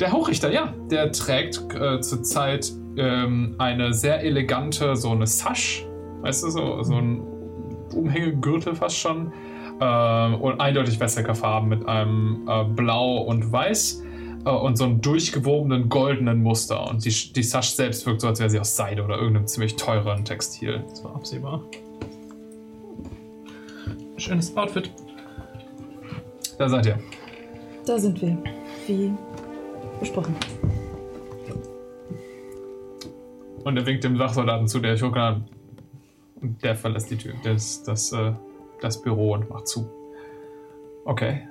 S1: Der Hochrichter, ja, der trägt äh, zurzeit ähm, eine sehr elegante, so eine Sash, weißt du, so, so ein Umhängegürtel fast schon. Ähm, und eindeutig Wessecker-Farben mit einem äh, Blau und Weiß äh, und so einem durchgewobenen goldenen Muster. Und die, die Sash selbst wirkt so, als wäre sie aus Seide oder irgendeinem ziemlich teuren Textil. Das war absehbar.
S16: Schönes Outfit.
S1: Da seid ihr.
S9: Da sind wir. Wie besprochen.
S1: Und er winkt dem Wachsoldaten zu, der euch hochgeladen hat. Und der verlässt die Tür, das, das, äh, das Büro und macht zu. Okay.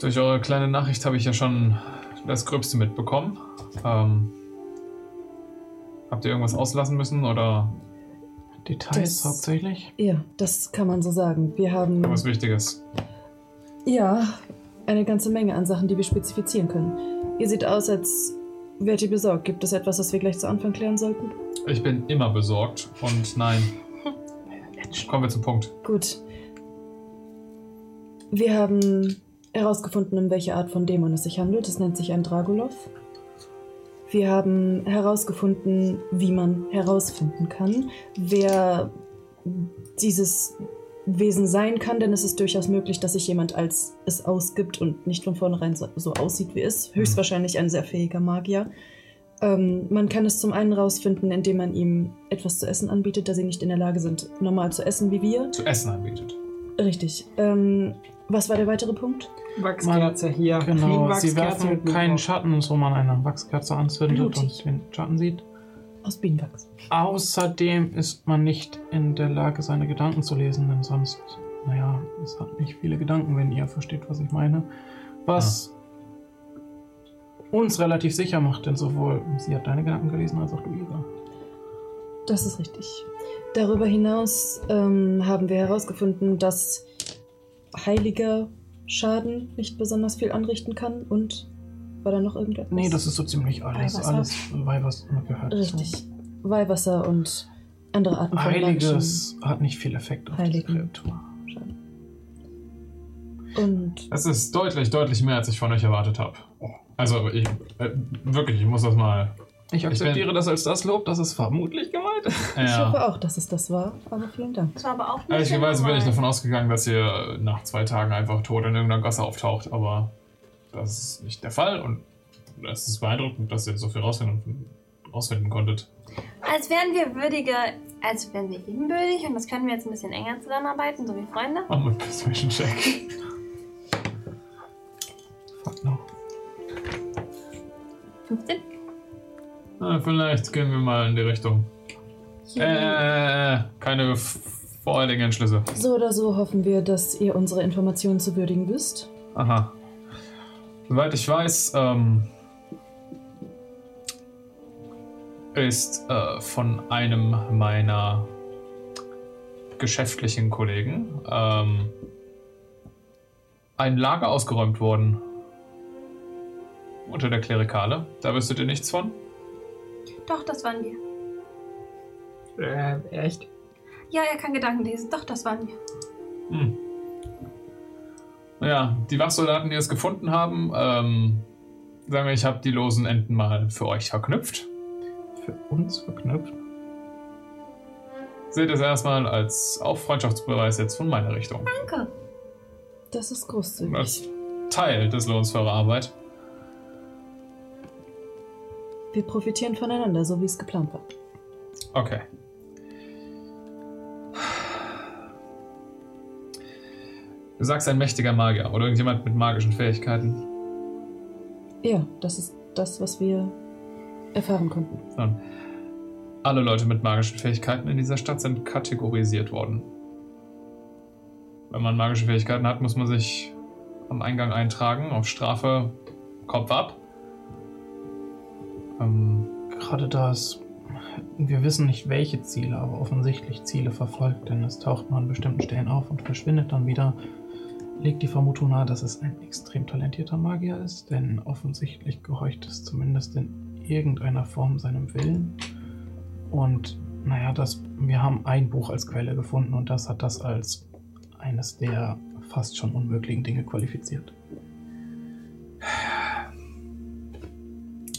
S1: Durch eure kleine Nachricht habe ich ja schon das Gröbste mitbekommen. Ähm, habt ihr irgendwas auslassen müssen oder
S16: Details
S9: Das-
S16: hauptsächlich.
S9: Ja, das kann man so sagen. Wir haben
S1: irgendwas Wichtiges?
S9: ja eine ganze Menge an Sachen, die wir spezifizieren können. Ihr seht aus, als wärt ihr besorgt. Gibt es etwas, das wir gleich zu Anfang klären sollten?
S1: Ich bin immer besorgt und nein. Kommen wir zum Punkt.
S9: Gut. Wir haben herausgefunden, um welche Art von Dämon es sich handelt. Es nennt sich ein Dragolov. Wir haben herausgefunden, wie man herausfinden kann, wer dieses Wesen sein kann, denn es ist durchaus möglich, dass sich jemand als es ausgibt und nicht von vornherein so, so aussieht wie es. Höchstwahrscheinlich ein sehr fähiger Magier. Ähm, man kann es zum einen herausfinden, indem man ihm etwas zu essen anbietet, da sie nicht in der Lage sind, normal zu essen wie wir.
S1: Zu essen anbietet.
S9: Richtig. Ähm, was war der weitere Punkt?
S10: Wachskerze hier. Clean
S16: Genau, sie
S10: Wachskerze
S16: werfen
S10: mit
S16: keinen
S10: Knoblauch.
S16: Schatten, um so man eine Wachskerze anzündet und den Schatten sieht.
S9: Aus Bienenwachs.
S16: Außerdem ist man nicht in der Lage, seine Gedanken zu lesen, denn sonst, naja, es hat nicht viele Gedanken, wenn ihr versteht, was ich meine. Was uns relativ sicher macht, denn sowohl sie hat deine Gedanken gelesen, als auch du ihre.
S9: Das ist richtig. Darüber hinaus ähm, haben wir herausgefunden, dass heiliger Schaden nicht besonders viel anrichten kann und war da noch irgendetwas?
S16: Nee, das ist so ziemlich alles.
S9: Weihwasser.
S16: Alles, weil was man gehört
S9: Richtig. Weihwasser und andere Arten von
S16: Heiliges hat nicht viel Effekt auf
S9: Heiligen.
S16: die Kreatur.
S9: Menschen. Und
S1: Es ist deutlich, deutlich mehr, als ich von euch erwartet habe. Also, ich, äh, wirklich, ich muss das mal.
S16: Ich akzeptiere
S1: bin-
S16: das als das Lob, das es vermutlich gemeint ist.
S9: ich
S1: Ja.
S9: hoffe auch, dass es das war. Aber vielen Dank.
S6: Das war aber auch nicht.
S1: Ehrlicherweise bin ich
S6: normal.
S1: davon ausgegangen, dass ihr nach zwei Tagen einfach tot in irgendeiner Gasse auftaucht, aber das ist nicht der Fall und es ist beeindruckend, dass ihr so viel rausfinden, rausfinden konntet.
S6: Als wären wir würdige, als wären wir ebenbürtig und das können wir jetzt ein bisschen enger zusammenarbeiten, so wie Freunde.
S1: Machen wir einen Persuasion Check.
S9: [LAUGHS]
S16: Fuck no.
S6: 15.
S1: Na, Ah, vielleicht gehen wir mal in die Richtung. Äh, keine f- vorherigen Entschlüsse.
S9: So oder so hoffen wir, dass ihr unsere Informationen zu würdigen wisst.
S1: Aha. Soweit ich weiß, ähm, ist äh, von einem meiner geschäftlichen Kollegen ähm, ein Lager ausgeräumt worden. Unter der Klerikale. Da wüsstet ihr nichts von?
S6: Doch, das waren wir.
S10: Äh, echt?
S11: Ja, er kann Gedanken lesen. Doch, das waren wir.
S1: Hm. Naja, die Wachsoldaten, die es gefunden haben, ähm, sagen wir, ich habe die losen Enden mal für euch verknüpft. Für uns verknüpft? Seht es erstmal als auch Freundschaftsbeweis jetzt von meiner Richtung.
S11: Danke.
S9: Das ist großzügig.
S1: Als Teil des Lohns für eure Arbeit.
S9: Wir profitieren voneinander, so wie es geplant war.
S1: Okay. Du sagst ein mächtiger Magier oder irgendjemand mit magischen Fähigkeiten.
S9: Ja, das ist das, was wir erfahren konnten.
S1: Nun, alle Leute mit magischen Fähigkeiten in dieser Stadt sind kategorisiert worden. Wenn man magische Fähigkeiten hat, muss man sich am Eingang eintragen, auf Strafe, Kopf ab. Ähm,
S4: Gerade das. Wir wissen nicht welche Ziele, aber offensichtlich Ziele verfolgt, denn es taucht nur an bestimmten Stellen auf und verschwindet dann wieder. Legt die Vermutung nahe, dass es ein extrem talentierter Magier ist, denn offensichtlich gehorcht es zumindest in irgendeiner Form seinem Willen. Und naja, das, wir haben ein Buch als Quelle gefunden und das hat das als eines der fast schon unmöglichen Dinge qualifiziert.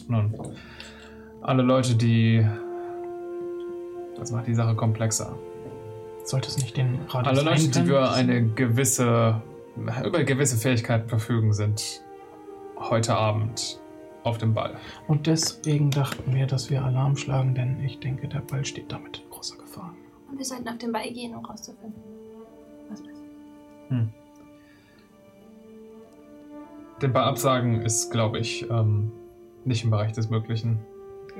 S1: Nun, alle Leute, die. Das macht die Sache komplexer.
S4: Sollte es nicht den Radius
S1: Alle Leute, die
S4: eingrenzen?
S1: über eine gewisse, über gewisse Fähigkeit verfügen, sind heute Abend auf dem Ball.
S4: Und deswegen dachten wir, dass wir Alarm schlagen, denn ich denke, der Ball steht damit in großer Gefahr.
S11: Und wir sollten auf den Ball gehen, um rauszufinden. Was passiert.
S1: Den Ball absagen ist, glaube ich, ähm, nicht im Bereich des Möglichen.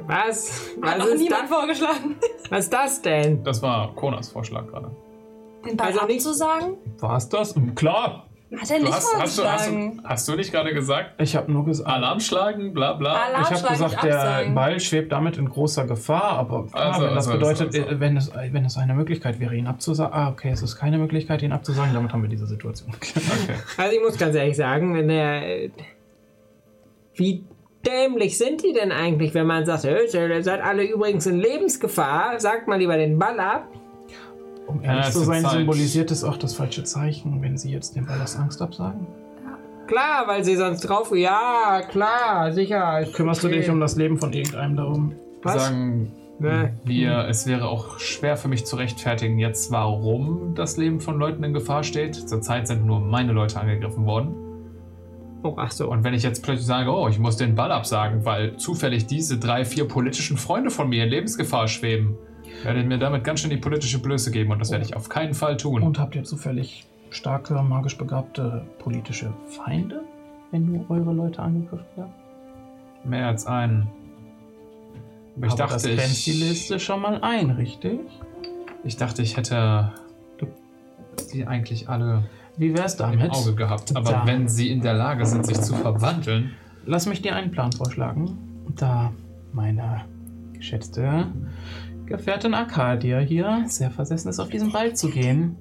S10: Was?
S6: Hat
S10: Was
S6: noch
S10: ist,
S6: niemand
S10: das?
S6: vorgeschlagen,
S10: was ist das denn?
S1: Das war Konas Vorschlag gerade.
S6: den Ball
S10: Also nicht-
S6: abzusagen?
S1: War es das? Klar!
S6: Hat er
S1: Du
S6: nicht
S1: hast, hast, du, hast,
S6: vorgeschlagen.
S1: du, hast du nicht gerade gesagt,
S4: Ich habe nur gesagt,
S1: Alarm schlagen, bla bla?
S6: Alarm
S4: ich habe
S6: schlagen,
S4: gesagt,
S6: nicht
S4: der
S6: absagen.
S4: Ball schwebt damit in großer Gefahr, aber klar,
S1: Also,
S4: wenn das
S1: also,
S4: bedeutet,
S1: also, also.
S4: äh, Wenn, es, äh, wenn es eine Möglichkeit wäre, ihn abzusagen. Ah, okay, es ist keine Möglichkeit, ihn abzusagen, damit haben wir diese Situation.
S1: Okay.
S10: Also ich muss ganz ehrlich sagen, wenn der, äh, wie dämlich sind die denn eigentlich, wenn man sagt, "Äh, ihr seid alle übrigens in Lebensgefahr, sagt mal lieber den Ball ab.
S4: Um
S1: Ja,
S4: ehrlich
S1: es
S4: zu
S1: ist
S4: sein,
S1: Zeit.
S4: symbolisiert es auch das falsche Zeichen, wenn sie jetzt den Ball aus Angst absagen.
S10: Klar, weil sie sonst drauf, ja, klar, sicher. ist
S4: Kümmerst
S10: okay.
S4: du dich um das Leben von irgendeinem darum?
S10: was?
S1: Sagen
S10: Nee.
S1: wir, es wäre auch schwer für mich zu rechtfertigen, jetzt warum das Leben von Leuten in Gefahr steht. Zurzeit sind nur meine Leute angegriffen worden.
S10: Oh, ach so.
S1: Und wenn ich jetzt plötzlich sage, oh, ich muss den Ball absagen, weil zufällig diese drei, vier politischen Freunde von mir in Lebensgefahr schweben, werde ich mir damit ganz schön die politische Blöße geben und das werde ich auf keinen Fall tun.
S4: Und habt ihr zufällig starke, magisch begabte politische Feinde, wenn nur eure Leute angegriffen werden?
S1: Mehr als einen. Aber ich
S4: Aber
S1: dachte,
S4: das grenzt die
S1: ich,
S4: Liste schon mal ein, richtig?
S1: ich dachte, ich hätte die eigentlich alle
S4: Wie wär's
S1: im
S4: damit?
S1: Auge gehabt. Aber
S4: Da.
S1: wenn sie in der Lage sind, sich zu verwandeln,
S4: Lass mich dir einen Plan vorschlagen. Da meine geschätzte Gefährtin Arcadia hier sehr versessen ist, auf diesen Ball zu gehen.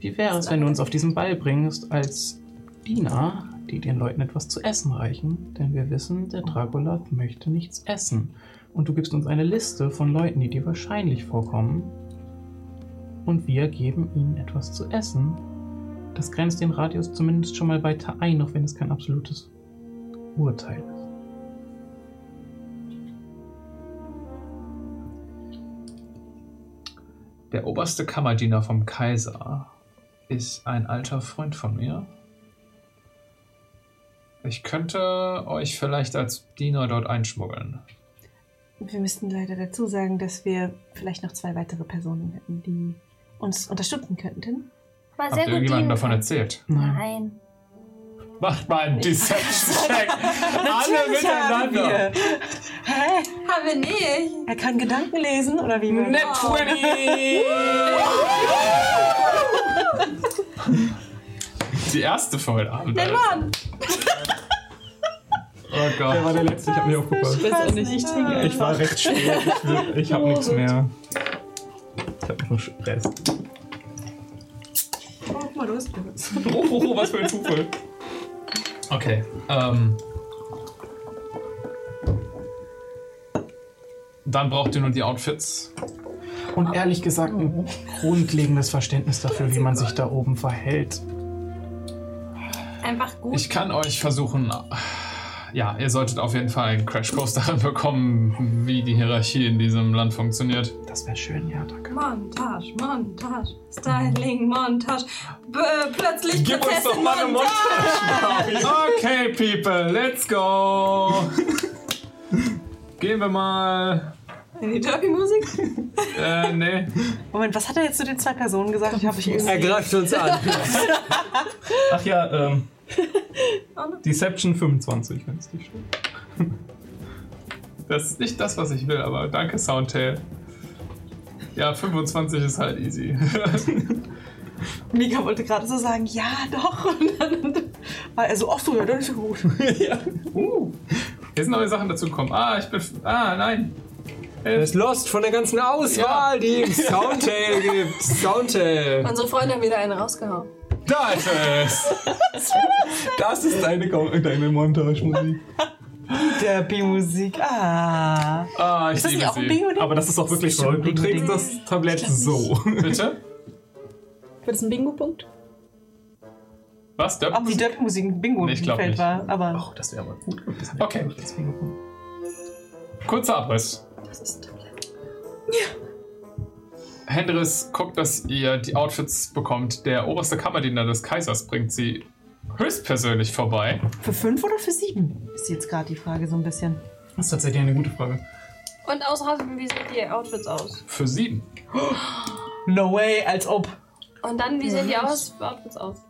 S4: Wie wäre es, wenn du uns auf diesen Ball bringst als Diener, die den Leuten etwas zu essen reichen? Denn wir wissen, der Dragoloth möchte nichts essen. Und du gibst uns eine Liste von Leuten, die dir wahrscheinlich vorkommen. Und wir geben ihnen etwas zu essen. Das grenzt den Radius zumindest schon mal weiter ein, auch wenn es kein absolutes Urteil ist.
S1: Der oberste Kammerdiener vom Kaiser ist ein alter Freund von mir. Ich könnte euch vielleicht als Diener dort einschmuggeln.
S3: Wir müssten leider dazu sagen, dass wir vielleicht noch zwei weitere Personen hätten, die uns unterstützen könnten.
S11: War
S1: Habt
S11: sehr
S1: ihr
S11: gut.
S1: irgendjemandem
S11: dienen
S1: davon
S11: kann.
S1: erzählt?
S11: Nein.
S1: Macht mal einen Deception-Check. Alle miteinander.
S3: Hä?
S6: Haben wir nicht.
S3: Er kann Gedanken lesen oder wie?
S6: Net
S1: 20! Die erste für heute Abend.
S6: Der Mann!
S1: Oh
S5: Der war
S1: Gott.
S5: der letzte, ich habe nicht aufgepasst.
S3: Ich weiß nicht, ich trinke
S5: Ich war recht schwer. Ich, will- ich habe nichts mehr. Ich habe nur Stress.
S3: Guck mal, du hast benutzt.
S1: Oh, oh, oh, was für ein Zufall. Okay. Ähm, dann braucht ihr nur die Outfits.
S4: Und ehrlich gesagt ein grundlegendes Verständnis dafür, wie man sich da oben verhält.
S6: Einfach gut.
S1: Ich kann euch versuchen. Ja, ihr solltet auf jeden Fall einen Crashkurs darin [LAUGHS] bekommen, wie die Hierarchie in diesem Land funktioniert.
S4: Das wäre schön, ja, danke.
S6: Montage, Montage, Styling, Montage. B plötzlich
S1: Gib uns doch
S6: Prinzessin
S1: mal eine
S6: Montage.
S1: Okay, People, let's go! Gehen wir mal.
S3: In die Derby-Musik?
S1: Äh, nee.
S3: Moment, was hat er jetzt zu den zwei Personen gesagt? Ich habe ich irgendwie.
S2: Er greift uns an.
S5: Ach ja,
S3: [LAUGHS]
S5: ähm. Deception 25, wenn es dich stört.
S1: Das ist nicht das, was ich will, aber danke, Soundtail. Ja, 25 ist halt easy. [LAUGHS]
S3: Mika wollte gerade so sagen, ja, doch. [LAUGHS] Und dann war er so, ach so, ja, dann ist ja gut.
S1: uh, hier sind neue Sachen dazugekommen. Ah, ich bin. Ah, nein. Äh,
S2: Das Lost von der ganzen Auswahl, die im Soundtail gibt. Soundtail.
S6: Unsere Freunde haben wieder einen rausgehauen.
S1: Da ist es!
S5: Das ist deine, Ko- deine Montagemusik.
S3: Derby-Musik, ah.
S1: Ah, ich
S3: Ist das
S1: liebe
S3: nicht auch ein
S1: sie.
S3: Ding, oder?
S5: Aber das ist auch wirklich so. Du trägst das Tablett so.
S1: Bitte?
S9: Wird das ein Bingo-Punkt?
S1: Was? Döpp?
S3: Ob die Derby-Musik ein bingo
S1: Nee, ich glaub
S3: Feld
S1: nicht.
S3: war, aber.
S5: Oh, das wäre aber gut.
S1: Okay, kurzer Abriss.
S6: Das ist toll.
S1: Hendris guckt, dass ihr die Outfits bekommt. Der oberste Kammerdiener des Kaisers bringt sie höchstpersönlich vorbei.
S3: Für fünf oder für sieben? Ist jetzt gerade die Frage so ein bisschen.
S4: Das ist tatsächlich eine gute Frage.
S6: Und außerdem, wie sehen die Outfits aus?
S1: Für sieben.
S3: No way, als ob.
S6: Und dann, wie sehen die aus? Outfits aus?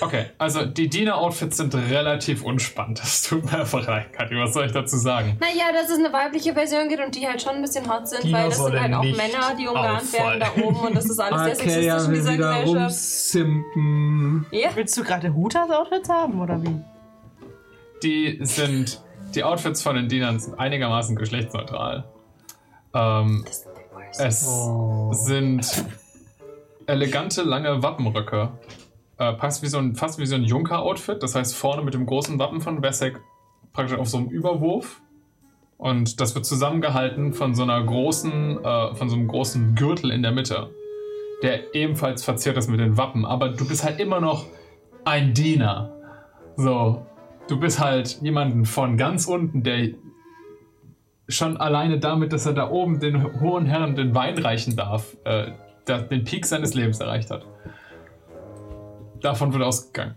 S1: Okay, also die Diener-Outfits sind relativ unspannend. Das tut mir einfach leid, Katja. Was soll ich dazu sagen?
S6: Naja, dass es eine weibliche Version gibt und die halt schon ein bisschen hot sind,
S5: Die
S6: weil das sind
S5: sollen
S6: halt auch
S5: nicht
S6: Männer, die umgarnt
S5: auffallen.
S6: werden da oben und das ist alles sehr sexistisch
S2: ja,
S6: in
S2: wir
S6: dieser
S2: wieder
S6: Gesellschaft.
S2: rumsimpen.
S6: Ja,
S3: Willst du gerade Hutas-Outfits haben oder wie?
S1: Die sind. Die Outfits von den Dienern sind einigermaßen geschlechtsneutral. Ähm, es sind elegante, lange Wappenröcke. Äh, passt wie so ein, fast wie so ein Junker-Outfit. Das heißt, vorne mit dem großen Wappen von Wessek praktisch auf so einem Überwurf. Und das wird zusammengehalten von so einer großen, äh, von so einem großen Gürtel in der Mitte, der ebenfalls verziert ist mit den Wappen. Aber du bist halt immer noch ein Diener. So, du bist halt jemanden von ganz unten, der schon alleine damit, dass er da oben den hohen Herren den Wein reichen darf, äh, da- den Peak seines Lebens erreicht hat. Davon wird ausgegangen.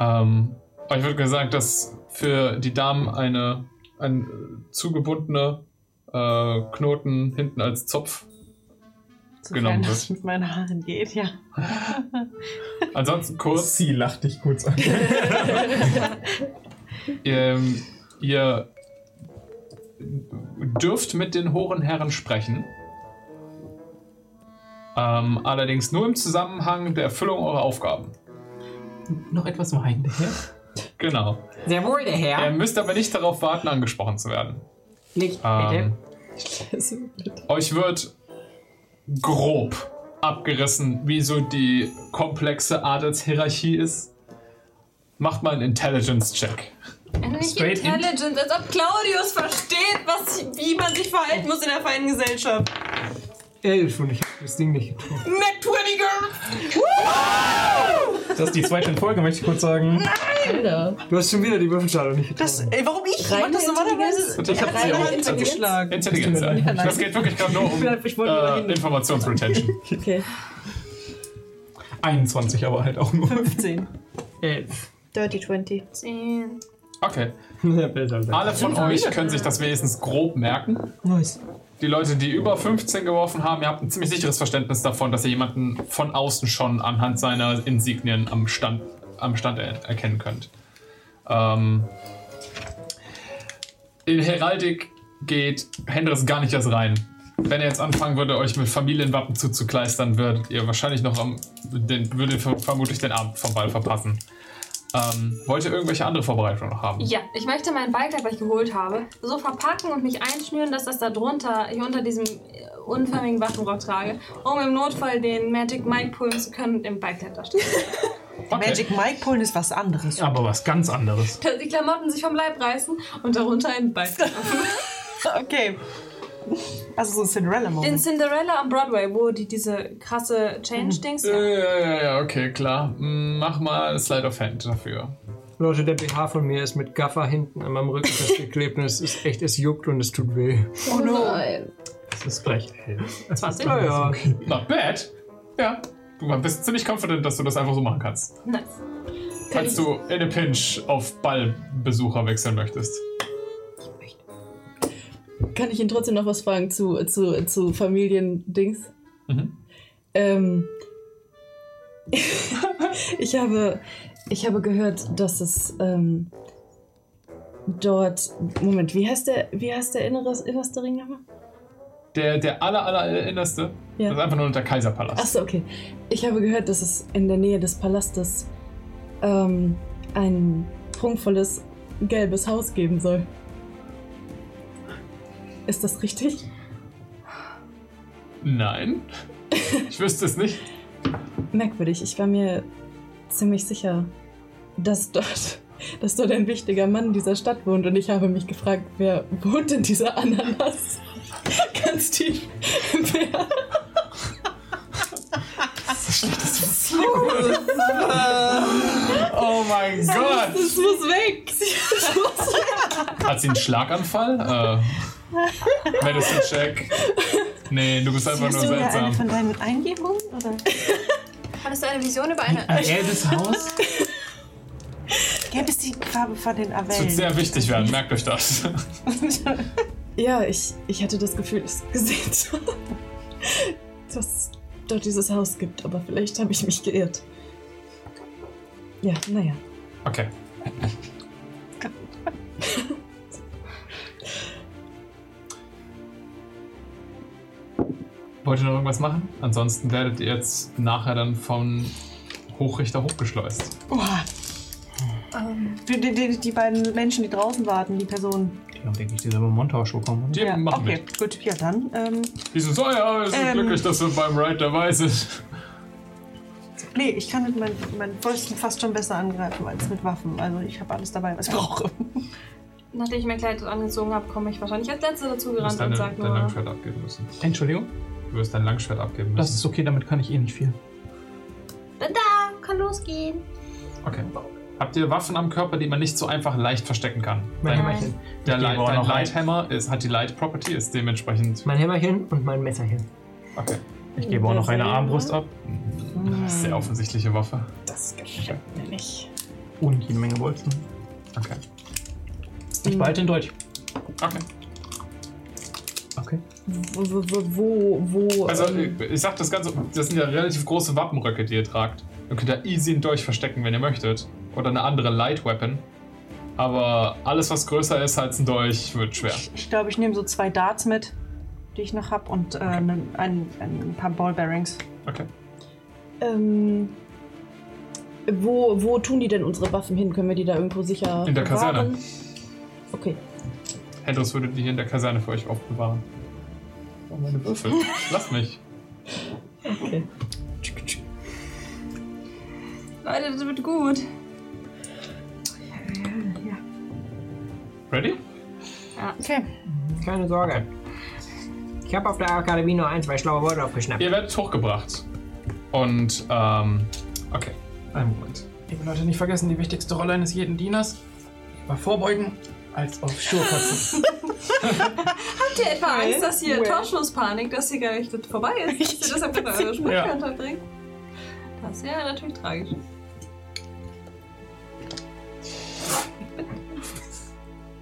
S1: Ähm, euch wird gesagt, dass für die Damen eine, ein zugebundene äh, Knoten hinten als Zopf.
S3: Sofern
S1: Genommen
S3: das mit meinen Haaren geht, ja.
S1: Ansonsten kurz.
S5: Sie lacht dich kurz an.
S1: Ähm, ihr dürft mit den hohen Herren sprechen. Ähm, allerdings nur im Zusammenhang der Erfüllung eurer Aufgaben.
S4: Noch etwas Wein daher?
S1: Genau.
S10: Sehr wohl, der Herr.
S2: Ah.
S1: Ihr müsst aber nicht darauf warten, angesprochen zu werden.
S10: Nicht, bitte.
S1: Ähm,
S2: Also,
S1: euch wird grob abgerissen, wie so die komplexe Adelshierarchie ist. Macht mal einen Intelligence-Check.
S6: nicht
S4: Straight in-
S6: intelligent, als ob Claudius versteht, was, wie man sich verhalten muss in der feinen Gesellschaft.
S2: Elf und ich hab das Ding nicht getroffen.
S6: Net 20 Girls!
S5: Das ist die zweite in Folge, möchte ich kurz sagen.
S2: Du hast schon wieder die Würfelschale nicht
S3: Das,
S2: getroffen.
S3: ey, warum ich? Ich mach das normalerweise.
S1: Ich hab sie auch
S3: Hand geschlagen.
S1: Intelligenz. ja. Das geht wirklich gerade nur um
S2: Ich wollte nur
S1: äh, Informationsretention.
S5: 21 aber halt auch nur.
S3: 15.
S2: Elf.
S8: Dirty 20.
S1: Okay.
S2: Besser,
S4: Ah,
S1: Alle von euch können sich das wenigstens grob merken.
S2: Nice.
S1: Die Leute, die über 15 geworfen haben, ihr habt ein ziemlich sicheres Verständnis davon, dass ihr jemanden von außen schon anhand seiner Insignien am Stand, am Stand er erkennen könnt. Ähm, in Heraldik geht Hendris gar nicht erst rein. Wenn er jetzt anfangen würde, euch mit Familienwappen zuzukleistern, würdet ihr wahrscheinlich noch am, den, würdet ihr vermutlich den Abend vom Ball verpassen. Ähm, wollt ihr irgendwelche andere Vorbereitungen noch haben?
S6: Ja, ich möchte mein Bike, das ich geholt habe, so verpacken und mich einschnüren, dass das da drunter, ich unter diesem äh, unförmigen Wappenrock trage, um im Notfall den Magic Mike pullen zu können und im Bike da stehen. [LAUGHS]
S1: Okay.
S3: Magic Mike Pullen ist was anderes.
S5: Aber was ganz anderes.
S6: Dass die Klamotten sich vom Leib reißen und darunter ein Bike.
S3: Okay. Also so ein
S6: Den
S3: Cinderella-Moment.
S6: Cinderella am Broadway, wo die diese krasse Change-Dings.
S1: Ja, ja, ja, ja, okay, klar. Mm, Mach mal Slide of Hand dafür.
S10: Leute, der BH von mir ist mit Gaffer hinten an meinem Rücken festgeklebt und es ist echt, es juckt und es tut weh.
S6: Oh no.
S10: Es ist gleich elf.
S4: 20?
S10: Ja, ja.
S1: Not bad. Ja. Du bist ziemlich confident, dass du das einfach so machen kannst.
S6: Nice. Kann
S1: Falls
S6: ich,
S1: du in a pinch auf Ballbesucher wechseln möchtest.
S9: Kann ich ihn trotzdem noch was fragen zu, zu, zu Familiendings?
S1: Mhm.
S9: Ähm, [LAUGHS] ich, habe, ich habe gehört, dass es ähm, dort. Moment, wie heißt der, wie heißt der innere, innerste Ring nochmal?
S1: Der, der aller, aller innerste,
S9: Ja.
S1: das ist einfach nur der Kaiserpalast.
S9: Achso, okay. Ich habe gehört, dass es in der Nähe des Palastes ähm, ein prunkvolles gelbes Haus geben soll. Ist das richtig?
S1: Nein. Ich wüsste es nicht.
S9: Merkwürdig, ich war mir ziemlich sicher, dass dort, [LAUGHS] dass dort ein wichtiger Mann dieser Stadt wohnt und ich habe mich gefragt, wer wohnt in dieser Ananas? [LAUGHS] Ganz tief im Meer.
S1: Oh mein Gott!
S9: Das muss weg! Das muss weg!
S1: Hat sie einen Schlaganfall? Äh, Medicine Check. Nee, du bist einfach
S3: Hast
S1: nur
S3: du da eine von
S1: seltsam.
S3: deinen Eingebungen? Oder?
S11: Hattest du eine Vision über eine.
S1: Ein gelbes
S5: [LAUGHS]
S1: Haus?
S3: Gelb ist die Farbe von den
S1: Das wird
S3: Avellen.
S1: sehr wichtig werden, merkt euch das.
S9: Ja, ich, ich hatte das Gefühl, es gesehen zu haben, [LAUGHS] dass es dort dieses Haus gibt, aber vielleicht habe ich mich geirrt. Ja, naja.
S1: Okay. Wollt ihr noch irgendwas machen? Ansonsten werdet ihr jetzt nachher dann vom Hochrichter hochgeschleust.
S3: Boah. Ähm, Die, die, die, die beiden Menschen, die draußen warten, die Personen.
S1: Die haben, denke ich, dieselbe Montage bekommen. Die
S3: ja,
S1: machen
S3: okay,
S1: mit.
S3: gut. Ja, dann. Ähm,
S1: Die sind so, ja, wir sind
S3: Ähm.
S1: glücklich, dass wir beim Ride dabei sind.
S3: nee, ich kann mit meinen mein Fäusten fast schon besser angreifen als mit Waffen. Also ich habe alles dabei, was ich brauche.
S6: nachdem ich mein Kleid angezogen habe, komme ich wahrscheinlich als Letzte dazu
S1: Du
S6: gerannt
S1: wirst dein,
S6: und sage
S1: dein
S6: nur.
S1: Langschwert abgeben müssen.
S4: Entschuldigung?
S1: Du wirst dein Langschwert abgeben müssen.
S4: Das ist okay, damit kann ich eh nicht viel.
S11: Da, kann losgehen.
S1: Okay. Habt ihr Waffen am Körper, die man nicht so einfach leicht verstecken kann?
S10: Mein
S1: Dein-
S10: Hämmerchen.
S1: Der
S10: Ich
S1: Light,
S10: gebe auch
S1: dein
S10: noch
S1: Light Hammer ist, hat die Light Property, ist dementsprechend.
S10: Mein Hämmerchen und mein Messerchen.
S1: Okay.
S4: Ich gebe auch noch eine Armbrust ab.
S1: Sehr offensichtliche Waffe.
S9: Das gefällt mir nicht.
S4: Und jede Menge Bolzen.
S1: Okay.
S5: Mhm.
S4: Ich behalte den Dolch.
S1: Okay.
S4: Okay.
S9: Wo, wo, wo, wo
S1: Also,
S9: ähm,
S1: ich sag das Ganze, das sind ja relativ große Wappenröcke, die ihr tragt. Ihr könnt da easy einen Dolch verstecken, wenn ihr möchtet. Oder eine andere Light Weapon. Aber alles, was größer ist als ein Dolch, wird schwer.
S3: Ich glaube, ich nehme so zwei Darts mit, die ich noch habe, und äh, ne- ein, ein, ein paar Ballbearings.
S1: Okay.
S4: äh,
S9: ähm, wo, wo tun die denn unsere Waffen hin? Können wir die da irgendwo sicher
S1: In der Kaserne.
S9: bewahren? Okay.
S1: Hendrix würde die hier in der Kaserne für euch aufbewahren. Oh, meine Würfel. Lass mich.
S9: Okay.
S6: Leute, das wird gut.
S1: Ready?
S3: Okay.
S10: Keine Sorge. Ich habe auf der Akademie nur ein, zwei schlaue Worte aufgeschnappt.
S1: Ihr werdet hochgebracht. Und, ähm, okay. Einen Moment.
S4: Liebe Leute, nicht vergessen, die wichtigste Rolle eines jeden Dieners war vorbeugen als auf
S5: [LAUGHS]
S4: Schuhe kotzen.
S6: Habt ihr etwa
S3: Well,
S6: Angst, dass hier
S3: well.
S6: Torschusspanik, dass hier gar nicht vorbei ist? Dass ihr deshalb mit eurer Schmutzkante
S1: Ja.
S6: bringt? Das ist ja natürlich tragisch.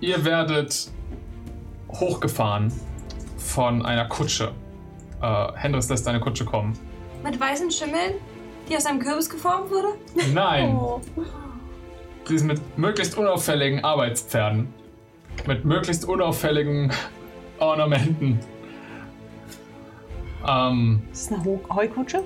S1: Ihr werdet hochgefahren von einer Kutsche. Äh, Hendris lässt eine Kutsche kommen.
S6: Mit weißen Schimmeln, die aus einem Kürbis geformt wurde? [LAUGHS]
S1: Nein!
S6: Oh.
S1: Sie ist mit möglichst unauffälligen Arbeitspferden. Mit möglichst unauffälligen Ornamenten. Ähm,
S3: Ist das eine Ho Heukutsche?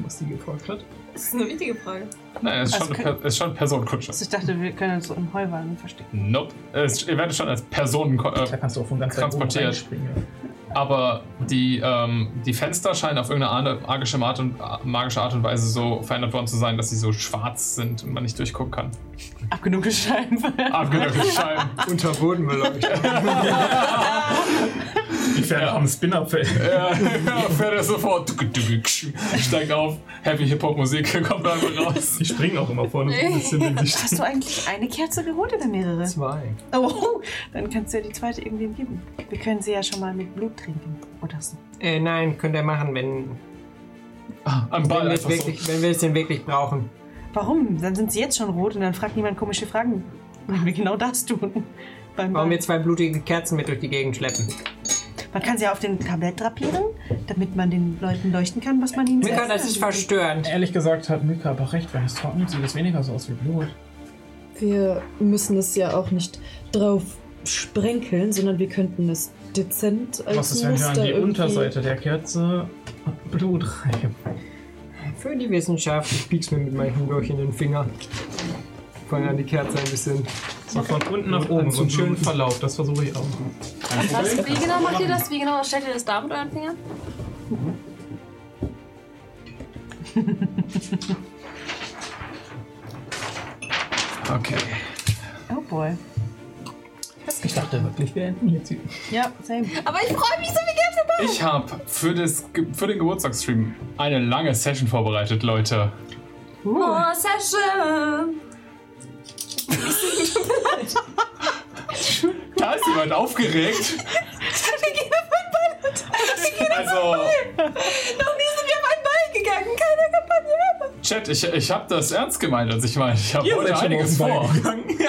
S4: Was sie gefolgt hat?
S6: Das ist eine wichtige Frage.
S1: nein, es ist, schon
S3: Also
S1: eine,
S3: kö-
S1: Per- es ist schon eine Personenkutsche.
S3: Also ich dachte, wir können uns so im Heuwagen verstecken.
S1: Nope. Es, ihr werdet schon als Personen
S5: Da
S1: äh,
S5: kannst du auch von ganz weit oben
S1: Transportiert.
S5: reinspringen.
S1: Aber die, ähm, die Fenster scheinen auf irgendeine Art- magische Art, und, magische Art und Weise so verändert worden zu sein, dass sie so schwarz sind und man nicht durchgucken kann.
S3: Abgenugte Scheiben.
S1: Abgenugte [LAUGHS] Scheiben.
S2: Unter Bodenbeleuchtung.
S1: Die Pferde ja. am Spinner fällt. Ja, ja, Pferde sofort. Steigt auf, Happy Hip-Hop-Musik [LAUGHS] kommt einfach raus. Die springen auch immer vorne
S3: Hast du eigentlich eine Kerze geholt oder mehrere?
S2: Zwei.
S3: Oh, dann kannst du ja die zweite irgendwem geben. Wir können sie ja schon mal mit Blut trinken oder so.
S10: Äh, nein, könnt ihr machen, wenn.
S1: am Ball
S10: wenn wir,
S1: einfach
S10: es wirklich, wenn wir es denn wirklich brauchen.
S3: Warum? Dann sind sie jetzt schon rot und dann fragt niemand komische Fragen. Wenn wir genau das
S10: [LAUGHS]
S3: tun. Beim
S10: Warum wir zwei blutige Kerzen mit durch die Gegend schleppen?
S3: Man kann sie ja auf den Tablett drapieren, damit man den Leuten leuchten kann, was man ihnen zu
S10: Mika,
S3: essen
S10: das ist
S3: anbietet.
S10: verstörend.
S4: Ehrlich gesagt hat Mika aber recht, wenn es trocknet, sieht es weniger so aus wie Blut.
S9: Wir müssen es ja auch nicht drauf sprenkeln, sondern wir könnten es dezent als
S4: Was ist, wenn wir
S9: Muster
S4: an die
S9: irgendwie-
S4: Unterseite der Kerze Blut reiben?
S10: Für die Wissenschaft.
S2: Ich piek's mir mit meinem Durch in den Finger. Fange an die Kerze ein bisschen.
S4: So von unten nach oben, so
S1: [LAUGHS]
S4: einen schönen Verlauf, das versuche ich auch.
S6: Was, wie genau macht ihr
S4: machen.
S6: das? Wie genau stellt ihr das da mit euren Fingern?
S1: Okay.
S3: Oh boy.
S5: Ich dachte wirklich, wir enden jetzt hier.
S3: Ja, same.
S15: Aber ich freue mich so wie Gänse
S1: Ich habe für, das Ge- für den Geburtstagsstream eine lange Session vorbereitet, Leute.
S6: Oh, Session!
S1: Da ist jemand aufgeregt.
S15: Wir gehen auf einen Ball. Wir
S1: [LAUGHS]
S15: gehen auf
S1: Also-
S15: einen Ball. Noch nie sind wir auf einen Ball gegangen. Keine Kampagne.
S1: Chat, ich, ich habe das ernst gemeint, als ich meine, ich habe
S5: Ihr
S1: heute
S5: seid schon
S1: einiges
S5: auf den Ball
S1: vor.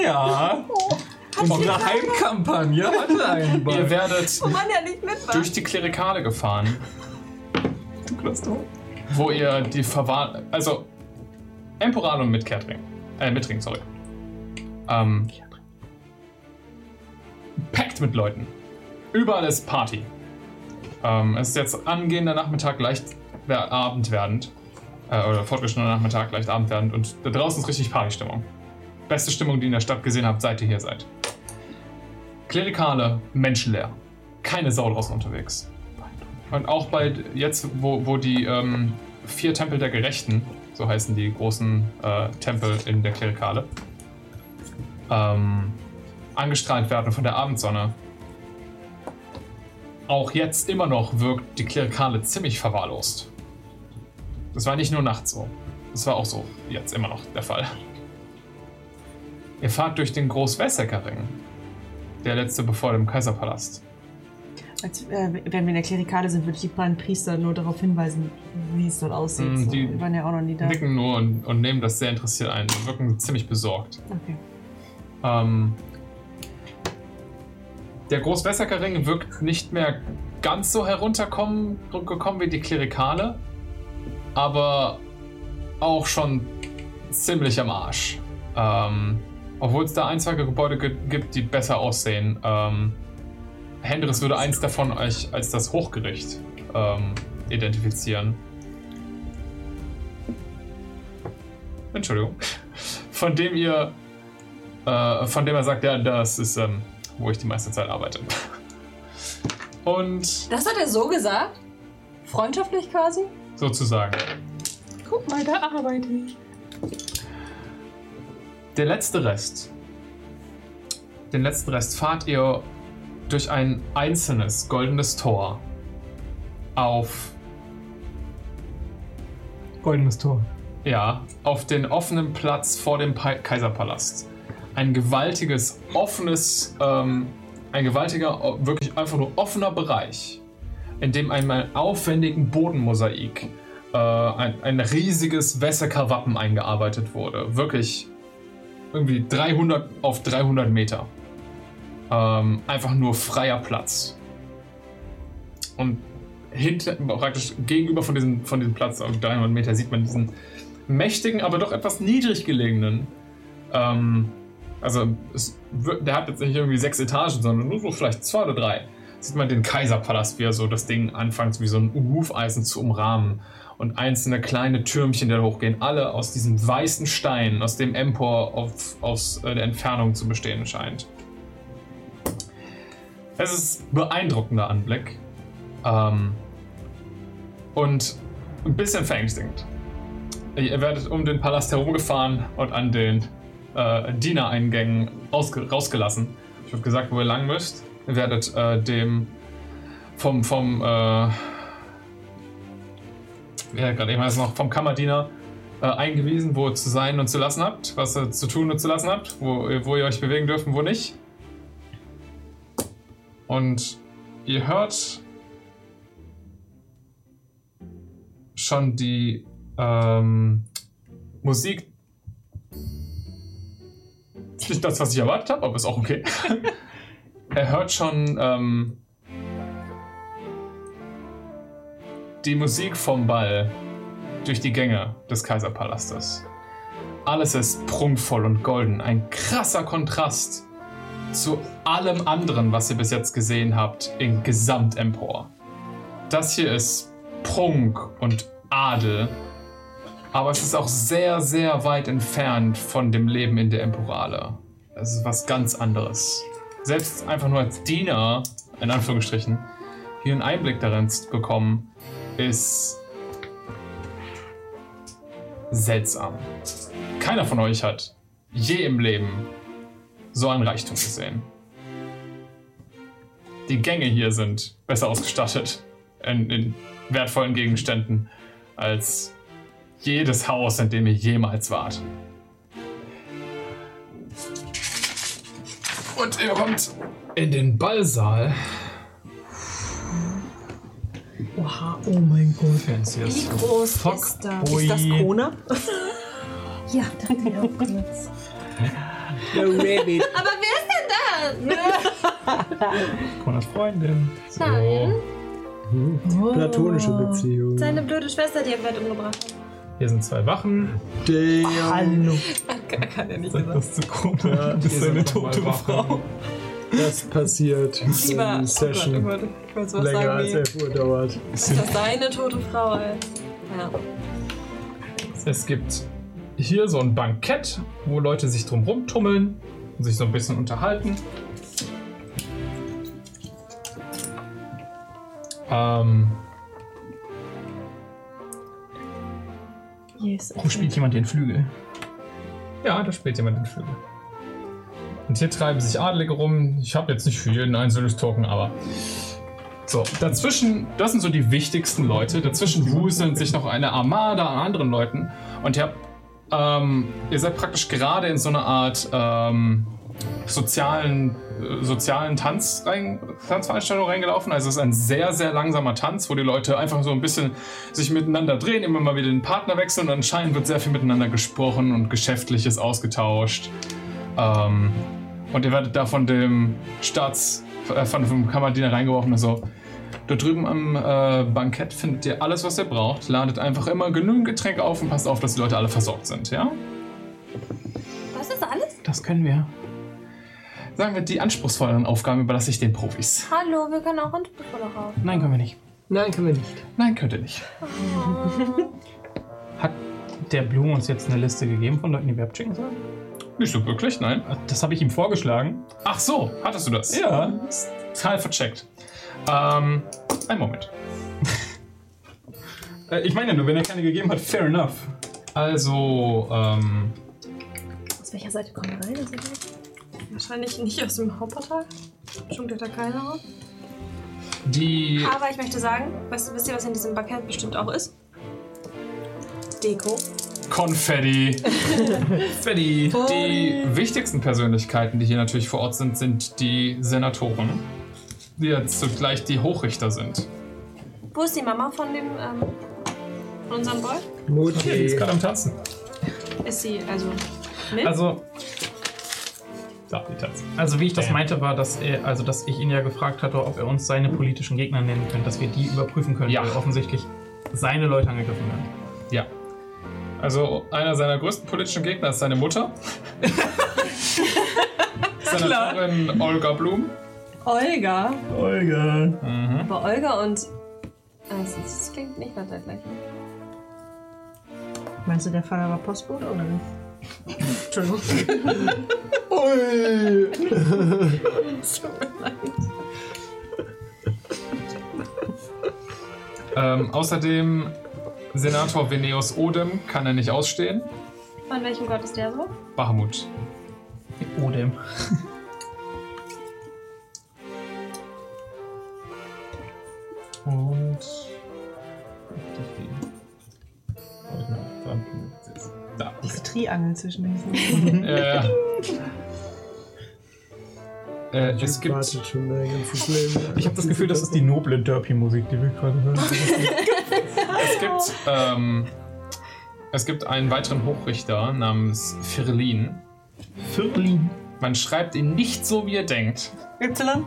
S3: [LAUGHS]
S1: ja.
S5: Und unsere [LAUGHS] Heimkampagne hatte einen Ball.
S1: Ihr
S5: [LAUGHS]
S1: werdet [LAUGHS]
S15: Wo man ja nicht mit war.
S1: durch die Klerikale gefahren.
S5: Du klopfst auf.
S1: wo ihr die Verwahr... Also, Emporalum mit Kettring. Äh, mit Ring, sorry. Ähm, packt mit Leuten. Überall ist Party. Ähm, es ist jetzt angehender Nachmittag, leicht wer- Abend werdend. Äh, oder fortgeschrittener Nachmittag, leicht Abend werdend. Und da draußen ist richtig Partystimmung. Beste Stimmung, die ihr in der Stadt gesehen habt, seit ihr hier seid. Klerikale, menschenleer. Keine Sau draußen unterwegs. Und auch bald jetzt, wo, wo die ähm, vier Tempel der Gerechten, so heißen die großen äh, Tempel in der Klerikale, ähm, angestrahlt werden von der Abendsonne. Auch jetzt immer noch wirkt die Klerikale ziemlich verwahrlost. Das war nicht nur nachts so. Das war auch so jetzt immer noch der Fall. Ihr fahrt durch den Großwässerkerring. Der letzte bevor dem Kaiserpalast.
S3: Als, äh, wenn wir in der Klerikale sind, würde ich die beiden Priester nur darauf hinweisen, wie es dort aussieht.
S1: Mm,
S3: so.
S1: die-
S3: Wir waren ja auch noch nie da.
S1: nicken nur und, und nehmen das sehr interessiert ein. Sie wirken ziemlich besorgt.
S3: Okay.
S1: Ähm, der Großwässerkerring wirkt nicht mehr ganz so heruntergekommen gekommen wie die Klerikale, aber auch schon ziemlich am Arsch. Ähm, obwohl es da ein, zwei Gebäude ge- gibt, die besser aussehen. Ähm, Hendris würde eins davon euch als das Hochgericht ähm, identifizieren. Entschuldigung. Von dem ihr, äh, von dem er sagt, ja, das ist, ähm, wo ich die meiste Zeit arbeite. Und
S6: Das hat er so gesagt? Freundschaftlich quasi?
S1: sozusagen.
S6: Guck mal, da arbeite ich.
S1: Der letzte Rest. Den letzten Rest fahrt ihr durch ein einzelnes goldenes Tor auf
S4: Goldenes Tor.
S1: Ja, auf den offenen Platz vor dem Pe- Kaiserpalast. Ein gewaltiges, offenes, ähm, ein gewaltiger, o- wirklich einfach nur offener Bereich, in dem einmal aufwendigen Bodenmosaik, äh, ein, ein riesiges Wessecker-Wappen eingearbeitet wurde. Wirklich irgendwie 300 auf 300 Meter. Ähm, einfach nur freier Platz. Und hinter, praktisch gegenüber von diesem, von diesem Platz, auf 300 Meter, sieht man diesen mächtigen, aber doch etwas niedrig gelegenen. Ähm, also, es, wir- der hat jetzt nicht irgendwie sechs Etagen, sondern nur so vielleicht zwei oder drei. Sieht man den Kaiserpalast, wie er so das Ding anfangs wie so ein Hufeisen zu umrahmen. Und einzelne kleine Türmchen, die da hochgehen, alle aus diesem weißen Stein, aus dem Empor auf, aus äh, der Entfernung zu bestehen scheint. Es ist beeindruckender Anblick. Ähm, und ein bisschen verängstigend. Ihr werdet um den Palast herumgefahren und an den äh, Dienereingängen ausge- rausgelassen. Ich habe gesagt, wo ihr lang müsst. Ihr werdet äh, dem vom, vom äh, ja, gerade eben heißt es noch, vom Kammerdiener äh, eingewiesen, wo ihr zu sein und zu lassen habt, was ihr zu tun und zu lassen habt, wo, ihr- wo ihr euch bewegen dürft und wo nicht. Und ihr hört schon die ähm, Musik. Ist nicht das, was ich erwartet habe, aber ist auch okay. er hört schon ähm, die Musik vom Ball durch die Gänge des Kaiserpalastes. Alles ist prunkvoll und golden, ein krasser Kontrast zu allem anderen, was ihr bis jetzt gesehen habt, in Gesamtempor. Das hier ist Prunk und Adel, aber es ist auch sehr, sehr weit entfernt von dem Leben in der Emporale. Es ist was ganz anderes. Selbst einfach nur als Diener, in Anführungsstrichen, hier einen Einblick darin zu bekommen, ist seltsam. Keiner von euch hat je im Leben so einen Reichtum gesehen. Die Gänge hier sind besser ausgestattet in, in wertvollen Gegenständen als jedes Haus, in dem ihr jemals wart. Und ihr kommt in den Ballsaal.
S10: Oha, oh mein Gott.
S1: Fanciest.
S10: Wie groß ist das? Ist das Kona?
S15: Ja, danke, Herr
S10: No Rabbit.
S15: Aber wer ist denn
S6: [LAUGHS]
S15: da?
S5: Konas Freundin.
S15: Nein,
S2: Platonische Beziehung.
S15: seine blöde Schwester, die er gerade umgebracht hat.
S5: Hier sind zwei Wachen.
S2: Hallo.
S15: Kann er nicht.
S5: Sag das zu
S1: [LAUGHS]
S5: Krone.
S2: Ja,
S5: das ist
S2: Äh, hier
S5: eine
S2: sind nochmal
S5: tote
S2: Wachen.
S5: Frau.
S2: Das passiert.
S6: Lieber,
S2: Wenn die Äh, Session
S6: oh Gott, oh Gott, ich wollte was
S2: länger
S6: sagen,
S2: als
S6: wie,
S2: 11 Uhr dauert.
S6: ist das deine tote Frau, ey? Ja.
S1: Es gibt hier so ein Bankett, wo Leute sich drum rumtummeln und sich so ein bisschen unterhalten. Ähm,
S9: Yes.
S5: Wo Oh, spielt jemand den Flügel?
S1: Ja, da spielt jemand den Flügel. Und hier treiben sich Adlige rum. Ich habe jetzt nicht für jeden einzelnes Token, aber. So, dazwischen, das sind so die wichtigsten Leute. Dazwischen wuseln sich noch eine Armada an anderen Leuten. Und ihr, habt, ähm, ihr seid praktisch gerade in so eine Art ähm, sozialen, äh, sozialen Tanz rein, Tanzveranstaltung reingelaufen. Also es ist ein sehr, sehr langsamer Tanz, wo die Leute einfach so ein bisschen sich miteinander drehen, immer mal wieder den Partner wechseln und anscheinend wird sehr viel miteinander gesprochen und Geschäftliches ausgetauscht. Ähm, und ihr werdet da von dem Staats, äh, von vom Kammerdiener reingeworfen und so. Dort drüben am äh, Bankett findet ihr alles, was ihr braucht. Ladet einfach immer genügend Getränke auf und passt auf, dass die Leute alle versorgt sind, ja?
S11: Das ist alles?
S1: Das können wir. Sagen wir, die anspruchsvolleren Aufgaben überlasse ich den Profis.
S11: Hallo, wir können auch Anspruch noch auf.
S1: Nein, können wir nicht.
S10: Nein, können wir nicht.
S1: Nein, könnt ihr nicht.
S4: Hat der Blum uns jetzt eine Liste gegeben von Leuten, die wir abschicken sollen? Ah,
S1: Nicht so wirklich, nein.
S4: Das habe ich ihm vorgeschlagen.
S1: Ach so, hattest du das?
S4: Ja.
S1: Ist Total vercheckt. Ähm, einen Moment.
S4: Äh, Ich meine nur, wenn er keine gegeben hat, fair enough.
S1: Also, ähm,
S15: Aus welcher Seite kommen wir rein? Wahrscheinlich nicht aus dem Hauptportal. Schon geht da keiner auf.
S1: die.
S15: Aber ich möchte sagen, weißt, du, wisst ihr, was in diesem Backhead bestimmt auch ist? Deko.
S1: Konfetti. Konfetti. Die wichtigsten Persönlichkeiten, die hier natürlich vor Ort sind, sind die Senatoren, die ja zugleich die Hochrichter sind.
S15: Wo ist die Mama von dem, ähm, von unserem Boy?
S1: Hier, die ist gerade am Tanzen.
S15: Ist sie, also, mit?
S4: Also,
S1: Da, die tanzen.
S4: also wie ich das
S1: Bam.
S4: meinte, war, dass er, also dass ich ihn ja gefragt hatte, ob er uns seine politischen Gegner nennen könnte, dass wir die überprüfen können,
S1: Ja.
S4: weil offensichtlich seine Leute angegriffen werden.
S1: Ja. Also, einer seiner größten politischen Gegner ist seine Mutter. Senatorin Olga Blum.
S6: Olga?
S2: Hm?
S5: Olga.
S1: Mhm.
S6: Aber Olga und...
S15: äh,
S6: Also, das klingt nicht nach der gleichen.
S3: Meinst du, der Vater war Postbote oder nicht?
S10: Entschuldigung.
S2: Ui!
S1: Ähm, außerdem, Senator Veneus Odem kann er nicht ausstehen.
S11: Von welchem Gott ist der so?
S1: Bahamut.
S4: Odem.
S5: Und.
S1: Da.
S3: Diese Triangel zwischen den
S1: Äh, äh, es gibt.
S5: Ich habe das Gefühl, das ist die noble Derpy-Musik, die wir gerade hören.
S1: Es gibt, ähm, es gibt einen weiteren Hochrichter namens Firlin. Firlin? Man schreibt ihn nicht so, wie er denkt.
S3: Y?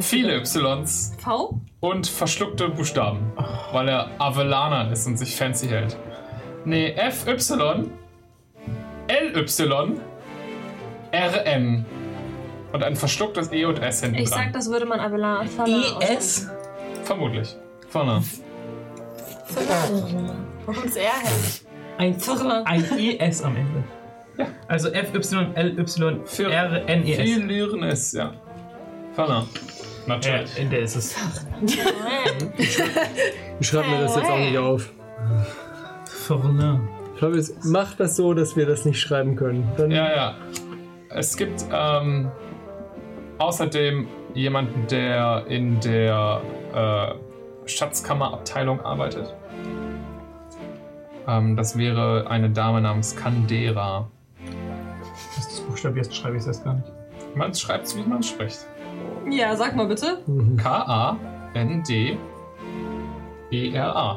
S1: Viele Ys
S11: V?
S1: und verschluckte Buchstaben, weil er Avelaner ist und sich fancy hält. Nee, FY, LY, RN. Und ein verschlucktes E und S hinten
S11: Ich
S1: dran.
S11: sag, das würde man Avelar
S10: Äh,
S11: ES?
S1: Vermutlich. Vorne.
S11: Und er hält.
S4: Ein, ein ES am Ende. Also F, Y, L, Y, R, N, E, S.
S1: Verlieren es, ja. Fana. Natürlich.
S4: in der ist es.
S2: Ich schreibe mir das jetzt auch nicht auf.
S4: Verlin.
S2: Ich glaube, jetzt macht das so, dass wir das nicht schreiben können. Dann
S1: Ja, ja. Es gibt ähm, außerdem jemanden, der in der äh, Schatzkammerabteilung arbeitet. Ähm, das wäre eine Dame namens Candera.
S5: Wenn du es buchstabierst, schreibe ich es erst gar nicht.
S1: Man schreibt es, wie man spricht.
S6: Ja, sag mal bitte.
S1: K-A-N-D-E-R-A.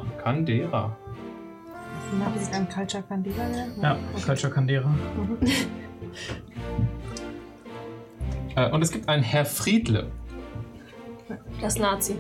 S1: E Candera.
S3: Haben Sie dann Culture ne? Candida genannt?
S4: Ja, Culture Candera.
S1: Äh, und es gibt einen Herr Friedle.
S11: Das Nazi.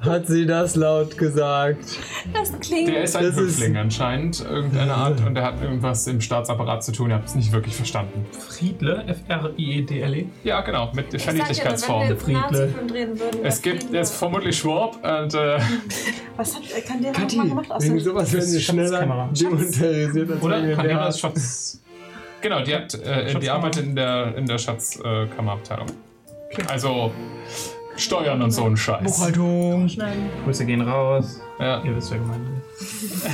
S2: hat sie das laut gesagt.
S11: Das klingt.
S1: Der ist ein
S2: Das ist-
S1: Höfling anscheinend, irgendeiner Art, und der hat irgendwas im Staatsapparat zu tun. Ich habe es nicht wirklich verstanden.
S4: Friedle, F-R-I-E-D-L-E.
S1: Ja, genau, mit der
S11: wenn wir
S1: Verniedlichkeitsform.
S11: jetzt einen Nazi-Film drehen würden,
S1: Es gibt, der ist vermutlich Schwab und äh,
S3: Was hat äh, Candida
S2: Kathi,
S3: nochmal gemacht? Außer
S2: wegen sowas werden wir schneller
S4: Schatzkamera.
S2: demonetarisiert als
S1: oder?
S2: wenn wir
S1: Candela ist
S2: mehr.
S1: Schatz. Genau, die hat, äh, die arbeitet in der in der Schatzkammerabteilung. Also Steuern und so ein Scheiß.
S5: Buchhaltung. Grüße gehen raus.
S1: Ja.
S5: Ihr wisst, wer gemeint ist.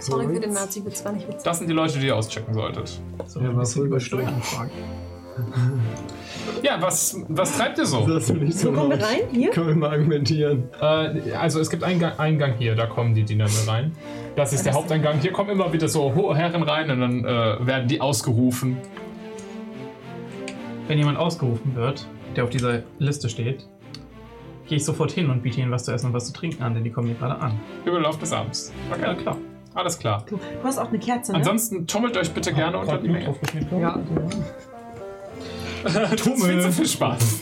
S11: Sorry für den Nazi-Witz, war nicht witzig.
S1: Das sind die Leute, die ihr auschecken solltet.
S5: So,
S2: Ja,
S5: ein
S2: war
S5: bisschen
S2: voll
S5: über
S2: übersteuert.
S5: Steuern fragen.
S1: Ja, was was treibt ihr so?
S2: Das will ich so
S15: Kommen wir
S2: raus.
S15: rein? Hier?
S2: Können wir mal argumentieren.
S1: Äh, also es gibt einen Gang, Eingang hier, da kommen die Diener rein. Das ist der Haupteingang. Hier kommen immer wieder so hohe Herren rein und dann äh, werden die ausgerufen.
S4: Wenn jemand ausgerufen wird, der auf dieser Liste steht, gehe ich sofort hin und biete ihnen was zu essen und was zu trinken an, denn die kommen mir gerade an.
S1: Über den Lauf des Abends. Okay, klar. Alles klar.
S3: Du, du hast auch eine Kerze, ne?
S1: Ansonsten tummelt euch bitte gerne unter die Menge.
S10: Ja.
S1: Das wird so viel Spaß.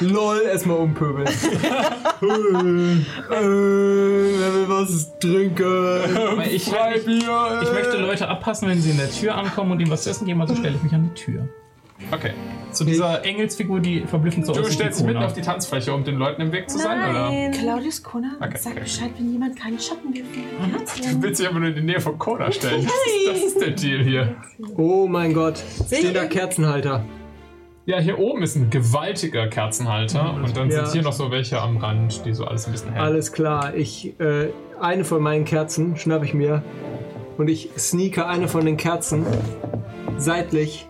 S2: LOL, erstmal
S5: [LAUGHS]
S2: umpöbeln. äh, äh, wer will was
S5: [LAUGHS]
S2: trinken?
S4: Weil ich, halt
S2: Freibier!
S4: ich möchte Leute abpassen, wenn sie in der Tür ankommen und ihnen was zu essen geben, also stelle ich mich an die Tür.
S1: Okay.
S4: Zu dieser Engelsfigur, die verblüffend so
S1: Du
S4: aussieht. wie
S1: stellst dich mitten
S4: Conan.
S1: auf die Tanzfläche, um den Leuten im Weg zu sein, oder?
S3: Nein. Claudius Kona
S1: Okay,
S3: sagt
S1: okay.
S3: Bescheid, wenn jemand keinen Schatten wirft.
S1: Du willst dich aber nur in die Nähe von Cola stellen. Das ist, das ist der Deal hier.
S2: Oh mein Gott, stehen da
S8: ich-
S2: Kerzenhalter.
S1: Ja, hier oben ist ein gewaltiger Kerzenhalter und dann
S2: Ja.
S1: sind hier noch so welche am Rand, die so alles ein bisschen hell.
S2: Alles klar, ich, äh, eine von meinen Kerzen schnapp ich mir und ich sneake eine von den Kerzen seitlich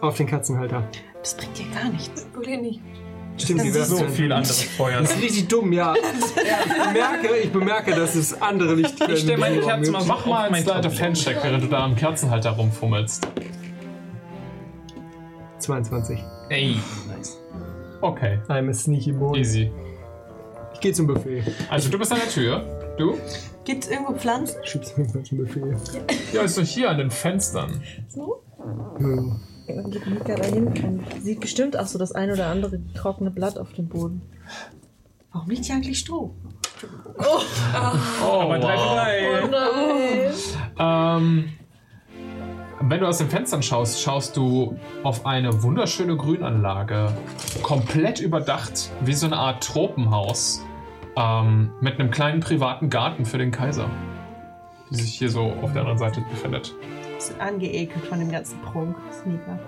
S2: auf den Kerzenhalter.
S3: Das bringt dir gar nichts.
S11: Wirklich nicht.
S2: Stimmt, die
S5: So
S2: werfen
S5: viel anderes Feuer.
S2: Das ist richtig dumm, ja. Ich bemerke, ich bemerke, dass es andere Lichtquellen
S4: Ich stell meine
S2: gibt.
S4: Kerzen mal-
S1: Mach mal einen Slider Fancheck, während du da am Kerzenhalter rumfummelst.
S2: 22.
S1: Ey. Okay,
S2: I'm a sneaky boy.
S1: easy.
S2: Ich gehe zum Buffet.
S1: Also du bist an der Tür. Du?
S3: Gibt es irgendwo Pflanzen?
S2: Schieb's mir mal zum Buffet.
S1: Ja, ist doch hier an den Fenstern.
S2: Hm.
S9: Dann geht Mika dahin und sieht bestimmt auch so das ein oder andere trockene Blatt auf dem Boden.
S3: Warum liegt hier eigentlich Stroh?
S1: Oh, Aber drei Ähm, wenn du aus den Fenstern schaust, schaust du auf eine wunderschöne Grünanlage. Komplett überdacht, wie so eine Art Tropenhaus. Ähm, mit einem kleinen privaten Garten für den Kaiser, die sich hier so auf der anderen Seite befindet.
S3: Ist angeekelt von dem ganzen Prunk, Sneaker.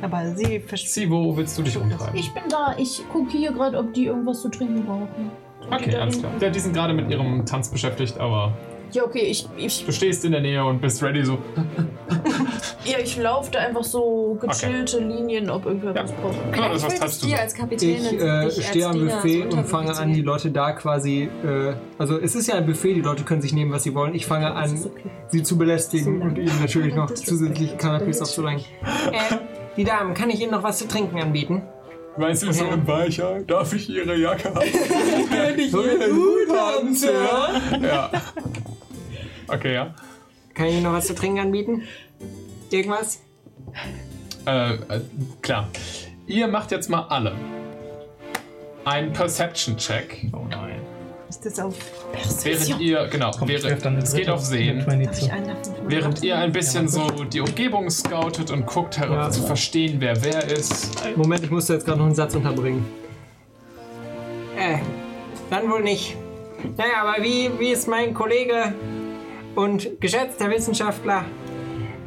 S3: Aber sie versteht.
S1: Sivo, willst du dich umtreiben?
S17: Ich bin da. Ich gucke hier gerade, ob die irgendwas zu trinken brauchen.
S1: Okay, alles klar. Ja, die sind gerade mit ihrem Tanz beschäftigt, aber
S17: Ja, okay, ich, ich,
S1: du stehst in der Nähe und bist ready so.
S17: ja, ich laufe da einfach so gechillte Linien, ob irgendwer was braucht.
S1: Ja, das- was treibst du
S6: dir
S1: so?
S6: als Kapitänin
S2: Ich
S6: und
S2: äh,
S6: dich als
S2: stehe am
S6: Diener, als
S2: Buffet und fange an,
S6: Unteroffizier.
S2: die Leute da quasi. Äh, also, es ist ja ein Buffet, die Leute können sich nehmen, was sie wollen. Ich fange an, sie zu belästigen und ihnen
S10: [LAUGHS]
S2: natürlich noch zusätzlich Canapés aufzulenken.
S10: Äh, Die Damen, kann ich Ihnen noch was zu trinken anbieten?
S1: Weißt du, so ein Weicher, darf ich Ihre Jacke
S17: [LAUGHS]
S1: haben?
S10: Kann ich
S1: Ihren
S10: Hut haben,
S1: ja. Okay, ja.
S10: Kann ich Ihnen noch was zu trinken anbieten? Irgendwas?
S1: Äh, äh, klar. Ihr macht jetzt mal alle einen Perception-Check. Oh nein.
S3: Ist das auf.
S1: Während ihr, genau, während, es geht auf Sehen.
S3: Hab ich einen davon von
S1: Während ihr ein bisschen so die Umgebung scoutet und guckt, her zu verstehen, wer wer ist.
S2: Moment, ich musste jetzt gerade noch einen Satz unterbringen.
S10: Äh, dann wohl nicht. Naja, aber wie, wie ist mein Kollege und geschätzter Wissenschaftler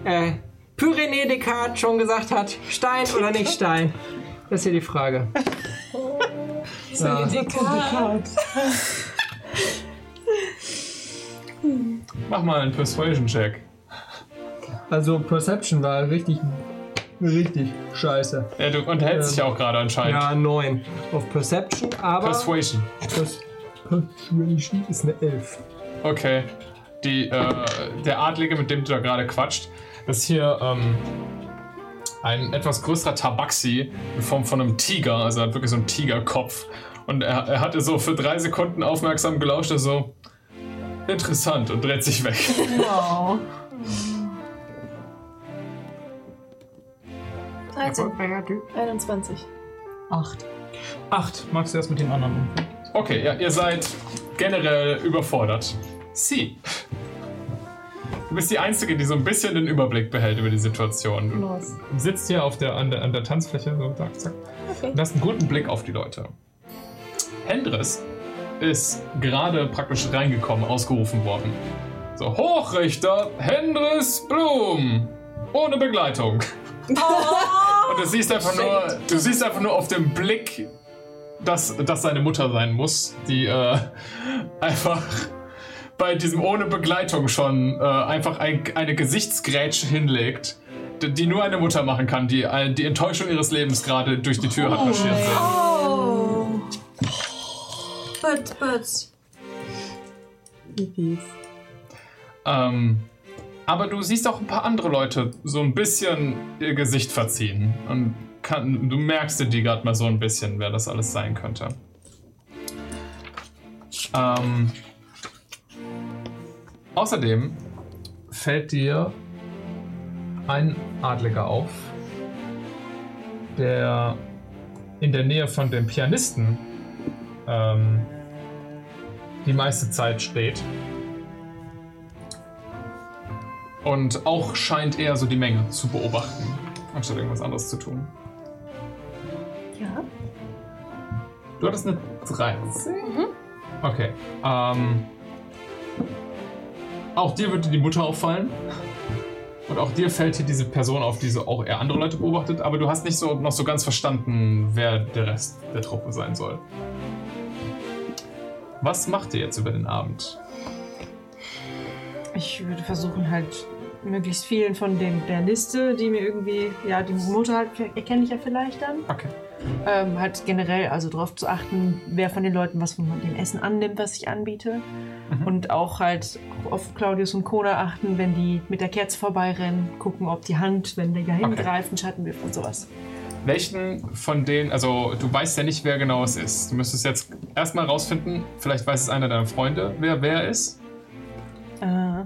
S10: äh, Pyrenee Descartes schon gesagt hat, Stein oder nicht Stein? Das ist hier
S1: [LAUGHS]
S10: die Frage.
S1: Mach mal einen Persuasion-Check.
S2: Also, Perception war richtig, richtig scheiße.
S1: Ja, du unterhältst dich ja auch gerade anscheinend.
S2: Ja, 9 auf Perception, aber.
S1: Persuasion.
S2: Pers Persuasion ist eine 11.
S1: Okay. Die, äh, der Adlige, mit dem du da gerade quatscht, ist hier ähm, ein etwas größerer Tabaxi in Form von einem Tiger. Also er hat wirklich so einen Tigerkopf. Und er, er hatte so für drei Sekunden aufmerksam gelauscht, er so interessant und dreht sich weg.
S3: Wow.
S9: 13. 21.
S3: 8.
S5: Acht. Magst du erst mit den anderen um?
S1: Okay, ja, ihr seid generell überfordert. Sie. Du bist die Einzige, die so ein bisschen den Überblick behält über die Situation. Du
S17: Los.
S1: sitzt hier auf der, an, der, an der Tanzfläche, so zack, zack.
S17: Okay.
S1: Und hast einen guten Blick auf die Leute. Hendris ist gerade praktisch reingekommen, ausgerufen worden. So, Hochrichter Hendris Blum! Ohne Begleitung.
S17: Oh.
S1: [LAUGHS] Und du siehst einfach nur, du siehst einfach nur auf dem Blick, dass das seine Mutter sein muss, die äh, [LAUGHS] einfach bei diesem ohne Begleitung schon äh, einfach ein, eine Gesichtsgrätsche hinlegt, die, die nur eine Mutter machen kann, die äh, die Enttäuschung ihres Lebens gerade durch die Tür hat marschiert.
S6: Oh. But, but.
S1: Ähm, aber du siehst auch ein paar andere Leute so ein bisschen ihr Gesicht verziehen. Und kann, du merkst dir die gerade mal so ein bisschen, wer das alles sein könnte. Ähm, außerdem fällt dir ein Adliger auf, der in der Nähe von dem Pianisten ähm, die meiste Zeit steht. Und auch scheint er so die Menge zu beobachten, anstatt irgendwas anderes zu tun.
S17: Ja.
S1: Du hattest eine 13. Okay. Ähm, auch dir würde die Mutter auffallen. Und auch dir fällt hier diese Person auf, die so auch eher andere Leute beobachtet, aber du hast nicht so noch so ganz verstanden, wer der Rest der Truppe sein soll. Was macht ihr jetzt über den Abend?
S3: Ich würde versuchen, halt möglichst vielen von den, der Liste, die mir irgendwie, ja, die Mutter halt, erkenne ich ja vielleicht dann.
S1: Okay.
S3: Ähm, halt generell, also darauf zu achten, wer von den Leuten was von dem Essen annimmt, was ich anbiete. Und auch halt auf Claudius und Kona achten, wenn die mit der Kerze vorbeirennen, gucken, ob die Hand, wenn die da hingreift, einen Schatten wirft und sowas.
S1: Welchen von denen, also du weißt ja nicht, wer genau es ist. Du müsstest jetzt erstmal rausfinden, vielleicht weiß es einer deiner Freunde, wer wer ist.
S3: Äh,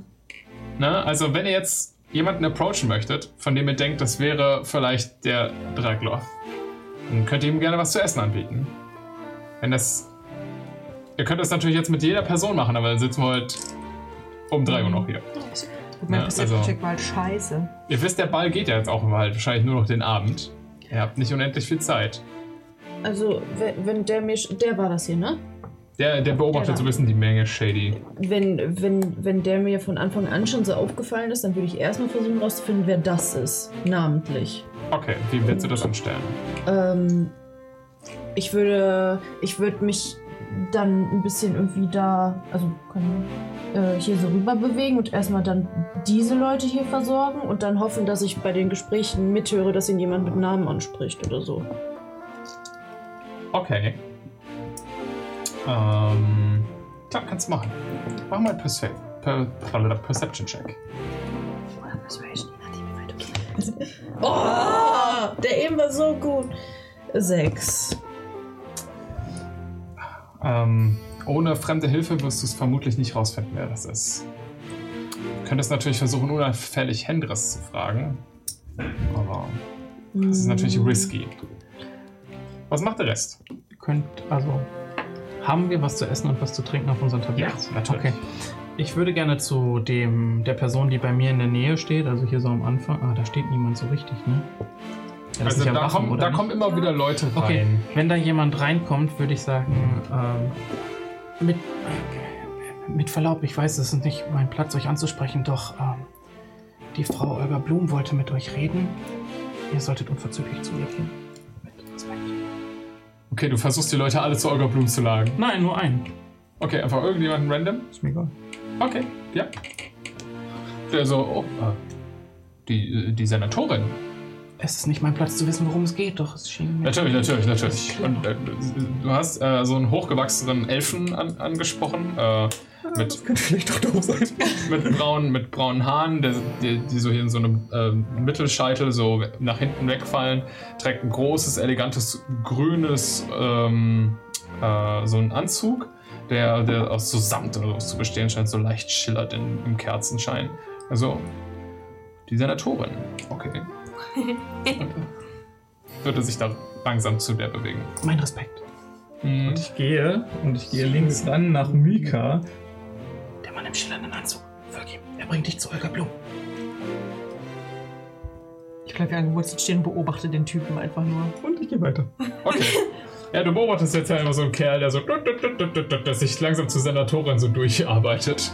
S1: Ne? Also wenn ihr jetzt jemanden approachen möchtet, von dem ihr denkt, das wäre vielleicht der Dragloth, dann könnt ihr ihm gerne was zu essen anbieten. Wenn das... Ihr könnt das natürlich jetzt mit jeder Person machen, aber dann sitzen wir heute um 3 Uhr noch hier.
S3: und mein
S1: Ja,
S3: Perception-Check
S1: also-
S3: war halt scheiße.
S1: Ihr wisst, der Ball geht ja jetzt auch halt wahrscheinlich nur noch den Abend. Ihr habt nicht unendlich viel Zeit.
S17: Also, we- wenn der mir. sch- Der war das hier, ne?
S1: Der, der beobachtet so ein bisschen die Menge shady.
S9: Wenn, wenn, wenn der mir von Anfang an schon so aufgefallen ist, dann würde ich erstmal versuchen rauszufinden, wer das ist. Namentlich.
S1: Okay, wie willst du das anstellen?
S9: Ähm, ich würde, ich würde mich dann ein bisschen irgendwie da, also kann, äh, hier so rüber bewegen und erstmal dann diese Leute hier versorgen und dann hoffen, dass ich bei den Gesprächen mithöre, dass ihn jemand mit Namen anspricht oder so.
S1: Okay. Ähm, klar, kannst du machen. Mach mal einen Perce per per Perception-Check.
S9: Oh, der eben war so gut. Sechs.
S1: Ähm, ohne fremde Hilfe wirst du es vermutlich nicht rausfinden, wer das ist. Du könntest natürlich versuchen, unauffällig Hendris zu fragen. Aber das ist natürlich risky. Was macht der Rest?
S4: Ihr könnt, also, haben wir was zu essen und was zu trinken auf unseren Tabellen?
S1: Ja, natürlich.
S4: Okay. Ich würde gerne zu dem, der Person, die bei mir in der Nähe steht, also hier so am Anfang. Ah, da steht niemand so richtig, ne? Ja, das
S1: also
S4: ist ja
S1: da,
S4: Wachen,
S1: kommen,
S4: oder
S1: da
S4: nicht?
S1: kommen immer wieder Leute rein.
S4: Okay, wenn da jemand reinkommt, würde ich sagen, ähm, mit, mit Verlaub, ich weiß, es ist nicht mein Platz, euch anzusprechen, doch ähm, die Frau Olga Blum wollte mit euch reden. Ihr solltet unverzüglich zu ihr gehen. Mit Respekt.
S1: Okay, du versuchst die Leute alle zu Olga Bloom zu lagen.
S4: Nein, nur einen.
S1: Okay, einfach irgendjemanden random.
S4: Ist mir egal.
S1: Okay, ja. Der so, oh, äh, die, die Senatorin.
S4: Es ist nicht mein Platz zu wissen, worum es geht, doch es schien mir.
S1: Natürlich, natürlich, natürlich. Und äh, du hast äh, so einen hochgewachsenen Elfen an, angesprochen. Äh, mit, könnte vielleicht auch doof sein. Mit braunen, mit braunen Haaren, der, die, die so hier in so einem ähm, Mittelscheitel so nach hinten wegfallen. Trägt ein großes, elegantes, grünes, ähm, äh, so einen Anzug, der, der aus so Samt oder so zu bestehen scheint, so leicht schillert in, im Kerzenschein. Also, die Senatorin. Okay. [LAUGHS] Würde sich da langsam zu der bewegen.
S4: Mein Respekt.
S5: Und ich gehe und ich gehe links ran nach Mika.
S4: Der Mann im schillernden Anzug. Folge ihm. Er bringt dich zu Olga Blum.
S3: Ich bleibe angewurzelt stehen und beobachte den Typen einfach nur.
S5: Und ich gehe weiter.
S1: [LAUGHS] Ja, du beobachtest jetzt ja immer so einen Kerl, der so tut, tut, tut, tut, tut, tut, dass sich langsam zur Senatorin so durcharbeitet.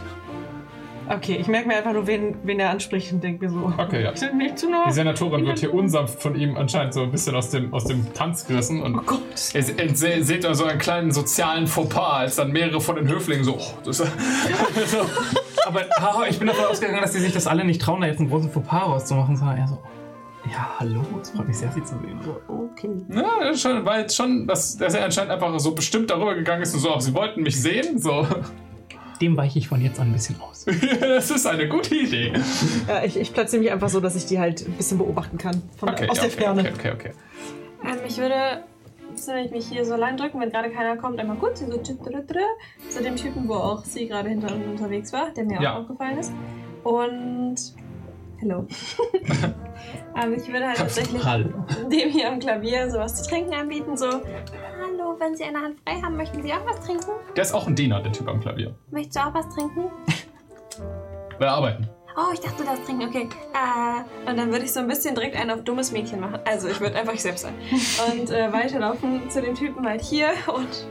S3: Okay, ich merke mir einfach nur, wen, wen er anspricht und denke mir [LAUGHS] so.
S1: Okay, ja.
S3: Sind nicht zu nah.
S1: Die Senatorin wird hier unsanft von ihm anscheinend so ein bisschen aus dem, aus dem Tanz gerissen. Und oh Gott. Ihr, se- ihr se- seht da so einen kleinen sozialen Fauxpas, als dann mehrere von den Höflingen so. Oh, das [LAUGHS] so
S4: Aber haha, ich bin davon ausgegangen, dass sie sich das alle nicht trauen, da jetzt einen großen Fauxpas rauszumachen, sondern eher so. Ja, hallo, es freut mich sehr, sie zu sehen. So, Okay.
S1: Ja, ne, das ist schon, weil jetzt schon, dass, dass er anscheinend einfach so bestimmt darüber gegangen ist und so, ach, sie wollten mich sehen, so. [LAUGHS]
S4: Dem weiche ich von jetzt an ein bisschen aus.
S1: das ist eine gute Idee.
S3: Ja, ich, ich platziere mich einfach so, dass ich die halt ein bisschen beobachten kann. Von,
S1: Okay,
S3: aus
S1: ja,
S3: der
S1: okay,
S3: Ferne.
S1: okay, okay, okay.
S6: Ähm, ich würde, jetzt, wenn ich mich hier so lang drücken, wenn gerade keiner kommt, einmal kurz so tschüttrüttrü zu dem Typen, wo auch sie gerade hinter uns unterwegs war, der mir
S1: Ja.
S6: auch aufgefallen ist. Und. Hello. [LAUGHS] ähm, ich würde halt tatsächlich
S4: Hallo.
S6: dem hier am Klavier sowas zu trinken anbieten, so. Hallo, wenn Sie eine Hand frei haben, möchten Sie auch was trinken?
S1: Der ist auch ein Diener, der Typ am Klavier.
S6: Möchtest du auch was trinken?
S1: Weil er arbeiten.
S6: Oh, ich dachte, du darfst trinken, okay. Äh, und dann würde ich so ein bisschen direkt einen auf dummes Mädchen machen. Also, ich würde einfach ich selbst sein. Und äh, weiterlaufen zu dem Typen halt hier und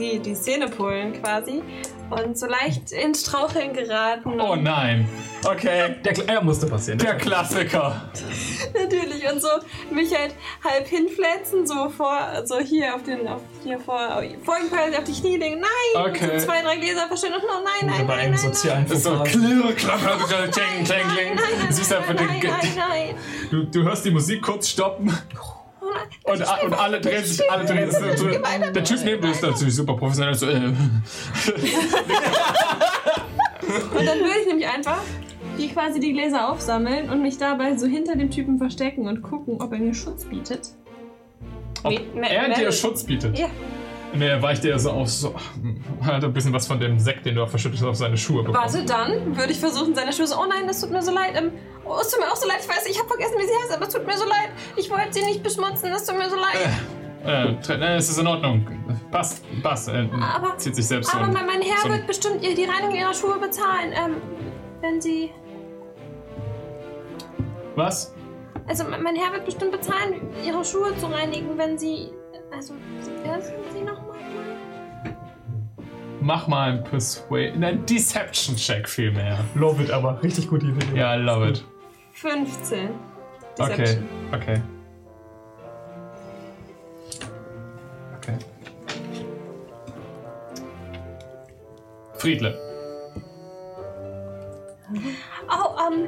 S6: die, die Szene polen quasi. Und so leicht ins Straucheln geraten.
S1: Oh
S6: und-
S1: nein. Okay. Der Klassiker musste passieren. Der Klassiker.
S6: Natürlich. Und so mich halt halb hinflätzen, so vor, so hier auf den, auf hier vor, vor ihm quasi auf die Knie legen. Nein!
S1: Okay.
S6: Und so zwei, drei Gläser verschütten und noch nein, nein,
S5: Oder bei
S6: nein,
S5: einem sozialen
S1: So
S5: Fauxpas.
S1: klirr, klapper, kling, kling,
S6: nein,
S1: kling.
S6: nein,
S1: Siehst du einfach
S6: nein,
S1: den.
S6: nein, nein, nein. Oh
S1: Du, du hörst die Musik kurz stoppen. Und, a- und alle drehen sich, alle drehen sich. so- Der Typ neben dir ist natürlich super professionell. So, äh,
S6: Und dann würde ich nämlich einfach die quasi die Gläser aufsammeln und mich dabei so hinter dem Typen verstecken und gucken, ob er mir Schutz bietet.
S1: ob
S6: me-
S1: er dir
S6: me-
S1: Schutz bietet.
S6: Ja.
S1: Nee, er weicht dir so auf. So, hat ein bisschen was von dem Sekt, den du auch verschüttet hast, auf seine Schuhe bekommen.
S6: Warte, dann würde ich versuchen, seine Schuhe so, oh nein, das tut mir so leid. Ähm, oh, es tut mir auch so leid, ich weiß, ich habe vergessen, wie sie heißt, aber es tut mir so leid. Ich wollte sie nicht beschmutzen, das tut mir so leid.
S1: Äh, tre- nee, es ist in Ordnung. Passt, passt. Äh,
S6: Aber-
S1: zieht sich selbst um.
S6: aber
S1: so. ein-
S6: mein, mein Herr
S1: so ein-
S6: wird bestimmt ihr die Reinigung ihrer Schuhe bezahlen. Ähm, wenn sie.
S1: Was?
S6: Also, mein mein Herr wird bestimmt bezahlen, ihre Schuhe zu reinigen, wenn sie. Also, wer sind sie nochmal?
S1: Mach mal einen Persuade. Nein, Deception-Check vielmehr.
S5: Love it, aber richtig gute Idee.
S1: Ja, I love it.
S6: 15.
S1: Okay, okay. Okay. Friedle.
S15: Oh, ähm.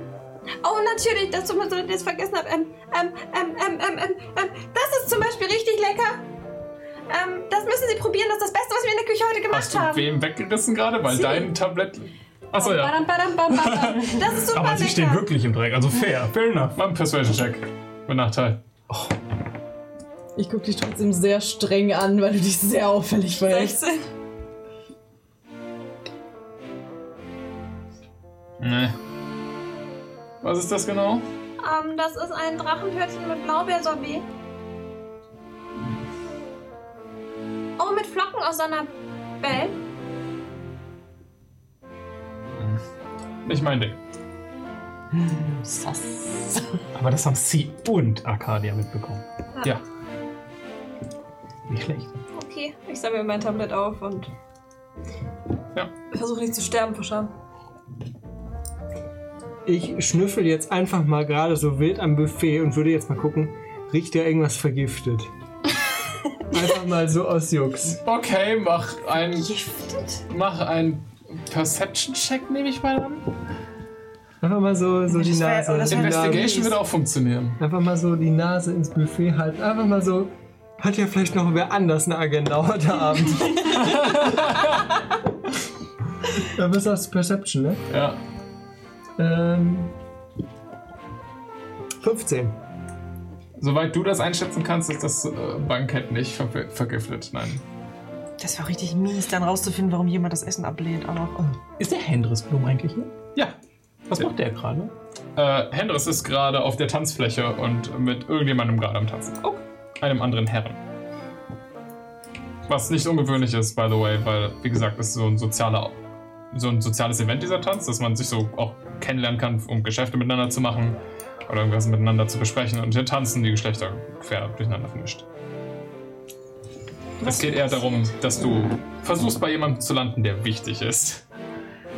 S15: Oh, natürlich, dass du mir so das vergessen hab. Ähm, ähm, ähm, ähm, ähm, ähm, ähm. Das ist zum Beispiel richtig lecker. Ähm, das müssen Sie probieren. Das ist das Beste, was wir in der Küche heute gemacht
S1: Hast du
S15: haben.
S1: wem weggerissen gerade? Weil
S15: Sie.
S1: dein Tablett. Achso, ja.
S15: Badam, badam, badam, badam. Das ist super
S5: Aber
S15: lecker.
S5: sie stehen wirklich im Dreck, also fair. Fair enough.
S1: Mach einen Persuasion-Check. Mit Nachteil.
S9: Ich gucke dich trotzdem sehr streng an, weil du dich sehr auffällig verhältst.
S6: 16.
S1: Nee. Was ist das genau?
S15: Ähm, das ist ein Drachenhörnchen mit Blaubeersorbet. Oh, mit Flocken aus seiner Bell.
S1: Nicht mein Ding.
S5: Aber das haben sie und Arcadia mitbekommen.
S1: Ja.
S5: Nicht schlecht.
S6: Okay, ich sammle mein Tablet auf und.
S1: Ja.
S6: Versuche nicht zu sterben vor Scham.
S2: Ich schnüffel jetzt einfach mal gerade so wild am Buffet und würde jetzt mal gucken, riecht da irgendwas vergiftet? einfach mal so aus Jux.
S1: Okay, mach einen. Mach einen Perception-Check, nehme ich mal an.
S2: Einfach mal so, so die Nase. die
S1: Investigation
S2: Nase.
S1: wird auch funktionieren.
S2: Einfach mal so die Nase ins Buffet halten. Einfach mal so. Hat ja vielleicht noch wer anders eine Agenda heute
S4: [LAUGHS]
S2: Abend. Dann bist du aus Perception, ne?
S1: Ja.
S2: Ähm. 15.
S1: Soweit du das einschätzen kannst, ist das äh, Bankett nicht ver vergiftet. Nein.
S3: Das war richtig mies, dann rauszufinden, warum jemand das Essen ablehnt. Auch noch.
S16: Ist der Hendris Blum eigentlich hier?
S1: Ja.
S16: Was macht der gerade?
S1: Äh, Hendris ist gerade auf der Tanzfläche und mit irgendjemandem gerade am Tanzen. Oh. Einem anderen Herren. Was nicht ungewöhnlich ist, by the way, weil, wie gesagt, ist so ein sozialer, so ein soziales Event dieser Tanz, dass man sich so auch kennenlernen kann, um Geschäfte miteinander zu machen oder irgendwas miteinander zu besprechen. Und hier tanzen die Geschlechter quer durcheinander vermischt. Es geht eher darum, dass du versuchst, bei jemandem zu landen, der wichtig ist.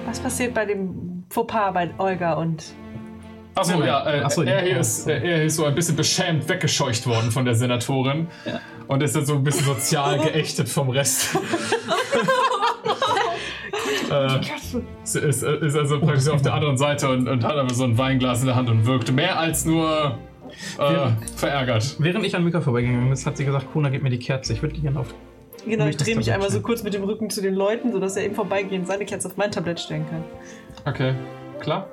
S3: Was passiert bei dem Fauxpas bei Olga und.
S1: Achso,
S3: Nein,
S1: ja,
S3: nein.
S1: äh,
S3: Ach so,
S1: er,
S3: ja.
S1: hier ist, äh, er hier ist so ein bisschen beschämt weggescheucht worden von der Senatorin und ist jetzt so ein bisschen sozial geächtet vom [LAUGHS] Rest. äh, ist, ist ist also praktisch auf der anderen Seite und, und hat aber so ein Weinglas in der Hand und wirkt mehr als nur äh, verärgert.
S4: Während ich an Mika vorbeigegangen bin, hat sie gesagt, Kuna, gib mir die Kerze. Ich würde die gerne auf.
S3: Genau, ich
S4: Nicht das
S3: drehe mich
S4: Tablett
S3: einmal so
S4: stellen.
S3: kurz mit dem Rücken zu den Leuten, sodass er im Vorbeigehen seine Kerze auf mein Tablett stellen kann.
S1: Okay, klar.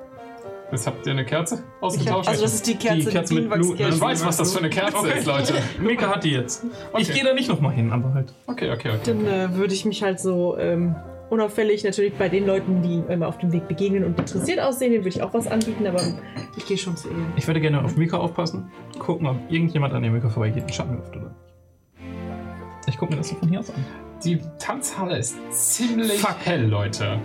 S1: Jetzt habt ihr eine Kerze ausgetauscht.
S3: Ich hab- also das ist die Kerze, Die Kerze die mit Bienenwachskerze. Blut, ne?
S1: Ich weiß, was das für eine Kerze
S4: Okay.
S1: ist, Leute.
S4: Mika hat die jetzt. Ich
S1: Okay.
S4: gehe da nicht nochmal hin, aber halt.
S1: Okay, okay, okay.
S3: Dann äh, würde ich mich halt so ähm, unauffällig natürlich bei den Leuten, die ihm immer auf dem Weg begegnen und interessiert aussehen, denen würde ich auch was anbieten, aber ich gehe schon zu ihr.
S4: Ich würde gerne auf Mika aufpassen. Gucken, ob irgendjemand an der Mika vorbeigeht und Schatten wirft oder nicht. Ich gucke mir das so von hier aus an.
S1: Die Tanzhalle ist ziemlich hell, Leute.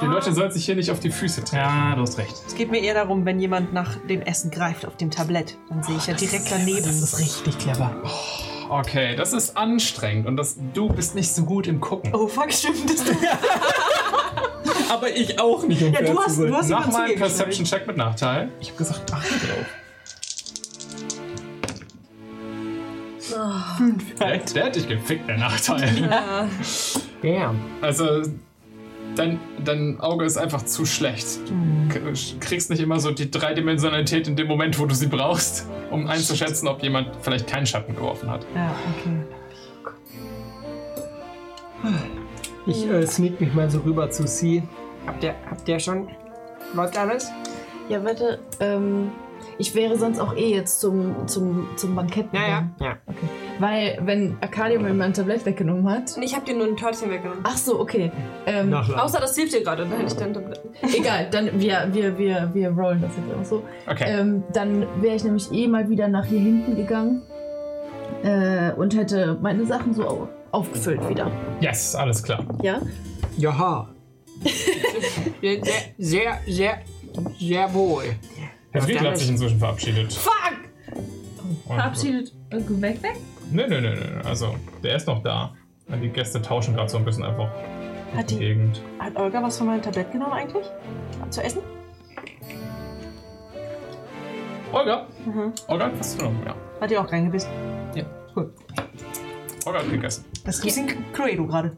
S1: Die Leute sollten sich hier nicht auf die Füße treten. Ja,
S4: du hast recht.
S3: Es geht mir eher darum, wenn jemand nach dem Essen greift auf dem Tablett. Dann sehe ich ja direkt daneben. Das ist
S4: richtig clever.
S1: Okay, das ist anstrengend und das, du bist nicht so gut im Gucken.
S3: Oh fuck, stimmt [LAUGHS] das?
S1: Aber ich auch nicht,
S3: um Ja, du fair zu hast- sein. du hast
S1: Nach meinem
S3: immer zugegeben,
S1: Perception-Check mit Nachteil.
S4: Ich habe gesagt, achte drauf.
S1: Der, der hätte ich gefickt, der Nachteil.
S2: Damn.
S1: Also, dein, dein Auge ist einfach zu schlecht. Du k- kriegst nicht immer so die Dreidimensionalität in dem Moment, wo du sie brauchst, um einzuschätzen, ob jemand vielleicht keinen Schatten geworfen hat.
S3: Ja, Ah, okay.
S2: Ich äh, sneak mich mal so rüber zu C. Habt ihr, habt ihr schon. Läuft alles?
S9: Ja, warte, ähm, ich wäre sonst auch eh jetzt zum, zum, zum Bankett gegangen.
S2: Ja.
S9: Okay. Weil, wenn Arcadia mir mein Tablett weggenommen hat.
S6: Ich habe dir nur ein Törtchen weggenommen.
S9: Ach so, okay. Ähm,
S6: Nachladen. Außer das hilft dir gerade, dann hätte ich dein Tablet.
S9: [LAUGHS] Egal, dann wir, wir, wir, wir rollen das jetzt einfach so.
S1: Okay.
S9: Ähm, dann wäre ich nämlich eh mal wieder nach hier hinten gegangen äh, und hätte meine Sachen so au- aufgefüllt wieder.
S1: Yes, alles klar.
S9: Ja?
S2: Jaha. [LAUGHS] sehr, sehr, sehr, sehr wohl.
S1: Herr Friedl hat sich inzwischen verabschiedet. Oh,
S9: Fuck!
S1: Und-
S11: Verabschiedet. Äh, Weg, weg?
S1: Nö, nö, nö, nö. Also, der ist noch da. Die Gäste tauschen gerade so ein bisschen einfach
S3: Hat die,
S1: Gegend.
S3: Hat Olga was von meinem Tablett genommen eigentlich? Zu essen?
S1: Olga?
S3: Mhm.
S1: Olga hat was genommen, ja.
S3: Hat die auch reingebissen?
S1: Ja.
S3: Cool.
S1: Olga hat gegessen.
S3: Das ist ein bisschen Cluedo gerade.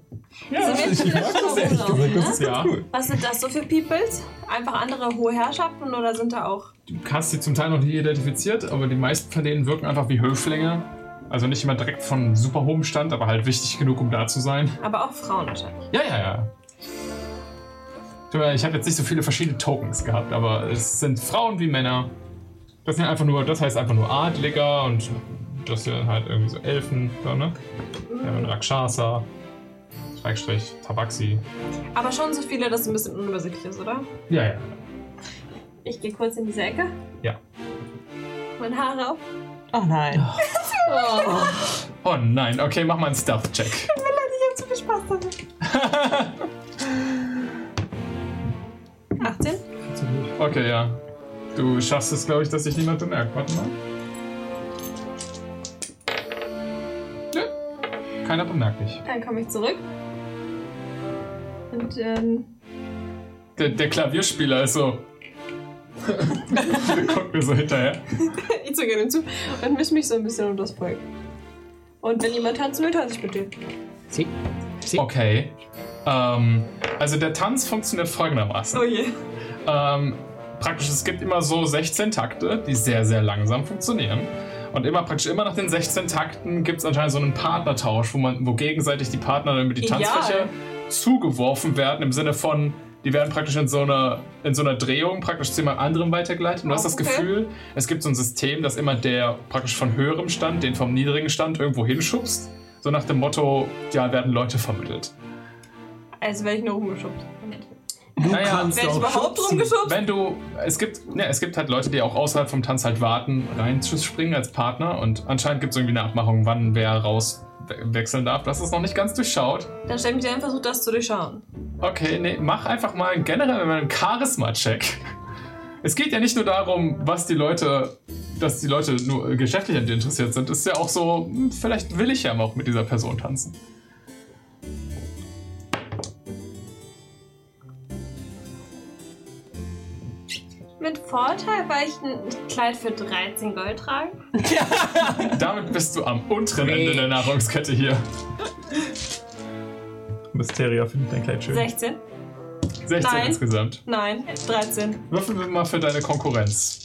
S6: Ja, Sind wir ich vielleicht mag das ehrlich gesagt, rumlaufen, das ist ne?
S1: ja.
S6: Was sind das so für Peoples? Einfach andere hohe Herrschaften oder sind da auch.
S1: Du hast sie zum Teil noch nicht identifiziert, aber die meisten von denen wirken einfach wie Höflinge. Also nicht immer direkt von super hohem Stand, aber halt wichtig genug, um da zu sein.
S6: Aber auch Frauen wahrscheinlich.
S1: Ja, ja, ja. Tut mir leid, Ich habe jetzt nicht so viele verschiedene Tokens gehabt, aber es sind Frauen wie Männer. Das sind einfach nur, das heißt einfach nur Adliger und das sind halt irgendwie so Elfen, da, ne? Ja, und Rakshasa, Schrägstrich, Tabaxi.
S6: Aber schon so viele, dass es ein bisschen unübersichtlich ist, oder?
S1: Ja, ja.
S6: Ich gehe kurz in diese Ecke.
S1: Ja.
S6: Mein Haare auf.
S3: Oh nein.
S6: Oh.
S1: Oh nein, okay, mach mal einen Stealth-Check.
S6: Tut mir leid, ich hab zu viel Spaß damit. 18?
S1: Okay, ja. Du schaffst es, glaube ich, dass sich niemand bemerkt. Warte mal. Nö. Keiner bemerkt dich.
S6: Dann komme ich zurück. Und ähm, [LAUGHS]
S1: Der, der Klavierspieler ist so. [LAUGHS] Guckt mir so hinterher.
S6: ich zögere dem zu und misch mich so ein bisschen um das Volk. Und wenn jemand tanzen will, tanze ich bitte.
S1: Okay. Ähm, also der Tanz funktioniert folgendermaßen.
S6: Oh je.
S1: Ähm, praktisch, es gibt immer so 16 Takte, die sehr, sehr langsam funktionieren. Und immer praktisch immer nach den 16 Takten gibt es anscheinend so einen Partnertausch, wo man, wo gegenseitig die Partner dann über die
S6: Ideal.
S1: Tanzfläche zugeworfen werden, im Sinne von, die werden praktisch in so einer, in so einer Drehung praktisch zu jemand anderem weitergeleitet. Und du hast das
S6: Okay.
S1: Gefühl, es gibt so ein System, dass immer der praktisch von höherem Stand, den vom niedrigen Stand irgendwo hinschubst. So nach dem Motto, ja, werden Leute vermittelt.
S6: Also werde ich nur rumgeschubst.
S1: Du
S6: kannst Werd ich auch überhaupt schubsen. rumgeschubst?
S1: Wenn du, es gibt, ne, es gibt halt Leute, die auch außerhalb vom Tanz halt warten, reinzuspringen als Partner und anscheinend gibt es irgendwie eine Abmachung, wann wer raus we- wechseln darf. Das ist noch nicht ganz durchschaut.
S6: Dann stell mich dir einfach versucht, das zu durchschauen.
S1: Okay, nee, mach einfach mal generell mal einen Charisma-Check. Es geht ja nicht nur darum, was die Leute, dass die Leute nur äh, geschäftlich an dir interessiert sind. Es ist ja auch so, hm, vielleicht will ich ja auch mit dieser Person tanzen.
S6: Mit Vorteil, weil ich ein Kleid für 13 Gold trage.
S1: Damit bist du am unteren Ende der Nahrungskette hier.
S5: Mysteria findet dein Kleid schön.
S6: 16?
S1: 16
S6: Nein.
S1: insgesamt.
S6: Nein, 13.
S1: Würfel wir mal für deine Konkurrenz.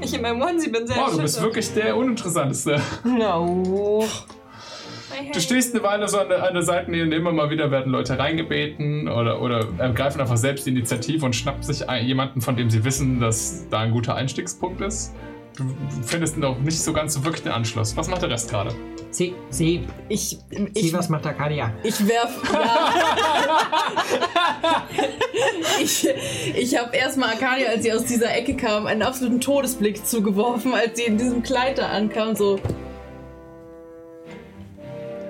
S6: Ich in meinem Onesie bin sehr
S1: Wow, du bist
S6: erschüttert.
S1: wirklich der Uninteressanteste.
S3: No.
S1: Du stehst eine Weile so an der, an der Seitenlinie und immer mal wieder werden Leute reingebeten oder, oder ergreifen einfach selbst die Initiative und schnappen sich ein- jemanden, von dem sie wissen, dass da ein guter Einstiegspunkt ist. Du findest noch nicht so ganz so wirklich den Anschluss. Was macht der Rest gerade?
S10: Sie, sie.
S17: Ich,
S10: Sie, was macht Arcadia?
S17: Ich werf. Ja. [LAUGHS] ich ich habe erstmal Arcadia, als sie aus dieser Ecke kam, einen absoluten Todesblick zugeworfen, als sie in diesem Kleid da ankam, so.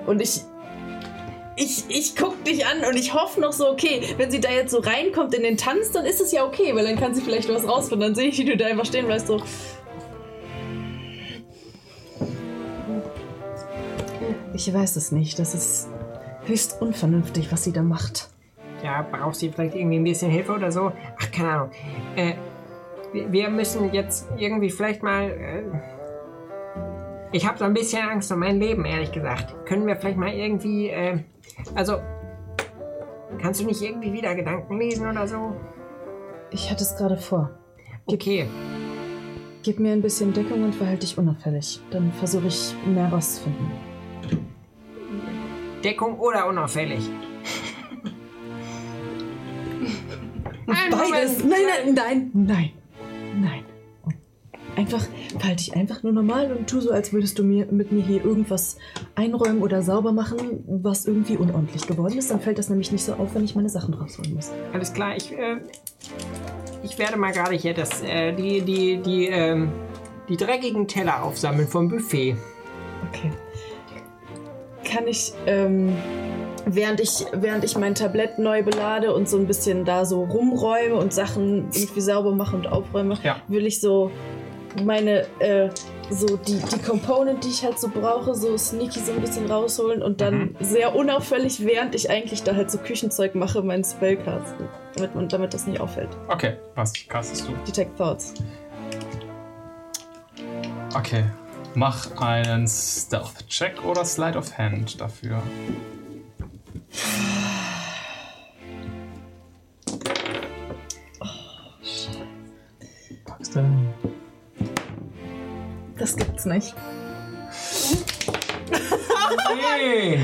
S17: Und ich. Ich, ich guck dich an und ich hoffe noch so, okay, wenn sie da jetzt so reinkommt in den Tanz, dann ist es ja okay, weil dann kann sie vielleicht was rausfinden. Dann sehe ich, wie du da einfach stehen bleibst, so.
S9: Ich weiß es nicht. Das ist höchst unvernünftig, was sie da macht.
S10: Ja, braucht sie vielleicht irgendwie ein bisschen Hilfe oder so? Ach, keine Ahnung. Äh, wir- wir müssen jetzt irgendwie vielleicht mal. Äh, ich habe so ein bisschen Angst um mein Leben, ehrlich gesagt. Können wir vielleicht mal irgendwie. Äh, also. Kannst du nicht irgendwie wieder Gedanken lesen oder so?
S9: Ich hatte es gerade vor.
S10: Okay.
S9: Gib mir ein bisschen Deckung und verhalte dich unauffällig. Dann versuche ich mehr rauszufinden.
S10: Deckung oder unauffällig?
S9: Beides. Nein, nein, nein, nein, nein. Einfach, verhalte dich einfach nur normal und tu so, als würdest du mir mit mir hier irgendwas einräumen oder sauber machen, was irgendwie unordentlich geworden ist. Dann fällt das nämlich nicht so auf, wenn ich meine Sachen rausholen muss.
S10: Alles klar, ich, äh, ich werde mal gerade hier das, äh, die, die, die, ähm, die dreckigen Teller aufsammeln vom Buffet.
S9: Okay.
S17: kann ich, ähm, während ich, während ich mein Tablett neu belade und so ein bisschen da so rumräume und Sachen irgendwie sauber mache und aufräume, will ich so meine, äh, so die, die Component, die ich halt so brauche, so sneaky so ein bisschen rausholen und dann
S1: Mhm.
S17: sehr unauffällig, während ich eigentlich da halt so Küchenzeug mache, meinen Spell casten. Damit, man, damit das nicht auffällt.
S1: Okay, was castest du?
S17: Detect Thoughts.
S1: Okay. Mach einen Stealth-Check oder Slide of Hand dafür.
S5: Packst du
S17: Das gibt's nicht.
S10: Hey!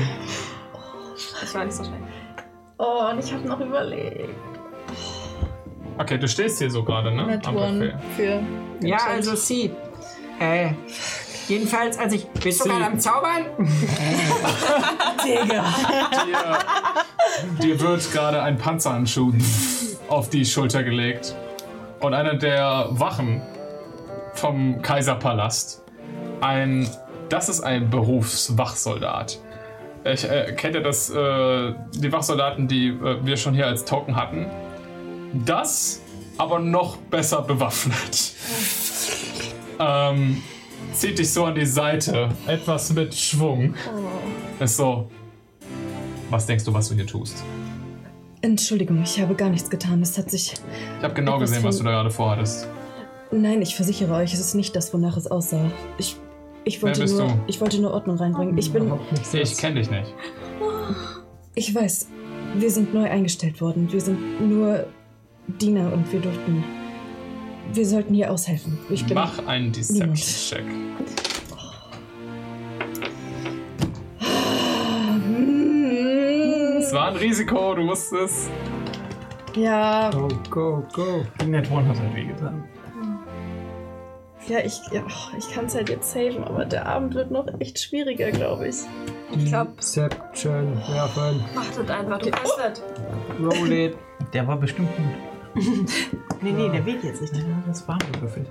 S17: Das war nicht so schnell. Oh, und ich habe noch überlegt.
S1: Okay, du stehst hier so gerade, ne?
S10: Nat
S1: Am
S10: one
S1: Buffet.
S17: Für
S10: Ja, also sie. Äh, jedenfalls,
S2: also
S10: als ich. Bist du
S1: Sie.
S10: gerade am Zaubern?
S17: Digga.
S1: Dir wird gerade ein Panzerhandschuh auf die Schulter gelegt. Und einer der Wachen vom Kaiserpalast. Ein. Das ist ein Berufswachsoldat. Ich, äh, kennt ihr das? Äh, die Wachsoldaten, die äh, wir schon hier als Token hatten. Das, aber noch besser bewaffnet. ähm, zieht dich so an die Seite. Etwas mit Schwung. Ist so. Was denkst du, was du hier tust?
S9: Entschuldigung, ich habe gar nichts getan. Es hat sich.
S1: Ich habe genau
S9: Etwas
S1: gesehen, was du
S9: von-
S1: da gerade vorhattest.
S9: Nein, ich versichere euch, es ist nicht das, wonach es aussah. Ich, ich,
S1: Wer
S9: wollte,
S1: bist
S9: nur,
S1: du?
S9: ich wollte nur Ordnung reinbringen. Ich bin.
S1: Ich kenne dich nicht.
S9: Ich weiß, wir sind neu eingestellt worden. Wir sind nur Diener und wir durften. Wir sollten hier aushelfen. Ich bin.
S1: Mach einen Deception-Check. Es war ein Risiko, du wusstest.
S17: Ja.
S5: Go, go, go. Die Net One hat halt wehgetan.
S17: Ja, ich, ja, oh, ich kann es halt jetzt saven, aber der Abend wird noch echt schwieriger, glaube ich.
S10: Ich glaub. Deception werfen.
S11: Wartet einfach, du kannst das.
S10: Roll it.
S16: Der war bestimmt gut.
S3: Nee, nee, der will jetzt nicht.
S16: Ja, das war ein Würfel.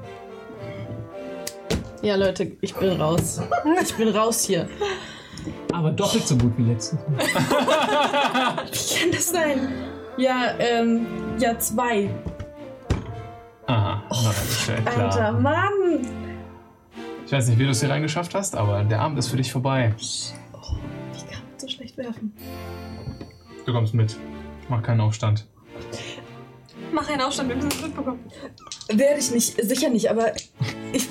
S17: Ja, Leute, ich bin raus. Ich bin raus hier.
S5: Aber doppelt so gut wie
S4: [LAUGHS]
S5: letztes Mal.
S17: Wie kann das sein? Ja, ähm, ja, zwei.
S1: Aha, na, das ist ja
S17: Alter,
S1: klar.
S17: Mann!
S1: Ich weiß nicht, wie du es hier reingeschafft hast, aber der Abend ist für dich vorbei.
S17: So schlecht werfen.
S1: Du kommst mit. Mach keinen Aufstand.
S6: Mach einen Aufstand, wir müssen es mitbekommen.
S9: Werde ich nicht, sicher nicht, aber ich,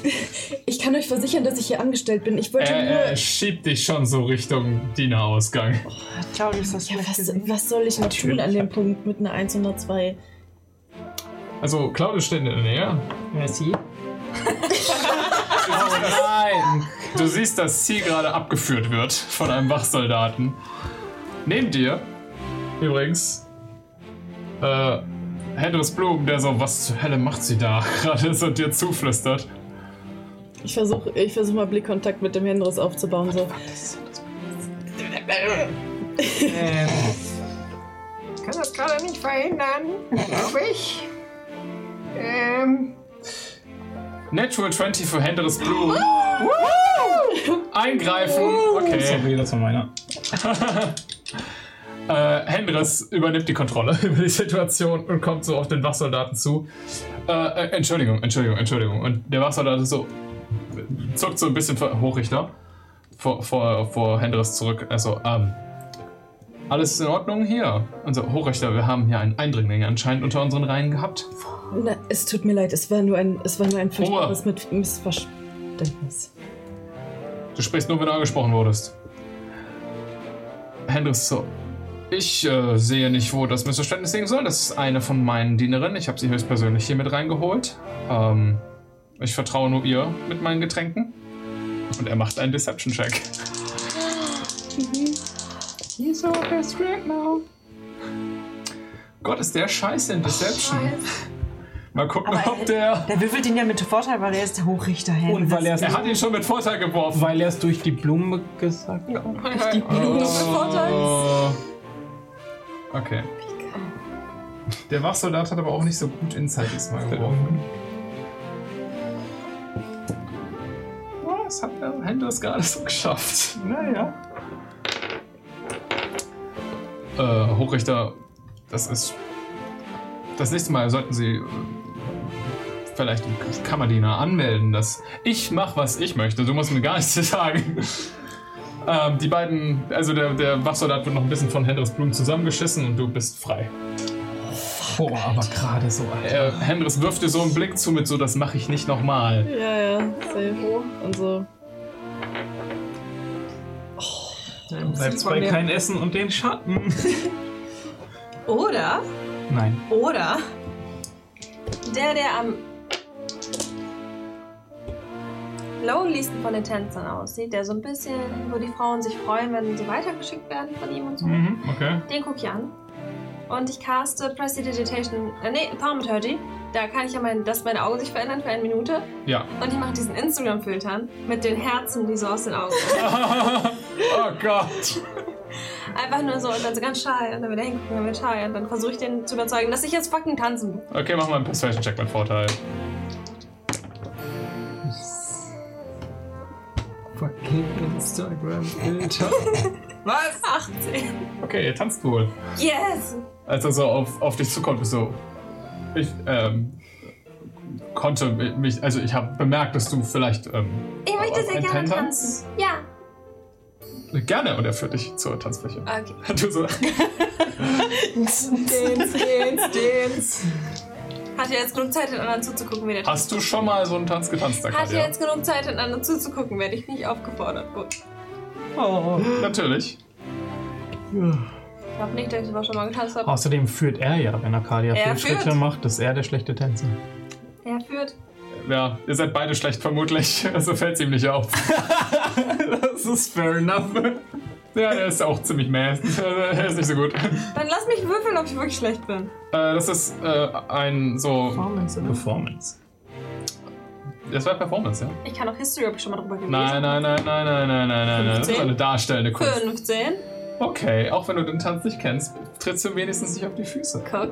S9: ich kann euch versichern, dass ich hier angestellt bin. Ich wollte nur.
S1: Er, er schiebt dich schon so Richtung Dienerausgang.
S3: Claudia ist das
S17: ja, was, was soll ich denn tun an dem Punkt mit einer 1 und einer 2?
S1: Also, Claudius steht in der Nähe.
S10: Ja, sie.
S1: [LAUGHS] Oh nein! Du siehst, dass sie gerade abgeführt wird von einem Wachsoldaten. Neben dir, übrigens, äh, Hedris Blum, der so, was zur Hölle macht sie da? [LAUGHS] Gerade so dir zuflüstert.
S17: Ich versuche ich versuch mal Blickkontakt mit dem Hendris aufzubauen. So.
S10: Ähm. Ich kann das gerade nicht verhindern, glaube ich. Ähm.
S1: Natural 20 für Hedris Blum. Eingreifen. Okay.
S5: Sorry, das war meiner.
S1: Äh, Hendris übernimmt die Kontrolle [LAUGHS] über die Situation und kommt so auf den Wachsoldaten zu. Äh, äh, Entschuldigung, Entschuldigung, Entschuldigung. Und der Wachsoldat ist so, zuckt so ein bisschen vor- Hochrichter vor, vor, vor Hendris zurück. Also, ähm, alles in Ordnung hier. Unser Hochrichter, wir haben hier einen Eindringling anscheinend unter unseren Reihen gehabt.
S9: Na, es tut mir leid, es war nur ein, es war nur ein furchtbares mit Missverständnis.
S1: Du sprichst nur, wenn du angesprochen wurdest. Hendrix so. Ich äh, sehe nicht, wo das Missverständnis liegen soll. Das ist eine von meinen Dienerinnen. Ich habe sie höchstpersönlich hier mit reingeholt. Ähm, ich vertraue nur ihr mit meinen Getränken. Und er macht einen Deception-Check.
S16: Mhm. He's our best friend now.
S1: Gott, ist der scheiße in Deception. Mal gucken, ob der...
S3: Der würfelt ihn ja mit Vorteil, weil er ist der Hochrichter. Herr.
S4: Und weil er es-
S1: Er hat ihn schon mit Vorteil geworfen.
S4: Weil er es durch die Blume gesagt hat.
S1: Durch die
S4: Blume des Vorteils.
S1: Okay. Der Wachsoldat hat aber auch nicht so gut Insight diesmal geworfen. Oh, das hat der Henders gerade so geschafft. Naja. Äh, Hochrichter, das ist. Das nächste Mal sollten Sie äh, vielleicht Kammerdiener anmelden, dass ich mache, was ich möchte. Du musst mir gar nichts sagen. ähm, die beiden, also der, der Wachsoldat wird noch ein bisschen von Hendris Blumen zusammengeschissen und du bist frei.
S4: Boah, aber gerade so,
S1: Äh, Hendris wirft dir so einen Blick zu mit so, das mache ich nicht nochmal.
S17: Ja, ja, safe. Und so.
S4: Dann
S17: das
S4: bleibt
S17: liegt bei
S4: bei
S17: mir.
S4: kein Essen und den Schatten.
S6: Oder,
S4: Nein.
S6: oder der, der am lonelysten von den Tänzern aussieht, der so ein bisschen, wo die Frauen sich freuen, wenn sie weitergeschickt werden von ihm und so.
S1: Mhm, okay.
S6: Den guck ich an. Und ich caste Prestidigitation, äh, nee, Thaumaturgy. Da kann ich ja mein, dass meine Augen sich verändern für eine Minute.
S1: Ja. [LAUGHS]
S6: Und ich mache diesen Instagram-Filtern mit den Herzen, die so aus den Augen
S1: oh Gott.
S6: Einfach nur so und dann so ganz shy und dann wieder hingucken, dann wieder shy und dann versuche ich den zu überzeugen, dass ich jetzt fucking tanzen.
S1: Okay, mach mal einen Persuasion-Check mit Vorteil.
S2: Fucking Instagram. Alter.
S6: Was? 18.
S1: Okay, ihr tanzt wohl.
S6: Yes!
S1: Als er so auf, auf dich zukommt, bist so. Ich ähm, konnte mich, also ich habe bemerkt, dass du vielleicht ähm,
S6: Ich möchte sehr
S1: ein
S6: gerne
S1: Tänzer?
S6: tanzen. Ja.
S1: gerne und er führt dich zur Tanzfläche. [LAUGHS]
S6: Okay.
S1: Du so,
S6: dance, dance, dance. Hat er jetzt genug Zeit, den anderen zuzugucken, wie der
S1: hast du schon mal so einen Tanz getanzt,
S6: Hat er
S1: Arcadia?
S6: jetzt genug Zeit, den anderen zuzugucken, werde ich nicht aufgefordert. Gut.
S1: Oh, natürlich.
S6: Ich glaube nicht, dass ich das schon mal getanzt habe.
S4: Außerdem führt er ja, wenn Arcadia
S6: Er
S4: viel
S6: führt.
S4: Schritte macht, ist er der schlechte Tänzer.
S6: Er führt.
S1: Ja, ihr seid beide schlecht vermutlich, [LAUGHS] also fällt ihm nicht auf. das ist fair enough. Ja, der ist auch ziemlich [LAUGHS] mad. Er ist nicht so gut. Äh,
S6: Dann lass mich würfeln, ob ich wirklich schlecht bin.
S1: das ist äh, ein so.
S4: Performance,
S1: oder? Performance. Das war Performance, ja?
S6: Ich kann auch History, ob ich schon mal drüber gelesen
S1: Nein, nein, nein, nein, nein, nein, nein, nein, nein. Das ist
S6: 15?
S1: eine darstellende Kunst.
S6: 15.
S1: Okay, auch wenn du den Tanz nicht kennst, trittst du ihm wenigstens nicht auf die Füße.
S6: Guck.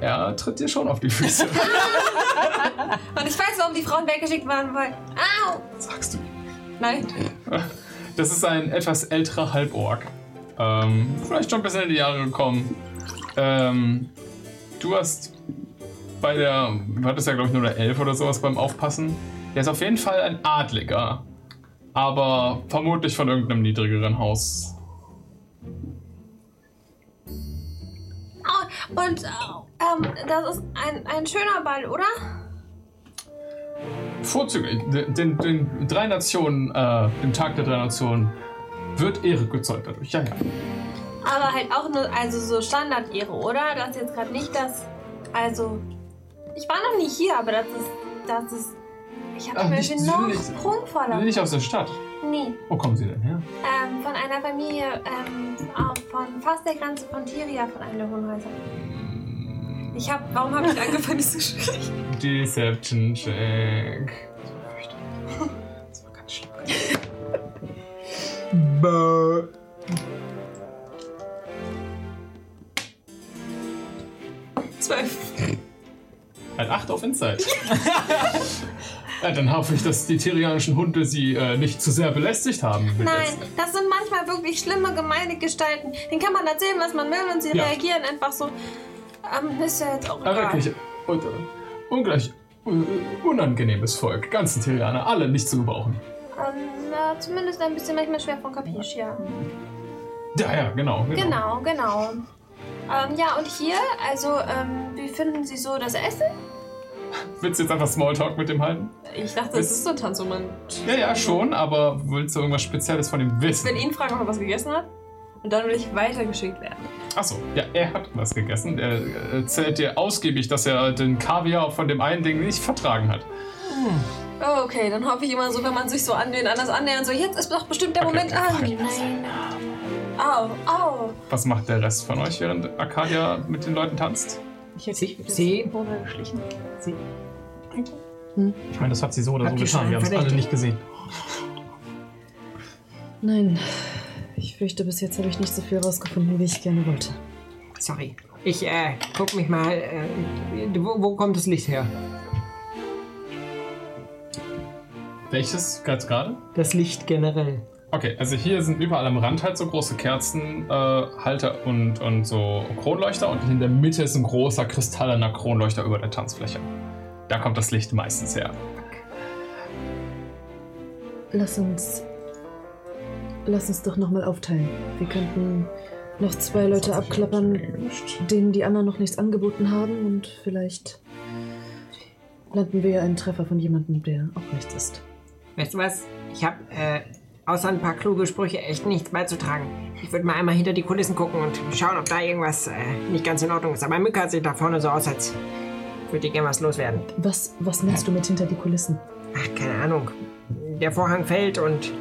S1: Er tritt dir schon auf die Füße.
S6: Und ich weiß, warum die Frauen weggeschickt waren, weil. Au!
S1: Sagst du.
S6: Nein.
S1: Das ist ein etwas älterer Halborg. Ähm, vielleicht schon ein bisschen in die Jahre gekommen. Ähm, du hast bei der, du hattest ja glaube ich nur eine Elf oder sowas beim Aufpassen. Der ist auf jeden Fall ein Adliger. Aber vermutlich von irgendeinem niedrigeren Haus.
S6: Au. Und au. ähm, das ist ein, ein schöner Ball, oder?
S1: Vorzüglich, den, den, den drei Nationen, äh, dem Tag der drei Nationen, wird Ehre gezollt dadurch. Ja, ja.
S6: Aber halt auch nur, also so Standard-Ehre, oder? Das ist jetzt gerade nicht das. Also. Ich war noch nicht hier, aber das ist. Das ist. Ich
S1: Ach,
S6: habe mir
S1: nicht-
S6: schon
S1: Sie
S6: noch
S1: sind nicht-
S6: prunkvoller.
S1: Nicht aus der Stadt.
S6: Nee.
S1: Wo kommen sie denn her?
S6: Ähm, von einer Familie, ähm, auf, von fast der Grenze von Tiria, von einem der Hohenhäuser. Ich hab, warum habe
S1: [LAUGHS]
S6: ich angefangen, das zu sprechen?
S1: Deception Check.
S2: Bäh.
S6: Zwölf.
S1: Ein 8 auf Insight. [LAUGHS] ja, dann hoffe ich, dass die tyrianischen Hunde sie äh, nicht zu sehr belästigt haben.
S6: Nein, das sind manchmal wirklich schlimme, gemeine Gestalten. Den kann man erzählen, was man will, und sie
S1: Ja.
S6: reagieren einfach so. Ähm, ist ja jetzt auch
S1: Ein
S6: egal.
S1: wirklich und, äh, ungleich äh, unangenehmes Volk. Ganzen Tyrianer, alle nicht zu gebrauchen.
S6: Ähm, ja, zumindest ein bisschen manchmal schwer von Kapisch, ja.
S1: Ja, ja, genau. genau.
S6: Genau, genau. Ähm, ja, und hier, also, ähm, wie finden Sie so das Essen?
S1: Willst du jetzt einfach Smalltalk mit dem halten?
S6: Ich dachte, es ist so ein Tanz, wo man.
S1: Ja, ja, schon, aber willst du irgendwas Spezielles von ihm
S6: Ich
S1: wissen?
S6: will ihn fragen, ob er was gegessen hat. Und dann will ich weitergeschickt werden.
S1: Achso, ja, er hat was gegessen. Er äh, erzählt dir ausgiebig, dass er den Kaviar von dem einen Ding nicht vertragen hat.
S6: Oh, okay, dann hoffe ich immer so, wenn man sich so an den anders annähert, so jetzt ist doch bestimmt der Moment. Ah, nein. Au, au.
S1: Was macht der Rest von euch, während Arcadia mit den Leuten tanzt?
S10: Ich hätte sie
S3: ne?
S10: geschlichen. Sie.
S4: Ich meine, das hat sie so oder
S10: Habt
S4: so
S10: ihr
S4: getan.
S10: schon
S4: Wir haben es alle
S10: verdächtig?
S4: nicht gesehen.
S9: Nein, ich fürchte, bis jetzt habe ich nicht so viel rausgefunden, wie ich gerne wollte.
S2: Sorry. Ich äh, guck mich mal. Äh, wo, wo kommt das Licht her?
S1: Welches ganz gerade?
S2: Das Licht generell.
S1: Okay, also hier sind überall am Rand halt so große Kerzenhalter äh, Halter und, und so Kronleuchter und in der Mitte ist ein großer kristallener Kronleuchter über der Tanzfläche. Da kommt das Licht meistens her.
S9: Lass uns. Lass uns doch nochmal aufteilen. Wir könnten noch zwei Leute abklappern, denen die anderen noch nichts angeboten haben und vielleicht landen wir einen Treffer von jemandem, der auch rechts ist.
S10: Weißt du was? Ich habe äh, außer ein paar kluge Sprüche echt nichts beizutragen. Ich würde mal einmal hinter die Kulissen gucken und schauen, ob da irgendwas äh, nicht ganz in Ordnung ist. Aber Mücke hat sich da vorne so aus, als würde die gerne was loswerden.
S9: Was, was meinst du mit hinter die Kulissen?
S10: Ach, keine Ahnung. Der Vorhang fällt und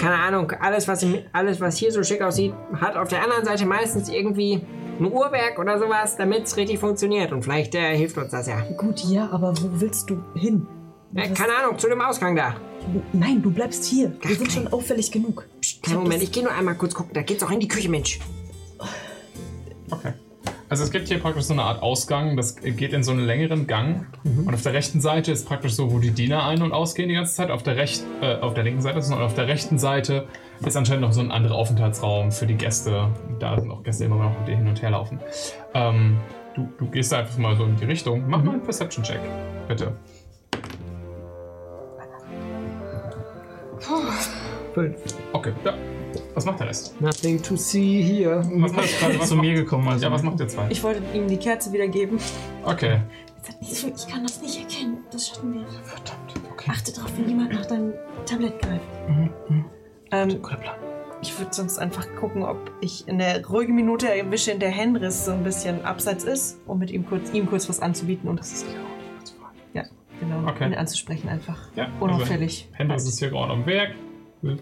S10: keine Ahnung, alles was, im, alles, was hier so schick aussieht, hat auf der anderen Seite meistens irgendwie ein Uhrwerk oder sowas, damit es richtig funktioniert. Und vielleicht äh, hilft uns das ja.
S9: Gut, ja, aber wo willst du hin?
S10: Äh, keine Ahnung, zu dem Ausgang da.
S9: Nein, du bleibst hier. Wir sind schon auffällig genug.
S10: Kleinen Moment, ich gehe nur einmal kurz gucken. Da geht's auch in die Küche, Mensch.
S1: Okay. Also es gibt hier praktisch so eine Art Ausgang, das geht in so einen längeren Gang. Und auf der rechten Seite ist praktisch so, wo die Diener ein- und ausgehen die ganze Zeit. Auf der, recht, äh, auf der linken Seite ist es noch. und auf der rechten Seite ist anscheinend noch so ein anderer Aufenthaltsraum für die Gäste. Da sind auch Gäste immer noch, die hin und her laufen. Ähm, du, du gehst da einfach mal so in die Richtung. Mach mal einen Perception-Check, bitte. Okay, ja. Was macht der Rest?
S18: Nothing to see here.
S1: Was macht gerade was
S4: Zu mir
S1: gekommen? Also. Ja, was macht ihr zwei?
S3: Ich wollte ihm die Kerze wiedergeben.
S1: Okay.
S3: Ich, ich kann das nicht erkennen. Das schaffen wir. Verdammt. Achte drauf, wenn jemand nach deinem Tablett greift. Ähm, ich würde sonst einfach gucken, ob ich in der ruhigen Minute erwische, in der Henris so ein bisschen abseits ist, um mit ihm kurz, ihm kurz was anzubieten. Und das ist klar. Ja, genau.
S1: Okay.
S3: Ihn anzusprechen einfach.
S1: Ja,
S3: Unauffällig.
S1: Also, Hendrix ist hier gerade am Werk. [LAUGHS]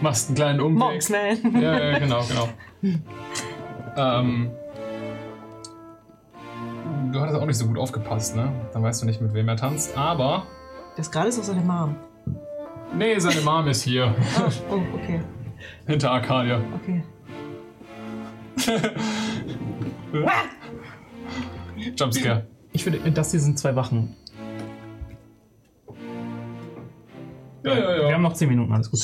S1: Machst einen kleinen Umweg.
S3: Monksman.
S1: Ja, ja, genau, genau. ähm, du hattest auch nicht so gut aufgepasst, ne? Dann weißt du nicht, mit wem er tanzt, aber...
S3: Das gerade ist auch seine Mom.
S1: Nee, seine Mom ist hier. [LAUGHS]
S3: Ah, oh, okay.
S1: Hinter Arcadia.
S3: Okay.
S1: Jumpscare.
S4: Ich würde, das hier sind zwei Wachen.
S1: Ja, ja, ja.
S4: Wir haben noch zehn Minuten, alles gut.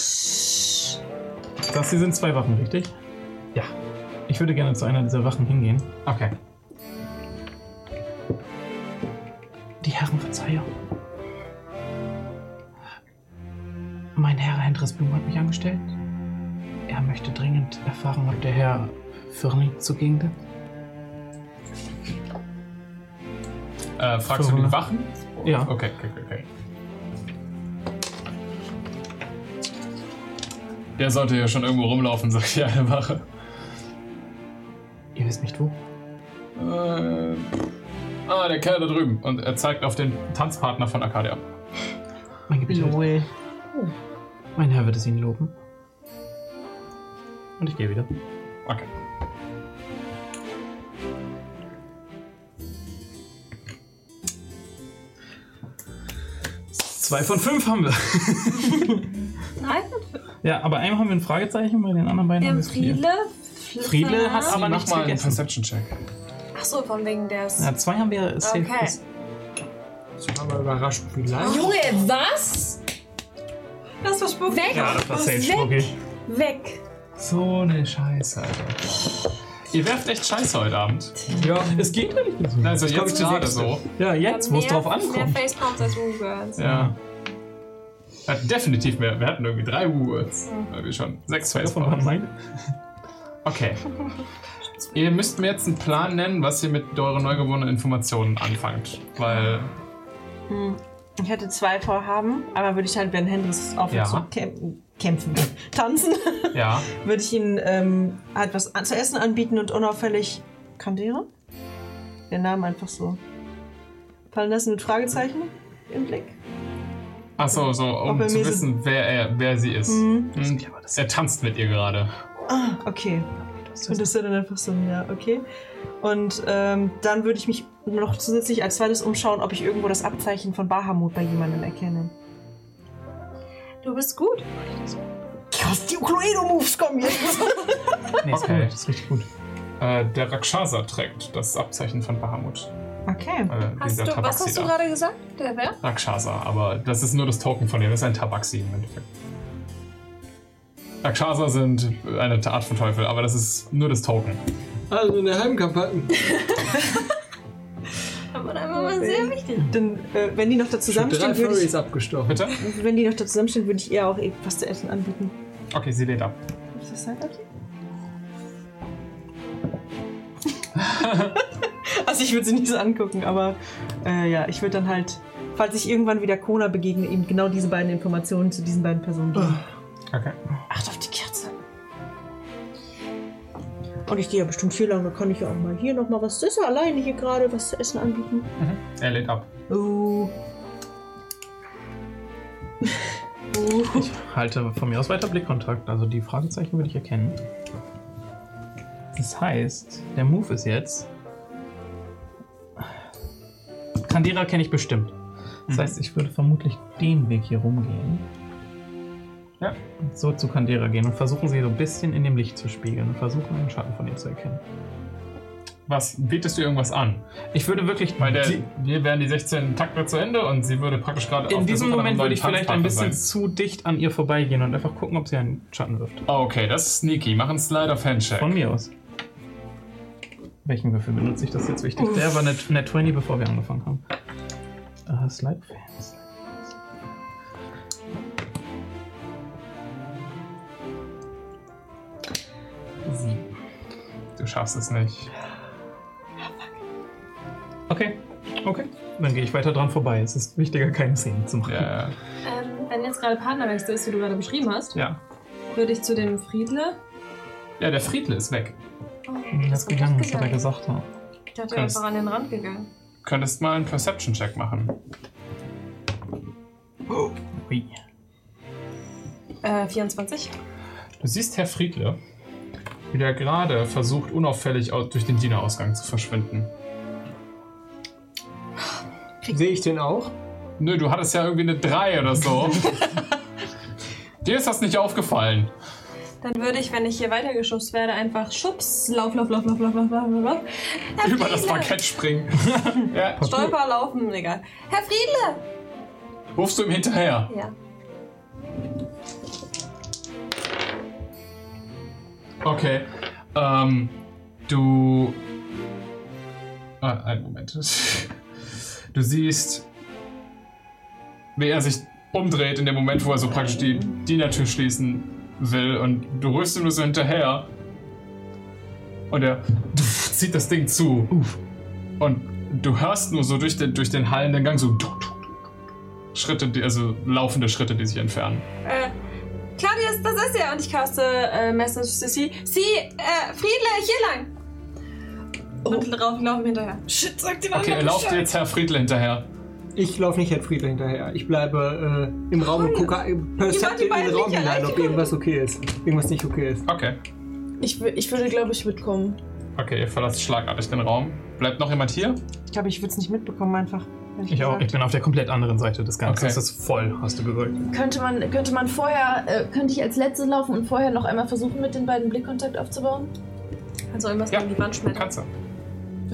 S4: Das hier sind zwei Wachen, richtig? Ja. Ich würde gerne zu einer dieser Wachen hingehen.
S1: Okay.
S4: Die Herrenverzeihung. Mein Herr Hendris Blum hat mich angestellt. Er möchte dringend erfahren, ob der Herr Firni zugegen ist.
S1: Äh, fragst du die
S4: Verwundert.
S1: Wachen?
S4: Ja.
S1: Okay, okay, okay, okay. Der sollte ja schon irgendwo rumlaufen, sagt [LAUGHS] die eine Wache.
S4: Ihr wisst nicht wo.
S1: Äh, ah, der Kerl da drüben. Und er zeigt auf den Tanzpartner von Arcadia.
S4: Mein Gebet. Mein Herr wird es Ihnen loben. Und ich gehe wieder.
S1: Okay.
S4: Zwei von fünf haben wir.
S6: [LAUGHS] Nein,
S4: Ja, aber einem haben wir ein Fragezeichen, bei den anderen beiden
S6: wir
S4: haben
S6: haben
S4: wir vier.
S6: Friedle.
S4: Friedle hat
S6: Flipper.
S4: aber nichts
S1: Mal einen
S4: vergessen.
S1: Perception-Check.
S11: Achso, von wegen des.
S4: Ja, zwei haben wir safe.
S11: Okay.
S18: Das war mal überrascht. Vielleicht.
S19: Junge, was?
S3: Das war Spuck.
S19: Weg!
S4: Schmucki.
S19: Weg!
S4: So eine Scheiße, Alter.
S1: Ihr werft echt Scheiße heute Abend.
S4: Ja, es geht ehrlich gesagt.
S1: Also
S4: Ich glaub,
S1: jetzt
S4: ich bin
S1: gerade
S4: sechste.
S1: so.
S4: Ja, jetzt, wo es
S11: Mehr-
S4: drauf
S11: Mehr
S4: ankommt.
S11: Facepalms als Google.
S1: Ja. Wir hatten definitiv mehr. Wir hatten irgendwie drei U-Words. Weil wir schon sechs Facepalms. Okay. Ihr müsst mir jetzt einen Plan nennen, was ihr mit euren neu gewonnenen Informationen anfangt. Weil
S3: Hm. Ich hätte zwei Vorhaben. Einmal würde ich halt, wenn Hendrix auf
S1: Ja.
S3: und zu kämp kämpfen, [LAUGHS] tanzen,
S1: Ja.
S3: würde ich ihm ähm, halt was an- zu essen anbieten und unauffällig kandieren. Den Namen einfach so fallen lassen mit Fragezeichen im Blick.
S1: Achso, so,
S3: Ob
S1: um
S3: er
S1: zu
S3: mir so-
S1: wissen, wer, er, wer sie ist.
S3: Mhm.
S1: Hm. Er tanzt mit ihr gerade.
S3: Ah, okay. Und das wäre dann einfach so, ja, okay. Und ähm, dann würde ich mich noch zusätzlich als zweites umschauen, ob ich irgendwo das Abzeichen von Bahamut bei jemandem erkenne.
S6: Du bist gut.
S3: Krass, die Cluedo-Moves kommen jetzt.
S4: Nee, ist gut, ist richtig gut.
S1: Äh, der Rakshasa trägt das Abzeichen von Bahamut.
S3: Okay.
S1: Äh,
S6: Hast
S1: dieser
S6: du, was hast
S1: Tabaxi
S6: du
S1: da.
S6: gerade gesagt? Der wer?
S1: Rakshasa, aber das ist nur das Token von dem. Das ist ein Tabaxi im Endeffekt. Rakshasa sind eine Art von Teufel, aber das ist nur das Token.
S18: Also eine Heimkampagne.
S6: Haben wir da immer
S20: sehr wichtig.
S3: Dann, äh, wenn die noch da zusammenstehen, würde ich,
S10: abgestochen.
S1: Bitte?
S3: wenn die noch da zusammenstehen, würde ich ihr auch eh was zu essen anbieten.
S1: Okay, sie lädt ab.
S3: Hab ich das halt gesagt? also ich würde sie nicht so angucken, aber äh, ja, ich würde dann halt, falls ich irgendwann wieder Kona begegne, ihm genau diese beiden Informationen zu diesen beiden Personen geben.
S1: Okay.
S3: Acht auf die Kerze. Und ich gehe ja bestimmt viel lange, kann ich ja auch mal hier nochmal was. Das ist ja alleine hier gerade was zu essen anbieten.
S1: Er lädt ab.
S3: Oh.
S4: Ich halte von mir aus weiter Blickkontakt, also die Fragezeichen würde ich erkennen. Das heißt, der Move ist jetzt. Kandera kenne ich bestimmt. Das
S1: Mhm.
S4: heißt, ich würde vermutlich den Weg hier rumgehen.
S1: Ja.
S4: Und so zu Kandera gehen und versuchen, sie so ein bisschen in dem Licht zu spiegeln und versuchen, einen Schatten von ihr zu erkennen.
S1: Was bietest du irgendwas an?
S4: Ich würde wirklich.
S1: Weil der, wir wären die 16 Takte zu Ende und sie würde praktisch gerade auf
S4: In
S1: der
S4: diesem
S1: Suche nach einem
S4: Moment würde
S1: neuen
S4: ich vielleicht ein
S1: Tanzpartner
S4: bisschen zu dicht an ihr vorbeigehen und einfach gucken, ob sie einen Schatten wirft.
S1: sein. Okay, das ist sneaky. Mach einen Slide of Handshake.
S4: Von mir aus. Welchen Würfel benutze ich das jetzt wichtig? Der war net, net 20, bevor wir angefangen haben. Uh, Slide Fans. Sieben.
S1: Du schaffst es nicht.
S4: Okay, okay. Dann gehe ich weiter dran vorbei. Es ist wichtiger, keine Szenen zu machen.
S1: Ja,
S6: Ähm, wenn jetzt gerade Partnerwechsel ist, wie du gerade beschrieben hast,
S4: ja.
S6: würde ich zu dem Friedle.
S1: ja der Friedle ist weg.
S6: Oh,
S4: Er ist gegangen,
S6: das
S4: das hat er gesagt. Ja.
S6: Ich dachte, er
S1: Krass.
S6: ist einfach an den Rand gegangen.
S1: Könntest mal einen Perception-Check machen.
S4: Ui.
S6: Äh, 24.
S1: Du siehst Herr Friedle, wie der gerade versucht, unauffällig au- durch den Dienerausgang zu verschwinden.
S10: Sehe ich den auch?
S1: Nö, du hattest ja irgendwie eine 3 oder [LAUGHS] so. Dir ist das nicht aufgefallen.
S6: Dann würde ich, wenn ich hier weitergeschubst werde, einfach schubs, lauf, lauf, lauf, lauf, lauf, lauf, lauf, lauf, lauf. Herr
S1: Über das
S6: Friedle!
S1: Parkett springen. [LAUGHS] ja.
S6: Stolper, laufen, egal. Herr Friedle!
S1: Rufst du ihm hinterher?
S6: Ja.
S1: Okay. Ähm, du. Ah, einen Moment. [LAUGHS] Du siehst, wie er sich umdreht in dem Moment, wo er so praktisch die Dienertür schließen will und du rührst ihm nur so hinterher und er [LAUGHS] zieht das Ding zu. Und du hörst nur so durch den, durch den hallenden Gang so Schritte, die, also laufende Schritte, die sich entfernen.
S6: Äh, Claudius, das ist er. Und ich caste äh, Message to Sie. Sie, äh, Friedle, hier lang.
S1: Oh.
S6: Und rauf, laufen hinterher. Shit, sagt den
S1: Okay, er lauft jetzt Herr Friedle hinterher.
S10: Ich laufe nicht Herrn Friedler hinterher. Ich bleibe äh, im Raum und gucke äh,
S1: wart
S10: perceptive
S1: die
S10: in den
S1: beiden
S10: Raum
S1: nicht
S10: hinein,
S1: allein,
S10: ob irgendwas okay ist. Irgendwas nicht okay ist.
S1: Okay.
S9: Ich, wü- ich würde, glaube ich, mitkommen.
S1: Okay, ihr verlasst schlagartig den Raum. Bleibt noch jemand hier?
S3: Ich glaube, ich würde es nicht mitbekommen einfach. ehrlich
S4: Ich auch.
S3: gesagt.
S4: Ich bin auf der komplett anderen Seite des Ganzen.
S1: Okay.
S4: Es ist voll, hast du gewirkt.
S9: Könnte man, könnte man vorher, äh, könnte ich als Letzte laufen und vorher noch einmal versuchen, mit den beiden Blickkontakt aufzubauen?
S6: Kannst du irgendwas gegen die Wand schmettern?
S1: Kannst du.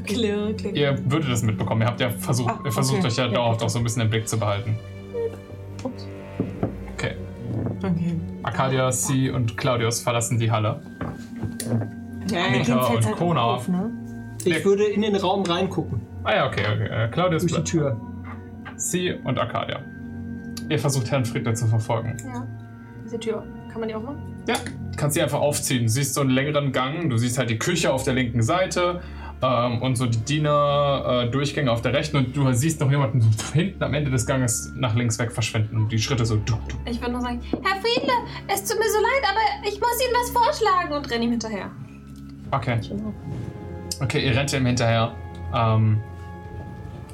S6: Klirr, klirr.
S1: Ihr würdet das mitbekommen. Ihr habt ja versucht,
S6: Ah,
S1: ihr versucht
S6: okay.
S1: euch ja
S6: Ja,
S1: dauerhaft auch so ein bisschen im Blick zu behalten. Okay.
S3: Okay.
S1: Arcadia, Sie und Claudius verlassen die Halle.
S10: Ja,
S1: Annika und Kona.
S3: ne?
S10: Ich würde in den Raum reingucken.
S1: Ah ja, okay, okay. Äh, Claudius
S10: Durch die Tür.
S1: Sie und Arcadia. Ihr versucht Herrn Friedler zu verfolgen.
S6: Ja. Diese Tür. Kann man die aufmachen?
S1: Ja, du kannst sie einfach aufziehen. Du siehst so einen längeren Gang, du siehst halt die Küche auf der linken Seite ähm, und so die Diener-Durchgänge auf der rechten und du halt siehst noch jemanden hinten am Ende des Ganges nach links weg verschwinden und die Schritte so. Du, du.
S6: Ich würde nur sagen, Herr Friedle, es tut mir so leid, aber ich muss Ihnen was vorschlagen und renne ihm hinterher.
S1: Okay. Okay, ihr rennt ihm hinterher. Ähm,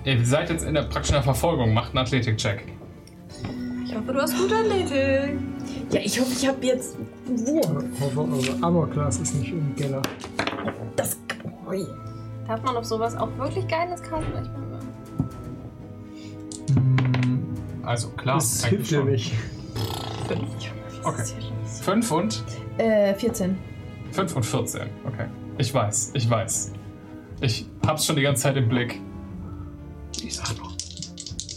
S1: ihr seid jetzt in der praktischen Verfolgung, macht einen Athletik-Check.
S6: Ich hoffe, du hast gute Athletik.
S9: Ja, ich hoffe, ich habe jetzt.
S10: Eure Armor-Class ist nicht im Keller.
S6: Darf man auf sowas auch wirklich Geiles kaufen? Ich bin
S1: Also klar,
S10: Mhm. Das
S1: eigentlich
S10: hilft ja
S1: schon.
S10: nicht.
S1: Okay. 5 und?
S9: Äh, 14.
S1: 5 und 14. Okay. Ich weiß, ich weiß. Ich hab's schon die ganze Zeit im Blick. Ich sag doch.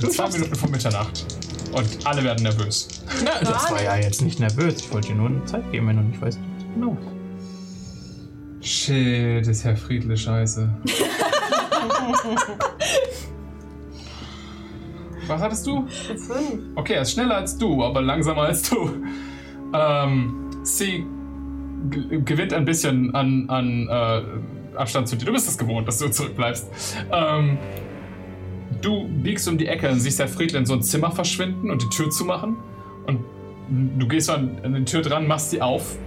S1: Zwei Minuten vor Mitternacht. Und alle werden nervös.
S4: Na, das war ja jetzt nicht nervös. Ich wollte dir nur eine Zeit geben, wenn du nicht weißt. Genau.
S1: Shit, ist Herr Friedle scheiße. Was hattest du? Okay, er ist schneller als du, aber langsamer als du. Ähm, sie g- gewinnt ein bisschen an, an äh, Abstand zu dir. Du bist es gewohnt, dass du zurückbleibst. Ähm, du biegst um die Ecke und siehst Herr Friedl in so ein Zimmer verschwinden und die Tür zumachen. Und du gehst so an, an die Tür dran, machst sie auf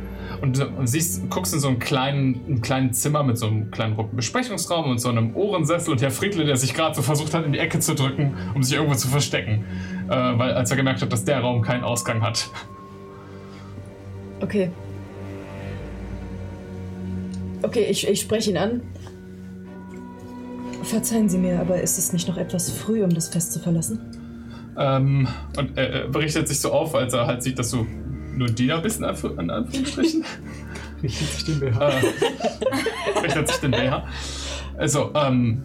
S1: und, und siehst, guckst in so einen kleinen, ein kleinen Zimmer mit so einem kleinen roten Besprechungsraum und so einem Ohrensessel und Herr Friedle, der sich gerade so versucht hat, in die Ecke zu drücken, um sich irgendwo zu verstecken, äh, weil als er gemerkt hat, dass der Raum keinen Ausgang hat.
S17: Okay. Okay, ich, ich spreche ihn an.
S9: Verzeihen Sie mir, aber ist es nicht noch etwas früh, um das Fest zu verlassen?
S1: Ähm, und er äh, berichtet sich so auf, als er halt sieht, dass du nur Diener bist, in Anf- in Anführungsstrichen.
S2: Richtet sich den BH.
S1: Äh, richtet sich den BH. Also, ähm,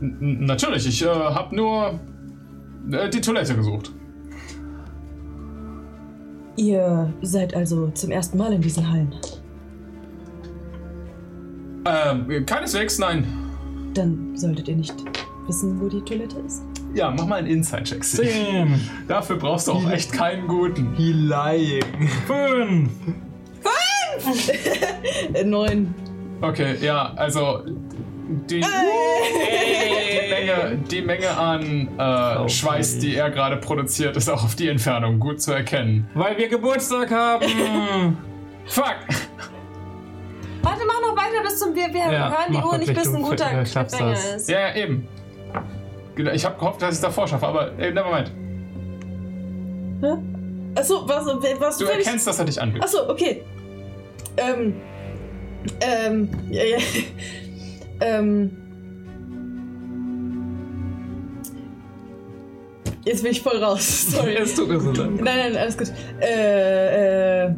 S1: n- n- natürlich, ich äh, habe nur äh, die Toilette gesucht.
S9: Ihr seid also zum ersten Mal in diesen Hallen.
S1: Ähm, keineswegs, nein.
S9: Dann solltet ihr nicht wissen, wo die Toilette ist.
S1: Ja, mach mal einen Inside-Check.
S9: Same.
S1: Dafür brauchst du auch echt keinen guten.
S2: He lying.
S1: Fünf.
S9: Äh,
S17: Neun.
S1: Okay, ja, also die, die, Menge, die Menge an äh, Schweiß, die er gerade produziert, ist auch auf die Entfernung gut zu erkennen. Weil wir Geburtstag [LAUGHS] haben. Fuck.
S6: Warte, mach noch weiter bis zum. Wir, wir hören die Uhr nicht, bis ein guter Cliffhanger ist.
S1: Ja, ja, eben. Genau, Ich habe gehofft, dass ich es davor schaffe, aber ey, nevermind.
S17: Achso, was, was
S1: Du
S17: völlig-
S1: erkennst, dass er dich anlügt.
S17: Achso, okay. Ähm. Ähm. Ja, ja. [LAUGHS] ähm. Jetzt bin ich voll raus. [LAUGHS] Sorry.
S4: Es tut mir so leid.
S17: Nein, nein, alles gut. Äh, äh.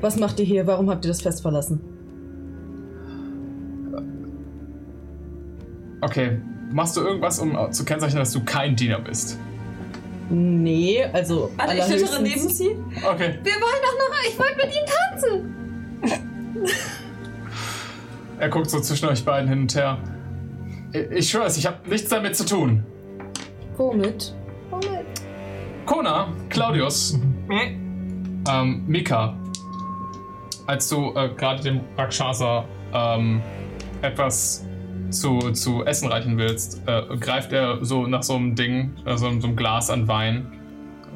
S9: Was macht ihr hier? Warum habt ihr das Fest verlassen?
S1: Okay, machst du irgendwas, um zu kennzeichnen, dass du kein Diener bist?
S17: Nee, also.
S6: Warte, ich schüttere neben
S17: allerhöchstens-
S6: sie.
S1: Okay.
S6: Wir wollen doch noch. Ich wollte mit ihm tanzen.
S1: Er guckt so zwischen euch beiden hin und her. Ich- Ich schwör's, ich habe nichts damit zu tun.
S9: Womit?
S1: Kona, Claudius, ähm, Mika, als du äh, gerade dem Rakshasa ähm, etwas zu, zu essen reichen willst, äh, greift er so nach so einem Ding, äh, so, einem- so einem Glas an Wein,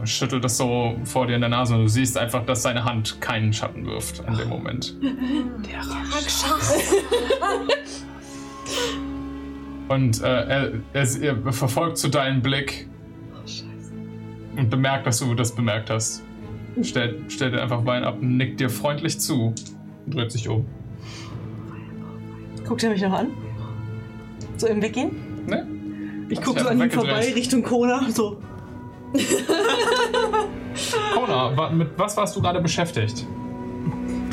S1: schüttelt das so vor dir in der Nase und du siehst einfach, dass seine Hand keinen Schatten wirft in dem Moment.
S6: Der Rakshas.
S1: [LAUGHS] Und äh, er, er, er verfolgt so deinen Blick und bemerkt, dass du das bemerkt hast. Stellt, stellt dir einfach Wein ab und nickt dir freundlich zu und dreht sich um.
S3: Guckt er mich noch an? So im Weggehen?
S1: Ne?
S3: Ich
S1: Hat
S3: gucke
S1: sich einfach
S3: so an ihm
S1: weggedreht.
S3: vorbei Richtung Kona. So.
S1: Kona, wa- mit was warst du gerade beschäftigt?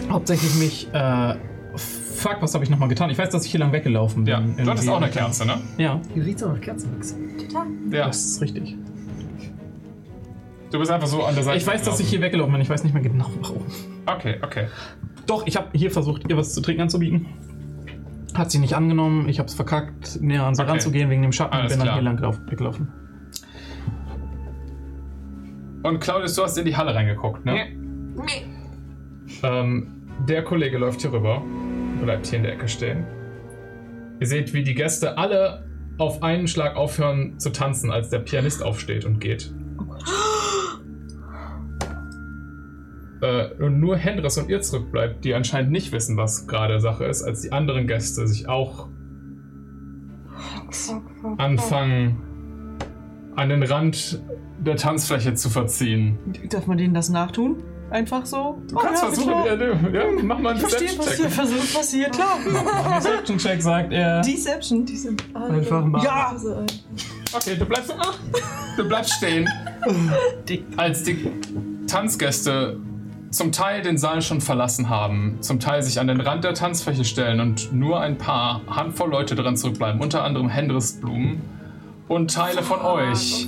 S4: Hauptsächlich mich, äh, fuck, was habe ich nochmal getan? Ich weiß, dass ich hier lang weggelaufen bin. Ja,
S1: Du hattest auch eine Kerze, ne?
S4: Ja.
S10: Hier riecht es auch nach Kerzenwachs. Total.
S1: Ja.
S4: Das ist richtig.
S1: Du bist einfach so an der Seite.
S4: Ich weiß, dass
S1: gelaufen.
S4: ich hier weggelaufen bin. Ich weiß nicht mehr genau warum.
S1: Okay, okay.
S4: Doch, ich habe hier versucht, ihr was zu trinken anzubieten. Hat sie nicht angenommen. Ich habe es verkackt, näher an sie
S1: Okay.
S4: ranzugehen wegen dem Schatten. und
S1: Alles
S4: bin
S1: klar.
S4: dann hier lang gelaufen- weggelaufen.
S1: Und Claudius, du hast in die Halle reingeguckt, ne? Ähm, der Kollege läuft hier rüber, bleibt hier in der Ecke stehen. Ihr seht, wie die Gäste alle auf einen Schlag aufhören zu tanzen, als der Pianist aufsteht und geht.
S3: Oh
S1: Äh, und nur Hendris und ihr zurückbleibt, die anscheinend nicht wissen, was gerade Sache ist, als die anderen Gäste sich auch anfangen, an den Rand der Tanzfläche zu verziehen.
S3: Darf man denen das nachtun? Einfach so?
S1: Du kannst versuchen, ja, du- ja, mach mal einen
S3: Oh Ich verstehe, was
S1: Deception-Check.
S3: [LAUGHS] hier versucht, was hier, klar.
S1: [LAUGHS]
S4: Deception Check sagt er.
S3: Deception, Deception.
S1: Einfach mal.
S3: Ja!
S1: Okay, Äh, du bleibst, du bleibst stehen. Als die Tanzgäste zum Teil den Saal schon verlassen haben, zum Teil sich an den Rand der Tanzfläche stellen und nur ein paar Handvoll Leute dran zurückbleiben, unter anderem Hendris Blumen und Teile von euch.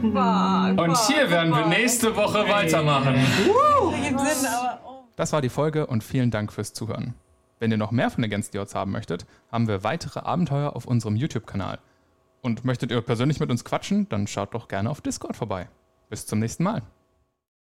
S1: [LAUGHS]
S6: quark,
S1: Und
S6: quark,
S1: hier werden wir
S6: quark.
S1: nächste Woche weitermachen.
S6: Das ergibt Sinn, aber.
S21: Das war die Folge und vielen Dank fürs Zuhören. Wenn ihr noch mehr von Against the Odds haben möchtet, haben wir weitere Abenteuer auf unserem YouTube-Kanal.
S1: Und möchtet ihr persönlich mit uns quatschen, dann schaut doch gerne auf Discord vorbei. Bis zum nächsten Mal.